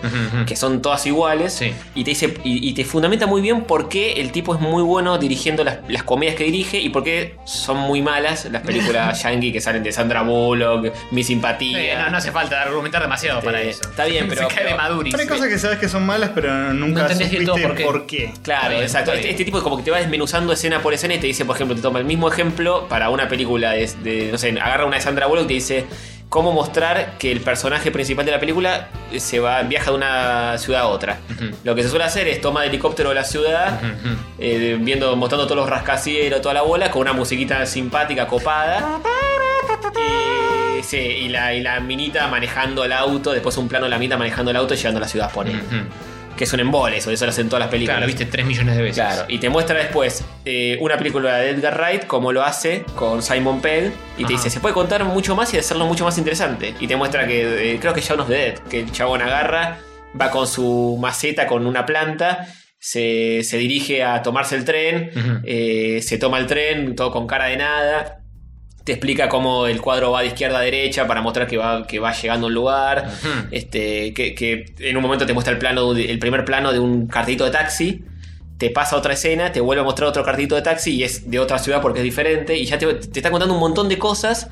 [SPEAKER 4] que son todas iguales. Y te dice y, y te fundamenta muy bien por qué el tipo es muy bueno dirigiendo las, las comedias que dirige y por qué son muy malas las películas yankee que salen de Sandra Bullock, Mi Simpatía.
[SPEAKER 2] Eh, no, no hace falta argumentar demasiado para eso.
[SPEAKER 4] Este, Está bien, pero-
[SPEAKER 2] Se cae de
[SPEAKER 4] pero-
[SPEAKER 2] maduris.
[SPEAKER 3] Pero hay cosas que sabes que son malas, pero nunca
[SPEAKER 4] entendés
[SPEAKER 3] supiste
[SPEAKER 4] del todo por qué. Claro,
[SPEAKER 2] Está bien,
[SPEAKER 4] exacto.
[SPEAKER 2] está
[SPEAKER 4] Este,
[SPEAKER 2] bien.
[SPEAKER 4] este tipo como que te va desmenuzando escena por escena y te dice, por ejemplo, te toma el mismo ejemplo para una película de, de- no sé, agarra una de Sandra Bullock y te dice cómo mostrar que el personaje principal de la película se va viaja de una ciudad a otra. Lo que se suele hacer es toma de helicóptero de la ciudad, eh, viendo mostrando todos los rascacielos, toda la bola con una musiquita simpática, copada. Y, sí, y la, y la minita manejando el auto, después un plano de la minita manejando el auto y llegando a la ciudad, pone. Que es un embole, eso, eso lo hacen todas las películas.
[SPEAKER 2] Claro, viste 3 millones de veces.
[SPEAKER 4] Claro, y te muestra después eh, una película de Edgar Wright, como lo hace con Simon Pegg, y te
[SPEAKER 2] Ajá.
[SPEAKER 4] dice, se puede contar mucho más y hacerlo mucho más interesante. Y te muestra que, eh, creo que Shaun of the Dead, que el chabón agarra, va con su maceta, con una planta, se, se dirige a tomarse el tren, eh, se toma el tren, todo con cara de nada. Te explica cómo el cuadro va de izquierda a derecha para mostrar que va, que va llegando a un lugar. este, que, que en un momento te muestra el, plano, de- el primer plano de un cartito de taxi. Te pasa otra escena, te vuelve a mostrar otro cartito de taxi y es de otra ciudad porque es diferente. Y ya te, te está contando un montón de cosas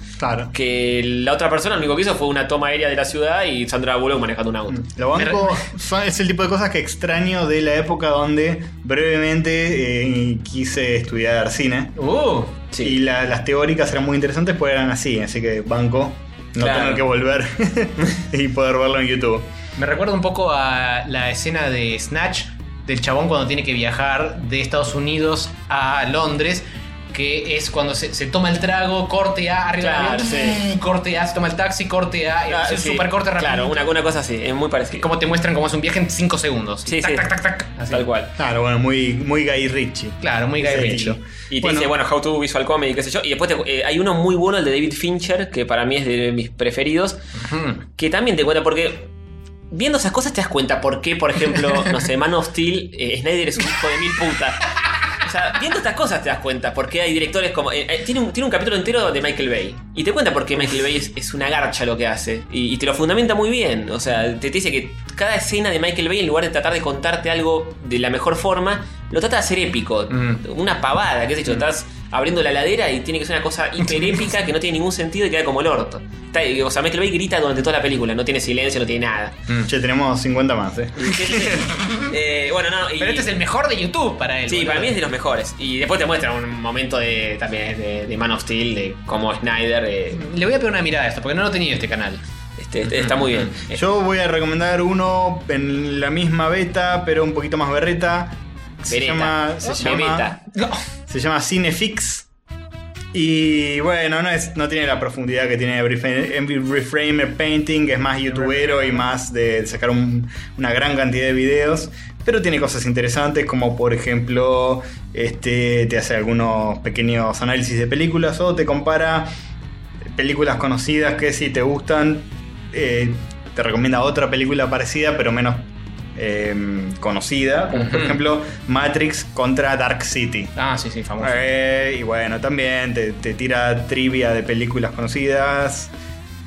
[SPEAKER 4] que la otra persona lo único que hizo fue una toma aérea de la ciudad y Sandra Bullock manejando un
[SPEAKER 2] Mm.
[SPEAKER 4] auto.
[SPEAKER 3] Lo banco son- es el tipo de cosas que extraño de la época donde brevemente eh, quise estudiar cine.
[SPEAKER 2] Uh,
[SPEAKER 3] Y la- las teóricas eran muy interesantes porque eran así, así que banco. No
[SPEAKER 2] Claro.
[SPEAKER 3] tener que volver y poder verlo en YouTube.
[SPEAKER 2] Me recuerda un poco a la escena de Snatch del chabón cuando tiene que viajar de Estados Unidos a Londres. Que es cuando se, se toma el trago, corte A, arriba del
[SPEAKER 4] Claro,
[SPEAKER 2] avión, mm, corte A, se toma el taxi, corte A, y
[SPEAKER 4] Ah,
[SPEAKER 2] es
[SPEAKER 4] sí.
[SPEAKER 2] súper corte rápido.
[SPEAKER 4] Claro, una, una cosa así, es muy parecida.
[SPEAKER 2] Como te muestran cómo es un viaje en 5 segundos.
[SPEAKER 4] Sí, sí. Tal cual.
[SPEAKER 3] Claro, bueno, muy, muy Guy Ritchie.
[SPEAKER 2] Claro, muy Guy
[SPEAKER 4] Sí.
[SPEAKER 2] Ritchie.
[SPEAKER 4] Y te
[SPEAKER 2] Bueno.
[SPEAKER 4] dice, bueno, How to Visual Comedy, qué sé yo. Y después te- eh, hay uno muy bueno, el de David Fincher, que para mí es de mis preferidos, que también te cuenta porque viendo esas cosas te das cuenta por qué, por ejemplo, no sé, Man of Steel, eh, Snyder es un hijo de mil putas. O sea, viendo estas cosas te das cuenta por qué hay directores como... eh, eh, tiene, un, tiene un capítulo entero de Michael Bay. Y te cuenta por qué Michael Bay es, es una garcha lo que hace. Y, y te lo fundamenta muy bien. O sea, te, te dice que cada escena de Michael Bay, en lugar de tratar de contarte algo de la mejor forma, lo trata de hacer épico. Una pavada, qué sé yo. Estás abriendo la ladera y tiene que ser una cosa hiper épica que no tiene ningún sentido y queda como el orto. Está- o sea, Michael Bay grita durante toda la película. No tiene silencio, no tiene nada.
[SPEAKER 3] Che, tenemos 50 más, eh.
[SPEAKER 4] Eh, bueno, no. Pero este es el mejor de YouTube para él. Sí, para mí es de los mejores. Y después te muestra un momento de también de, de Man of Steel, de cómo Snyder. eh,
[SPEAKER 2] Le voy a pegar una mirada a esto, porque no lo tenía este canal.
[SPEAKER 4] Este, este- está muy bien.
[SPEAKER 3] Yo voy a recomendar uno en la misma beta, pero un poquito más berreta. Se
[SPEAKER 4] Bereta.
[SPEAKER 3] llama. Se llama,
[SPEAKER 4] Bebeta.
[SPEAKER 3] se llama Cinefix. Y bueno, no, es, no tiene la profundidad que tiene Refra- Reframer Painting, que es más youtubero y más de sacar un- una gran cantidad de videos. Pero tiene cosas interesantes, como por ejemplo, este, te hace algunos pequeños análisis de películas o te compara películas conocidas que si te gustan, eh, te recomienda otra película parecida, pero menos eh, conocida. Como por
[SPEAKER 2] Ujú.
[SPEAKER 3] ejemplo, Matrix contra Dark City.
[SPEAKER 2] Ah, sí, sí, famoso.
[SPEAKER 3] Eh, y bueno, también te, te tira trivia de películas conocidas,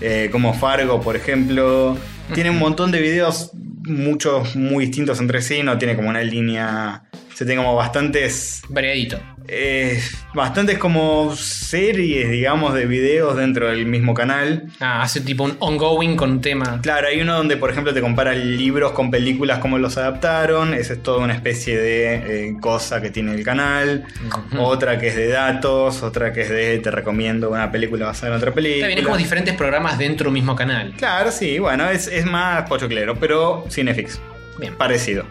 [SPEAKER 3] eh, como Fargo, por ejemplo. Tiene un montón de videos, muchos muy distintos entre sí, no tiene como una línea. Se tiene como bastantes. eh,
[SPEAKER 2] Variadito.
[SPEAKER 3] bastantes como series, digamos, de videos dentro del mismo canal.
[SPEAKER 2] Ah, hace tipo un ongoing con un tema.
[SPEAKER 3] Claro, hay uno donde, por ejemplo, te compara libros con películas, cómo los adaptaron. Esa es toda una especie de eh, cosa que tiene el canal. Otra que es de datos, otra que es de te recomiendo una película basada en otra película.
[SPEAKER 2] Está bien, es como diferentes programas dentro del mismo canal.
[SPEAKER 3] Claro, sí, bueno, es, es más pochoclero, pero Cinefix.
[SPEAKER 2] Bien.
[SPEAKER 3] Parecido.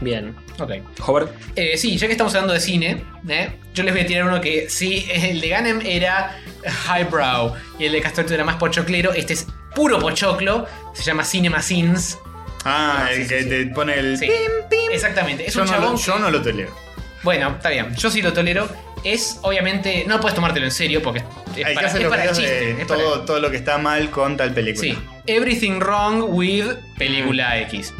[SPEAKER 4] Bien.
[SPEAKER 2] Ok.
[SPEAKER 4] Hobart.
[SPEAKER 2] Eh, sí, ya que estamos hablando de cine, ¿eh? yo les voy a tirar uno que sí, el de Ganem era highbrow y el de Castorito era más pochoclero. Este es puro pochoclo, se llama Cinema Sins.
[SPEAKER 3] Ah, el que te pone el.
[SPEAKER 2] Sí. Exactamente, es
[SPEAKER 3] yo,
[SPEAKER 2] un
[SPEAKER 3] no
[SPEAKER 2] chabón.
[SPEAKER 3] lo, yo no lo tolero.
[SPEAKER 2] Bueno, está bien, yo sí lo tolero. Es, obviamente, no puedes tomártelo en serio porque es
[SPEAKER 3] Hay que
[SPEAKER 2] para,
[SPEAKER 3] hacer
[SPEAKER 2] es
[SPEAKER 3] lo
[SPEAKER 2] para
[SPEAKER 3] que
[SPEAKER 2] el
[SPEAKER 3] es de
[SPEAKER 2] chiste. es para-
[SPEAKER 3] todo, todo lo que está mal con tal película.
[SPEAKER 4] Mm.
[SPEAKER 2] Sí, Everything Wrong with Película X.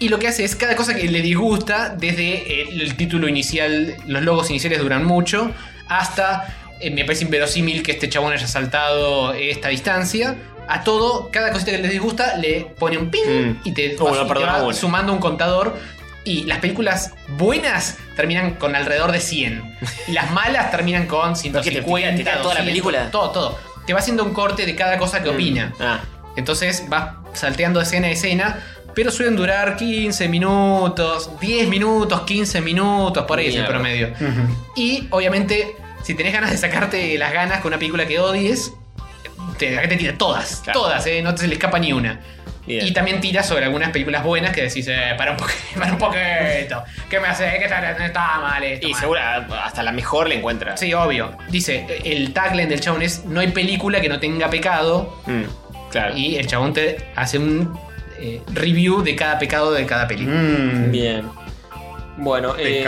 [SPEAKER 2] Y lo que hace es cada cosa que le disgusta, desde eh, el, el título inicial, los logos iniciales duran mucho, hasta eh, me parece inverosímil que este chabón haya saltado esta distancia. A todo, cada cosita que les disgusta, le pone un pin y te,
[SPEAKER 4] Oh,
[SPEAKER 2] vas-
[SPEAKER 4] la
[SPEAKER 2] y te
[SPEAKER 4] perdona
[SPEAKER 2] va
[SPEAKER 4] una.
[SPEAKER 2] sumando un contador. Y las películas buenas terminan con alrededor de 100. Y las malas terminan con
[SPEAKER 4] te tira-
[SPEAKER 2] 150.
[SPEAKER 4] te tira toda la
[SPEAKER 2] 200,
[SPEAKER 4] película? Mm.
[SPEAKER 2] Todo, todo. Te va haciendo un corte de cada cosa que opina.
[SPEAKER 4] Ah,
[SPEAKER 2] Entonces vas salteando escena a escena, pero suelen durar 15 minutos, 10 minutos, 15 minutos, por ahí es el
[SPEAKER 13] Mierda.
[SPEAKER 2] promedio. Y obviamente, si tenés ganas de sacarte las ganas con una película que odies, te, acá te tira todas, todas, eh, no te se le escapa ni una. Y también tira sobre algunas películas buenas que decís, eh, para un poquito, para un poquito, ¿qué me hace? ¿Qué está, está mal esto? Y segura, hasta la mejor le encuentra. Sí, obvio. Dice, el tagline del chabón es, no hay película que no tenga pecado, Claro. Y el chabón te hace un eh, review de cada pecado de cada película.
[SPEAKER 3] Mm.
[SPEAKER 4] Bien. Bueno, eh,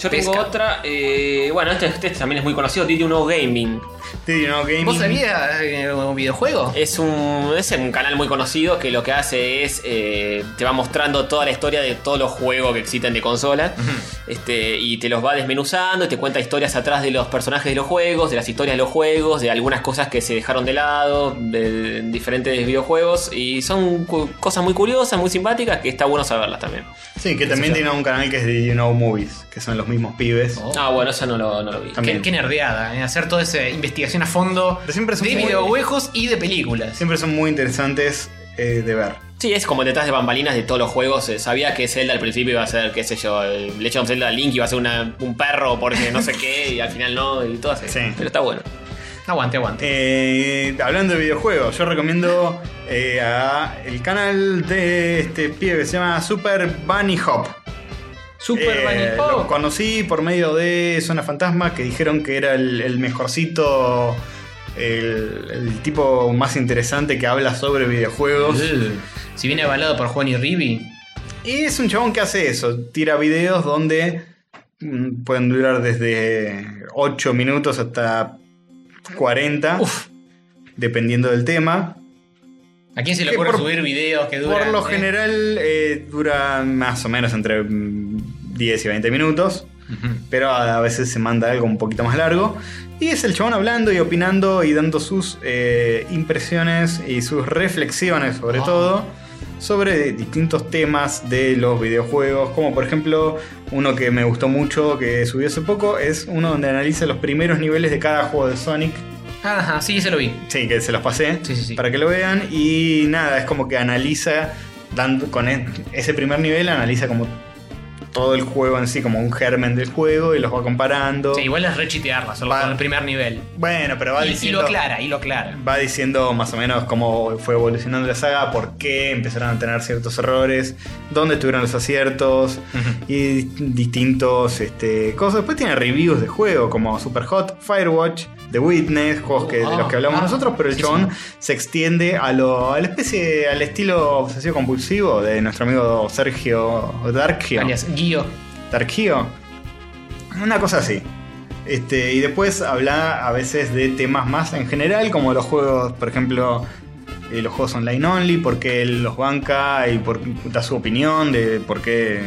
[SPEAKER 4] yo tengo
[SPEAKER 2] Pesca.
[SPEAKER 4] otra. eh, bueno, este, este también es muy conocido: Did You Know Gaming.
[SPEAKER 3] Did You Know Gaming.
[SPEAKER 2] ¿Vos sabías eh, un videojuego?
[SPEAKER 4] Es un, es un canal muy conocido que lo que hace es. eh, te va mostrando toda la historia de todos los juegos que existen de consola. este, y te los va desmenuzando y te cuenta historias atrás de los personajes de los juegos, de las historias de los juegos, de algunas cosas que se dejaron de lado, de diferentes videojuegos. Y son cu- cosas muy curiosas, muy simpáticas, que está bueno saberlas también.
[SPEAKER 3] Sí, que también tiene un canal que es de You Know Movies, que son los mismos pibes.
[SPEAKER 2] Oh.
[SPEAKER 4] Ah, bueno, eso no lo, no lo vi.
[SPEAKER 3] También.
[SPEAKER 2] Qué, qué nerdeada, eh, hacer toda esa investigación a fondo de
[SPEAKER 3] muy-
[SPEAKER 2] videojuegos y de películas.
[SPEAKER 3] Siempre son muy interesantes eh, de ver.
[SPEAKER 4] Sí, es como detrás de bambalinas de todos los juegos. eh, Sabía que Zelda al principio iba a ser, qué sé yo, eh, Legend of Zelda Link iba a ser una- un perro porque no sé qué, y al final no, y todo así. Pero está bueno.
[SPEAKER 2] Aguante, aguante.
[SPEAKER 3] Eh, hablando de videojuegos, yo recomiendo eh, a el canal de este pibe que se llama Super Bunny Hop. Eh,
[SPEAKER 2] Super Bunny Hop.
[SPEAKER 3] Lo conocí por medio de Zona Fantasma que dijeron que era el, el mejorcito, el, el tipo más interesante que habla sobre videojuegos.
[SPEAKER 2] Si viene avalado por Juan y Ribi.
[SPEAKER 3] Y es un chabón que hace eso, tira videos donde mm, pueden durar desde 8 minutos hasta 40, dependiendo del tema.
[SPEAKER 2] ¿A quién se le
[SPEAKER 3] Que
[SPEAKER 2] ocurre
[SPEAKER 3] por-
[SPEAKER 2] subir videos que duran?
[SPEAKER 3] Por lo
[SPEAKER 2] eh?
[SPEAKER 3] general eh, dura más o menos entre mm, 10 y 20 minutos, pero a veces se manda algo un poquito más largo. Y es el chabón hablando y opinando y dando sus eh, impresiones y sus reflexiones
[SPEAKER 2] Ah.
[SPEAKER 3] sobre todo sobre distintos temas de los videojuegos, como por ejemplo uno que me gustó mucho que subió hace poco, es uno donde analiza los primeros niveles de cada juego de Sonic.
[SPEAKER 2] Ajá, sí, se lo vi.
[SPEAKER 3] Sí, que se los pasé para que lo vean y nada, es como que analiza, dando, con e- ese primer nivel analiza como todo el juego en sí, como un germen del juego y los va comparando.
[SPEAKER 2] Sí, igual es rechitearla, solo con el primer nivel.
[SPEAKER 3] Bueno, pero va
[SPEAKER 2] y, y
[SPEAKER 3] diciendo-
[SPEAKER 2] lo aclara, y lo aclara.
[SPEAKER 3] va diciendo más o menos cómo fue evolucionando la saga, por qué empezaron a tener ciertos errores, dónde estuvieron los aciertos y di- distintos este, cosas. Después tiene reviews de juego como Superhot, Firewatch, The Witness, juegos que, de los que hablamos nosotros, pero el chabón se extiende a, lo, a la especie, al estilo obsesivo compulsivo de nuestro amigo Sergio Darkio.
[SPEAKER 2] Alias Guío.
[SPEAKER 3] Darkio. Una cosa así. Este, y después habla a veces de temas más en general, como los juegos, por ejemplo, eh, los juegos online only, por qué él los banca y por, da su opinión de por qué eh,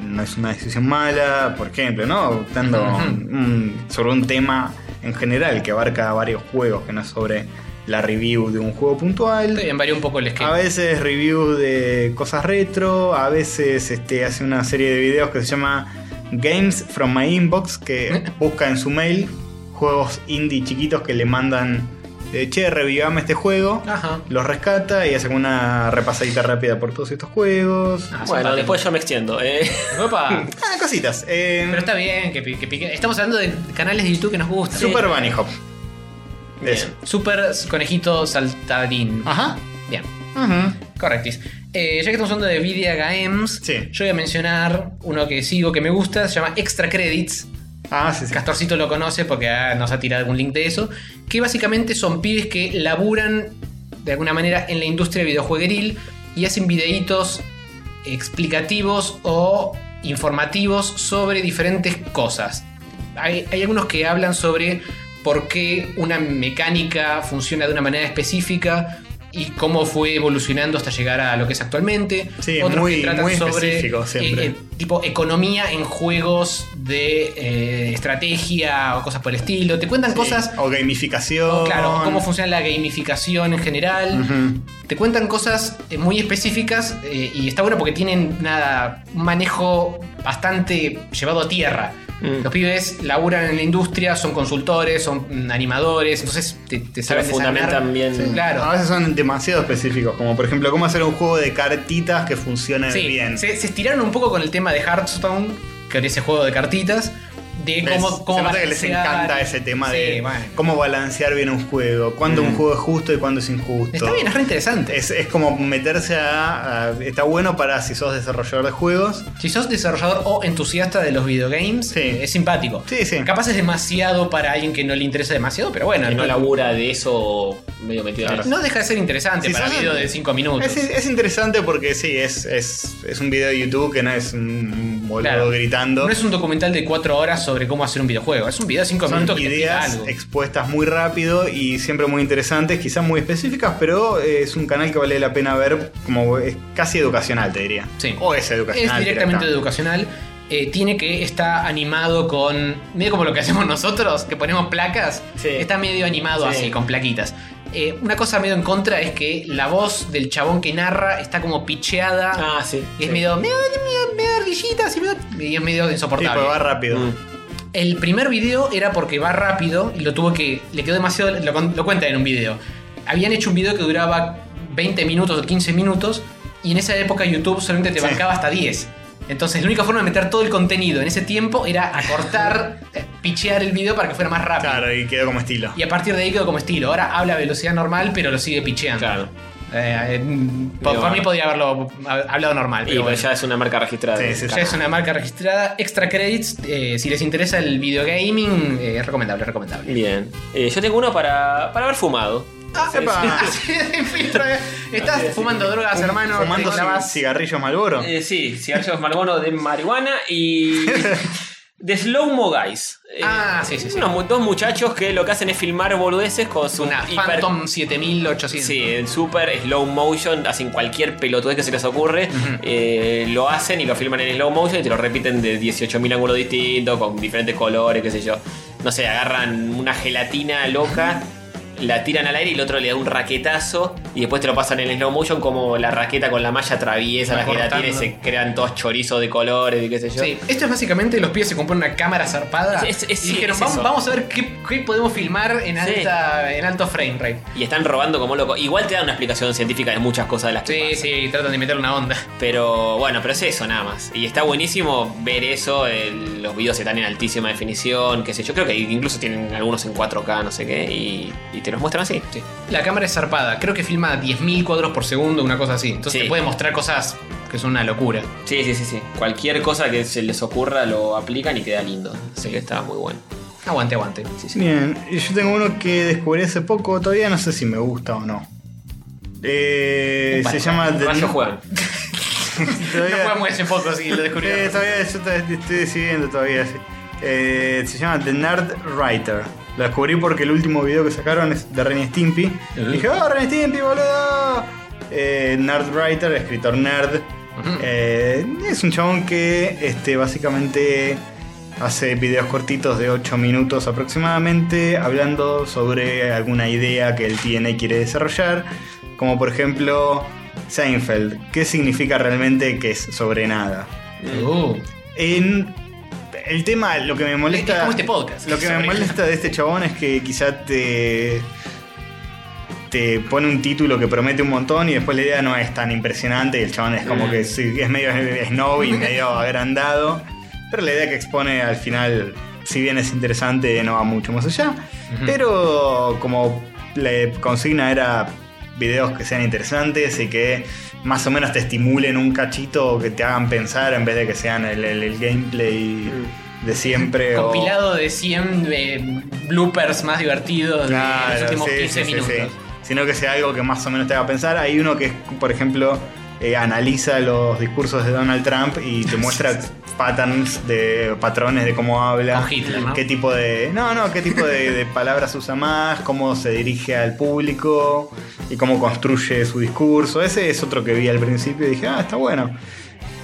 [SPEAKER 3] no es una decisión mala, por ejemplo, ¿no? Dando
[SPEAKER 2] Ujú.
[SPEAKER 3] un- sobre un tema en general que abarca varios juegos, que no es sobre la review de un juego puntual.
[SPEAKER 2] Varió un poco el esquema.
[SPEAKER 3] A veces review de cosas retro, a veces este, hace una serie de videos que se llama Games from My Inbox,
[SPEAKER 2] ¿Eh?
[SPEAKER 3] que busca en su mail juegos indie chiquitos que le mandan, eh, che, revivame este juego,
[SPEAKER 2] Ah.
[SPEAKER 3] los rescata y hace una repasadita rápida por todos estos juegos.
[SPEAKER 2] Ah.
[SPEAKER 4] Bueno, después yo me extiendo. eh.
[SPEAKER 2] Opa.
[SPEAKER 3] Ah, cositas.
[SPEAKER 2] Pero está bien que, pi- que pique. Estamos hablando de canales de YouTube que nos gustan.
[SPEAKER 3] Super Bunny Hop.
[SPEAKER 2] Bien. Super conejito saltadín.
[SPEAKER 3] Ajá.
[SPEAKER 2] Bien. Correctis. Eh, ya que estamos hablando de Video Games, yo voy a mencionar uno que sigo que me gusta, se llama Extra Credits.
[SPEAKER 3] Ah, sí, sí.
[SPEAKER 2] Castorcito lo conoce porque ah, nos ha tirado algún link de eso. Que básicamente son pibes que laburan de alguna manera en la industria videojuegueril y hacen videitos explicativos o informativos sobre diferentes cosas. Hay, hay algunos que hablan sobre por qué una mecánica funciona de una manera específica, y cómo fue evolucionando hasta llegar a lo que es actualmente.
[SPEAKER 3] Sí,
[SPEAKER 2] Otros
[SPEAKER 3] muy-
[SPEAKER 2] que tratan
[SPEAKER 3] muy
[SPEAKER 2] sobre
[SPEAKER 3] específico
[SPEAKER 2] eh,
[SPEAKER 3] siempre.
[SPEAKER 2] eh, tipo economía en juegos de eh, estrategia o cosas por el estilo. Te cuentan cosas. Oh,
[SPEAKER 3] O gamificación.
[SPEAKER 2] claro, cómo funciona la gamificación en general. Te cuentan cosas eh, muy específicas eh, y está bueno porque tienen nada, un manejo bastante llevado a tierra. Los pibes laburan en la industria, son consultores, son mm, animadores, entonces te, te saben desarmar. Sí, Claro.
[SPEAKER 3] A veces son demasiado específicos, como por ejemplo, cómo hacer un juego de cartitas que funcione
[SPEAKER 2] Sí,
[SPEAKER 3] bien.
[SPEAKER 2] Se, se estiraron un poco con el tema de Hearthstone, que ese juego de cartitas, de
[SPEAKER 3] ¿Ves?
[SPEAKER 2] cómo, cómo
[SPEAKER 3] Se nota que les
[SPEAKER 2] balancear.
[SPEAKER 3] encanta ese tema
[SPEAKER 2] Sí,
[SPEAKER 3] de
[SPEAKER 2] bueno. Mm.
[SPEAKER 3] cómo balancear bien un juego, cuándo un juego es justo y cuándo es injusto.
[SPEAKER 2] Está bien, es re interesante.
[SPEAKER 3] Es, es como meterse a, a- Está bueno para si sos desarrollador de juegos.
[SPEAKER 2] Si sos desarrollador o entusiasta de los videogames, eh, es simpático. Capaz es demasiado para alguien que no le interesa demasiado, pero bueno.
[SPEAKER 4] Que no
[SPEAKER 2] no- Eh,
[SPEAKER 4] labura de eso medio metido en eso.
[SPEAKER 2] No deja de ser interesante
[SPEAKER 3] Si
[SPEAKER 2] para
[SPEAKER 3] sos-
[SPEAKER 2] video de 5 minutos.
[SPEAKER 3] Es, es interesante porque sí, es, es, es un video de YouTube que no es un boludo
[SPEAKER 2] Claro.
[SPEAKER 3] gritando.
[SPEAKER 2] No es un documental de 4 horas sobre cómo hacer un videojuego. Es un video de 5
[SPEAKER 3] Son
[SPEAKER 2] minutos que te explica
[SPEAKER 3] ideas
[SPEAKER 2] algo.
[SPEAKER 3] expuestas muy rápido y siempre muy interesantes, quizás muy específicas, pero eh, es un canal que vale la pena ver, como es casi educacional, te diría. O es
[SPEAKER 2] Es
[SPEAKER 3] educacional.
[SPEAKER 2] directamente
[SPEAKER 3] directa.
[SPEAKER 2] educacional. Eh, tiene que está animado con. medio como lo que hacemos nosotros, que ponemos placas. Está medio animado
[SPEAKER 4] Sí.
[SPEAKER 2] así, con plaquitas. Eh, una cosa medio en contra es que la voz del chabón que narra está como picheada.
[SPEAKER 4] Ah, sí.
[SPEAKER 2] Y es
[SPEAKER 4] sí.
[SPEAKER 2] medio. medio, medio, medio ardillita, así medio- y es medio
[SPEAKER 3] Sí,
[SPEAKER 2] insoportable.
[SPEAKER 3] pues va rápido.
[SPEAKER 2] Mm. El primer video era porque va rápido y lo tuvo que. Le quedó demasiado. Lo, con- lo cuenta en un video. Habían hecho un video que duraba 20 minutos o 15 minutos y en esa época YouTube solamente te bancaba hasta 10. Entonces la única forma de meter todo el contenido en ese tiempo era acortar, eh, pichear el video para que fuera más rápido.
[SPEAKER 3] Claro, y quedó como estilo.
[SPEAKER 2] Y a partir de ahí quedó como estilo. Ahora habla a velocidad normal, pero lo sigue picheando. Claro. por,
[SPEAKER 4] Pero
[SPEAKER 2] por mí
[SPEAKER 4] bueno.
[SPEAKER 2] podría haberlo ha- hablado normal.
[SPEAKER 4] Y
[SPEAKER 2] Pero
[SPEAKER 4] pero
[SPEAKER 2] bueno.
[SPEAKER 4] ya es una marca registrada.
[SPEAKER 2] Sí, sí, ya es una marca registrada. Extra Credits, eh, si les interesa el videogaming, eh, es recomendable, es recomendable.
[SPEAKER 4] Bien. Eh, yo tengo uno para, para haber fumado.
[SPEAKER 2] Ah,
[SPEAKER 4] Sí, epa.
[SPEAKER 2] sí, de filtro, eh. Estás fumando drogas,
[SPEAKER 3] Un-
[SPEAKER 2] hermano.
[SPEAKER 3] Fumando
[SPEAKER 2] te
[SPEAKER 3] ci-
[SPEAKER 2] clavas-
[SPEAKER 3] cigarrillos Malboro.
[SPEAKER 4] Eh, sí, cigarrillos Marlboro de marihuana y. De Slow Mo Guys. Eh,
[SPEAKER 2] Ah, sí, sí, sí.
[SPEAKER 4] unos mu- dos muchachos que lo que hacen es filmar boludeces con su.
[SPEAKER 2] Una
[SPEAKER 4] hiper-
[SPEAKER 2] Phantom 7800.
[SPEAKER 4] Sí, en super slow motion, hacen cualquier pelotudez que se les ocurre, eh, lo hacen y lo filman en slow motion y te lo repiten de 18.000 ángulos distintos, con diferentes colores, qué sé yo. No sé, agarran una gelatina loca, la tiran al aire y el otro le da un raquetazo y después te lo pasan en slow motion como la raqueta con la malla atraviesa
[SPEAKER 2] Va
[SPEAKER 4] la gelatina y se
[SPEAKER 2] cortando.
[SPEAKER 4] crean todos chorizos de colores y qué sé yo.
[SPEAKER 2] Sí, esto es básicamente los pibes se compraron una cámara zarpada
[SPEAKER 4] Es- es- es-
[SPEAKER 2] y dijeron,
[SPEAKER 4] es
[SPEAKER 2] vamos,
[SPEAKER 4] eso".
[SPEAKER 2] vamos a ver qué, qué podemos filmar en,
[SPEAKER 4] Sí.
[SPEAKER 2] alta, en alto frame rate.
[SPEAKER 4] Y están robando como loco. Igual te dan una explicación científica de muchas cosas de las
[SPEAKER 2] Sí,
[SPEAKER 4] que
[SPEAKER 2] sí, tratan de meter una onda.
[SPEAKER 4] Pero bueno, pero es eso nada más. Y está buenísimo ver eso. el- los videos están en altísima definición, qué sé yo. Creo que incluso tienen algunos en 4K, no sé qué. Y, y te los muestran así.
[SPEAKER 2] La cámara es zarpada, creo que filma 10.000 cuadros por segundo, una cosa así. Entonces
[SPEAKER 4] Sí.
[SPEAKER 2] te puede mostrar cosas que son una locura.
[SPEAKER 4] Sí, sí, sí, sí. Cualquier cosa que se les ocurra lo aplican y queda lindo. Así que está muy bueno.
[SPEAKER 2] Aguante, aguante.
[SPEAKER 3] Bien, y yo tengo uno que descubrí hace poco, todavía no sé si me gusta o no. Eh, se llama The-
[SPEAKER 4] Rayo juegan.
[SPEAKER 3] Todavía-
[SPEAKER 2] No jugamos hace poco, sí, lo descubrí.
[SPEAKER 3] Eh, todavía, yo todavía estoy decidiendo todavía. sí. Eh, se llama The Nerd Writer. Lo descubrí porque el último video que sacaron es de Ren y Stimpy. Y Dije, ¡oh, Ren y Stimpy, boludo! Eh, nerd Writer, escritor nerd. Eh, es un chabón que este, básicamente hace videos cortitos de 8 minutos aproximadamente, hablando sobre alguna idea que él tiene y quiere desarrollar. Como por ejemplo, Seinfeld. ¿Qué significa realmente que es sobre nada?
[SPEAKER 2] Uh.
[SPEAKER 3] En el tema, lo que me molesta.
[SPEAKER 2] Es como este podcast.
[SPEAKER 3] Lo que me
[SPEAKER 2] Sobre-
[SPEAKER 3] molesta de este chabón es que quizá te. te pone un título que promete un montón y después la idea no es tan impresionante y el chabón es
[SPEAKER 2] Mm.
[SPEAKER 3] como que sí, es medio snob y medio agrandado. Pero la idea que expone al final, si bien es interesante, no va mucho más allá. Pero como la consigna era videos que sean interesantes y que más o menos te estimulen un cachito o que te hagan pensar en vez de que sean el, el- el gameplay de siempre. o-
[SPEAKER 2] Mm. Compilado de 100 eh, bloopers más divertidos de
[SPEAKER 3] Claro,
[SPEAKER 2] los últimos
[SPEAKER 3] sí,
[SPEAKER 2] 15
[SPEAKER 3] sí, sí,
[SPEAKER 2] minutos.
[SPEAKER 3] sí. Sino que sea algo que más o menos te haga pensar. Hay uno que es, por ejemplo, eh, analiza los discursos de Donald Trump y te muestra patterns de patrones de cómo habla,
[SPEAKER 14] Con Hitler, ¿no?
[SPEAKER 3] qué tipo de no no qué tipo de, de palabras usa más, cómo se dirige al público y cómo construye su discurso. Ese es otro que vi al principio y dije ah está bueno.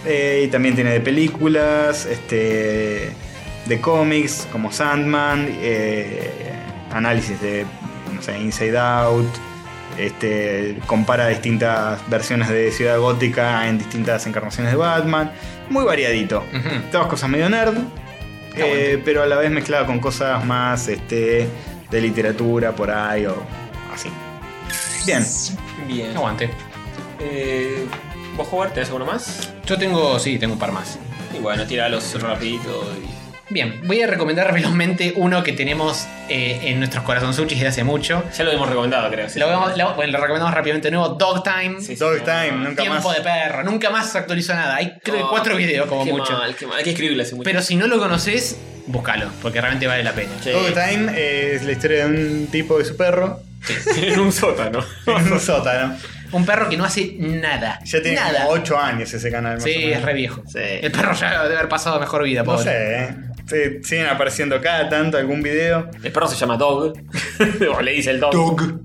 [SPEAKER 3] Eh, y también tiene de películas, este, de cómics como Sandman, eh, análisis de no sé, Inside Out, este, compara distintas versiones de Ciudad Gótica en distintas encarnaciones de Batman, muy variadito. Todas cosas medio nerd, eh, pero a la vez mezclado con cosas más este, de literatura por ahí o así. Bien.
[SPEAKER 4] Bien.
[SPEAKER 14] Aguante.
[SPEAKER 4] Eh, ¿Vos jugar? ¿Tenés alguno más?
[SPEAKER 14] Yo tengo, sí, tengo un par más.
[SPEAKER 4] Y bueno, tiralos rapidito y.
[SPEAKER 14] Bien, voy a recomendar velozmente uno que tenemos eh, en nuestros corazonzuchis desde hace mucho.
[SPEAKER 4] Ya lo hemos recomendado, creo. sí.
[SPEAKER 14] Lo, vamos- lo- bueno, lo recomendamos rápidamente de nuevo, Dog Time.
[SPEAKER 3] Dog Time, nunca
[SPEAKER 14] Tiempo
[SPEAKER 3] más.
[SPEAKER 14] de perro, nunca más se actualizó nada. Hay creo que
[SPEAKER 4] No,
[SPEAKER 14] cuatro videos como
[SPEAKER 4] Oh, qué
[SPEAKER 14] mucho.
[SPEAKER 4] mal, qué mal. Hay que escribirlo hace mucho.
[SPEAKER 14] Pero si no lo conoces, búscalo, porque realmente vale la pena.
[SPEAKER 3] Dog Time eh, es la historia de un tipo y su perro
[SPEAKER 4] en un sótano.
[SPEAKER 3] en un sótano.
[SPEAKER 14] Un perro que no hace nada.
[SPEAKER 3] Ya tiene
[SPEAKER 14] nada.
[SPEAKER 3] como 8 años ese canal. más o
[SPEAKER 14] Sí,
[SPEAKER 3] menos.
[SPEAKER 14] es re viejo. El perro ya debe haber pasado mejor vida,
[SPEAKER 3] No
[SPEAKER 14] pobre.
[SPEAKER 3] sé, ¿eh? Sí, siguen apareciendo cada tanto algún video.
[SPEAKER 4] El perro se llama Dog. o le dice el Dog.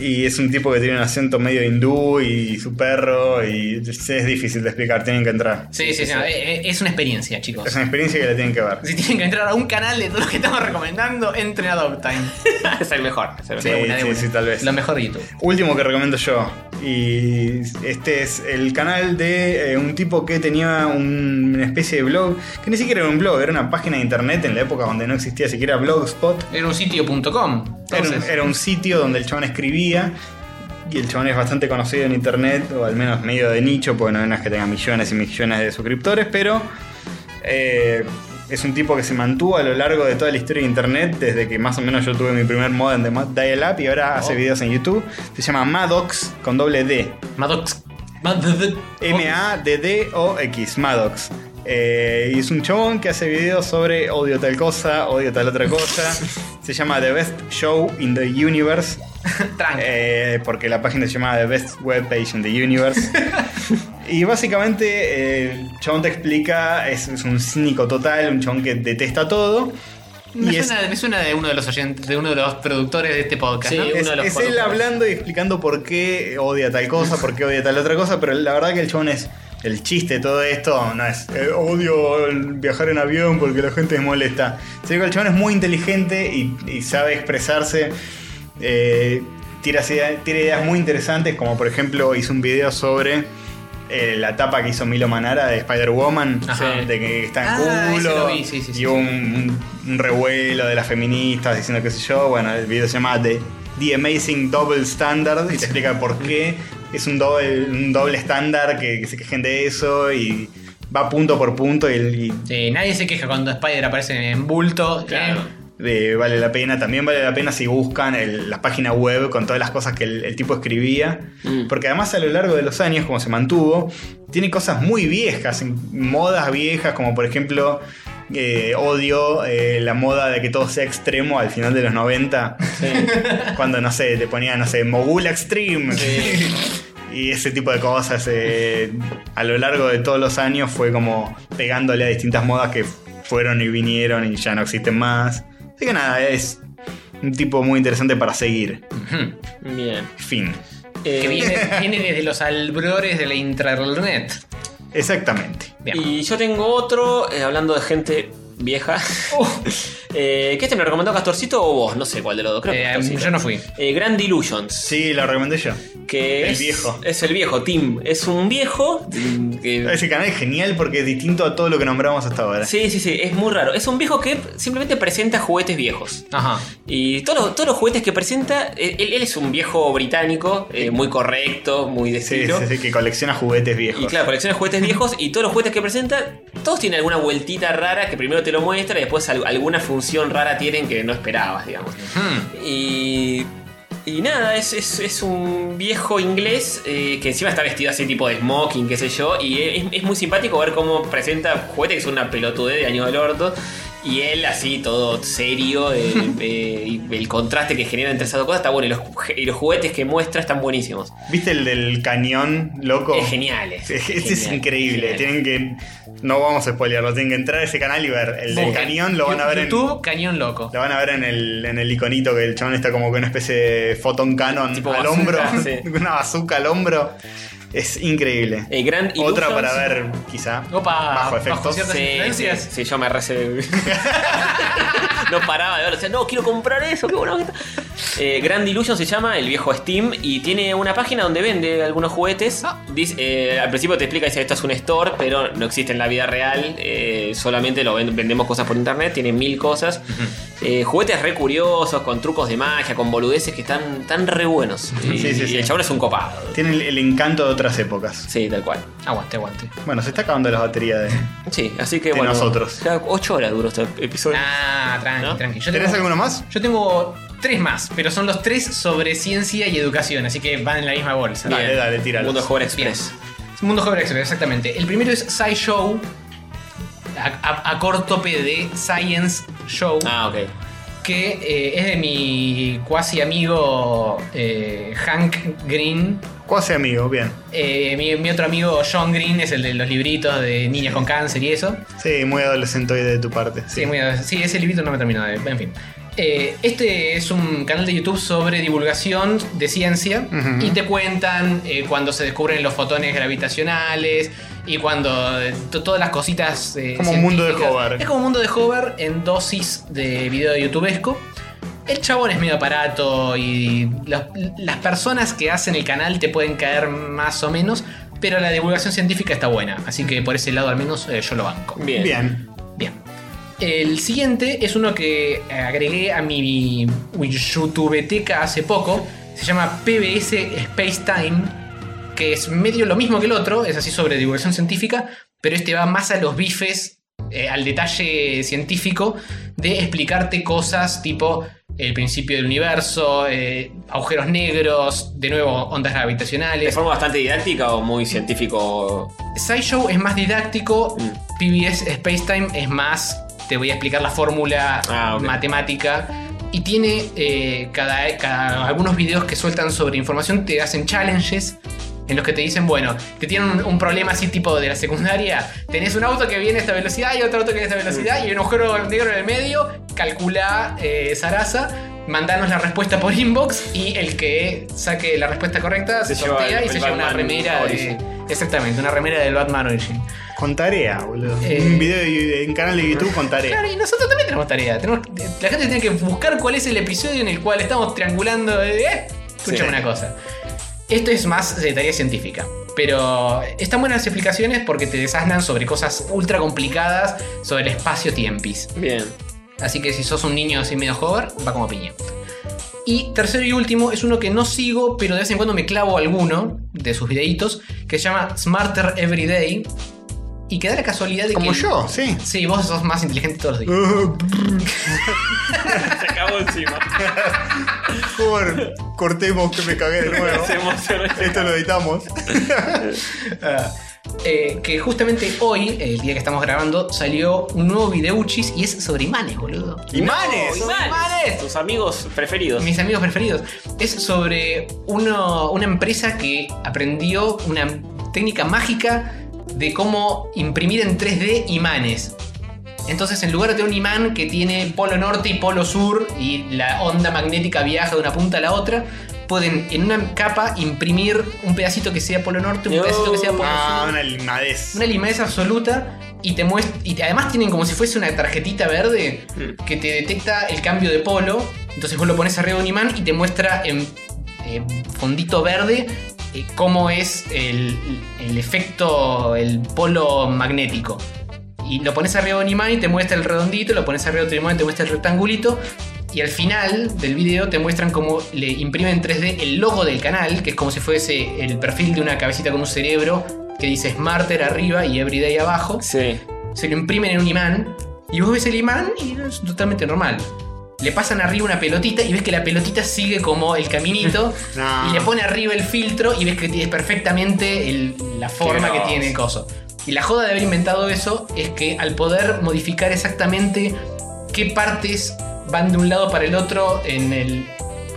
[SPEAKER 3] Y es un tipo que tiene un acento medio hindú y su perro. Y es es difícil de explicar, tienen que entrar.
[SPEAKER 14] Sí, sí, sí. no, eh, eh, Es una experiencia, chicos.
[SPEAKER 3] Es una experiencia que la tienen que ver.
[SPEAKER 14] Si tienen que entrar a un canal de todos los que estamos recomendando, entren a Dog Time.
[SPEAKER 4] es el mejor. Es el
[SPEAKER 3] Sí,
[SPEAKER 4] mejor.
[SPEAKER 3] sí, sí, tal vez.
[SPEAKER 14] Lo mejor de YouTube.
[SPEAKER 3] Último que recomiendo yo. Y este es el canal de eh, un tipo que tenía un- una especie de blog, que ni siquiera era un blog, era una página de internet en la época donde no existía siquiera Blogspot.
[SPEAKER 14] Era un sitio.com.
[SPEAKER 3] Era un,
[SPEAKER 14] entonces.
[SPEAKER 3] era un sitio donde el chabón escribía. Y el chabón es bastante conocido en internet, o al menos medio de nicho, porque no es que tenga millones y millones de suscriptores, pero eh, es un tipo que se mantuvo a lo largo de toda la historia de internet, desde que más o menos yo tuve mi primer modem de Mad- dial-up y ahora hace videos en YouTube. Se llama Maddox con doble D.
[SPEAKER 14] Maddox.
[SPEAKER 3] M-A-D-D-O-X, Maddox. Eh, y es un chabón que hace videos sobre odio tal cosa, odio tal otra cosa. se llama The Best Show in the Universe. Eh, porque la página se llama The Best Web Page in the Universe. y básicamente eh, el chabón te explica, es, es un cínico total, un chabón que detesta todo.
[SPEAKER 14] Me,
[SPEAKER 3] y es-
[SPEAKER 14] suena, me suena de uno de los oyentes, de uno de los productores de este podcast. ¿no?
[SPEAKER 3] es, es él hablando y explicando por qué odia tal cosa, por qué odia tal otra cosa, pero la verdad que el chabón es. El chiste de todo esto no es eh, odio el viajar en avión porque la gente es molesta. Se ve que el chabón es muy inteligente y, y sabe expresarse. eh, tira, idea- tira ideas muy interesantes, como por ejemplo hizo un video sobre eh, la tapa que hizo Milo Manara de Spider-Woman,
[SPEAKER 14] Ajá.
[SPEAKER 3] de que está en
[SPEAKER 14] Ah, ese
[SPEAKER 3] culo.
[SPEAKER 14] lo vi, sí, sí,
[SPEAKER 3] y
[SPEAKER 14] sí,
[SPEAKER 3] un, un- un revuelo de las feministas diciendo qué sé yo. Bueno, el video se llama The, The Amazing Double Standard y te explica por qué es un doble, un doble estándar que, que se quejen de eso y va punto por punto y, y
[SPEAKER 14] Sí, nadie se queja cuando Spider aparece en bulto. ¿eh?
[SPEAKER 3] eh, vale la pena. También vale la pena si buscan el- la página web con todas las cosas que el, el tipo escribía. Porque además a lo largo de los años, como se mantuvo, tiene cosas muy viejas, en- modas viejas, como por ejemplo... eh, odio eh, la moda de que todo sea extremo al final de los 90 cuando no sé te ponían no sé mogul extreme y ese tipo de cosas eh, a lo largo de todos los años fue como pegándole a distintas modas que fueron y vinieron y ya no existen más. Así que nada, es un tipo muy interesante para seguir.
[SPEAKER 4] Bien. Eh,
[SPEAKER 3] Fin.
[SPEAKER 14] Que viene, viene desde los albores de la intranet.
[SPEAKER 3] Exactamente.
[SPEAKER 4] Y yo tengo otro, eh, hablando de gente vieja.
[SPEAKER 3] Oh.
[SPEAKER 4] Eh, ¿Qué este me lo recomendó Castorcito o vos? No sé cuál de los dos.
[SPEAKER 2] Eh,
[SPEAKER 4] Creo que Castorcito.
[SPEAKER 14] yo no fui.
[SPEAKER 4] Eh, Grand Illusions.
[SPEAKER 3] Sí, lo recomendé yo.
[SPEAKER 4] Que
[SPEAKER 3] El
[SPEAKER 4] es,
[SPEAKER 3] viejo.
[SPEAKER 4] Es el viejo, Tim. Es un viejo. que-
[SPEAKER 3] Ese canal es genial porque es distinto a todo lo que nombramos hasta ahora.
[SPEAKER 4] Sí, sí, sí, es muy raro. Es un viejo que simplemente presenta juguetes viejos.
[SPEAKER 14] Ajá.
[SPEAKER 4] Y todos los, todos los juguetes que presenta, eh, él, él es un viejo británico, eh, muy correcto, muy de
[SPEAKER 3] Sí,
[SPEAKER 4] estilo.
[SPEAKER 3] sí, sí, que colecciona juguetes viejos.
[SPEAKER 4] Y claro, colecciona juguetes viejos y todos los juguetes que presenta, todos tienen alguna vueltita rara que primero te lo muestra y después al- alguna función rara tienen que no esperabas, digamos. Y. Y nada, es, es- es un viejo inglés eh, que encima está vestido así tipo de smoking, qué sé yo, y es, es muy simpático ver cómo presenta juguetes que son una pelotudez de año del orto. Y él así, todo serio, eh, eh, y el contraste que genera entre esas dos cosas está bueno. Y los, ju- y los juguetes que muestra están buenísimos.
[SPEAKER 3] ¿Viste el del cañón, loco?
[SPEAKER 4] Es genial. Es,
[SPEAKER 3] Este
[SPEAKER 4] es
[SPEAKER 3] es
[SPEAKER 4] genial,
[SPEAKER 3] increíble.
[SPEAKER 4] es
[SPEAKER 3] Tienen que. No vamos a spoilearlo. Tienen que entrar a ese canal y ver. El del
[SPEAKER 2] Busquen.
[SPEAKER 3] cañón lo van a ver en.
[SPEAKER 2] YouTube, Cañón Loco.
[SPEAKER 3] Lo van a ver en el, en el iconito que el chabón está como con una especie de foton canon al
[SPEAKER 4] bazooka,
[SPEAKER 3] hombro.
[SPEAKER 4] sí.
[SPEAKER 3] Una bazooca al hombro. Es increíble.
[SPEAKER 4] Eh, Grand
[SPEAKER 3] Otra
[SPEAKER 4] Illusions.
[SPEAKER 3] para ver, quizá. bajo efectos.
[SPEAKER 4] sí, sí, sí, yo me rece... no paraba de ver. O sea, no, quiero comprar eso, qué bueno que está. Eh, Grand Illusion se llama, el viejo Steam, y tiene una página donde vende algunos juguetes.
[SPEAKER 3] Ah.
[SPEAKER 4] Dice, eh, al principio te explica, dice, esto es un store, pero no existe en la vida real, eh, solamente lo ven- vendemos cosas por internet, tiene mil cosas. Eh, juguetes re curiosos, con trucos de magia, con boludeces que están tan re buenos. Y,
[SPEAKER 3] Sí, sí,
[SPEAKER 4] y
[SPEAKER 3] sí.
[SPEAKER 4] el chabón es un copado.
[SPEAKER 3] Tiene el, el encanto de otras épocas.
[SPEAKER 4] Sí, tal cual. Aguante, aguante.
[SPEAKER 3] Bueno, se está acabando la batería de.
[SPEAKER 4] Sí, así que
[SPEAKER 3] De
[SPEAKER 4] bueno.
[SPEAKER 3] nosotros.
[SPEAKER 4] Ya ocho horas duró este episodio.
[SPEAKER 2] Ah, tranqui, tranqui. Yo
[SPEAKER 3] Pues, ¿Tenés
[SPEAKER 2] tengo-
[SPEAKER 3] alguno más?
[SPEAKER 2] Yo tengo tres más, pero son los tres sobre ciencia y educación, así que van en la misma bolsa.
[SPEAKER 4] Dale, Bien. dale,
[SPEAKER 2] tira.
[SPEAKER 4] tíralos. Mundo Joven Express.
[SPEAKER 2] Mundo Joven Express, exactamente. El primero es SciShow, a, a- acórtope de Science Show.
[SPEAKER 4] Ah, ok.
[SPEAKER 2] Que eh, es de mi cuasi amigo eh, Hank Green. Eh,
[SPEAKER 3] Cuasi amigo, bien.
[SPEAKER 2] mi, mi otro amigo John Green es el de los libritos de niños con cáncer y eso.
[SPEAKER 3] Sí, muy adolescente hoy de tu parte.
[SPEAKER 2] Sí, muy adolescente. sí ese librito no me terminó de. En fin. Eh, este es un canal de YouTube sobre divulgación de ciencia
[SPEAKER 3] Ujú.
[SPEAKER 2] y te cuentan eh, cuando se descubren los fotones gravitacionales y cuando eh, to- todas las cositas. eh,
[SPEAKER 3] Como un mundo de
[SPEAKER 2] científicas.
[SPEAKER 3] Hobart.
[SPEAKER 2] Es como un mundo de Hover en dosis de video youtubesco. El chabón es medio aparato y los- las personas que hacen el canal te pueden caer más o menos, pero la divulgación científica está buena, así que por ese lado al menos eh, yo lo banco.
[SPEAKER 4] Bien.
[SPEAKER 3] Bien.
[SPEAKER 2] Bien. El siguiente es uno que agregué a mi youtubeteca hace poco. Se llama PBS Space Time, que es medio lo mismo que el otro, es así sobre divulgación científica, pero este va más a los bifes, eh, al detalle científico de explicarte cosas tipo el principio del universo, eh, agujeros negros, de nuevo ondas gravitacionales.
[SPEAKER 4] ¿De forma bastante didáctica o muy científico?
[SPEAKER 2] SciShow es más didáctico, PBS Spacetime es más, te voy a explicar la fórmula matemática. Y tiene eh, cada, cada- algunos videos que sueltan sobre información, te hacen challenges en los que te dicen, bueno, te tienen un, un problema así tipo de la secundaria, tenés un auto que viene a esta velocidad y otro auto que viene a esta velocidad y un agujero negro en el medio, calcula eh, Sarasa, mandanos la respuesta por inbox y el que saque la respuesta correcta se,
[SPEAKER 4] Se lleva
[SPEAKER 2] sortea
[SPEAKER 4] el-
[SPEAKER 2] y se
[SPEAKER 4] el
[SPEAKER 2] lleva una
[SPEAKER 4] Batman
[SPEAKER 2] remera de,
[SPEAKER 4] Origin.
[SPEAKER 2] Exactamente, una remera del Batman Origin.
[SPEAKER 3] Con tarea, boludo.
[SPEAKER 2] Eh.
[SPEAKER 3] Un video de, en canal de YouTube con tarea.
[SPEAKER 2] Claro, y nosotros también tenemos tarea. Tenemos, la gente tiene que buscar cuál es el episodio en el cual estamos triangulando. de, Eh, escúchame
[SPEAKER 4] Sí.
[SPEAKER 2] una cosa. Esto es más de tarea científica. Pero están buenas las explicaciones porque te desasnan sobre cosas ultra complicadas, sobre el espacio-tiempis.
[SPEAKER 4] Bien.
[SPEAKER 2] Así que si sos un niño así medio hover, va como piña. Y tercero y último es uno que no sigo, pero de vez en cuando me clavo alguno de sus videitos, que se llama Smarter Every Day. Y que da la casualidad de
[SPEAKER 3] Como
[SPEAKER 2] que.
[SPEAKER 3] yo, sí.
[SPEAKER 2] Sí, vos sos más inteligente todos los días.
[SPEAKER 4] Se acabó encima.
[SPEAKER 3] Por cortemos que me cagué de nuevo. Esto lo editamos.
[SPEAKER 2] Ah, eh, que justamente hoy, el día que estamos grabando, salió un nuevo videuchis y es sobre imanes, boludo.
[SPEAKER 4] ¡Imanes! ¡Imanes! Tus amigos preferidos.
[SPEAKER 2] Mis amigos preferidos. Es sobre uno- una empresa que aprendió una técnica mágica de cómo imprimir en 3D imanes. Entonces, en lugar de un imán que tiene polo norte y polo sur y la onda magnética viaja de una punta a la otra, pueden en una capa imprimir un pedacito que sea polo norte, un pedacito que sea polo
[SPEAKER 3] Ah,
[SPEAKER 2] sur.
[SPEAKER 3] una limadez.
[SPEAKER 2] Una limadez absoluta y te muest- y te- además tienen como si fuese una tarjetita verde que te detecta el cambio de polo. Entonces vos lo pones arriba de un imán y te muestra en eh, fondito verde eh, cómo es el, el efecto, el polo magnético. Y lo pones arriba de un imán y te muestra el redondito, lo pones arriba de otro imán y te muestra el rectangulito. Y al final del video te muestran cómo le imprimen en 3D el logo del canal, que es como si fuese el perfil de una cabecita con un cerebro que dice Smarter arriba y Everyday abajo.
[SPEAKER 4] Sí.
[SPEAKER 2] Se lo imprimen en un imán y vos ves el imán y es totalmente normal. Le pasan arriba una pelotita y ves que la pelotita sigue como el caminito
[SPEAKER 3] No.
[SPEAKER 2] y le pone arriba el filtro y ves que es perfectamente el- la forma que
[SPEAKER 4] grosso.
[SPEAKER 2] tiene el coso. Y la joda de haber inventado eso es que al poder modificar exactamente qué partes van de un lado para el otro en el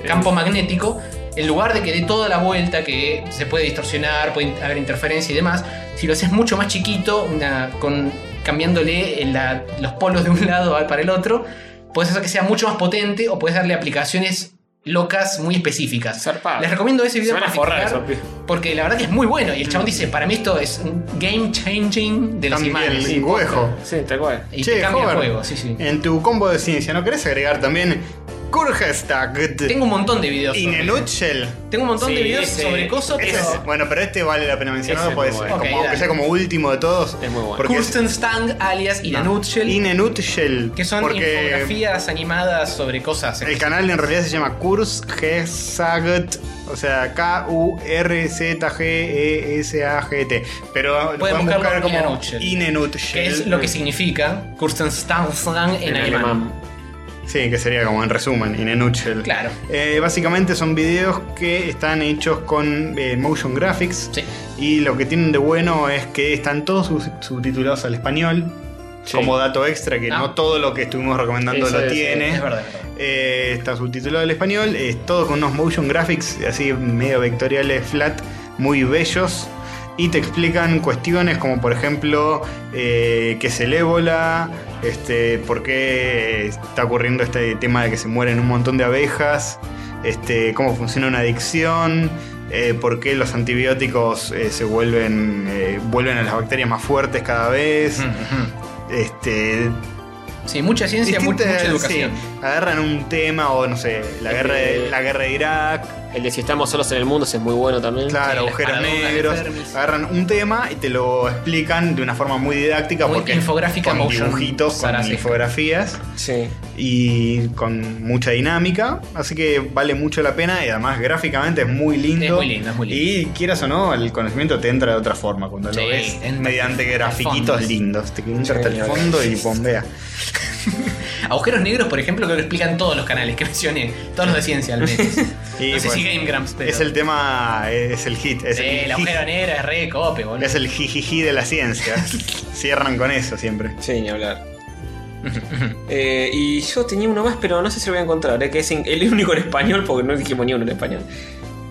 [SPEAKER 2] campo magnético, en lugar de que dé toda la vuelta, que se puede distorsionar, puede haber interferencia y demás, si lo haces mucho más chiquito, una- con, cambiándole en la- los polos de un lado al- para el otro, puedes hacer que sea mucho más potente o puedes darle aplicaciones locas muy específicas. Les recomiendo ese video
[SPEAKER 4] Se van a
[SPEAKER 2] en
[SPEAKER 4] forrar
[SPEAKER 2] particular, porque la verdad que es muy bueno y el chabón dice, para mí esto es un game changing de los
[SPEAKER 3] Cambia
[SPEAKER 2] imanes.
[SPEAKER 3] el huejo.
[SPEAKER 4] Sí, tal cual.
[SPEAKER 2] Y te cambia el juego, sí, sí.
[SPEAKER 3] En tu combo de ciencia, ¿no querés agregar también Kurgestag?
[SPEAKER 2] Tengo un montón de videos
[SPEAKER 3] In a
[SPEAKER 2] sobre-
[SPEAKER 3] nutshell.
[SPEAKER 2] Tengo un montón de videos sobre cosas,
[SPEAKER 3] Ese
[SPEAKER 2] pero-
[SPEAKER 3] es- bueno, pero este vale la pena
[SPEAKER 2] Ese
[SPEAKER 3] mencionarlo
[SPEAKER 2] es
[SPEAKER 3] porque es
[SPEAKER 2] muy
[SPEAKER 3] como,
[SPEAKER 2] bueno. Ok,
[SPEAKER 3] aunque
[SPEAKER 2] dale.
[SPEAKER 3] sea como último de todos. Es muy bueno.
[SPEAKER 2] Kirsten Stang alias Ina Nutshell.
[SPEAKER 3] In a nutshell.
[SPEAKER 2] Que son
[SPEAKER 3] porque
[SPEAKER 2] infografías animadas sobre cosas.
[SPEAKER 3] el canal en realidad se llama Kurzgesagt, o sea, E K-U-R-Z-G-E-S-A-G-T. Pero lo
[SPEAKER 2] Pueden
[SPEAKER 3] pueden buscar
[SPEAKER 2] buscarlo
[SPEAKER 3] como
[SPEAKER 2] como In a Nutshell.
[SPEAKER 3] In a Nutshell.
[SPEAKER 2] Que es lo que significa Kirsten Stang en, alemán.
[SPEAKER 3] Sí, que sería como en resumen, in a nutshell.
[SPEAKER 2] Claro.
[SPEAKER 3] Eh, básicamente son videos que están hechos con eh, motion graphics. Y lo que tienen de bueno es que están todos sus- subtitulados al español. Como dato extra, que
[SPEAKER 2] Ah.
[SPEAKER 3] no todo lo que estuvimos recomendando
[SPEAKER 2] Eso
[SPEAKER 3] lo
[SPEAKER 2] es,
[SPEAKER 3] tiene.
[SPEAKER 2] es verdad.
[SPEAKER 3] Eh, está subtitulado al español. Es todo con unos motion graphics así medio vectoriales flat, muy bellos. Y te explican cuestiones como por ejemplo eh, qué es el ébola, este, por qué está ocurriendo este tema de que se mueren un montón de abejas, este, cómo funciona una adicción, eh, por qué los antibióticos eh, se vuelven, eh, vuelven a las bacterias más fuertes cada vez. Este,
[SPEAKER 2] Sí, mucha ciencia, mu-
[SPEAKER 3] Distintas-
[SPEAKER 2] mucha educación.
[SPEAKER 3] sí, agarran un tema o no sé, la
[SPEAKER 4] El
[SPEAKER 3] guerra de,
[SPEAKER 4] de-
[SPEAKER 3] la guerra de Irak.
[SPEAKER 4] El de si estamos solos en el mundo ese es muy bueno también.
[SPEAKER 3] Claro, agujeros negros. Agarran un tema y te lo explican de una forma muy didáctica.
[SPEAKER 2] Muy
[SPEAKER 3] porque
[SPEAKER 2] infográfica,
[SPEAKER 3] Con
[SPEAKER 2] motion
[SPEAKER 3] dibujitos, con
[SPEAKER 2] saracénica.
[SPEAKER 3] infografías. Y con mucha dinámica. Así que vale mucho la pena. Y además, gráficamente es muy lindo.
[SPEAKER 2] Es muy lindo, es muy
[SPEAKER 3] Y quieras o no, el conocimiento te entra de otra forma cuando
[SPEAKER 2] Sí,
[SPEAKER 3] lo ves
[SPEAKER 2] te entra
[SPEAKER 3] mediante
[SPEAKER 2] hasta el
[SPEAKER 3] grafiquitos
[SPEAKER 2] fondo.
[SPEAKER 3] lindos. Te entra
[SPEAKER 2] Sí,
[SPEAKER 3] hasta el
[SPEAKER 2] ok.
[SPEAKER 3] fondo y bombea.
[SPEAKER 2] Agujeros negros, por ejemplo, que lo explican todos los canales que mencioné. Todos los de ciencia, al menos.
[SPEAKER 3] Y,
[SPEAKER 2] no sé
[SPEAKER 3] pues,
[SPEAKER 2] si Game Grumps, pero...
[SPEAKER 3] Es el tema, es el hit. Es
[SPEAKER 2] Sí,
[SPEAKER 3] el,
[SPEAKER 2] el agujero negro es re cope, boludo.
[SPEAKER 3] Es el jijiji de la ciencia. Cierran con eso siempre.
[SPEAKER 4] Sí, ni hablar. Eh, y yo tenía uno más, pero no sé si lo voy a encontrar. eh, que es en- el único en español, porque no dijimos ni uno en español.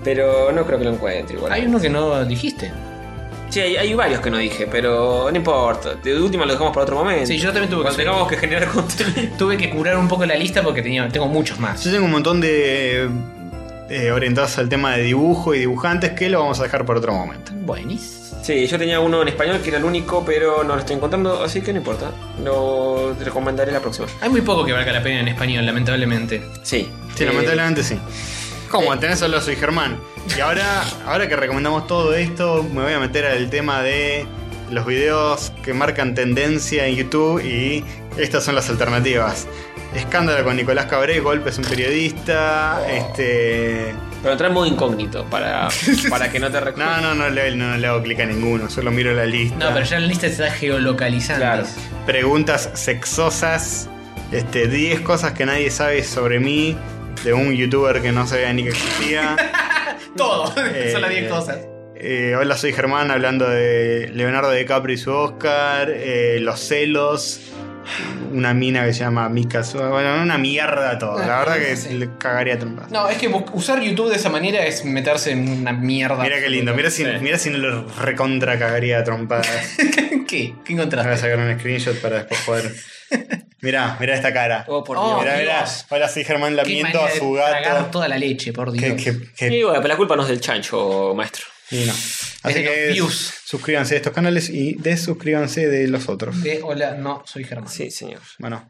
[SPEAKER 4] Pero no creo que lo encuentre igual.
[SPEAKER 2] Hay uno que no dijiste.
[SPEAKER 4] Sí, hay, hay varios que no dije, pero no importa. De última lo dejamos para otro momento.
[SPEAKER 2] Sí, yo también tuve que
[SPEAKER 4] Cuando
[SPEAKER 2] hacer-
[SPEAKER 4] tengamos que generar contenido.
[SPEAKER 2] Tuve que curar un poco la lista porque tenía, tengo muchos más.
[SPEAKER 3] Yo tengo un montón de eh, orientados al tema de dibujo y dibujantes que lo vamos a dejar por otro momento.
[SPEAKER 2] Buenísimo.
[SPEAKER 4] Sí, yo tenía uno en español que era el único, pero no lo estoy encontrando, así que no importa. Lo recomendaré la próxima.
[SPEAKER 2] Hay muy poco que valga la pena en español, lamentablemente.
[SPEAKER 4] Sí. eh,
[SPEAKER 3] Sí, lamentablemente sí. ¿Cómo? Tenés solo soy Germán. Y ahora, ahora que recomendamos todo esto, me voy a meter al tema de los videos que marcan tendencia en YouTube y estas son las alternativas. Escándalo con Nicolás Cabré, golpe es un periodista, este...
[SPEAKER 4] Pero entra en modo incógnito para, para que no te
[SPEAKER 3] No, no, no, le- no le hago clic a ninguno, solo miro la lista.
[SPEAKER 2] No, pero ya la lista se está geolocalizando.
[SPEAKER 3] Preguntas sexosas, este, 10 cosas que nadie sabe sobre mí, de un youtuber que no sabía ni que existía.
[SPEAKER 2] Todo.
[SPEAKER 3] Eh,
[SPEAKER 2] Son las 10 cosas.
[SPEAKER 3] Eh, hola, soy Germán hablando de Leonardo DiCaprio y su Oscar, eh, los celos, una mina que se llama Mika Suá- Bueno, una mierda todo. La verdad que le cagaría a trompas.
[SPEAKER 2] No, es que bu- usar YouTube de esa manera es meterse en una mierda.
[SPEAKER 3] Mira qué lindo, mira si, mira si no lo recontra cagaría a trompadas.
[SPEAKER 2] ¿Qué? ¿Qué encontraste?
[SPEAKER 3] Voy a sacar un screenshot para después poder. Mirá, mirá esta cara.
[SPEAKER 4] Oh, por
[SPEAKER 2] Dios.
[SPEAKER 3] Mirá,
[SPEAKER 2] Oh,
[SPEAKER 3] mirá.
[SPEAKER 2] Dios.
[SPEAKER 3] Hola, soy Germán
[SPEAKER 2] Qué
[SPEAKER 3] lamiendo a
[SPEAKER 2] manera de
[SPEAKER 3] su
[SPEAKER 2] tragar
[SPEAKER 3] gato.
[SPEAKER 2] toda la leche, por Dios.
[SPEAKER 4] Y bueno, pero la culpa no es del chancho, maestro.
[SPEAKER 3] Y no. Así que suscríbanse a estos canales y desuscríbanse de los otros.
[SPEAKER 2] De, hola, no, soy Germán.
[SPEAKER 4] Sí, señor.
[SPEAKER 3] Bueno.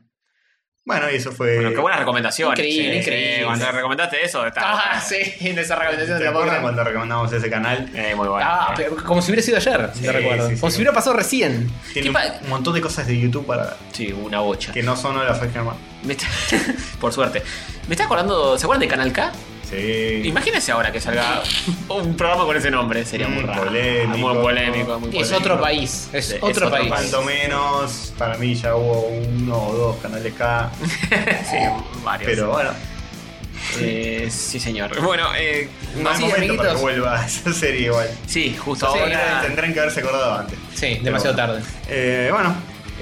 [SPEAKER 3] Bueno, y eso fue.
[SPEAKER 4] Bueno, qué buenas recomendaciones.
[SPEAKER 2] Increíble,
[SPEAKER 4] Sí,
[SPEAKER 2] increíble.
[SPEAKER 4] sí, Cuando recomendaste eso, está.
[SPEAKER 2] Ah, sí, en esa recomendación de
[SPEAKER 3] ¿Te
[SPEAKER 2] la
[SPEAKER 3] acuerdas
[SPEAKER 2] porra.
[SPEAKER 3] cuando recomendamos ese canal?
[SPEAKER 4] Eh, muy bueno.
[SPEAKER 2] Ah, pero como si hubiera sido ayer.
[SPEAKER 3] Sí, recuerdo. sí, sí.
[SPEAKER 2] como si hubiera pasado recién.
[SPEAKER 3] Tiene un, un montón de cosas de YouTube para ver.
[SPEAKER 4] Sí, una bocha.
[SPEAKER 3] Que no son las de Germán.
[SPEAKER 4] Me está- Por suerte. Me está acordando. ¿Se acuerdan de Canal K?
[SPEAKER 3] Sí.
[SPEAKER 4] Imagínense ahora que salga un programa con ese nombre. Sería muy raro.
[SPEAKER 3] polémico.
[SPEAKER 4] Muy Mm, polémico. muy
[SPEAKER 2] Es
[SPEAKER 4] polémico.
[SPEAKER 2] otro país. Es
[SPEAKER 4] Sí, es
[SPEAKER 2] otro,
[SPEAKER 4] otro
[SPEAKER 2] país.
[SPEAKER 4] país.
[SPEAKER 3] Cuanto menos, para mí ya hubo uno o dos canales K.
[SPEAKER 4] Sí, varios.
[SPEAKER 3] Pero bueno.
[SPEAKER 4] Eh, sí, señor. Bueno, eh,
[SPEAKER 3] No es
[SPEAKER 4] sí,
[SPEAKER 3] momento para que
[SPEAKER 4] amiguitos.
[SPEAKER 3] vuelva a esa serie igual.
[SPEAKER 4] Sí, justo
[SPEAKER 3] Sí,
[SPEAKER 4] ahora.
[SPEAKER 3] Tendrán que haberse acordado antes.
[SPEAKER 2] Sí, demasiado
[SPEAKER 3] Pero
[SPEAKER 2] tarde.
[SPEAKER 3] Eh, bueno,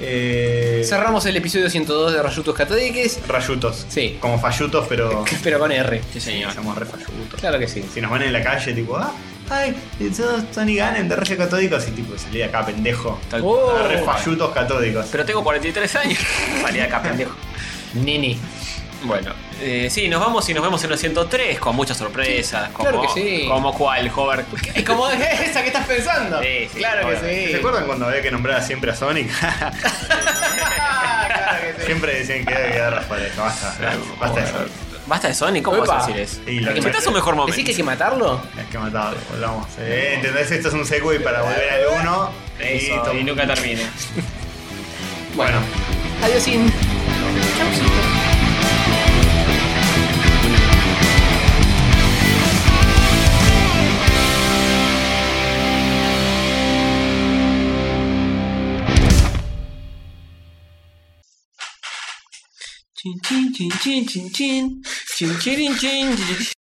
[SPEAKER 3] Eh,
[SPEAKER 2] Cerramos el episodio 102 de Rayutos Catadeques.
[SPEAKER 3] Rayutos.
[SPEAKER 2] Sí.
[SPEAKER 3] Como fallutos, pero.
[SPEAKER 2] Pero con R.
[SPEAKER 3] Sí, señor. Somos re fallutos.
[SPEAKER 2] Claro que sí.
[SPEAKER 3] Si nos van en la calle, tipo, ah, ay, todos Tony Gannon de Rayos Catódicos. Y tipo, salí de acá, pendejo. Tal-
[SPEAKER 2] Oh.
[SPEAKER 3] Re fallutos catódicos.
[SPEAKER 4] Pero tengo 43 años. Salí de acá, pendejo.
[SPEAKER 2] Nini.
[SPEAKER 4] Bueno, eh, sí, nos vamos y nos vemos en los 103 con muchas sorpresas. Como,
[SPEAKER 2] claro que sí.
[SPEAKER 4] Como cuál, Hover.
[SPEAKER 2] Es como esa que estás pensando.
[SPEAKER 4] Sí, sí,
[SPEAKER 2] claro que
[SPEAKER 3] Ahora,
[SPEAKER 2] sí.
[SPEAKER 3] ¿Se acuerdan cuando había que nombrar siempre a Sonic? Siempre decían que había que dar Rafael. Basta, basta de Sonic.
[SPEAKER 4] Basta de Sonic, ¿cómo
[SPEAKER 2] Epa.
[SPEAKER 4] vas a decir eso?
[SPEAKER 3] Sí, lo
[SPEAKER 4] Si está
[SPEAKER 3] que-
[SPEAKER 4] su mejor momento.
[SPEAKER 2] ¿Decís que hay que matarlo?
[SPEAKER 3] Es que matado, volvamos. Eh, ¿Entendés? Esto es un segue para volver al 1.
[SPEAKER 4] Eso, y nunca termina.
[SPEAKER 3] Bueno.
[SPEAKER 2] Adiós, Sin. Chaucito.
[SPEAKER 4] Chin, chin, chin, chin, chin, chin. Chin, chirin, chin, chin.